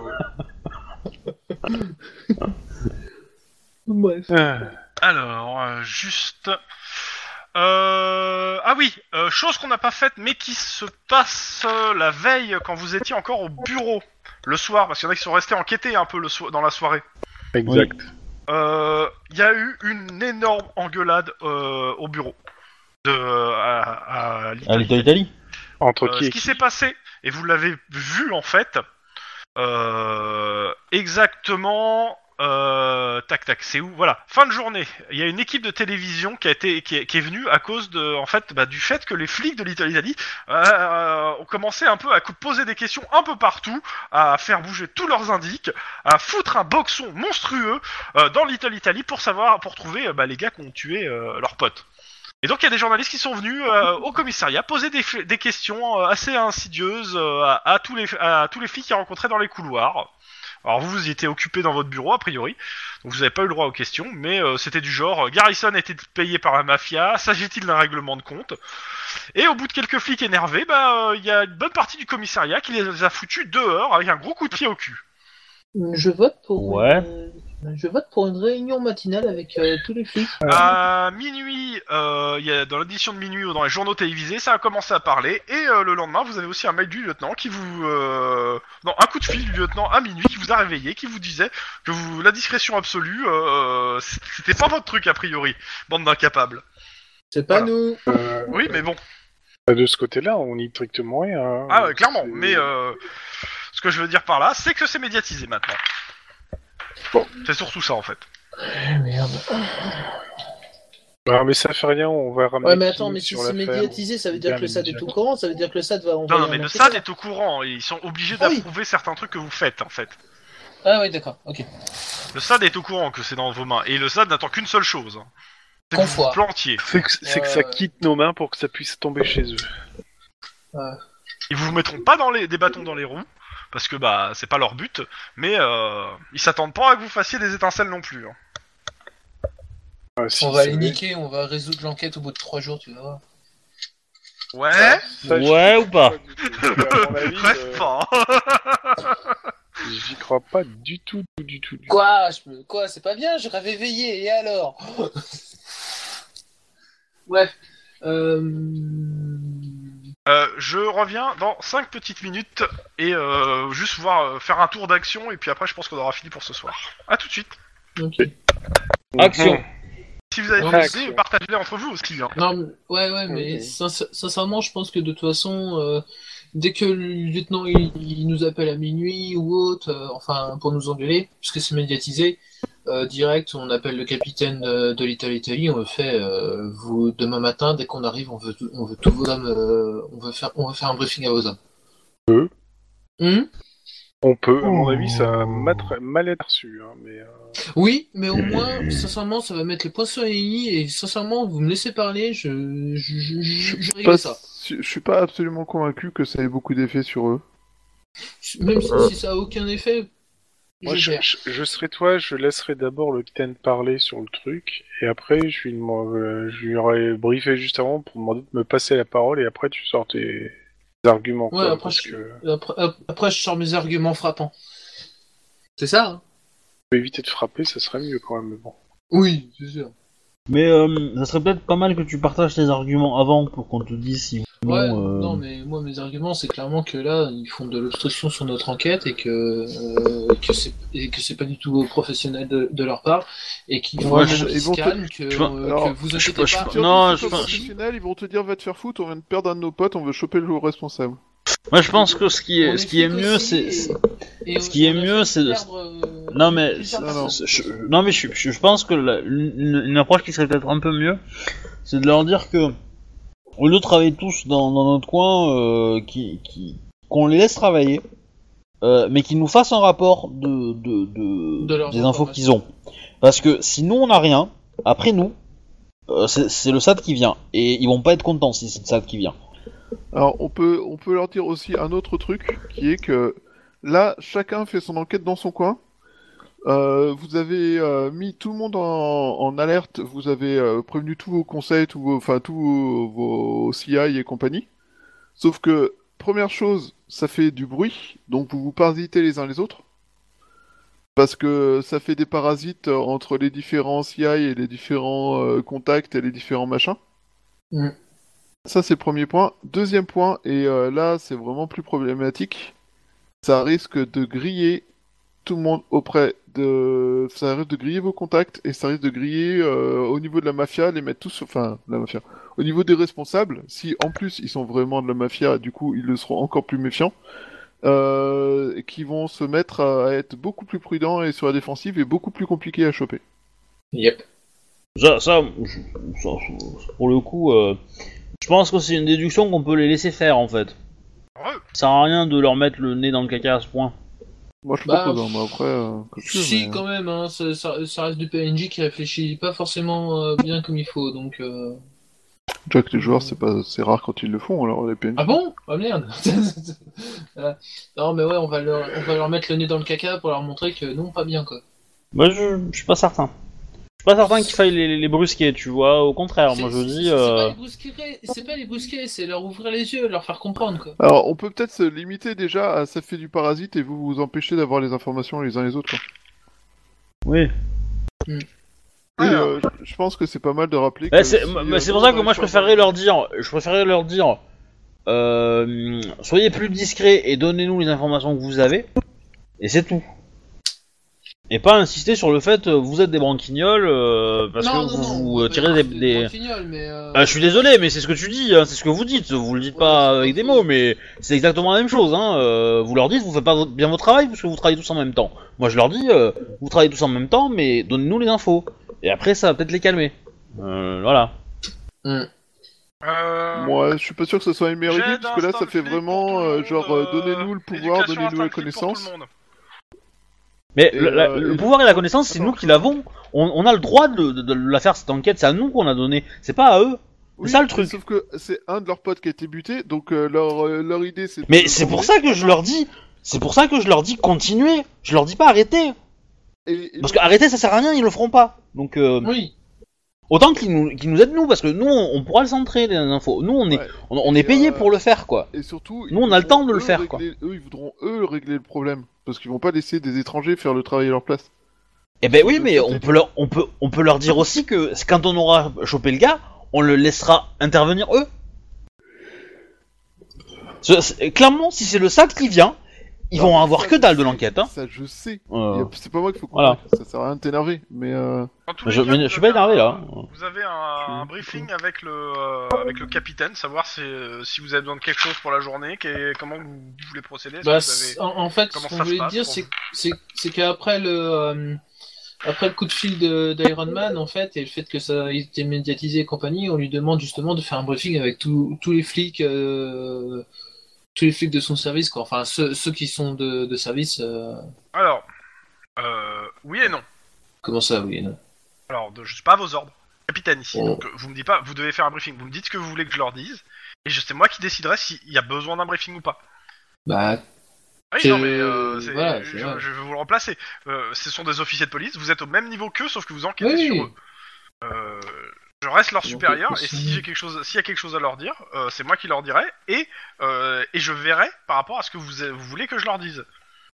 [SPEAKER 4] Bref.
[SPEAKER 1] Alors, euh, juste. Euh, Ah oui, euh, chose qu'on n'a pas faite, mais qui se passe euh, la veille quand vous étiez encore au bureau le soir, parce qu'il y en a qui sont restés enquêtés hein, un peu le so- dans la soirée.
[SPEAKER 7] Exact.
[SPEAKER 1] Euh, Il y a eu une énorme engueulade euh, au bureau de euh, à, à Little
[SPEAKER 2] À
[SPEAKER 1] Italy.
[SPEAKER 2] l'Italie.
[SPEAKER 7] Entre
[SPEAKER 1] Euh,
[SPEAKER 7] qui
[SPEAKER 1] ce
[SPEAKER 7] et
[SPEAKER 1] qui
[SPEAKER 7] qui
[SPEAKER 1] s'est passé, et vous l'avez vu en fait, euh, exactement euh, tac tac, c'est où Voilà, fin de journée. Il y a une équipe de télévision qui a été qui est, qui est venue à cause de en fait bah, du fait que les flics de Little Italy euh, ont commencé un peu à cou- poser des questions un peu partout, à faire bouger tous leurs indices, à foutre un boxon monstrueux euh, dans Little Italy pour savoir pour trouver euh, bah, les gars qui ont tué euh, leurs potes. Et donc il y a des journalistes qui sont venus euh, au commissariat poser des, f- des questions euh, assez insidieuses euh, à, à tous les à tous les flics qu'ils rencontraient dans les couloirs. Alors vous, vous y étiez occupé dans votre bureau, a priori, donc vous n'avez pas eu le droit aux questions, mais euh, c'était du genre, euh, Garrison était-il payé par la mafia S'agit-il d'un règlement de compte Et au bout de quelques flics énervés, bah, euh, il y a une bonne partie du commissariat qui les a foutus dehors avec un gros coup de pied au cul.
[SPEAKER 4] Je vote pour.
[SPEAKER 2] Ouais.
[SPEAKER 4] une- euh, Je vote pour une réunion matinale avec euh, tous les flics.
[SPEAKER 1] À minuit, euh, il y a, dans l'édition de minuit ou dans les journaux télévisés, ça a commencé à parler, et euh, le lendemain, vous avez aussi un mail du lieutenant qui vous... euh, Non, un coup de fil du lieutenant à minuit qui vous a réveillé, qui vous disait que vous la discrétion absolue, euh, c'était pas votre truc, a priori, bande d'incapables.
[SPEAKER 4] C'est pas
[SPEAKER 1] Voilà.
[SPEAKER 4] nous.
[SPEAKER 1] Oui, mais bon.
[SPEAKER 7] Bah, De ce côté-là, on n'y strictement rien. hein.
[SPEAKER 1] Ah, ouais, clairement,
[SPEAKER 7] C'est-
[SPEAKER 1] mais euh, ce que je veux dire par là, c'est que c'est médiatisé maintenant.
[SPEAKER 7] Bon.
[SPEAKER 1] C'est surtout ça en fait.
[SPEAKER 4] Ah, merde.
[SPEAKER 7] Ah, mais ça fait rien, on va ramener.
[SPEAKER 4] Ouais, mais
[SPEAKER 7] Kim
[SPEAKER 4] attends, mais si
[SPEAKER 7] sur
[SPEAKER 4] c'est
[SPEAKER 7] l'affaire.
[SPEAKER 4] médiatisé, ça veut dire que le SAD est au courant, ça veut dire que le SAD va
[SPEAKER 1] Non,
[SPEAKER 4] envoyer.
[SPEAKER 1] non,
[SPEAKER 4] un
[SPEAKER 1] mais le
[SPEAKER 4] enquêteur.
[SPEAKER 1] SAD est au courant, ils sont obligés
[SPEAKER 4] Ah oui.
[SPEAKER 1] d'approuver certains trucs que vous faites en fait.
[SPEAKER 4] Ah, oui, d'accord, ok.
[SPEAKER 1] Le SAD est au courant que c'est dans vos mains, et le SAD n'attend qu'une seule chose. hein. C'est que
[SPEAKER 4] Qu'on
[SPEAKER 1] vous
[SPEAKER 4] foire.
[SPEAKER 1] vous plantiez.
[SPEAKER 7] C'est que, c'est que
[SPEAKER 4] Ouais,
[SPEAKER 7] ça
[SPEAKER 4] ouais.
[SPEAKER 7] quitte nos mains pour que ça puisse tomber chez eux.
[SPEAKER 1] Ils vous mettront pas dans les, des bâtons dans les roues, parce que bah c'est pas leur but, mais euh, ils s'attendent pas à que vous fassiez des étincelles non plus. hein.
[SPEAKER 7] Ah, si,
[SPEAKER 4] On va
[SPEAKER 7] ça-
[SPEAKER 4] les niquer, on va résoudre l'enquête au bout de trois jours, tu vas voir.
[SPEAKER 1] Ouais,
[SPEAKER 7] ça, je-
[SPEAKER 2] Ouais ou pas
[SPEAKER 7] À mon avis, euh,
[SPEAKER 1] bref pas.
[SPEAKER 7] J'y crois pas du tout, du tout, du tout. du
[SPEAKER 4] Quoi je me- Quoi C'est pas bien Je rêve éveillé, et alors Bref. Euh...
[SPEAKER 1] Euh, je reviens dans 5 petites minutes et euh, juste voir euh, faire un tour d'action et puis après je pense qu'on aura fini pour ce soir. À tout de suite.
[SPEAKER 4] Ok.
[SPEAKER 7] tout.
[SPEAKER 2] Action
[SPEAKER 1] Si vous avez
[SPEAKER 4] Ouais,
[SPEAKER 1] des
[SPEAKER 7] action.
[SPEAKER 1] idées, partagez-les entre vous aussi. hein.
[SPEAKER 4] Non, mais- ouais, ouais, mais
[SPEAKER 7] Ok.
[SPEAKER 4] sinc- sincèrement, je pense que de toute façon, euh, dès que le lieutenant il, il nous appelle à minuit ou autre, euh, enfin pour nous engueuler, puisque c'est médiatisé, euh, direct, on appelle le capitaine de, de Little Italy, on le fait. euh, vous, demain matin, dès qu'on arrive, on veut, tout- on veut tous vos hommes, euh, on veut faire, on veut faire un briefing à vos hommes.
[SPEAKER 7] Euh.
[SPEAKER 4] Hum
[SPEAKER 7] On peut, à mon avis, ça va matra- mal être reçu. hein, mais, euh,
[SPEAKER 4] oui, mais au moins, sincèrement, ça va mettre les points sur les i. Et sincèrement, vous me laissez parler, je, je, je, je, je règle
[SPEAKER 5] Pas-
[SPEAKER 4] ça.
[SPEAKER 5] Je je suis pas absolument convaincu que ça ait beaucoup d'effet sur eux.
[SPEAKER 4] Même si,
[SPEAKER 2] Euh.
[SPEAKER 4] si ça a aucun effet,
[SPEAKER 7] moi,
[SPEAKER 4] je
[SPEAKER 7] je,
[SPEAKER 4] gère.
[SPEAKER 7] je- je serais toi, je laisserai d'abord le capitaine parler sur le truc, et après, je lui, demande- euh, je lui aurais briefé juste avant pour demander de me passer la parole, et après, tu sors tes tes arguments.
[SPEAKER 4] Ouais,
[SPEAKER 7] quoi,
[SPEAKER 4] après,
[SPEAKER 7] parce
[SPEAKER 4] je-
[SPEAKER 7] que
[SPEAKER 4] Après, ap- après, je sors mes arguments frappants. C'est ça hein
[SPEAKER 7] pour éviter de frapper, ça serait mieux quand même. mais Bon.
[SPEAKER 4] Oui, c'est sûr.
[SPEAKER 2] Mais euh, ça serait peut-être pas mal que tu partages tes arguments avant pour qu'on te dise si. ou
[SPEAKER 4] Ouais,
[SPEAKER 2] euh,
[SPEAKER 4] non, mais moi, mes arguments, c'est clairement que là, ils font de l'obstruction sur notre enquête et que, euh, que c'est et que c'est pas du tout professionnel de, de leur part et qu'il faut
[SPEAKER 5] Ouais,
[SPEAKER 4] qu'ils
[SPEAKER 5] mais
[SPEAKER 4] se
[SPEAKER 5] ils vont te-
[SPEAKER 4] calment, que,
[SPEAKER 5] vois,
[SPEAKER 4] euh,
[SPEAKER 5] alors,
[SPEAKER 4] que vous
[SPEAKER 5] je sais
[SPEAKER 4] inquiétez
[SPEAKER 2] je-
[SPEAKER 4] pas.
[SPEAKER 2] je- non,
[SPEAKER 5] Sur le
[SPEAKER 2] pense-
[SPEAKER 5] professionnel, ils vont te dire va te faire foutre, on vient de perdre un de nos potes, on veut choper le responsable.
[SPEAKER 2] Moi je pense que ce qui
[SPEAKER 4] On
[SPEAKER 2] est, ce qui est
[SPEAKER 4] explique
[SPEAKER 2] mieux, c'est.
[SPEAKER 4] aussi et- et
[SPEAKER 2] ce qui
[SPEAKER 4] on-
[SPEAKER 2] est
[SPEAKER 4] on a
[SPEAKER 2] mieux,
[SPEAKER 4] fait
[SPEAKER 2] c'est de-
[SPEAKER 4] perdre, euh,
[SPEAKER 2] Non mais,
[SPEAKER 4] plusieurs
[SPEAKER 5] non, non.
[SPEAKER 4] personnes.
[SPEAKER 2] c'est- je, non, mais je, je- je pense que la- une, une approche qui serait peut-être un peu mieux, c'est de leur dire que au lieu de travailler tous dans, dans notre coin, euh, qui, qui- qu'on les laisse travailler, euh, mais qu'ils nous fassent un rapport de, de, de-
[SPEAKER 4] De leurs
[SPEAKER 2] des infos qu'ils ont. Parce que si nous on n'a rien, après nous, euh, c'est, c'est le SAD qui vient et ils vont pas être contents si c'est le SAD qui vient.
[SPEAKER 5] Alors on peut, on peut leur dire aussi un autre truc qui est que là chacun fait son enquête dans son coin. Euh, vous avez euh, mis tout le monde en, en alerte, vous avez euh, prévenu tous vos conseils, tous vos, enfin tous vos, vos CI et compagnie. Sauf que première chose, ça fait du bruit, donc vous vous parasitez les uns les autres. Parce que ça fait des parasites euh, entre les différents CI et les différents euh, contacts et les différents machins. Ça, c'est le premier point. Deuxième point, et euh, là, c'est vraiment plus problématique. Ça risque de griller tout le monde auprès de. Ça risque de griller vos contacts et ça risque de griller euh, au niveau de la mafia, les mettre tous. Enfin, la mafia. Au niveau des responsables, si en plus ils sont vraiment de la mafia, du coup, ils le seront encore plus méfiants. euh, qui vont se mettre à, à être beaucoup plus prudents et sur la défensive et beaucoup plus compliqués à choper.
[SPEAKER 10] Yep.
[SPEAKER 2] Ça, ça, je- ça, ça, pour le coup, euh, je pense que c'est une déduction qu'on peut les laisser faire en fait.
[SPEAKER 1] Heureux.
[SPEAKER 2] Ça sert à rien de leur mettre le nez dans le caca à ce point.
[SPEAKER 5] Moi, je
[SPEAKER 4] Bah,
[SPEAKER 5] propose, hein, mais après, euh, que tu veux,
[SPEAKER 4] Si,
[SPEAKER 5] mais-
[SPEAKER 4] quand même, hein, ça, ça- ça reste du PNJ qui réfléchit pas forcément euh, bien comme il faut, donc... euh,
[SPEAKER 5] Déjà que les joueurs, c'est pas, c'est rare quand ils le font, alors les PNJ.
[SPEAKER 4] Ah bon Ah merde Voilà. Non mais ouais, on va, leur, on va leur mettre le nez dans le caca pour leur montrer que non, pas bien quoi.
[SPEAKER 2] Moi, je, je suis pas certain. Je suis pas certain qu'il faille les, les- les brusquer, tu vois. Au contraire, moi je
[SPEAKER 4] C'est-
[SPEAKER 2] dis.
[SPEAKER 4] c'est- c'est pas
[SPEAKER 2] euh,
[SPEAKER 4] les brusquer, C'est pas les brusquer, c'est leur ouvrir les yeux, leur faire comprendre quoi.
[SPEAKER 5] Alors, on peut peut-être se limiter déjà à ça fait du parasite et vous vous empêchez d'avoir les informations les uns les autres.
[SPEAKER 2] Oui.
[SPEAKER 5] quoi. Et,
[SPEAKER 1] Ah.
[SPEAKER 5] euh, je- je pense que c'est pas mal de rappeler.
[SPEAKER 2] Bah,
[SPEAKER 5] que
[SPEAKER 2] c'est
[SPEAKER 5] si,
[SPEAKER 2] bah,
[SPEAKER 5] euh,
[SPEAKER 2] c'est
[SPEAKER 5] nous,
[SPEAKER 2] pour ça
[SPEAKER 5] on
[SPEAKER 2] que moi je
[SPEAKER 5] arrive
[SPEAKER 2] préférerais
[SPEAKER 5] pas à-
[SPEAKER 2] leur dire, je préférerais leur dire, euh, soyez plus discrets et donnez-nous les informations que vous avez, et c'est tout. Et pas insister sur le fait, euh, vous êtes des branquignols, euh, parce que vous, vous,
[SPEAKER 4] on
[SPEAKER 2] euh,
[SPEAKER 4] peut
[SPEAKER 2] tirez des...
[SPEAKER 4] pas être
[SPEAKER 2] des-
[SPEAKER 4] branquignoles, mais, euh,
[SPEAKER 2] Ah, je suis désolé, mais c'est ce que tu dis, hein, c'est ce que vous dites, vous le dites
[SPEAKER 4] Ouais,
[SPEAKER 2] pas
[SPEAKER 4] c'est
[SPEAKER 2] avec
[SPEAKER 4] pas
[SPEAKER 2] des
[SPEAKER 4] faux.
[SPEAKER 2] mots, mais c'est exactement la même chose, hein. euh, vous leur dites, vous faites pas votre- bien votre travail, parce que vous travaillez tous en même temps. Moi je leur dis, euh, vous travaillez tous en même temps, mais donnez-nous les infos. Et après ça va peut-être les calmer. Euh, voilà.
[SPEAKER 1] Euh,
[SPEAKER 5] Moi, je suis pas sûr que ce soit une meilleure
[SPEAKER 1] J'ai
[SPEAKER 5] idée, parce que là,
[SPEAKER 1] d'instant
[SPEAKER 5] ça fait
[SPEAKER 1] flic pour tout
[SPEAKER 5] vraiment
[SPEAKER 1] le
[SPEAKER 5] euh,
[SPEAKER 1] monde,
[SPEAKER 5] genre euh,
[SPEAKER 1] euh,
[SPEAKER 5] donnez-nous le pouvoir,
[SPEAKER 1] éducation
[SPEAKER 5] donnez-nous les
[SPEAKER 1] instinct flic pour tout
[SPEAKER 5] connaissances.
[SPEAKER 1] le monde.
[SPEAKER 2] Mais
[SPEAKER 5] Et,
[SPEAKER 2] le, la-
[SPEAKER 5] euh,
[SPEAKER 2] le
[SPEAKER 5] et-
[SPEAKER 2] pouvoir et la connaissance, c'est nous qui l'avons. On, on a le droit de, de- de la faire cette enquête, c'est à nous qu'on a donné, c'est pas à eux.
[SPEAKER 5] Oui,
[SPEAKER 2] ça, le truc.
[SPEAKER 5] Sauf que c'est un de leurs potes qui a été buté, donc euh, leur, euh, leur idée c'est. de
[SPEAKER 2] Mais
[SPEAKER 5] le
[SPEAKER 2] c'est pour
[SPEAKER 5] demander,
[SPEAKER 2] ça que je leur dis, c'est pour ça que je leur dis continuez. Je leur dis pas arrêtez,
[SPEAKER 5] et- et
[SPEAKER 2] parce que arrêter ça sert à rien, ils le feront pas. Donc euh,
[SPEAKER 4] Oui,
[SPEAKER 2] autant qu'ils nous, qu'ils nous aident nous, parce que nous on, on pourra le centrer les infos. Nous on est,
[SPEAKER 5] Ouais.
[SPEAKER 2] on, on est
[SPEAKER 5] Et,
[SPEAKER 2] payé
[SPEAKER 5] euh,
[SPEAKER 2] pour le faire quoi.
[SPEAKER 5] Et surtout,
[SPEAKER 2] Nous, on a le
[SPEAKER 5] voudront,
[SPEAKER 2] temps de le
[SPEAKER 5] eux,
[SPEAKER 2] faire,
[SPEAKER 5] régler- Eux, ils voudront eux régler le problème parce qu'ils vont pas laisser des étrangers faire le travail à leur place.
[SPEAKER 2] Eh ben oui, mais
[SPEAKER 5] Euh,
[SPEAKER 2] on peut leur, on peut, on peut leur dire aussi que quand on aura chopé le gars, on le laissera intervenir eux. Ce- c'est- Clairement, si c'est le SAD qui vient, ils vont
[SPEAKER 5] Alors,
[SPEAKER 2] avoir
[SPEAKER 5] ça,
[SPEAKER 2] que
[SPEAKER 5] je
[SPEAKER 2] dalle de
[SPEAKER 5] sais,
[SPEAKER 2] l'enquête. Hein.
[SPEAKER 5] Ça, je sais.
[SPEAKER 2] Euh,
[SPEAKER 5] Y a- C'est pas moi qu'il faut
[SPEAKER 2] Voilà.
[SPEAKER 5] convaincre. Ça sert à rien de t'énerver, mais euh,
[SPEAKER 1] Dans tous les
[SPEAKER 2] je,
[SPEAKER 1] cas,
[SPEAKER 2] mais
[SPEAKER 1] vous
[SPEAKER 2] je suis pas
[SPEAKER 1] avez un-
[SPEAKER 2] énervé là.
[SPEAKER 5] hein.
[SPEAKER 1] Vous avez un, un briefing avec le, euh, avec le capitaine, savoir si, euh, si vous avez besoin de quelque chose pour la journée, qu'est- comment vous voulez procéder. est-ce que
[SPEAKER 4] bah,
[SPEAKER 1] vous avez-
[SPEAKER 4] c'est- en, en fait, ce
[SPEAKER 1] comment
[SPEAKER 4] qu'on
[SPEAKER 1] ça se
[SPEAKER 4] voulait
[SPEAKER 1] passe
[SPEAKER 4] dire,
[SPEAKER 1] pour
[SPEAKER 4] c'est
[SPEAKER 1] vous
[SPEAKER 4] c'est c'est qu'après le euh, après le coup de fil de- d'Iron Man, en fait, et le fait que ça ait été médiatisé et compagnie, on lui demande justement de faire un briefing avec tous tous les flics, euh, tous les flics de son service, quoi. Enfin, ceux, ceux qui sont de, de service. euh,
[SPEAKER 1] Alors, euh, oui et non.
[SPEAKER 4] Comment ça, oui non
[SPEAKER 1] Alors, de- je suis pas à vos ordres, capitaine ici.
[SPEAKER 4] Oh.
[SPEAKER 1] Donc, euh, vous me dites pas, vous devez faire un briefing. Vous me dites ce que vous voulez que je leur dise, et je- c'est moi qui déciderai s'il y a besoin d'un briefing ou pas.
[SPEAKER 4] Bah,
[SPEAKER 1] Oui,
[SPEAKER 4] C'est-
[SPEAKER 1] non, mais euh, c'est-
[SPEAKER 4] voilà, c'est
[SPEAKER 1] je,
[SPEAKER 4] vrai.
[SPEAKER 1] je vais vous le remplacer. Euh, ce sont des officiers de police, vous êtes au même niveau qu'eux, sauf que vous enquêtez
[SPEAKER 4] Oui.
[SPEAKER 1] sur eux. Euh, je reste leur
[SPEAKER 4] Et on
[SPEAKER 1] supérieur,
[SPEAKER 4] peut
[SPEAKER 1] et si
[SPEAKER 4] aussi-
[SPEAKER 1] j'ai quelque chose, s'il y a quelque chose à leur dire, euh, c'est moi qui leur dirai, et, euh, et je verrai par rapport à ce que vous, vous voulez que je leur dise.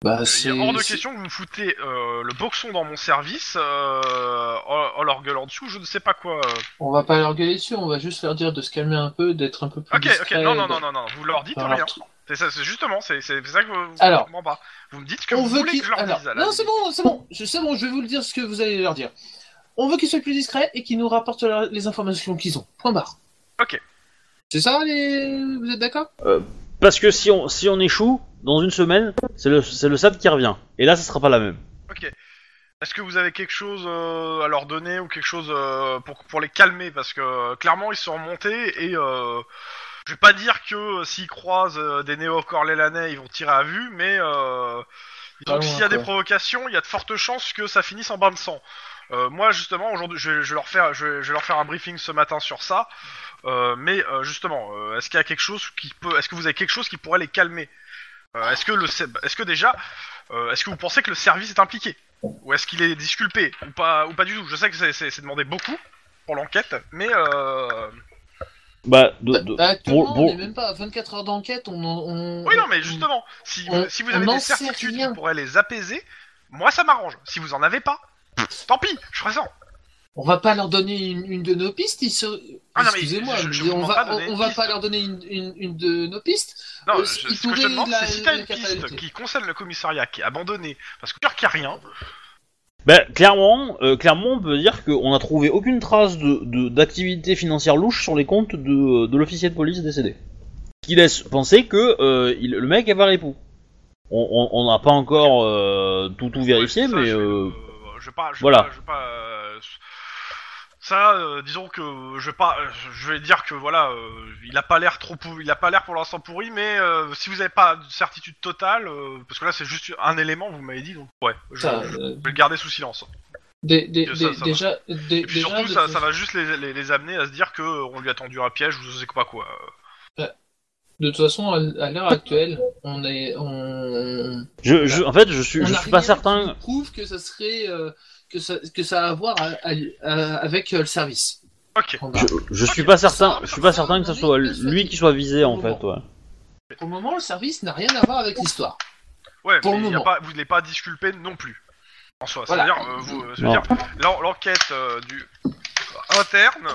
[SPEAKER 4] bah
[SPEAKER 1] Il
[SPEAKER 4] c'est.
[SPEAKER 1] est hors de
[SPEAKER 4] c'est-
[SPEAKER 1] question que vous me foutez euh, le boxon dans mon service euh, en, en leur gueulant dessous, je ne sais pas quoi. euh.
[SPEAKER 4] On va pas leur gueuler dessus, on va juste leur dire de se calmer un peu, d'être un peu plus.
[SPEAKER 1] Ok, ok,
[SPEAKER 4] discret,
[SPEAKER 1] non, non,
[SPEAKER 4] de-
[SPEAKER 1] non, non, non, vous leur dites
[SPEAKER 4] par
[SPEAKER 1] rien.
[SPEAKER 4] leur-
[SPEAKER 1] C'est ça, c'est justement, c'est c'est ça que vous, vous
[SPEAKER 4] Alors.
[SPEAKER 1] comprenez pas. Vous me dites que
[SPEAKER 4] on
[SPEAKER 1] vous
[SPEAKER 4] veut
[SPEAKER 1] voulez
[SPEAKER 4] qu'ils.
[SPEAKER 1] que je leur
[SPEAKER 4] alors,
[SPEAKER 1] dise. à la
[SPEAKER 4] non, c'est
[SPEAKER 1] limite.
[SPEAKER 4] bon, c'est bon. Je c'est bon, je vais vous le dire ce que vous allez leur dire. On veut qu'ils soient plus discrets et qu'ils nous rapportent leur- les informations qu'ils ont. Point barre.
[SPEAKER 1] Ok.
[SPEAKER 4] C'est ça, les... vous êtes d'accord
[SPEAKER 2] Parce que si on, si on échoue dans une semaine, c'est le, c'est le SAD qui revient. Et là, ça sera pas la même.
[SPEAKER 1] Est-ce que vous avez quelque chose euh, à leur donner ou quelque chose euh, pour, pour les calmer Parce que euh, clairement, ils sont remontés et euh, je vais pas dire que euh, s'ils croisent euh, des néo-corlélanais, ils vont tirer à vue, mais euh,
[SPEAKER 4] Pas
[SPEAKER 1] donc
[SPEAKER 4] loin,
[SPEAKER 1] s'il y a des
[SPEAKER 4] quoi.
[SPEAKER 1] provocations, il y a de fortes chances que ça finisse en bain de sang. Euh, moi, justement, aujourd'hui, je, vais- je vais leur faire, je, vais- je vais leur faire un briefing ce matin sur ça. Euh, mais euh, justement, euh, est-ce qu'il y a quelque chose qui peut, est-ce que vous avez quelque chose qui pourrait les calmer Euh, Est-ce que le, se- est-ce que déjà, euh, est-ce que vous pensez que le service est impliqué ou est-ce qu'il est disculpé ou pas, ou pas du tout Je sais que c'est- c'est c'est demandé beaucoup pour l'enquête, mais euh...
[SPEAKER 2] Bah, de, de-
[SPEAKER 4] Actuellement,
[SPEAKER 2] bon- bon.
[SPEAKER 4] on n'est même pas à 24 heures d'enquête, on, en- on...
[SPEAKER 1] oui, non, mais justement, si,
[SPEAKER 4] on-
[SPEAKER 1] si vous
[SPEAKER 4] on
[SPEAKER 1] avez des
[SPEAKER 4] n'en sait
[SPEAKER 1] certitudes
[SPEAKER 4] rien.
[SPEAKER 1] qui pourraient les apaiser, moi ça m'arrange. Si vous en avez pas, pff, tant pis, je ferai ça.
[SPEAKER 4] On va pas leur donner une, une de nos pistes, ils se...
[SPEAKER 1] Ah non, mais
[SPEAKER 4] Excusez-moi,
[SPEAKER 1] je- je
[SPEAKER 4] mais
[SPEAKER 1] vous
[SPEAKER 4] on
[SPEAKER 1] demande
[SPEAKER 4] va,
[SPEAKER 1] pas de donner
[SPEAKER 4] on, on
[SPEAKER 1] une
[SPEAKER 4] va
[SPEAKER 1] piste.
[SPEAKER 4] pas leur donner une, une, une de nos pistes.
[SPEAKER 1] Non,
[SPEAKER 4] Euh,
[SPEAKER 1] je- ce que je
[SPEAKER 4] il
[SPEAKER 1] te
[SPEAKER 4] pourrait
[SPEAKER 1] demande,
[SPEAKER 4] la-
[SPEAKER 1] c'est si t'as
[SPEAKER 4] la
[SPEAKER 1] une
[SPEAKER 4] capacité.
[SPEAKER 1] piste qui concerne le commissariat qui est abandonné, parce que tu qu'il y a rien,
[SPEAKER 2] bah, clairement, euh, clairement, on peut dire qu'on a trouvé aucune trace de, de- d'activité financière louche sur les comptes de, de l'officier de police décédé. Ce Qui laisse penser que euh, il- le mec est pas l'époux. on- on on n'a pas encore euh, tout, tout vérifié,
[SPEAKER 1] Ouais, ça,
[SPEAKER 2] mais
[SPEAKER 1] je vais,
[SPEAKER 2] euh,
[SPEAKER 1] je vais pas, je vais
[SPEAKER 2] voilà.
[SPEAKER 1] pas- je vais pas, euh, ça, euh, disons que je vais pas, euh, je vais dire que voilà, euh, il a pas l'air trop, pou- il a pas l'air pour l'instant pourri, mais euh, si vous n'avez pas de certitude totale, euh, parce que là c'est juste un élément, vous m'avez dit, donc ouais, je,
[SPEAKER 4] Ça,
[SPEAKER 1] je
[SPEAKER 4] euh,
[SPEAKER 1] vais le garder sous silence.
[SPEAKER 4] dé- dé-
[SPEAKER 1] que ça,
[SPEAKER 4] dé-
[SPEAKER 1] ça
[SPEAKER 4] déjà, dé-
[SPEAKER 1] Et puis
[SPEAKER 4] déjà,
[SPEAKER 1] surtout,
[SPEAKER 4] de-
[SPEAKER 1] ça, ça va juste les, les- les amener à se dire que euh, on lui a tendu un piège, je sais pas quoi. Euh,
[SPEAKER 4] de toute façon, à, à l'heure actuelle, on est, on,
[SPEAKER 2] je, je- en fait, je suis,
[SPEAKER 4] on
[SPEAKER 2] je
[SPEAKER 4] a
[SPEAKER 2] suis pas
[SPEAKER 4] rien qui
[SPEAKER 2] certain.
[SPEAKER 4] nous prouve que ça serait, euh, que ça, que ça a à voir euh, à- à- à- avec euh, le service.
[SPEAKER 1] Ok.
[SPEAKER 4] On va-
[SPEAKER 2] Je, je suis pas certain. Je suis pas certain que ce soit lui qui soit visé en fait. Ouais.
[SPEAKER 4] Pour le moment, le service n'a rien à voir avec l'histoire.
[SPEAKER 1] Ouais,
[SPEAKER 4] Pour
[SPEAKER 1] mais
[SPEAKER 4] le
[SPEAKER 1] il y a
[SPEAKER 4] moment.
[SPEAKER 1] pas, vous ne l'avez pas disculpé non plus. En soi,
[SPEAKER 4] Voilà.
[SPEAKER 1] c'est-à-dire, euh, vous- euh,
[SPEAKER 2] Non.
[SPEAKER 1] c'est-à-dire, l'en- l'enquête euh, du interne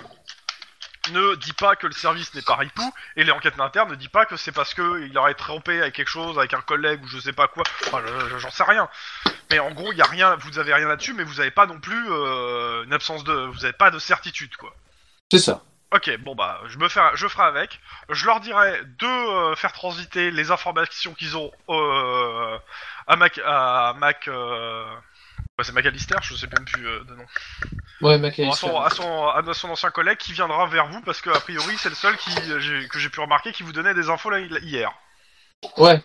[SPEAKER 1] ne dit pas que le service n'est pas ripou, et l'enquête interne ne dit pas que c'est parce que il aurait trompé avec quelque chose, avec un collègue ou je sais pas quoi. Enfin, je- je- j'en sais rien. Mais en gros, il y a rien, vous avez rien là-dessus, mais vous avez pas non plus euh, une absence de, vous avez pas de certitude quoi.
[SPEAKER 4] C'est ça.
[SPEAKER 1] Ok, bon bah, je me fais, je ferai avec. Je leur dirai de euh, faire transiter les informations qu'ils ont euh, à Mac, à Mac, euh, ouais, c'est Macalister, je sais même plus euh, de nom.
[SPEAKER 4] Ouais,
[SPEAKER 1] Bon,
[SPEAKER 4] Michael.
[SPEAKER 1] à, son, à son- à son ancien collègue qui viendra vers vous parce que a priori c'est le seul qui, euh, j'ai- que j'ai pu remarquer qui vous donnait des infos là, hier.
[SPEAKER 4] Ouais.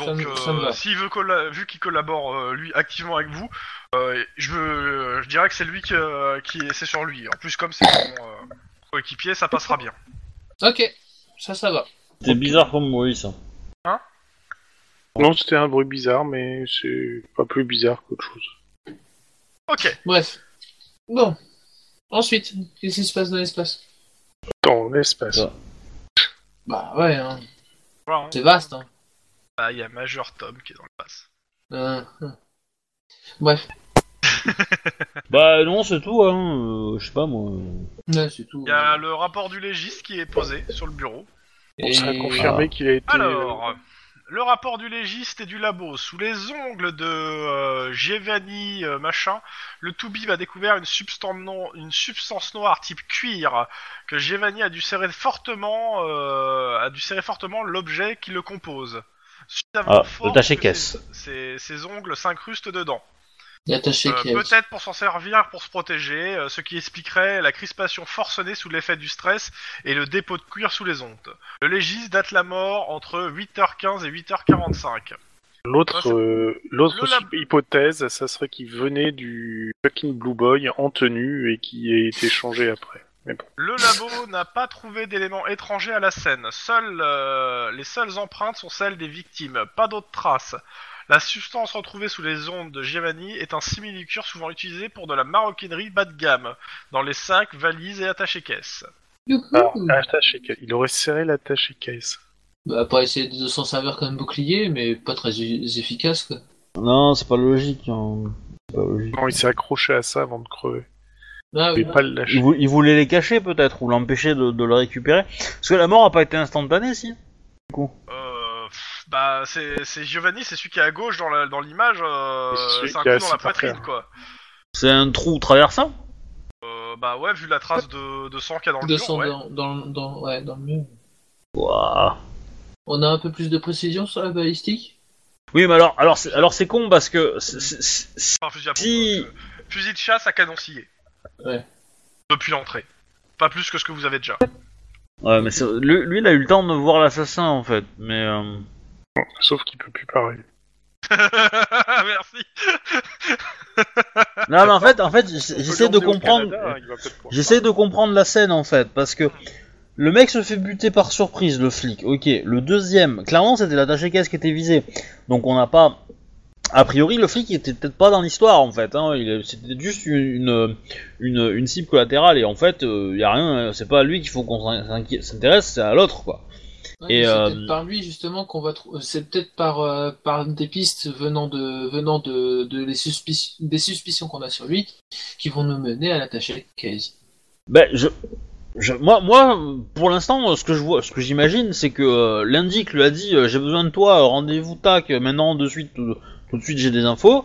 [SPEAKER 4] Ça
[SPEAKER 1] Donc,
[SPEAKER 4] me- ça me
[SPEAKER 1] euh,
[SPEAKER 4] va.
[SPEAKER 1] s'il veut colla- vu qu'il collabore euh, lui activement avec vous, euh, je, veux, je dirais que c'est lui qui, euh, qui c'est sur lui. En plus, comme c'est son euh, coéquipier, ça passera bien.
[SPEAKER 4] Ok. Ça, ça va.
[SPEAKER 2] C'était bizarre comme bruit ça.
[SPEAKER 3] Non, c'était un bruit bizarre, mais c'est pas plus bizarre qu'autre chose.
[SPEAKER 1] Ok.
[SPEAKER 4] Bref. Bon. Ensuite, qu'est-ce qui se passe dans l'espace
[SPEAKER 3] Dans l'espace.
[SPEAKER 2] Ah.
[SPEAKER 4] Bah ouais, hein.
[SPEAKER 1] Voilà, hein.
[SPEAKER 4] c'est vaste. Hein.
[SPEAKER 1] Ah, il y a Major Tom qui est dans le pass.
[SPEAKER 4] Euh, euh.
[SPEAKER 2] Bah non, c'est tout. Hein. euh, je sais pas moi.
[SPEAKER 4] Ouais, c'est tout.
[SPEAKER 1] Il y a le rapport du légiste qui est posé sur le bureau.
[SPEAKER 3] On serait
[SPEAKER 4] Et-
[SPEAKER 3] confirmé qu'il a été.
[SPEAKER 1] Alors, le rapport du légiste et du labo. Sous les ongles de euh, Giovanni euh, machin, le Toubib a découvert une substance, non- une substance noire type cuir que Giovanni a dû serrer fortement, euh, a dû serrer fortement l'objet qui le compose. Suffisamment
[SPEAKER 2] Ah, le taché
[SPEAKER 1] que
[SPEAKER 2] caisse.
[SPEAKER 1] Ses, ses- ses ongles s'incrustent dedans.
[SPEAKER 4] L'attaché
[SPEAKER 1] Euh,
[SPEAKER 4] qui est-
[SPEAKER 1] Peut-être pour s'en servir pour se protéger, euh, ce qui expliquerait la crispation forcenée sous l'effet du stress et le dépôt de cuir sous les ondes. Le légiste date la mort entre 8h15 et 8h45.
[SPEAKER 3] L'autre,
[SPEAKER 1] Ouais, c'est-
[SPEAKER 3] euh, l'autre
[SPEAKER 1] Le lab-
[SPEAKER 3] sup- hypothèse, ça serait qu'il venait du fucking Blue Boy en tenue et qui a été changé après.
[SPEAKER 1] Le labo n'a pas trouvé d'éléments étrangers à la scène. Seules, euh, les seules empreintes sont celles des victimes, pas d'autres traces. La substance retrouvée sous les ondes de Giovanni est un simili-cuir souvent utilisé pour de la maroquinerie bas de gamme, dans les sacs, valises et attachés caisses.
[SPEAKER 4] Youhou
[SPEAKER 2] Ah,
[SPEAKER 3] Alors, attaché ca- il aurait serré l'attaché case.
[SPEAKER 4] Bah, pas essayer de s'en servir comme bouclier, mais pas très e- efficace, quoi.
[SPEAKER 2] Non, c'est pas logique. hein. C'est pas logique.
[SPEAKER 3] Non, il s'est accroché à ça avant de crever.
[SPEAKER 4] Ah,
[SPEAKER 3] Il
[SPEAKER 4] oui.
[SPEAKER 3] pouvait pas le
[SPEAKER 2] Il,
[SPEAKER 3] lâcher.
[SPEAKER 2] vou- il voulait les cacher peut-être ou l'empêcher de, de le récupérer. Parce que la mort a pas été instantanée si.
[SPEAKER 1] Euh, pff, bah, c'est c'est Giovanni, c'est celui qui est à gauche dans la- dans l'image. euh,
[SPEAKER 3] C'est celui
[SPEAKER 1] c'est un
[SPEAKER 3] qui a
[SPEAKER 1] coup dans
[SPEAKER 3] assez
[SPEAKER 1] la
[SPEAKER 3] par
[SPEAKER 1] poitrine,
[SPEAKER 3] terre.
[SPEAKER 1] quoi.
[SPEAKER 2] C'est un trou traversant.
[SPEAKER 1] Euh, bah ouais, vu la trace de, de sang qu'il y a dans le mur,
[SPEAKER 4] 200
[SPEAKER 1] ouais.
[SPEAKER 4] dans, dans, dans, ouais, dans le mur.
[SPEAKER 2] Ouah.
[SPEAKER 4] On a un peu plus de précision sur la balistique
[SPEAKER 2] Oui, mais alors, alors, c'est- alors c'est con parce que c'est- c'est- c'est-
[SPEAKER 1] Enfin, fusil à pompe,
[SPEAKER 2] Si.
[SPEAKER 1] euh, fusil de chasse à canon scié.
[SPEAKER 4] Ouais.
[SPEAKER 1] Depuis l'entrée. Pas plus que ce que vous avez déjà.
[SPEAKER 2] ouais, mais c'est- lui, lui, il a eu le temps de voir l'assassin en fait. Mais euh,
[SPEAKER 3] Sauf qu'il peut plus parler.
[SPEAKER 1] Merci.
[SPEAKER 2] non, mais en fait, en fait, j'essa-
[SPEAKER 3] On peut
[SPEAKER 2] j'essaie de
[SPEAKER 3] l'emmener au
[SPEAKER 2] comprendre.
[SPEAKER 3] Canada, hein, il va peut-être pouvoir
[SPEAKER 2] J'essaie de comprendre la scène en fait, parce que le mec se fait buter par surprise, le flic. Ok, le deuxième, clairement c'était l'attaché caisse qui était visé, donc on n'a pas. A priori, le flic était peut-être pas dans l'histoire en fait. Hein. Il est- C'était juste une, une une cible collatérale et en fait il y a rien. euh, C'est pas à lui qu'il faut qu'on s'in- s'inqui- s'intéresse, c'est à l'autre quoi.
[SPEAKER 4] Ouais,
[SPEAKER 2] Et,
[SPEAKER 4] mais C'est
[SPEAKER 2] euh,
[SPEAKER 4] peut-être par lui, justement, qu'on va trouver. C'est peut-être par, euh, par des pistes venant de, venant de, de les suspic- des suspicions qu'on a sur lui qui vont nous mener à l'attaché case.
[SPEAKER 2] Ben, je, je- moi, moi, pour l'instant, euh, ce que je vois, ce que j'imagine, c'est que euh, l'indic lui a dit, euh, j'ai besoin de toi, euh, rendez-vous tac, euh, maintenant de suite, tout, tout de suite, j'ai des infos.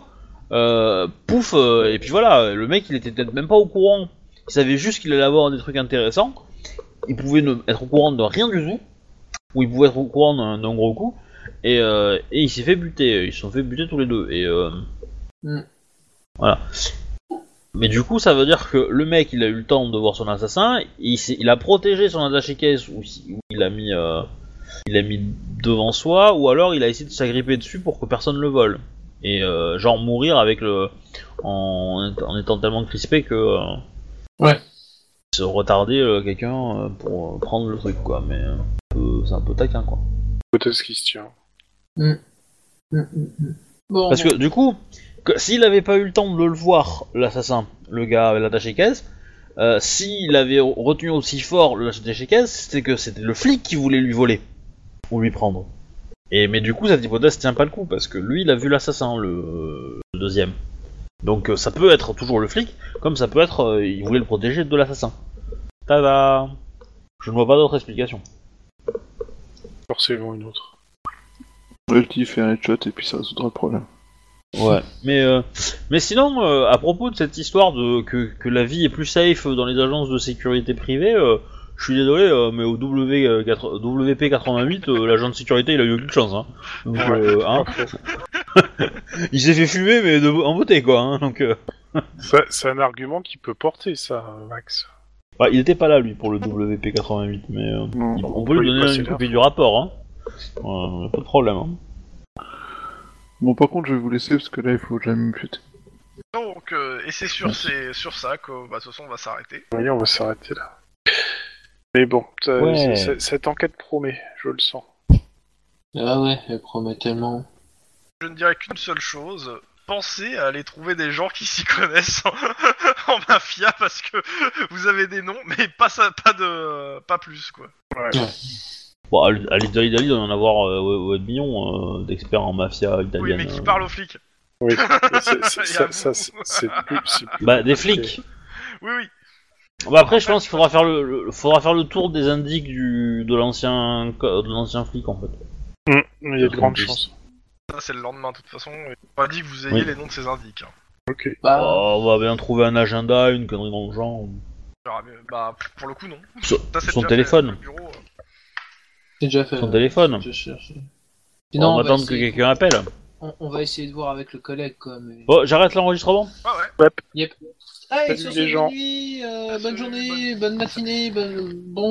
[SPEAKER 2] Euh, pouf, euh, et puis voilà, euh, le mec, il était peut-être même pas au courant. Il savait juste qu'il allait avoir des trucs intéressants. Il pouvait ne, être au courant de rien du tout, ou il pouvait être au courant d'un d'un gros coup. et, euh, et il s'est fait buter. euh, Ils se sont fait buter tous les deux. Et euh,
[SPEAKER 10] Mm.
[SPEAKER 2] voilà. Mais du coup, ça veut dire que le mec, il a eu le temps de voir son assassin. Il, s'est- il a protégé son attaché caisse ou si- ou il a mis, euh, il a mis devant soi, ou alors il a essayé de s'agripper dessus pour que personne le vole. Et euh, genre mourir avec le, en, en étant tellement crispé que. euh,
[SPEAKER 10] Ouais.
[SPEAKER 2] Se retarder euh, quelqu'un euh, pour euh, prendre le truc quoi, mais euh, un peu- c'est un peu taquin quoi.
[SPEAKER 3] Peut-être qu'il se tient.
[SPEAKER 10] Mm, mm, mm. Bon,
[SPEAKER 2] Parce que du coup, que- s'il avait pas eu le temps de le voir, l'assassin, le gars avec l'attaché caisse, euh, s'il avait re- retenu aussi fort l'attaché caisse, c'était que c'était le flic qui voulait lui voler ou lui prendre. Et mais du coup, cette hypothèse tient pas le coup parce que lui, il a vu l'assassin, le, le deuxième. Donc euh, ça peut être toujours le flic, comme ça peut être euh, il voulait le protéger de l'assassin. Tada Je ne vois pas d'autre explication.
[SPEAKER 3] Forcément une autre.
[SPEAKER 5] Le petit fait un headshot et puis ça résoudra le problème.
[SPEAKER 2] Ouais. Mais, euh, mais sinon, euh, à propos de cette histoire de que, que la vie est plus safe dans les agences de sécurité privée, euh, je suis désolé, euh, mais au w, euh, quatre- WP88, euh, l'agent de sécurité, il a eu aucune chance. Hein. Donc, euh, hein. il s'est fait fumer, mais de, en beauté, quoi. hein, donc, euh.
[SPEAKER 3] Ça- C'est un argument qui peut porter, ça, Max.
[SPEAKER 2] Bah, il était pas là, lui, pour le WP88, mais euh,
[SPEAKER 5] Non.
[SPEAKER 2] il- on peut lui
[SPEAKER 3] Oui, bah,
[SPEAKER 2] donner
[SPEAKER 3] c'est
[SPEAKER 2] une
[SPEAKER 3] bien.
[SPEAKER 2] copie du rapport. Hein. Euh, pas de problème. Hein.
[SPEAKER 5] Bon, par contre, je vais vous laisser parce que là, il faut jamais me buter.
[SPEAKER 1] Donc, euh, et c'est sur, ces- sur ça que, bah, de toute façon, on va s'arrêter.
[SPEAKER 3] Oui, on va s'arrêter là. Mais bon, ça-
[SPEAKER 2] Ouais.
[SPEAKER 3] ça- ça- cette enquête promet, je le sens.
[SPEAKER 10] Ah ouais, elle promet tellement.
[SPEAKER 1] Je ne dirais qu'une seule chose. Pensez à aller trouver des gens qui s'y connaissent en, en mafia parce que vous avez des noms, mais pas ça, pas de, pas plus quoi.
[SPEAKER 2] Bon, à l- à l'Italie, d'Italie, il doit y en avoir euh, ouais, ouais, de millions euh, d'experts en mafia italienne.
[SPEAKER 1] Oui, mais qui
[SPEAKER 2] euh.
[SPEAKER 1] parle aux flics.
[SPEAKER 3] Oui, c'est- c'est-
[SPEAKER 1] Il y a
[SPEAKER 3] ça- ça- c'est
[SPEAKER 1] beaucoup.
[SPEAKER 3] c'est plus, c'est plus
[SPEAKER 2] Bah, des
[SPEAKER 3] compliqué.
[SPEAKER 2] flics.
[SPEAKER 1] Oui, oui.
[SPEAKER 2] Bah après, je pense qu'il faudra faire le, le- faudra faire le tour des indices du de l'ancien co- de l'ancien flic en fait.
[SPEAKER 3] Mm, Il y a de grandes
[SPEAKER 2] Plus.
[SPEAKER 3] chances.
[SPEAKER 1] Ça c'est le lendemain de toute façon. et On m'a dit que vous ayez
[SPEAKER 2] Oui.
[SPEAKER 1] les noms de ces indices. hein.
[SPEAKER 3] Ok.
[SPEAKER 4] Ah.
[SPEAKER 10] Bah,
[SPEAKER 2] Oh, on va bien trouver un agenda, une connerie dans le genre.
[SPEAKER 1] Alors, mais, bah pour le coup non.
[SPEAKER 2] Son,
[SPEAKER 1] Ça, c'est déjà fait,
[SPEAKER 2] son
[SPEAKER 1] le
[SPEAKER 2] téléphone,
[SPEAKER 1] bureau, euh.
[SPEAKER 10] j'ai déjà fait.
[SPEAKER 2] son téléphone.
[SPEAKER 10] Je cherche.
[SPEAKER 2] on,
[SPEAKER 10] Sinon,
[SPEAKER 2] va attendre que
[SPEAKER 10] essayer-
[SPEAKER 2] quelqu'un Oh. appelle.
[SPEAKER 10] on- on va essayer de voir avec le collègue, quoi. mais-
[SPEAKER 2] Bon, j'arrête l'enregistrement.
[SPEAKER 1] Ah ouais.
[SPEAKER 10] Hey,
[SPEAKER 3] Salut
[SPEAKER 10] sur
[SPEAKER 3] les
[SPEAKER 10] ce,
[SPEAKER 3] gens.
[SPEAKER 10] bonne nuit, euh, bonne
[SPEAKER 1] Salut,
[SPEAKER 10] journée, bonne matinée, bonne- bon